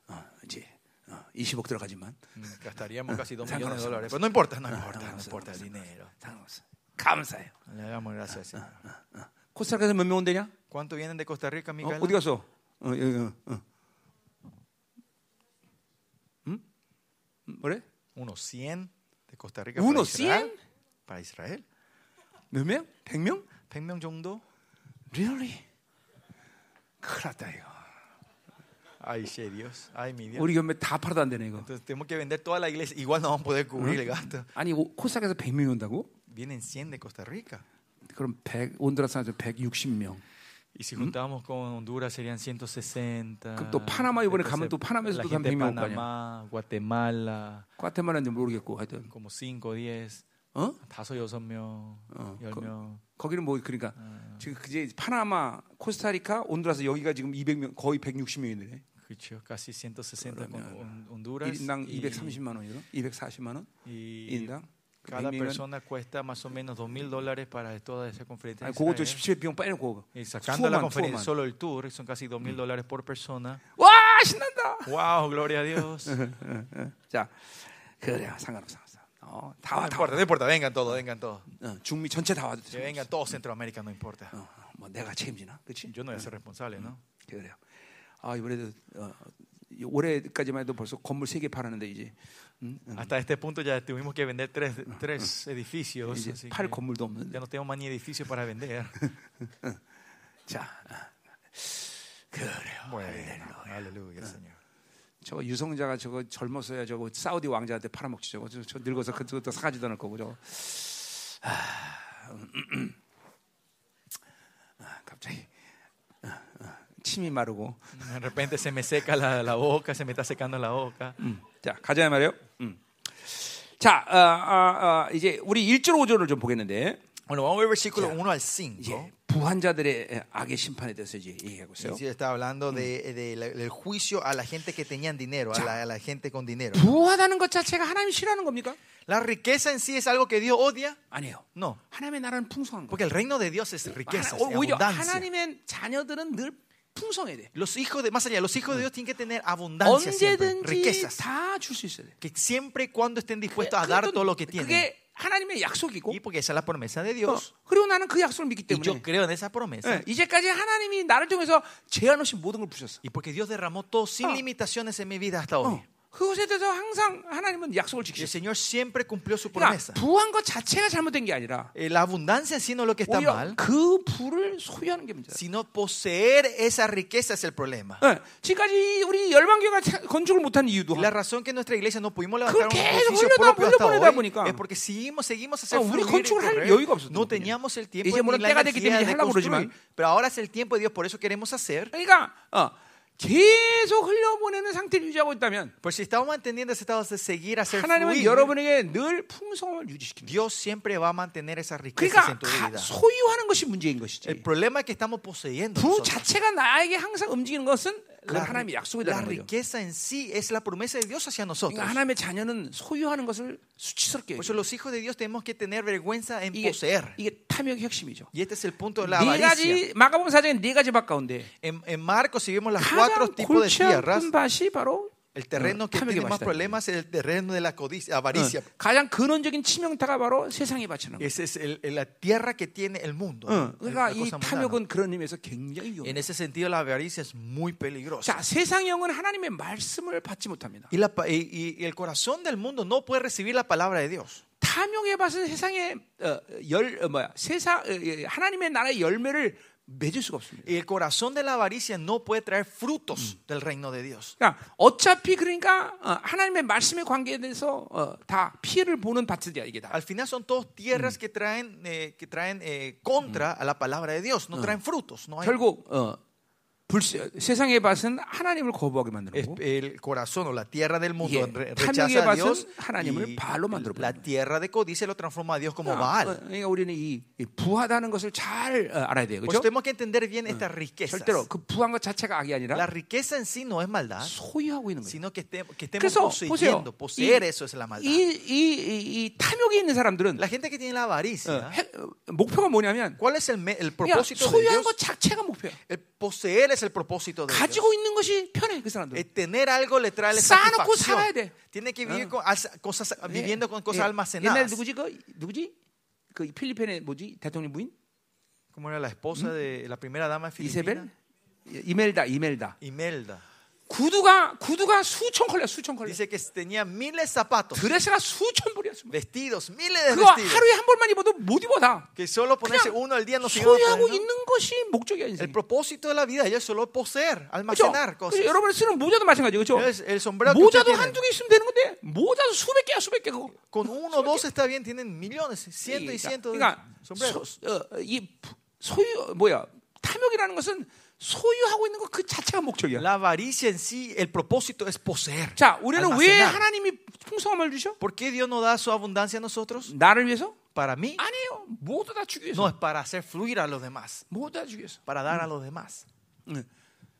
Speaker 1: 어, 이제 어, 20억 들어가지만
Speaker 2: Mm, Gastaríamos casi 2
Speaker 1: 상관없어,
Speaker 2: millones de dólares.
Speaker 1: 상관없어.
Speaker 2: Pero no importa, no importa, no Ah,
Speaker 1: 상관없어,
Speaker 2: importa el dinero.
Speaker 1: 상관없어. 감사해요.
Speaker 2: Le damos gracias al Señor.
Speaker 1: 코스타리카에서 몇 명 온대냐?
Speaker 2: ¿Cuánto vienen de Costa Rica,
Speaker 1: 어,
Speaker 2: Micaela?
Speaker 1: 어디 갔어? 어, 여기, 어, 어. 음? 음, 뭐래?
Speaker 2: unos 100 de Costa Rica para
Speaker 1: 우노
Speaker 2: Israel.
Speaker 1: 씨엔?
Speaker 2: Para Israel.
Speaker 1: 몇 명? 100명?
Speaker 2: 100명 정도?
Speaker 1: Really? 큰일 났다 이거.
Speaker 2: Ay, sí, Dios. Ay, mi Dios.
Speaker 1: 우리 교회 다 팔아도 안 되네 이거.
Speaker 2: Entonces tenemos que vender toda la iglesia. Igual no vamos a poder cubrir el gasto.
Speaker 1: 아니 오- 코스타리카에서 100명이 온다고?
Speaker 2: Vienen 100 de Costa Rica.
Speaker 1: 그럼 100 온드라스 한테 160명.
Speaker 2: Y si juntamos con Honduras serían 160.
Speaker 1: 그럼 또 파나마 이번에
Speaker 2: Entonces,
Speaker 1: 가면 또 파나마에서도
Speaker 2: la gente de
Speaker 1: 300명 올거
Speaker 2: Panamá, Guatemala,
Speaker 1: 과테말라인지 모르겠고 하여튼
Speaker 2: como 5, 10.
Speaker 1: 어?
Speaker 2: 다섯 여섯 명,
Speaker 1: 어,
Speaker 2: 열
Speaker 1: 그-
Speaker 2: 명.
Speaker 1: 거기는 뭐 그러니까 지금 그제 파나마, 코스타리카, 온드라스 여기가 지금 200명 거의 160명이네.
Speaker 2: 그렇죠. casi 160 con
Speaker 1: 그러면
Speaker 2: Hon- Honduras.
Speaker 1: 1인당
Speaker 2: y-
Speaker 1: 230만 원이죠. 240만 원.
Speaker 2: y
Speaker 1: 1인당.
Speaker 2: cada
Speaker 1: 100명은
Speaker 2: persona cuesta más o menos 2 mil dólares para toda esa conferencia.
Speaker 1: 아니,
Speaker 2: en
Speaker 1: 그것도 집에
Speaker 2: Israel.
Speaker 1: 비용 빼고
Speaker 2: Y sacando la
Speaker 1: 투어만 투어만.
Speaker 2: conferencia, solo el tour, son casi 2 mil dólares por persona.
Speaker 1: 와 신난다. 예,
Speaker 2: ¡Wow! Gloria a Dios. No
Speaker 1: 자 그래 상관없어. 상관없어. 어, 다 와, 다 와.
Speaker 2: importa, no importa, vengan todos, vengan todos.
Speaker 1: 어, 중미 전체 다 와도
Speaker 2: Que
Speaker 1: 돼.
Speaker 2: vengan todos Centroamérica, no importa.
Speaker 1: 어, 뭐 내가 책임지나, 그렇지?
Speaker 2: Yo no voy a ser responsable, ¿no?
Speaker 1: 그래요. 아 이번에도 어, 이 올해까지만 해도 벌써 건물 세 개 팔았는데 이제 음, 음,
Speaker 2: Hasta este punto ya tuvimos que vender tres, tres edificios.
Speaker 1: 이제
Speaker 2: así
Speaker 1: 팔
Speaker 2: que
Speaker 1: 건물도 없는데.
Speaker 2: ya no tenemos más ni edificios para vender.
Speaker 1: 자 아, 그래요.
Speaker 2: Bueno,
Speaker 1: eh.
Speaker 2: aleluya, Señor.
Speaker 1: 저거 유성자가 저거 젊었어야 저거 사우디 왕자한테 팔아먹지 저거 저, 저 늙어서 그것도 사가지도 않을 거고 저거. 아, 음, 음. 아, 갑자기 아, 아, 침이 마르고.
Speaker 2: De repente se me seca la, la boca, se me está secando la boca.
Speaker 1: 음, 자 가자 말이요. 음. 자 아, 아, 아, 이제 우리 1절 5절을 좀 보겠는데.
Speaker 2: Bueno, vamos a ver versículo
Speaker 1: Ya.
Speaker 2: 1 al 5.
Speaker 1: 이제 부환자들의 악의 심판에 대해서 어? 이제 얘기하고 있어요.
Speaker 2: está hablando
Speaker 1: Mm.
Speaker 2: de- de la- del juicio a la gente que tenían dinero, a la, a la gente con dinero.
Speaker 1: 부하다는 것 자체가 하나님이 싫어하는 겁니까?
Speaker 2: ¿La riqueza en sí es algo que Dios odia?
Speaker 1: 아니에요.
Speaker 2: No,
Speaker 1: 하나님의 나라는 풍성한 거.
Speaker 2: porque el reino de Dios es riqueza,
Speaker 1: 하나, 어,
Speaker 2: es
Speaker 1: 오- 오히려
Speaker 2: abundancia.
Speaker 1: 하나님의 자녀들은 늘 풍성해야 돼.
Speaker 2: Los hijos de, más allá, los
Speaker 1: Mm.
Speaker 2: hijos de Dios tienen que tener abundancia siempre,
Speaker 1: 언제든지
Speaker 2: riquezas.
Speaker 1: 다 줄 수 있어야 돼.
Speaker 2: Que siempre y cuando estén dispuestos a dar todo
Speaker 1: 그것도-
Speaker 2: lo que tienen.
Speaker 1: 그게 하나님의 약속이고.
Speaker 2: Y porque esa es la promesa de
Speaker 1: 어,
Speaker 2: Dios.
Speaker 1: 그리고 나는 그 약속을 믿기
Speaker 2: Y yo
Speaker 1: 때문에.
Speaker 2: creo en esa promesa.
Speaker 1: 예, 이제까지 하나님이 나를 통해서 제한 없이 모든 걸 부셨어.
Speaker 2: Y porque Dios derramó todo
Speaker 1: Ah.
Speaker 2: sin limitaciones en mi vida hasta hoy.
Speaker 1: 어, 그것에 대해서 항상 하나님은 약속을
Speaker 2: Y el
Speaker 1: 지키셨어.
Speaker 2: Señor siempre cumplió su
Speaker 1: 그러니까
Speaker 2: promesa.
Speaker 1: 부한 것 자체가 잘못된 게 아니라
Speaker 2: Eh, La abundancia en sí no es lo que está
Speaker 1: 오히려
Speaker 2: mal,
Speaker 1: 그 부를 소유하는 게 문제야.
Speaker 2: sino poseer esa riqueza es el problema.
Speaker 1: 예, 지금까지 우리 열방교가 차- 건축을 못한 이유도
Speaker 2: Y La razón que nuestra iglesia no pudimos levantar
Speaker 1: 그걸
Speaker 2: un
Speaker 1: 계속
Speaker 2: edificio
Speaker 1: 흘려다-
Speaker 2: propio hasta
Speaker 1: 흘려보내다
Speaker 2: hoy
Speaker 1: 보니까.
Speaker 2: es porque seguimos, seguimos a hacer
Speaker 1: 어, 우리
Speaker 2: fluir y
Speaker 1: 건축을 할
Speaker 2: correr.
Speaker 1: 여유가 없었던
Speaker 2: No
Speaker 1: 거군요.
Speaker 2: teníamos el
Speaker 1: 이제
Speaker 2: tiempo ni
Speaker 1: 물론
Speaker 2: la
Speaker 1: 때가 됐기 때문에
Speaker 2: energía de
Speaker 1: 하려고
Speaker 2: construir.
Speaker 1: 그러지만.
Speaker 2: Pero ahora es el tiempo de Dios, por eso queremos hacer.
Speaker 1: 그러니까 어, 계속 흘려보내는 상태를 유지하고 있다면
Speaker 2: Pues si estamos manteniendo ese estado de seguir a hacer
Speaker 1: 하나님은
Speaker 2: fluir,
Speaker 1: 여러분에게 늘 풍성함을 유지시킵니다.
Speaker 2: Dios siempre va a mantener esas riquezas
Speaker 1: 그러니까
Speaker 2: en tu
Speaker 1: 가-
Speaker 2: vida.
Speaker 1: 소유하는 것이 문제인
Speaker 2: El
Speaker 1: 것이지.
Speaker 2: problema es que estamos poseyendo.
Speaker 1: 부
Speaker 2: nosotros.
Speaker 1: 자체가 나에게 항상 움직이는 것은 그건 하나님의
Speaker 2: la
Speaker 1: 약속이라는 거죠.
Speaker 2: riqueza en sí es la promesa de Dios hacia nosotros.
Speaker 1: 그러니까 하나님의 자녀는 소유하는 것을 수치스럽게
Speaker 2: Por
Speaker 1: 여겨.
Speaker 2: eso los hijos de Dios tenemos que tener vergüenza en
Speaker 1: 이게,
Speaker 2: poseer.
Speaker 1: 이게 탐욕의 핵심이죠.
Speaker 2: Y este es el punto de la
Speaker 1: 네 가지
Speaker 2: avaricia.
Speaker 1: 마가복음 사장에 네 가지 밥 가운데
Speaker 2: En, en Marcos, si vemos las cuatro
Speaker 1: 가장
Speaker 2: tipos de
Speaker 1: 골치
Speaker 2: tierras,
Speaker 1: 아픈 밭이 바로
Speaker 2: el terreno Ah, que
Speaker 1: 탐욕의
Speaker 2: tiene
Speaker 1: 밭이다.
Speaker 2: más problemas es el terreno de la codicia, avaricia.
Speaker 1: 가장 근원적인 치명타가 바로 세상이 바치는 거예요.
Speaker 2: Esa es el- el- la tierra que tiene el mundo. ¿no?
Speaker 1: 그러니까
Speaker 2: Es una
Speaker 1: 이
Speaker 2: cosa mundana.
Speaker 1: 탐욕은 그런 의미에서 굉장히
Speaker 2: En
Speaker 1: 위험해요.
Speaker 2: ese sentido, la avaricia es muy peligrosa.
Speaker 1: 자, 세상형은 하나님의 말씀을 받지 못합니다.
Speaker 2: Y, la pa- y- y- y el corazón del mundo no puede recibir la palabra de Dios.
Speaker 1: 탐욕의 밭은 세상의 어, 열 어, 뭐야? 세상 어, 예, 하나님의 나라의 열매를 맺을 수가 없습니다.
Speaker 2: Y el corazón de la avaricia no puede traer frutos del reino de Dios.
Speaker 1: 그러니까 어차피 그러니까 어, 하나님의 말씀의 관계에 대해서 어, 다 피해를 보는 밭이야 이게 다.
Speaker 2: Al final son todos tierras que traen, eh, que traen eh, contra a la palabra de Dios, no traen frutos. No hay,
Speaker 1: 결국 어, 불세, 세상의 밭은 하나님을 거부하게 만드는
Speaker 2: Es-
Speaker 1: 거고
Speaker 2: el corazón o la tierra del mundo
Speaker 1: Yeah.
Speaker 2: re-
Speaker 1: 탐욕의
Speaker 2: rechaza
Speaker 1: 밭은
Speaker 2: a Dios.
Speaker 1: 하나님을
Speaker 2: y
Speaker 1: 바알로 만들어버리는
Speaker 2: la
Speaker 1: 거예요.
Speaker 2: tierra de codicia lo transforma a Dios como
Speaker 1: 어,
Speaker 2: Baal.
Speaker 1: 그러니까 우리는 이, 이 부하다는 것을 잘 어, 알아야 돼요.
Speaker 2: Por eso
Speaker 1: 그렇죠?
Speaker 2: tenemos que entender bien estas riquezas.
Speaker 1: 절대로 그 부한 것 자체가 악이
Speaker 2: La
Speaker 1: 아니라
Speaker 2: riqueza en sí no es maldad,
Speaker 1: 소유하고 있는 거예요.
Speaker 2: sino que, este- que estemos
Speaker 1: 그래서 보세요.
Speaker 2: poseyendo. Poseer eso es la maldad.
Speaker 1: 이, 이, 이, 이 탐욕이 있는 사람들은
Speaker 2: La gente que tiene la
Speaker 1: 어,
Speaker 2: avaricia, ¿eh?
Speaker 1: 해- 어, 목표가 뭐냐면
Speaker 2: ¿cuál es el, me- el
Speaker 1: 그냥
Speaker 2: propósito de
Speaker 1: 소유한
Speaker 2: Dios?
Speaker 1: 것 자체가 목표야.
Speaker 2: El poseer es el propósito de Dios.
Speaker 1: 가지고 있는 것이 편해 그
Speaker 2: Eh,
Speaker 1: 사람들은.
Speaker 2: tener algo le trae la
Speaker 1: 쌓아놓고
Speaker 2: satisfacción.
Speaker 1: 살아야 돼.
Speaker 2: Tiene que vivir con alza- cosas, viviendo con
Speaker 1: 예,
Speaker 2: cosas
Speaker 1: 옛날
Speaker 2: almacenadas.
Speaker 1: 누구지 그 누구지 그 필리핀의 뭐지 대통령 부인
Speaker 2: Como era la esposa de la primera dama
Speaker 1: 이세벨
Speaker 2: filipina,
Speaker 1: 예, 이멜다 이멜다
Speaker 2: Imelda.
Speaker 1: 구두가 구두가 수천 컬레 수천 컬레
Speaker 2: Dice que tenía miles de zapatos,
Speaker 1: 드레스가 수천 벌이야 수천 벌.
Speaker 2: vestidos, miles de
Speaker 1: 네, 그거
Speaker 2: vestidos.
Speaker 1: 하루에 한 벌만 입어도 못 입어다.
Speaker 2: Que solo ponerse
Speaker 1: 그냥
Speaker 2: uno al día no sirve para
Speaker 1: 소유하고
Speaker 2: nada.
Speaker 1: 있는 것이 목적이야 인생.
Speaker 2: El propósito de la vida ellos solo poseer,
Speaker 1: 그렇죠?
Speaker 2: almacenar cosas.
Speaker 1: 여러분 쓰는 모자도 마찬가지 그렇죠?
Speaker 2: El, el sombrero que usted
Speaker 1: 모자도
Speaker 2: tiene,
Speaker 1: 한두 개 있으면 되는 건데 모자도 수백 개야 수백 개 그거.
Speaker 2: con uno o dos está bien, tienen millones, cientos y
Speaker 1: 그러니까,
Speaker 2: cientos de
Speaker 1: 그러니까 소,
Speaker 2: sombreros.
Speaker 1: 어, 이 부- 소유 뭐야 탐욕이라는 것은 소유하고 있는 것 그 자체가 목적이야.
Speaker 2: La avaricia en sí, el propósito es poseer.
Speaker 1: 자, 우리는 왜
Speaker 2: almacenar.
Speaker 1: 하나님이 풍성함을 주셔?
Speaker 2: ¿Por qué Dios no da su abundancia a nosotros?
Speaker 1: 나를 위해서?
Speaker 2: Para mí,
Speaker 1: 아니에요. 모두 다 주기
Speaker 2: 뭐?
Speaker 1: 위해서.
Speaker 2: no es para hacer fluir a los demás,
Speaker 1: 모두 다 주기 위해서.
Speaker 2: para dar a los demás.
Speaker 1: 응.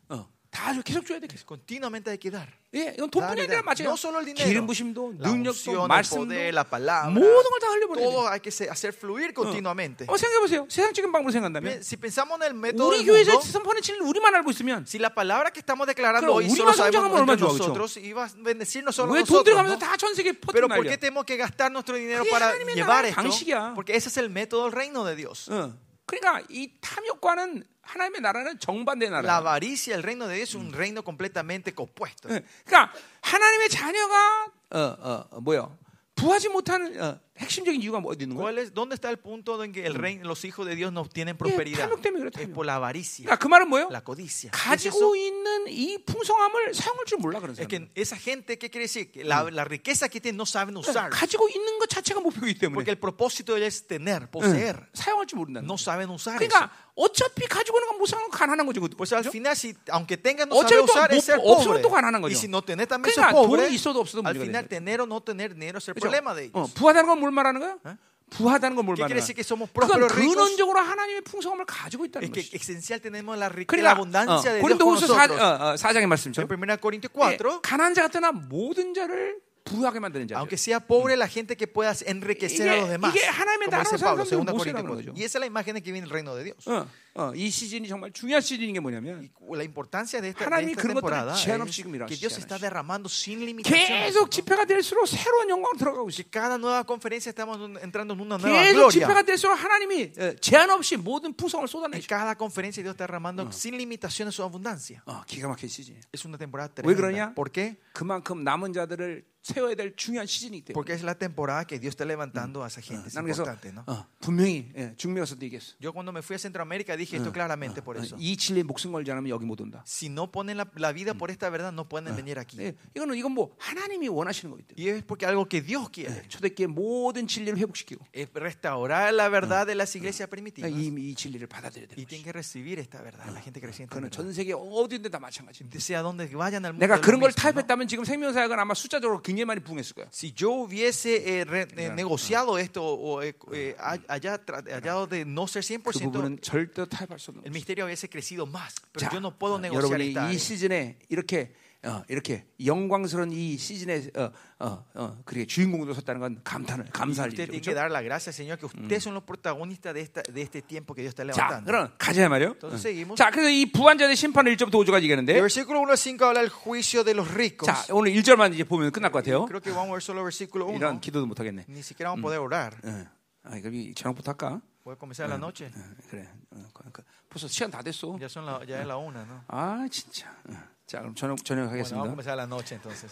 Speaker 1: 어. 다 줘, 계속 줘야 돼. 계속.
Speaker 2: Continuamente hay que dar.
Speaker 1: 예, 이건 돈뿐이 아니라
Speaker 2: Dale, dale.
Speaker 1: 맞아요.
Speaker 2: No solo el dinero.
Speaker 1: 기름 부심도
Speaker 2: La
Speaker 1: 능력도
Speaker 2: unción, el
Speaker 1: 말씀도
Speaker 2: poder, la palabra.
Speaker 1: 모든 걸 다 흘려버려야 돼.
Speaker 2: Todo hay que se- hacer fluir continuamente.
Speaker 1: 어, 생각해 보세요. 세상적인 방법으로
Speaker 2: Bien,
Speaker 1: 생각한다면
Speaker 2: Si pensamos en el método
Speaker 1: 우리
Speaker 2: del
Speaker 1: 교회에서
Speaker 2: mundo,
Speaker 1: 선포하는 진리를 우리만 알고 있으면
Speaker 2: si la palabra que estamos declarando
Speaker 1: Claro,
Speaker 2: hoy
Speaker 1: 우리만
Speaker 2: solo
Speaker 1: 성장하면
Speaker 2: sabemos entre
Speaker 1: 얼마나 좋아,
Speaker 2: nosotros, iba a bendecirnos solo
Speaker 1: 왜 돈
Speaker 2: nosotros.
Speaker 1: 들어가면서
Speaker 2: ¿no?
Speaker 1: 다 전 세계 퍼뜨려
Speaker 2: Pero ¿por
Speaker 1: 날려?
Speaker 2: qué tenemos que gastar nuestro dinero
Speaker 1: 그게
Speaker 2: para
Speaker 1: 하나님의
Speaker 2: llevar
Speaker 1: 나라의
Speaker 2: esto?
Speaker 1: 방식이야.
Speaker 2: Porque ese es el método del reino de Dios.
Speaker 1: 어. 그러니까 이 탐욕과는 하나님의 나라는 정반대
Speaker 2: La
Speaker 1: 나라.
Speaker 2: avaricia, el reino de Dios, es un reino completamente compuesto.
Speaker 1: 그러니까 하나님의 자녀가 어어 어, 뭐요? 부하지 못한 어, 핵심적인 이유가 뭐 어디 있는 거야?
Speaker 2: ¿Cuál es, ¿Dónde está el punto en que el reino, los hijos de Dios no obtienen prosperidad?
Speaker 1: 탐욕 때문에 그래,
Speaker 2: Es
Speaker 1: 탐욕.
Speaker 2: por la avaricia,
Speaker 1: 그러니까 그 말은 뭐예요?
Speaker 2: la codicia. ¿Es eso?
Speaker 1: 가지고 있는 이 풍성함을 사용할 줄 몰라 그런
Speaker 2: Es
Speaker 1: 사람.
Speaker 2: que esa gente, ¿qué quiere decir? Que la, la riqueza que tienen no saben usar.
Speaker 1: 가지고 있는 것 자체가 뭐 목표이기 때문에
Speaker 2: Porque el propósito de ellos es tener, poseer.
Speaker 1: 사용할 줄 모른다.
Speaker 2: No saben usar eso.
Speaker 1: 그러니까 어차피 가지고 있는 건 못 사는 건 가난한 거지 그것도.
Speaker 2: Pues al final, si, aunque tengan, no
Speaker 1: 어차피
Speaker 2: saben
Speaker 1: 또
Speaker 2: usar, es
Speaker 1: 못-
Speaker 2: ser
Speaker 1: 없으면
Speaker 2: pobre.
Speaker 1: 또 가난한 거죠.
Speaker 2: Y si no tenés también, ser
Speaker 1: 그러니까
Speaker 2: pobre.
Speaker 1: 돈이 있어도 없어도
Speaker 2: Al
Speaker 1: 문제가 되는
Speaker 2: final,
Speaker 1: 거예요.
Speaker 2: tener o no tener dinero es el
Speaker 1: 그죠?
Speaker 2: problema de ellos.
Speaker 1: 어, 부하다는 건 뭘 말하는 거야?
Speaker 2: 어?
Speaker 1: 부하다는 건 뭘
Speaker 2: ¿Qué quiere
Speaker 1: 말하는
Speaker 2: decir que somos
Speaker 1: 거야? 그건
Speaker 2: prósperos ricos?
Speaker 1: 근원적으로 하나님의 풍성함을 가지고 있다는
Speaker 2: Es que
Speaker 1: 것이지.
Speaker 2: esencial tenemos la riqueza, pues. la
Speaker 1: 그러니까
Speaker 2: ah, abundancia
Speaker 1: 어,
Speaker 2: de Dios con
Speaker 1: 고린도후서
Speaker 2: nosotros.
Speaker 1: 4장의
Speaker 2: En
Speaker 1: 말씀처럼
Speaker 2: 1 Corintios
Speaker 1: 예,
Speaker 2: 4,
Speaker 1: 가난한 자가 떠나 모든 자를 부하게 만드는 자죠.
Speaker 2: aunque sea pobre, la gente Mm. que pueda enriquecer a
Speaker 1: 이게-
Speaker 2: los demás.
Speaker 1: 이게 하나님의
Speaker 2: Como dice
Speaker 1: 나라로
Speaker 2: Pablo,
Speaker 1: 사는
Speaker 2: 2
Speaker 1: 사람들은
Speaker 2: Corintios
Speaker 1: 모세라는
Speaker 2: 4.
Speaker 1: 거죠.
Speaker 2: Y esa es la imagen de que viene el reino de Dios.
Speaker 1: 어, 어, 이 시즌이 정말 중요한 시즌인 게 뭐냐면
Speaker 2: Y La importancia de esta, de
Speaker 1: 하나님이
Speaker 2: esta
Speaker 1: 그런 것들을
Speaker 2: temporada es
Speaker 1: 제한 없이 지금
Speaker 2: que Dios
Speaker 1: 일하시지
Speaker 2: está
Speaker 1: 않으시죠.
Speaker 2: derramando sin limitaciones.
Speaker 1: 계속 집회가 될수록 새로운 영광으로 들어가고 있어요.
Speaker 2: Que cada nueva conferencia estamos entrando en una nueva
Speaker 1: 계속 집회가
Speaker 2: 네, gloria.
Speaker 1: 될수록 하나님이 어, 제한 없이 모든 풍성을
Speaker 2: En
Speaker 1: 쏟아내죠.
Speaker 2: cada conferencia Dios está derramando sin limitaciones su abundancia.
Speaker 1: 어, 기가 막힌 시즌.
Speaker 2: Es una temporada
Speaker 1: 왜 그러냐?
Speaker 2: tremenda. ¿Por qué?
Speaker 1: 그만큼 남은 자들을 세워야 될 중요한 시즌이기 때문에.
Speaker 2: Porque es la temporada que Dios está levantando a esa gente. Es
Speaker 1: 나는 그래서
Speaker 2: importante, ¿no?
Speaker 1: 어, 분명히 예, 중미에서도 얘기했어.
Speaker 2: Yo cuando me fui a Centroamérica dije esto claramente por
Speaker 1: 어,
Speaker 2: eso.
Speaker 1: 이 진리에 목숨 걸지 않으면 여기 못 온다.
Speaker 2: Si no ponen la, la vida por esta verdad, no pueden venir aquí.
Speaker 1: 예, 이거는 이건 뭐 하나님이 원하시는 거기 때문에
Speaker 2: Y es porque algo que Dios quiere
Speaker 1: 초대교회 모든 진리를 회복시키고
Speaker 2: es restaurar la verdad de las iglesias primitivas.
Speaker 1: 이, 이 진리를 받아들여야 되는
Speaker 2: Y tienen
Speaker 1: 거지.
Speaker 2: que recibir esta verdad, la gente creciente.
Speaker 1: 그는 전 세계 어디든 다 마찬가지.
Speaker 2: Sea donde vayan al mundo.
Speaker 1: 내가
Speaker 2: es lo
Speaker 1: 그런 걸
Speaker 2: mismo, ¿no?
Speaker 1: 타협했다면 지금 생명사역은 아마 숫자적으로 굉장히 많이 부응했을 거야.
Speaker 2: Si yo hubiese eh, re- eh, negociado esto o eh, eh, ha- haya tra- hallado de no ser
Speaker 1: 그
Speaker 2: 100%,
Speaker 1: 부분은 절대 타협할 수 없는
Speaker 2: el
Speaker 1: 거지.
Speaker 2: misterio hubiese crecido más. Pero
Speaker 1: 자,
Speaker 2: yo no puedo
Speaker 1: 어,
Speaker 2: negociar
Speaker 1: 여러분이 이
Speaker 2: esta área.
Speaker 1: 시즌에 이렇게 어, 이렇게 영광스러운 이 시즌에 어, 어, 어, 그렇게 주인공으로 섰다는 건 감탄을 감사할
Speaker 2: Usted
Speaker 1: 일이죠.
Speaker 2: tiene
Speaker 1: 그렇죠?
Speaker 2: que dar la gracia, Señor, que ustedes son los protagonistas de, esta, de este tiempo que Dios está
Speaker 1: 자,
Speaker 2: levantando.
Speaker 1: 그럼 가자 말이요.
Speaker 2: Entonces seguimos.
Speaker 1: 자, 그래서 이 부환자의 심판을 1절부터 5절까지
Speaker 2: El
Speaker 1: 얘기하는데,
Speaker 2: versículo 1 al 5 habla del juicio de los ricos.
Speaker 1: 자, 오늘 1절만 이제 보면 끝날 것 같아요.
Speaker 2: Creo que vamos a ver solo el versículo 1.
Speaker 1: 이런 기도도 못 하겠네.
Speaker 2: Ni siquiera vamos a poder orar.
Speaker 1: 응. 아, 그럼 이 저녁부터 할까?
Speaker 2: Voy a comenzar la noche.
Speaker 1: 응, 그래. 응, 그- 그- 벌써 시간 다 됐어.
Speaker 2: Ya, son la, ya es la una, ¿no?
Speaker 1: 아, 진짜. 응. 자, 그럼 저녁 저녁
Speaker 2: Bueno, vamos a
Speaker 1: 하겠습니다.
Speaker 2: comenzar la noche entonces.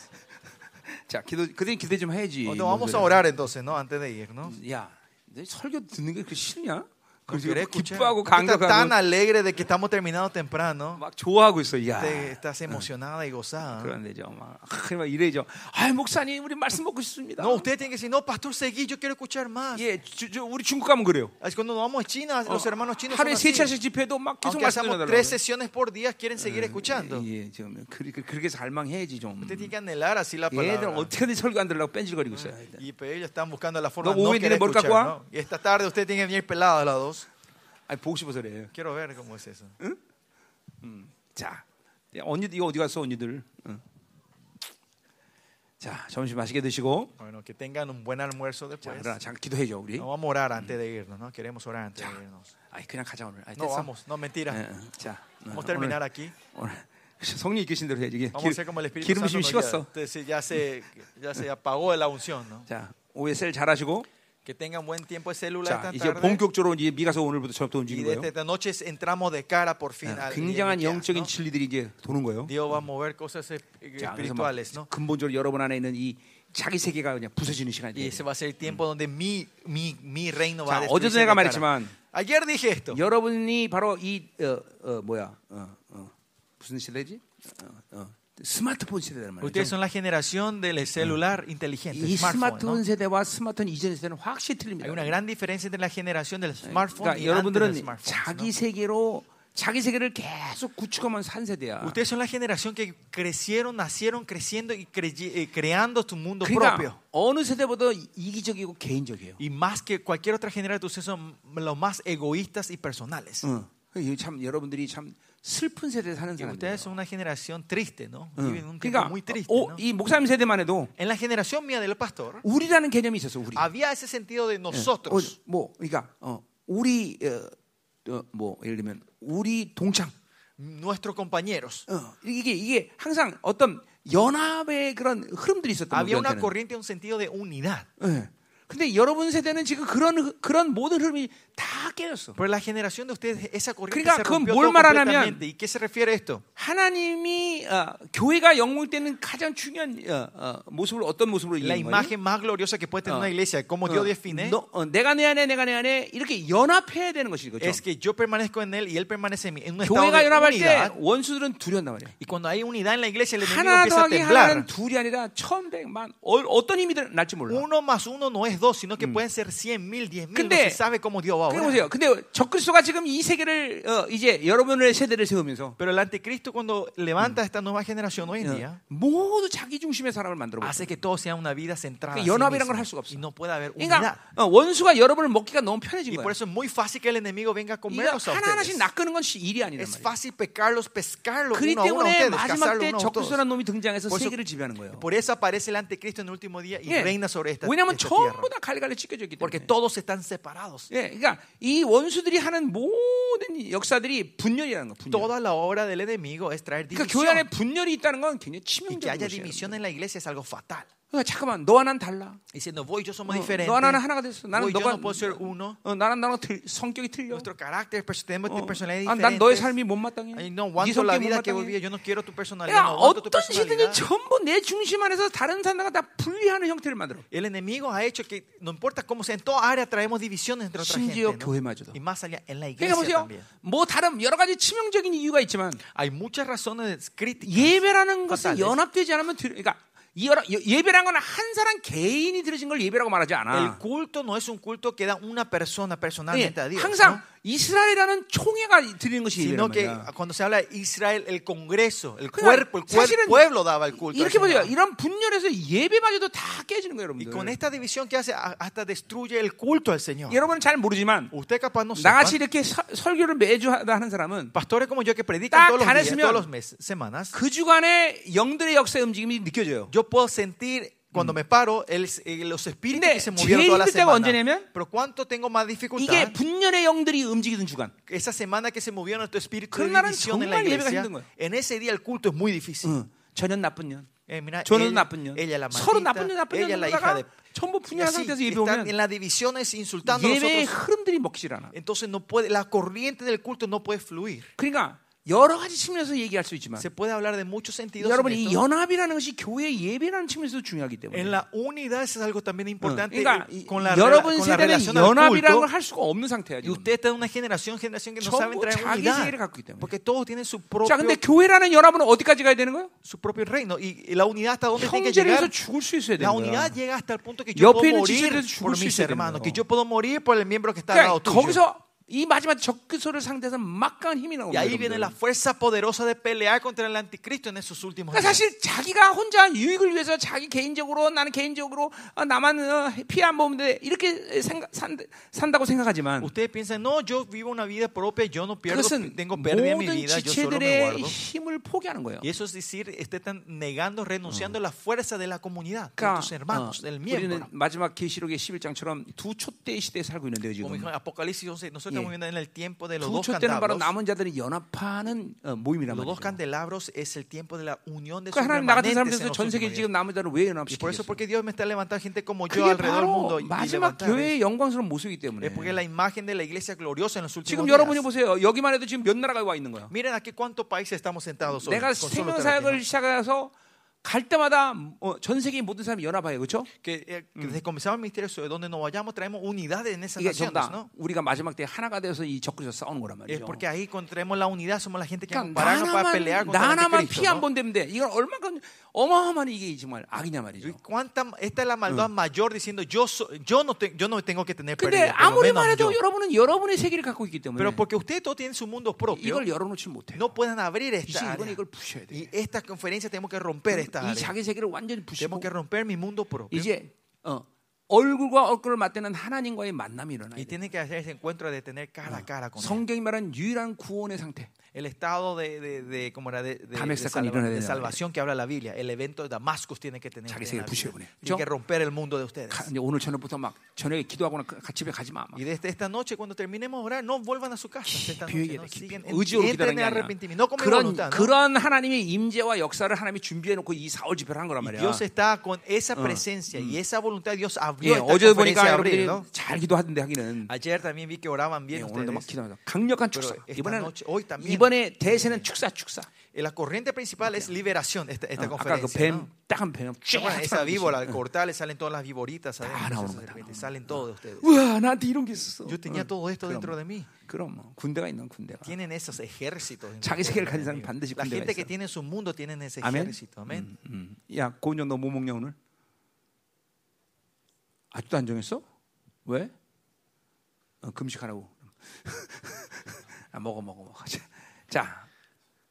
Speaker 1: 자, 기도 그들이 기대 좀 해야지.
Speaker 2: Entonces, vamos
Speaker 1: 뭔
Speaker 2: a
Speaker 1: 소리야.
Speaker 2: orar entonces, ¿no? Antes de ir, ¿no?
Speaker 1: 야, 너 설교 듣는 게 그 싫냐?
Speaker 2: No
Speaker 1: 그리고
Speaker 2: querés escuchar.
Speaker 1: 기뻐하고
Speaker 2: Usted Está tan
Speaker 1: 감격하고
Speaker 2: alegre de que estamos terminados temprano.
Speaker 1: 막 좋아하고 있어. 야.
Speaker 2: Te- estás emocionada y gozada.
Speaker 1: 그런데죠. 막, 아, 막 이래죠. 아, 목사님, 우리 말씀 먹고 싶습니다.
Speaker 2: No, usted tiene que decir, no, pastor, seguí, yo quiero escuchar más.
Speaker 1: 예, 저, 저, 우리 중국 가면 그래요.
Speaker 2: Así Cuando nos vamos a China,
Speaker 1: Oh,
Speaker 2: los hermanos chinos son
Speaker 1: 어, 하루에 세
Speaker 2: así.
Speaker 1: 차씩 집회도 막 계속
Speaker 2: Aunque
Speaker 1: 말씀
Speaker 2: hacemos
Speaker 1: 전해달라고.
Speaker 2: tres sesiones por día, quieren seguir
Speaker 1: Eh,
Speaker 2: escuchando.
Speaker 1: 예, 예, 지금 그, 그, 그렇게 잘망해야지 좀.
Speaker 2: Usted tiene que anhelar así la
Speaker 1: 얘들
Speaker 2: palabra.
Speaker 1: 어떻게든 설교 안 들으려고 뺀질거리고 있어요.
Speaker 2: Y pero ellos están buscando la forma
Speaker 1: No,
Speaker 2: de no
Speaker 1: hoy tiene
Speaker 2: querer
Speaker 1: por
Speaker 2: escuchar,
Speaker 1: cacuá.
Speaker 2: ¿no? Y esta tarde usted tiene que venir pelado a las dos.
Speaker 1: 아니 보고 싶어서 그래요.
Speaker 2: Quiero ver cómo es eso.
Speaker 1: 자, 야, 언니들 이거 어디 갔어, 언니들? 응. 자, 점심 맛있게 드시고,
Speaker 2: Bueno, que tengan un buen almuerzo
Speaker 1: 자,
Speaker 2: después.
Speaker 1: 그러나 잠깐 기도해줘 우리.
Speaker 2: No vamos a orar antes de irnos, ¿no? Queremos orar antes de irnos.
Speaker 1: 아이 그냥 가자 오늘. 아이,
Speaker 2: No
Speaker 1: 됐어.
Speaker 2: vamos, no
Speaker 1: 예,
Speaker 2: mentira.
Speaker 1: 예, 자, 응,
Speaker 2: Vamos a terminar aquí.
Speaker 1: 오늘 성령 이끄신 대로 해야지. 이게
Speaker 2: Vamos a hacer como el
Speaker 1: 기-
Speaker 2: Espíritu
Speaker 1: 기름심이
Speaker 2: Santo. nos guía.
Speaker 1: 식었어.
Speaker 2: Entonces, sí, ya se, ya se apagó de la unción, ¿no?
Speaker 1: 자, OSL 잘하시고,
Speaker 2: Que tengan buen tiempo de célula
Speaker 1: 자
Speaker 2: esta
Speaker 1: 이제
Speaker 2: tarde.
Speaker 1: 본격적으로 이제 미가서 오늘부터 저부터
Speaker 2: Y
Speaker 1: 움직이는
Speaker 2: desde
Speaker 1: 거예요.
Speaker 2: esta noche entramos de cara por fin al
Speaker 1: 예, 네,
Speaker 2: día
Speaker 1: 굉장한
Speaker 2: Miqueas,
Speaker 1: 영적인
Speaker 2: ¿no?
Speaker 1: 진리들이 이제 도는 거예요.
Speaker 2: Dios va a mover cosas eh,
Speaker 1: 자, 그래서 막
Speaker 2: espirituales, ¿no?
Speaker 1: 근본적으로 여러분 안에 있는 이 자기 세계가 그냥 부서지는 시간이
Speaker 2: Y
Speaker 1: 돼요.
Speaker 2: ese va a ser el tiempo donde mi, mi, mi reino va
Speaker 1: 자,
Speaker 2: a
Speaker 1: 어제도
Speaker 2: destruirse
Speaker 1: 내가
Speaker 2: de cara.
Speaker 1: 말했지만
Speaker 2: Ayer dije esto.
Speaker 1: 여러분이 바로 이 어, 어, 뭐야 어, 어, 무슨 시대지? 어, 어, 스마트폰 시대란 말이죠.
Speaker 2: Ustedes son la generación del celular inteligente,
Speaker 1: 이
Speaker 2: smartphone, ¿no?
Speaker 1: 스마트폰 아, 세대와 스마트폰 이전 세대는 확실히
Speaker 2: Hay una
Speaker 1: 틀립니다.
Speaker 2: gran diferencia entre la generación del
Speaker 1: 그러니까
Speaker 2: smartphone y antes del
Speaker 1: 여러분들은
Speaker 2: smartphone.
Speaker 1: 자기
Speaker 2: ¿no?
Speaker 1: 세계로 자기 세계를 계속 구축하면 산 세대야.
Speaker 2: Ustedes son la generación que crecieron, nacieron creciendo y crey- eh, creando tu mundo propio.
Speaker 1: 그러니까 어느 세대보다 이기적이고 개인적이에요.
Speaker 2: Y más que
Speaker 1: Mm.
Speaker 2: cualquier otra generación, ustedes son los más egoístas y personales.
Speaker 1: 응. 예. 이참 여러분들이 참 슬픈 세대에 사는
Speaker 2: Y
Speaker 1: 사람들.
Speaker 2: ustedes son una generación triste, ¿no?
Speaker 1: Mm.
Speaker 2: Viven un tiempo
Speaker 1: 그러니까
Speaker 2: muy triste.
Speaker 1: 어,
Speaker 2: ¿no?
Speaker 1: 이 목사님 세대만 해도
Speaker 2: En la generación mía del pastor,
Speaker 1: 우리라는 개념이 있었어 우리.
Speaker 2: había ese sentido
Speaker 1: Eh,
Speaker 2: de
Speaker 1: 어,
Speaker 2: nosotros.
Speaker 1: 뭐 그러니까 어, 우리 어, 어, 뭐 예를 들면 우리 동창.
Speaker 2: Nuestros compañeros.
Speaker 1: 어, 이게 이게 항상 어떤 연합의 그런 흐름들이 있었던
Speaker 2: Había una
Speaker 1: 거예요.
Speaker 2: corriente, un sentido de unidad.
Speaker 1: 예. 근데 여러분 세대는 지금 그런 흐- 그런 모든 흐름이 다 깨졌어.
Speaker 2: Pero la generación de ustedes, esa corriente
Speaker 1: 그러니까
Speaker 2: se
Speaker 1: 그건
Speaker 2: rompió
Speaker 1: 뭘
Speaker 2: todo
Speaker 1: 말하냐면-
Speaker 2: completamente. ¿Y qué se refiere esto?
Speaker 1: 하나님이 어, 교회가 영웅 때는 가장 중요한 어, 어, 모습을 어떤 모습으로 이기는
Speaker 2: La
Speaker 1: 거예요?
Speaker 2: imagen más gloriosa que puede tener
Speaker 1: Ah.
Speaker 2: una iglesia, como Dios define,
Speaker 1: 너, 어, 내가 내 안에 내가 내 안에 이렇게 연합해야 되는 것이 그죠? 그렇죠?
Speaker 2: es que yo permanezco en Él y Él permanece en mí. En un estado
Speaker 1: 교회가 네,
Speaker 2: de
Speaker 1: 연합할 때
Speaker 2: unidad.
Speaker 1: 원수들은 둘이었단 말이야.
Speaker 2: Y cuando hay unidad en la iglesia, el enemigo
Speaker 1: 하나
Speaker 2: empieza a
Speaker 1: 더하기 하나는
Speaker 2: temblar.
Speaker 1: 둘이 아니라 천백만 어, 어떤 힘이 들- 날지 몰라.
Speaker 2: Uno más uno no es dos, sino que pueden ser cien mil, diez mil. No
Speaker 1: 근데-
Speaker 2: se sabe cómo Dios va a
Speaker 1: 그래
Speaker 2: obrar.
Speaker 1: 그러니까 보세요. 근데 적그리스도가 지금 이 세계를 어, 이제 여러분의 세대를 세우면서 어,
Speaker 2: Pero el anticristo cuando levanta esta nueva generación hoy
Speaker 1: 네.
Speaker 2: en día
Speaker 1: 모두 자기 중심의 사람을 만들어 버려.
Speaker 2: hace que todo sea una vida centrada en
Speaker 1: Que
Speaker 2: sí
Speaker 1: 연합이란 걸
Speaker 2: mismo.
Speaker 1: 할 수가 없어.
Speaker 2: y no puede haber unidad.
Speaker 1: 그러니까 어, 원수가 여러분을 먹기가 너무 편해진
Speaker 2: Y por
Speaker 1: 거야.
Speaker 2: eso es muy fácil que el enemigo venga a
Speaker 1: 이거
Speaker 2: comerlos a
Speaker 1: 하나하나씩
Speaker 2: ustedes.
Speaker 1: 낚는 건 시- 일이 아니란
Speaker 2: Es
Speaker 1: 말이야.
Speaker 2: fácil pecarlos, pescarlos
Speaker 1: 그리
Speaker 2: uno a uno a
Speaker 1: 때문에
Speaker 2: ustedes,
Speaker 1: 마지막
Speaker 2: cazarlos
Speaker 1: 때
Speaker 2: uno a todos.
Speaker 1: 적그리스도라는 놈이 등장해서
Speaker 2: 벌써-
Speaker 1: 세계를 지배하는 거예요.
Speaker 2: Por eso aparece el anticristo en el último día y
Speaker 1: 예.
Speaker 2: reina sobre esta,
Speaker 1: 왜냐하면
Speaker 2: esta tierra.
Speaker 1: 전부 다 갈갈이 찢겨져 있기
Speaker 2: Porque
Speaker 1: 때문에.
Speaker 2: todos están separados.
Speaker 1: 예, 그러니까 이 원수들이 하는 모든 역사들이 분열이라는 거. 분열.
Speaker 2: Toda la obra del enemigo es traer
Speaker 1: 그러니까 교회 안에
Speaker 2: división.
Speaker 1: 분열이 있다는 건 굉장히
Speaker 2: Y que
Speaker 1: 치명적인
Speaker 2: haya
Speaker 1: 것이에요.
Speaker 2: división en la iglesia es algo fatal.
Speaker 1: 그러니까 잠깐만, 너와 난 달라.
Speaker 2: Diciendo, voy, yo somos
Speaker 1: 어,
Speaker 2: diferentes.
Speaker 1: 너와 나는 하나가 됐어. 나는
Speaker 2: Voy, yo
Speaker 1: 너가
Speaker 2: no puedo ser uno.
Speaker 1: 어, 나랑 나랑 틀- 성격이 틀려.
Speaker 2: Nuestro carácter, pers- tenemos
Speaker 1: 어,
Speaker 2: personalidades
Speaker 1: 아, 난 너의
Speaker 2: diferentes.
Speaker 1: 삶이 못 마땅해.
Speaker 2: Ay, no
Speaker 1: 네
Speaker 2: aguanto la
Speaker 1: 성격이 못
Speaker 2: vida que voy
Speaker 1: 마땅해.
Speaker 2: viviendo. Yo no quiero tu personalidad.
Speaker 1: 야,
Speaker 2: No aguanto tu
Speaker 1: 어떤 시대든
Speaker 2: personalidad.
Speaker 1: 전부 내 중심 안에서 다른 사람과 다 분리하는 형태를 만들어.
Speaker 2: El enemigo ha hecho que, no importa cómo sea, en toda área traemos divisiones entre otra gente.
Speaker 1: 심지어
Speaker 2: ¿no?
Speaker 1: 교회마저도.
Speaker 2: Y más allá, en la iglesia
Speaker 1: 그러니까 보세요.
Speaker 2: también.
Speaker 1: 뭐 다른 여러 가지 치명적인 이유가 있지만
Speaker 2: Hay muchas
Speaker 1: 아,
Speaker 2: razones críticas.
Speaker 1: 예배라는 것은
Speaker 2: 맞다,
Speaker 1: 연합되지 않으면 들- 그러니까 이 여러- 예- 예배라는 건 한 사람 개인이 들으신 걸 예배라고 말하지
Speaker 2: El
Speaker 1: 않아.
Speaker 2: culto no es un culto que da una persona
Speaker 1: 예,
Speaker 2: personalmente a Dios.
Speaker 1: 항상
Speaker 2: ¿no?
Speaker 1: 이스라엘이라는 총회가 드리는 것이
Speaker 2: Sino
Speaker 1: 예배란
Speaker 2: que
Speaker 1: 말이야.
Speaker 2: cuando se habla de Israel, el Congreso, el
Speaker 1: 그러니까
Speaker 2: cuerpo, el cuer-
Speaker 1: 사실은
Speaker 2: pueblo daba el culto. al
Speaker 1: 이렇게 보세요.
Speaker 2: Señor.
Speaker 1: 이런 분열에서 예배마저도 다 깨지는 거예요,
Speaker 2: Y con
Speaker 1: 여러분들.
Speaker 2: esta división que hace, a- hasta destruye el culto al Señor.
Speaker 1: 여러분은 잘 모르지만
Speaker 2: Usted capaz no sepa.
Speaker 1: 나같이 이렇게 서- 설교를 매주 하- 하는 사람은
Speaker 2: Pastores como yo que predican
Speaker 1: 딱
Speaker 2: todos los días,
Speaker 1: 다녔으면-
Speaker 2: todos los meses, semanas.
Speaker 1: 그 주간에 영들의 역사의 움직임이 느껴져요.
Speaker 2: Yo puedo sentir cuando me paro el- eh, los espíritus
Speaker 1: 근데
Speaker 2: que se movieron
Speaker 1: 제일
Speaker 2: toda la
Speaker 1: 힘들 때가
Speaker 2: semana.
Speaker 1: 언제냐면
Speaker 2: Pero cuánto tengo más
Speaker 1: 이게
Speaker 2: dificultad
Speaker 1: 분열의 영들이 움직이는 주간.
Speaker 2: esa semana que se movieron nuestro espíritu
Speaker 1: 그런
Speaker 2: de
Speaker 1: 날은
Speaker 2: división en la
Speaker 1: 정말 예배가
Speaker 2: iglesia.
Speaker 1: 힘든 거예요.
Speaker 2: En ese día el culto es muy difícil.
Speaker 1: 응. 전혀 나쁜 년.
Speaker 2: Eh, mira,
Speaker 1: 저는
Speaker 2: él-
Speaker 1: 나쁜 년.
Speaker 2: ella la
Speaker 1: 서로
Speaker 2: maldita,
Speaker 1: 나쁜 년 나쁜
Speaker 2: ella
Speaker 1: 년
Speaker 2: la hija
Speaker 1: 놀다가
Speaker 2: de
Speaker 1: 전부
Speaker 2: y
Speaker 1: 분열한
Speaker 2: así
Speaker 1: 상태에서 예배
Speaker 2: están
Speaker 1: 오면
Speaker 2: en las divisiones insultando a
Speaker 1: 예배의
Speaker 2: nosotros.
Speaker 1: 흐름들이 먹히질 않아.
Speaker 2: Entonces no puede, la corriente del culto no puede fluir.
Speaker 1: 그러니까 여러 가지 측면에서 얘기할 수 있지만
Speaker 2: Se puede hablar de muchos sentidos. en
Speaker 1: 여러분 이
Speaker 2: esto.
Speaker 1: 연합이라는 것이 교회의 예배라는 측면에서도 중요하기 때문에
Speaker 2: En la unidad eso es algo también importante
Speaker 1: 그러니까 이-
Speaker 2: eh, con la, rela-
Speaker 1: 여러분
Speaker 2: con la
Speaker 1: 세대는
Speaker 2: relación al
Speaker 1: 연합이라는 그
Speaker 2: culto.
Speaker 1: 걸 할 수가 없는 상태야
Speaker 2: Y
Speaker 1: 지금.
Speaker 2: usted está en una generación, generación que no
Speaker 1: 전부
Speaker 2: sabe entrar en
Speaker 1: 자기 세계를
Speaker 2: unidad.
Speaker 1: 갖고 있기 때문에.
Speaker 2: Porque todos tienen su propio,
Speaker 1: 자 근데 교회라는 연합은 어디까지 가야 되는 거예요?
Speaker 2: su propio reino. Y y la unidad hasta dónde tiene que
Speaker 1: 형제를 위해서
Speaker 2: llegar.
Speaker 1: 죽을 수 있어야
Speaker 2: La
Speaker 1: 되는 거야.
Speaker 2: unidad llega hasta el punto que yo
Speaker 1: 옆에 있는
Speaker 2: puedo
Speaker 1: 지체들에서
Speaker 2: morir
Speaker 1: 죽을
Speaker 2: por
Speaker 1: 수
Speaker 2: mis
Speaker 1: 있어야 되는
Speaker 2: hermanos,
Speaker 1: 거예요.
Speaker 2: que yo puedo morir por el miembro que está al
Speaker 1: 그러니까
Speaker 2: lado tuyo.
Speaker 1: 거기서 이 마지막 적그리스도를 상대해서 막강한 힘이 나오는
Speaker 2: Y
Speaker 1: 거예요.
Speaker 2: ahí viene la
Speaker 1: 여러분들.
Speaker 2: fuerza poderosa de pelear contra el anticristo en esos últimos
Speaker 1: 그러니까
Speaker 2: días.
Speaker 1: 사실 자기가 혼자 유익을 위해서 자기 개인적으로 나는 개인적으로 아, 나만 어, 피해 안 보면 돼 이렇게 생각, 산, 산다고 생각하지만
Speaker 2: Ustedes piensan, no, yo vivo una vida propia, yo no pierdo,
Speaker 1: 그것은
Speaker 2: tengo pérdida en mi
Speaker 1: 모든
Speaker 2: vida, yo solo me
Speaker 1: 지체들의
Speaker 2: guardo.
Speaker 1: 힘을 포기하는 거예요.
Speaker 2: Y eso es decir, ustedes están negando, renunciando a la fuerza de la comunidad, de
Speaker 1: 그러니까
Speaker 2: tus
Speaker 1: 어,
Speaker 2: hermanos, del
Speaker 1: 우리는
Speaker 2: miembro.
Speaker 1: 마지막 계시록의 11장처럼 두 초대 시대에 살고 있는데요
Speaker 2: Como dijo
Speaker 1: 지금.
Speaker 2: en Apocalipsis 11, nosotros
Speaker 1: 예.
Speaker 2: estamos viviendo en el tiempo de los
Speaker 1: 두
Speaker 2: dos
Speaker 1: 초대는 바로
Speaker 2: candelabros.
Speaker 1: 남은 자들이 연합하는 어, 모임이란
Speaker 2: Los dos
Speaker 1: 말이죠.
Speaker 2: candelabros es el tiempo de la unión de sus
Speaker 1: 그러니까 하나님 나 같은 사람
Speaker 2: remanentes
Speaker 1: 중에서
Speaker 2: en los
Speaker 1: 전 세계
Speaker 2: últimos días.
Speaker 1: 지금 남은 자를 왜
Speaker 2: Y por eso
Speaker 1: 연합시키겠어?
Speaker 2: porque Dios me está levantando gente como yo
Speaker 1: 그게
Speaker 2: alrededor del
Speaker 1: 바로
Speaker 2: mundo y- y
Speaker 1: 마지막
Speaker 2: levantar
Speaker 1: 교회의
Speaker 2: eso.
Speaker 1: 영광스러운 모습이기 때문에.
Speaker 2: Es porque la imagen de la iglesia gloriosa en los últimos
Speaker 1: 지금 여러분이
Speaker 2: días.
Speaker 1: 보세요. 여기만 해도 지금 몇 나라가 와 있는 거야.
Speaker 2: Miren aquí cuántos países estamos sentados hoy.
Speaker 1: 내가
Speaker 2: con solo
Speaker 1: 생명
Speaker 2: estar aquí,
Speaker 1: 사역을 시작해서 갈 때마다 어, 전 세계 모든 사람이 연합하여 그렇죠?
Speaker 2: ¿no? Que, eh, que desde comenzaba el ministerio, de donde nos vayamos traemos unidad en esas
Speaker 1: 이게
Speaker 2: naciones,
Speaker 1: 정답.
Speaker 2: ¿no?
Speaker 1: 우리가 마지막 때 하나가 되어서 이 예, 적그리스도 싸우는 거란
Speaker 2: Es
Speaker 1: 말이죠.
Speaker 2: porque ahí cuando traemos la unidad somos la gente que
Speaker 1: 그러니까
Speaker 2: compararnos para pelear
Speaker 1: 나나만
Speaker 2: contra el
Speaker 1: 나나만
Speaker 2: anticristo,
Speaker 1: 피 안
Speaker 2: ¿no?
Speaker 1: 본다면 돼. 이건 얼마큼 어마어마한 이게 정말 악이냐
Speaker 2: Y
Speaker 1: 말이죠.
Speaker 2: cuánta- esta es la maldad mayor diciendo yo, so- yo, no te- yo no tengo Mm. que tener
Speaker 1: 근데
Speaker 2: pérdida, pero
Speaker 1: 아무리
Speaker 2: menos yo.
Speaker 1: 말해도 여러분은 여러분의 세계를 갖고 있기 때문에
Speaker 2: Pero porque ustedes todos tienen su mundo propio,
Speaker 1: 이걸 열어놓지 못해.
Speaker 2: no pueden abrir
Speaker 1: 이제
Speaker 2: esta
Speaker 1: 이건
Speaker 2: área.
Speaker 1: 이걸 부셔야 돼.
Speaker 2: Y esta conferencia tenemos que romper esta
Speaker 1: 이
Speaker 2: área.
Speaker 1: 자기 세계를 완전히 부시고
Speaker 2: Tenemos que romper mi mundo propio.
Speaker 1: 이제 어, 얼굴과 얼굴을 맞대는 하나님과의 만남이 일어나야 돼.
Speaker 2: Y Ah.
Speaker 1: 네.
Speaker 2: tiene que hacer ese encuentro de tener cara a cara con él.
Speaker 1: 성경이 말한 유일한 구원의 상태.
Speaker 2: el estado de, de, de- ¿cómo era? De, de- de
Speaker 1: 담의 사건이
Speaker 2: salva-
Speaker 1: 일어나야
Speaker 2: de
Speaker 1: 되잖아.
Speaker 2: salvación que habla la Biblia. El evento de Damascus tiene que tener.
Speaker 1: 자기
Speaker 2: en
Speaker 1: 세계를
Speaker 2: la Biblia.
Speaker 1: 부셔버려. 그죠?
Speaker 2: Tiene que romper el mundo de ustedes.
Speaker 1: 가- 이제 오늘 저녁부터 막 저녁에 기도하거나 그, 가- 집에 가지 마. 막.
Speaker 2: Y desde esta noche, cuando terminemos de orar, no vuelvan a su casa. Esta
Speaker 1: 비유에
Speaker 2: noche, no,
Speaker 1: 깊이
Speaker 2: siguen,
Speaker 1: 의지로 기다리는 게
Speaker 2: entren en
Speaker 1: 아니야.
Speaker 2: arrepentimiento. No como mi
Speaker 1: 그런
Speaker 2: voluntad, ¿no?
Speaker 1: 그런 하나님의 임재와 역사를 하나님이 준비해 놓고 이 사월 집회를 한 거란
Speaker 2: Y
Speaker 1: 말이야.
Speaker 2: Dios está con esa presencia y esa voluntad. Dios
Speaker 1: 예,
Speaker 2: abrió esta
Speaker 1: 어제
Speaker 2: conferencia
Speaker 1: 보니까
Speaker 2: de
Speaker 1: 여러분들이
Speaker 2: abril, ¿no?
Speaker 1: 잘 기도하던데 하기는
Speaker 2: Ayer también vi que oraban
Speaker 1: 아, 예,
Speaker 2: bien
Speaker 1: 오늘도 막
Speaker 2: ustedes.
Speaker 1: 기도하면서 강력한 축사.
Speaker 2: 그리고
Speaker 1: 이번에는
Speaker 2: esta noche, hoy también.
Speaker 1: 이번에 대세는 축사 축사.
Speaker 2: Eh, La corriente principal es liberación, esta, esta
Speaker 1: 어, 아까
Speaker 2: conferencia. ¿no? ¿Se acuerdan?
Speaker 1: 그뱀딱한뱀쫙
Speaker 2: Esa víbora, al cortar, le salen todas las viboritas adentro,
Speaker 1: 나오는
Speaker 2: esas
Speaker 1: 거다,
Speaker 2: serpientes, salen todos de ustedes.
Speaker 1: 우와 나한테 이런 게 있었어.
Speaker 2: Yo tenía
Speaker 1: 응.
Speaker 2: todo esto
Speaker 1: 그럼,
Speaker 2: dentro de mí.
Speaker 1: 그럼 뭐, 군대가 있는 군대가.
Speaker 2: Tienen esos ejércitos. dentro
Speaker 1: 자기
Speaker 2: de
Speaker 1: 세계를
Speaker 2: ustedes,
Speaker 1: 가진 사람이
Speaker 2: amigo.
Speaker 1: 반드시
Speaker 2: La
Speaker 1: 군대가
Speaker 2: gente que
Speaker 1: 있어요.
Speaker 2: tiene su mundo tienen ese
Speaker 1: 아멘.
Speaker 2: ejército. Amén.
Speaker 1: 음. 야 고은영 너뭐 먹냐 오늘? 아직도 안 정했어? 왜? 어, 금식하라고. 아, 먹어 먹어 먹어. 자, 자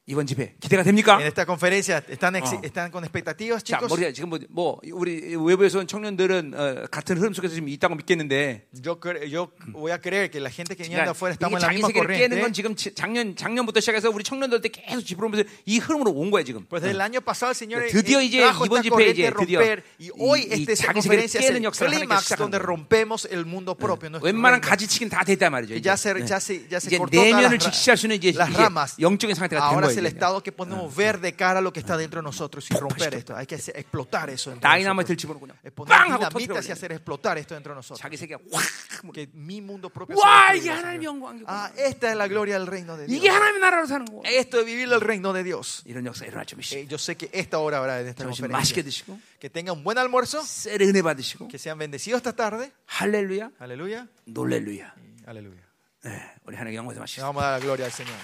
Speaker 1: 이번 집회 기대가 됩니까?
Speaker 2: En esta conferencia, ¿están, exi-
Speaker 1: Oh.
Speaker 2: están con expectativas,
Speaker 1: 자,
Speaker 2: chicos?
Speaker 1: 머리 지금 뭐, 뭐 우리 외부에서 온 청년들은 어, 같은 흐름 속에서 지금 있다고 믿겠는데
Speaker 2: Yo, cre- yo voy a creer que la gente que viene de
Speaker 1: 그러니까
Speaker 2: afuera
Speaker 1: 이게
Speaker 2: estamos en la
Speaker 1: 자기
Speaker 2: misma
Speaker 1: 세계를 깨는 건
Speaker 2: corriente. ¿eh?
Speaker 1: 지금 지- 작년 작년부터 시작해서 우리 청년들 때 계속 짚어보면서 이 흐름으로 온 거야 지금.
Speaker 2: Pues del año pasado el Señor
Speaker 1: 드디어
Speaker 2: eh,
Speaker 1: 이제
Speaker 2: trajo
Speaker 1: 이번
Speaker 2: esta
Speaker 1: 집회
Speaker 2: corriente
Speaker 1: 이제
Speaker 2: de
Speaker 1: 드디어
Speaker 2: romper y hoy
Speaker 1: 이- 이
Speaker 2: esta esta
Speaker 1: 자기 세계를
Speaker 2: conferencia es
Speaker 1: 깨는
Speaker 2: el
Speaker 1: 역사를 하나님께서
Speaker 2: clímax
Speaker 1: 시작하는
Speaker 2: donde
Speaker 1: 거예요.
Speaker 2: rompemos el mundo propio. nuestro
Speaker 1: 웬만한
Speaker 2: reino.
Speaker 1: 가지치긴 다 됐단 말이죠.
Speaker 2: que
Speaker 1: 이제,
Speaker 2: ya Eh. se,
Speaker 1: 네.
Speaker 2: ya se, ya se
Speaker 1: 이제
Speaker 2: cortó todas
Speaker 1: 내면을
Speaker 2: las, ra-
Speaker 1: 직시할 수 있는 이제,
Speaker 2: las
Speaker 1: 이제
Speaker 2: ramas.
Speaker 1: 영적인 상태가 된
Speaker 2: Ahora
Speaker 1: 거예요.
Speaker 2: es el
Speaker 1: 이제.
Speaker 2: estado que podemos ver de cara a lo que está dentro de nosotros y romper esto. Hay que hacer- explotar eso. dentro de
Speaker 1: 다이나마이트를
Speaker 2: nosotros.
Speaker 1: 집어넣고 그냥
Speaker 2: Es
Speaker 1: 빵
Speaker 2: poner
Speaker 1: 하고
Speaker 2: dinamitas y
Speaker 1: 터뜨려버리는
Speaker 2: hacer explotar esto dentro de nosotros.
Speaker 1: 자기 세계가 확뭐
Speaker 2: Que mi mundo propio. sea
Speaker 1: 와, 이게
Speaker 2: destruido,
Speaker 1: 하나님의 영광이고.
Speaker 2: Señor. Ah, esta es la gloria del reino de
Speaker 1: 이게
Speaker 2: Dios.
Speaker 1: 하나님의 나라로 사는 거.
Speaker 2: Esto es vivir el reino de Dios.
Speaker 1: 이런 역사 일어날 좀
Speaker 2: Eh, yo sé que esta hora habrá en esta
Speaker 1: 점심 맛있게
Speaker 2: conferencia.
Speaker 1: 드시고
Speaker 2: Que tengan buen almuerzo.
Speaker 1: 세례 은혜 받으시고
Speaker 2: Que sean bendecidos esta tarde.
Speaker 1: 할렐루야
Speaker 2: Aleluya.
Speaker 1: 놀렐루야.
Speaker 2: y Aleluya.
Speaker 1: 음. 네, 우리 하나님 영광에서 마시죠.
Speaker 2: Le vamos a dar la gloria al Señor.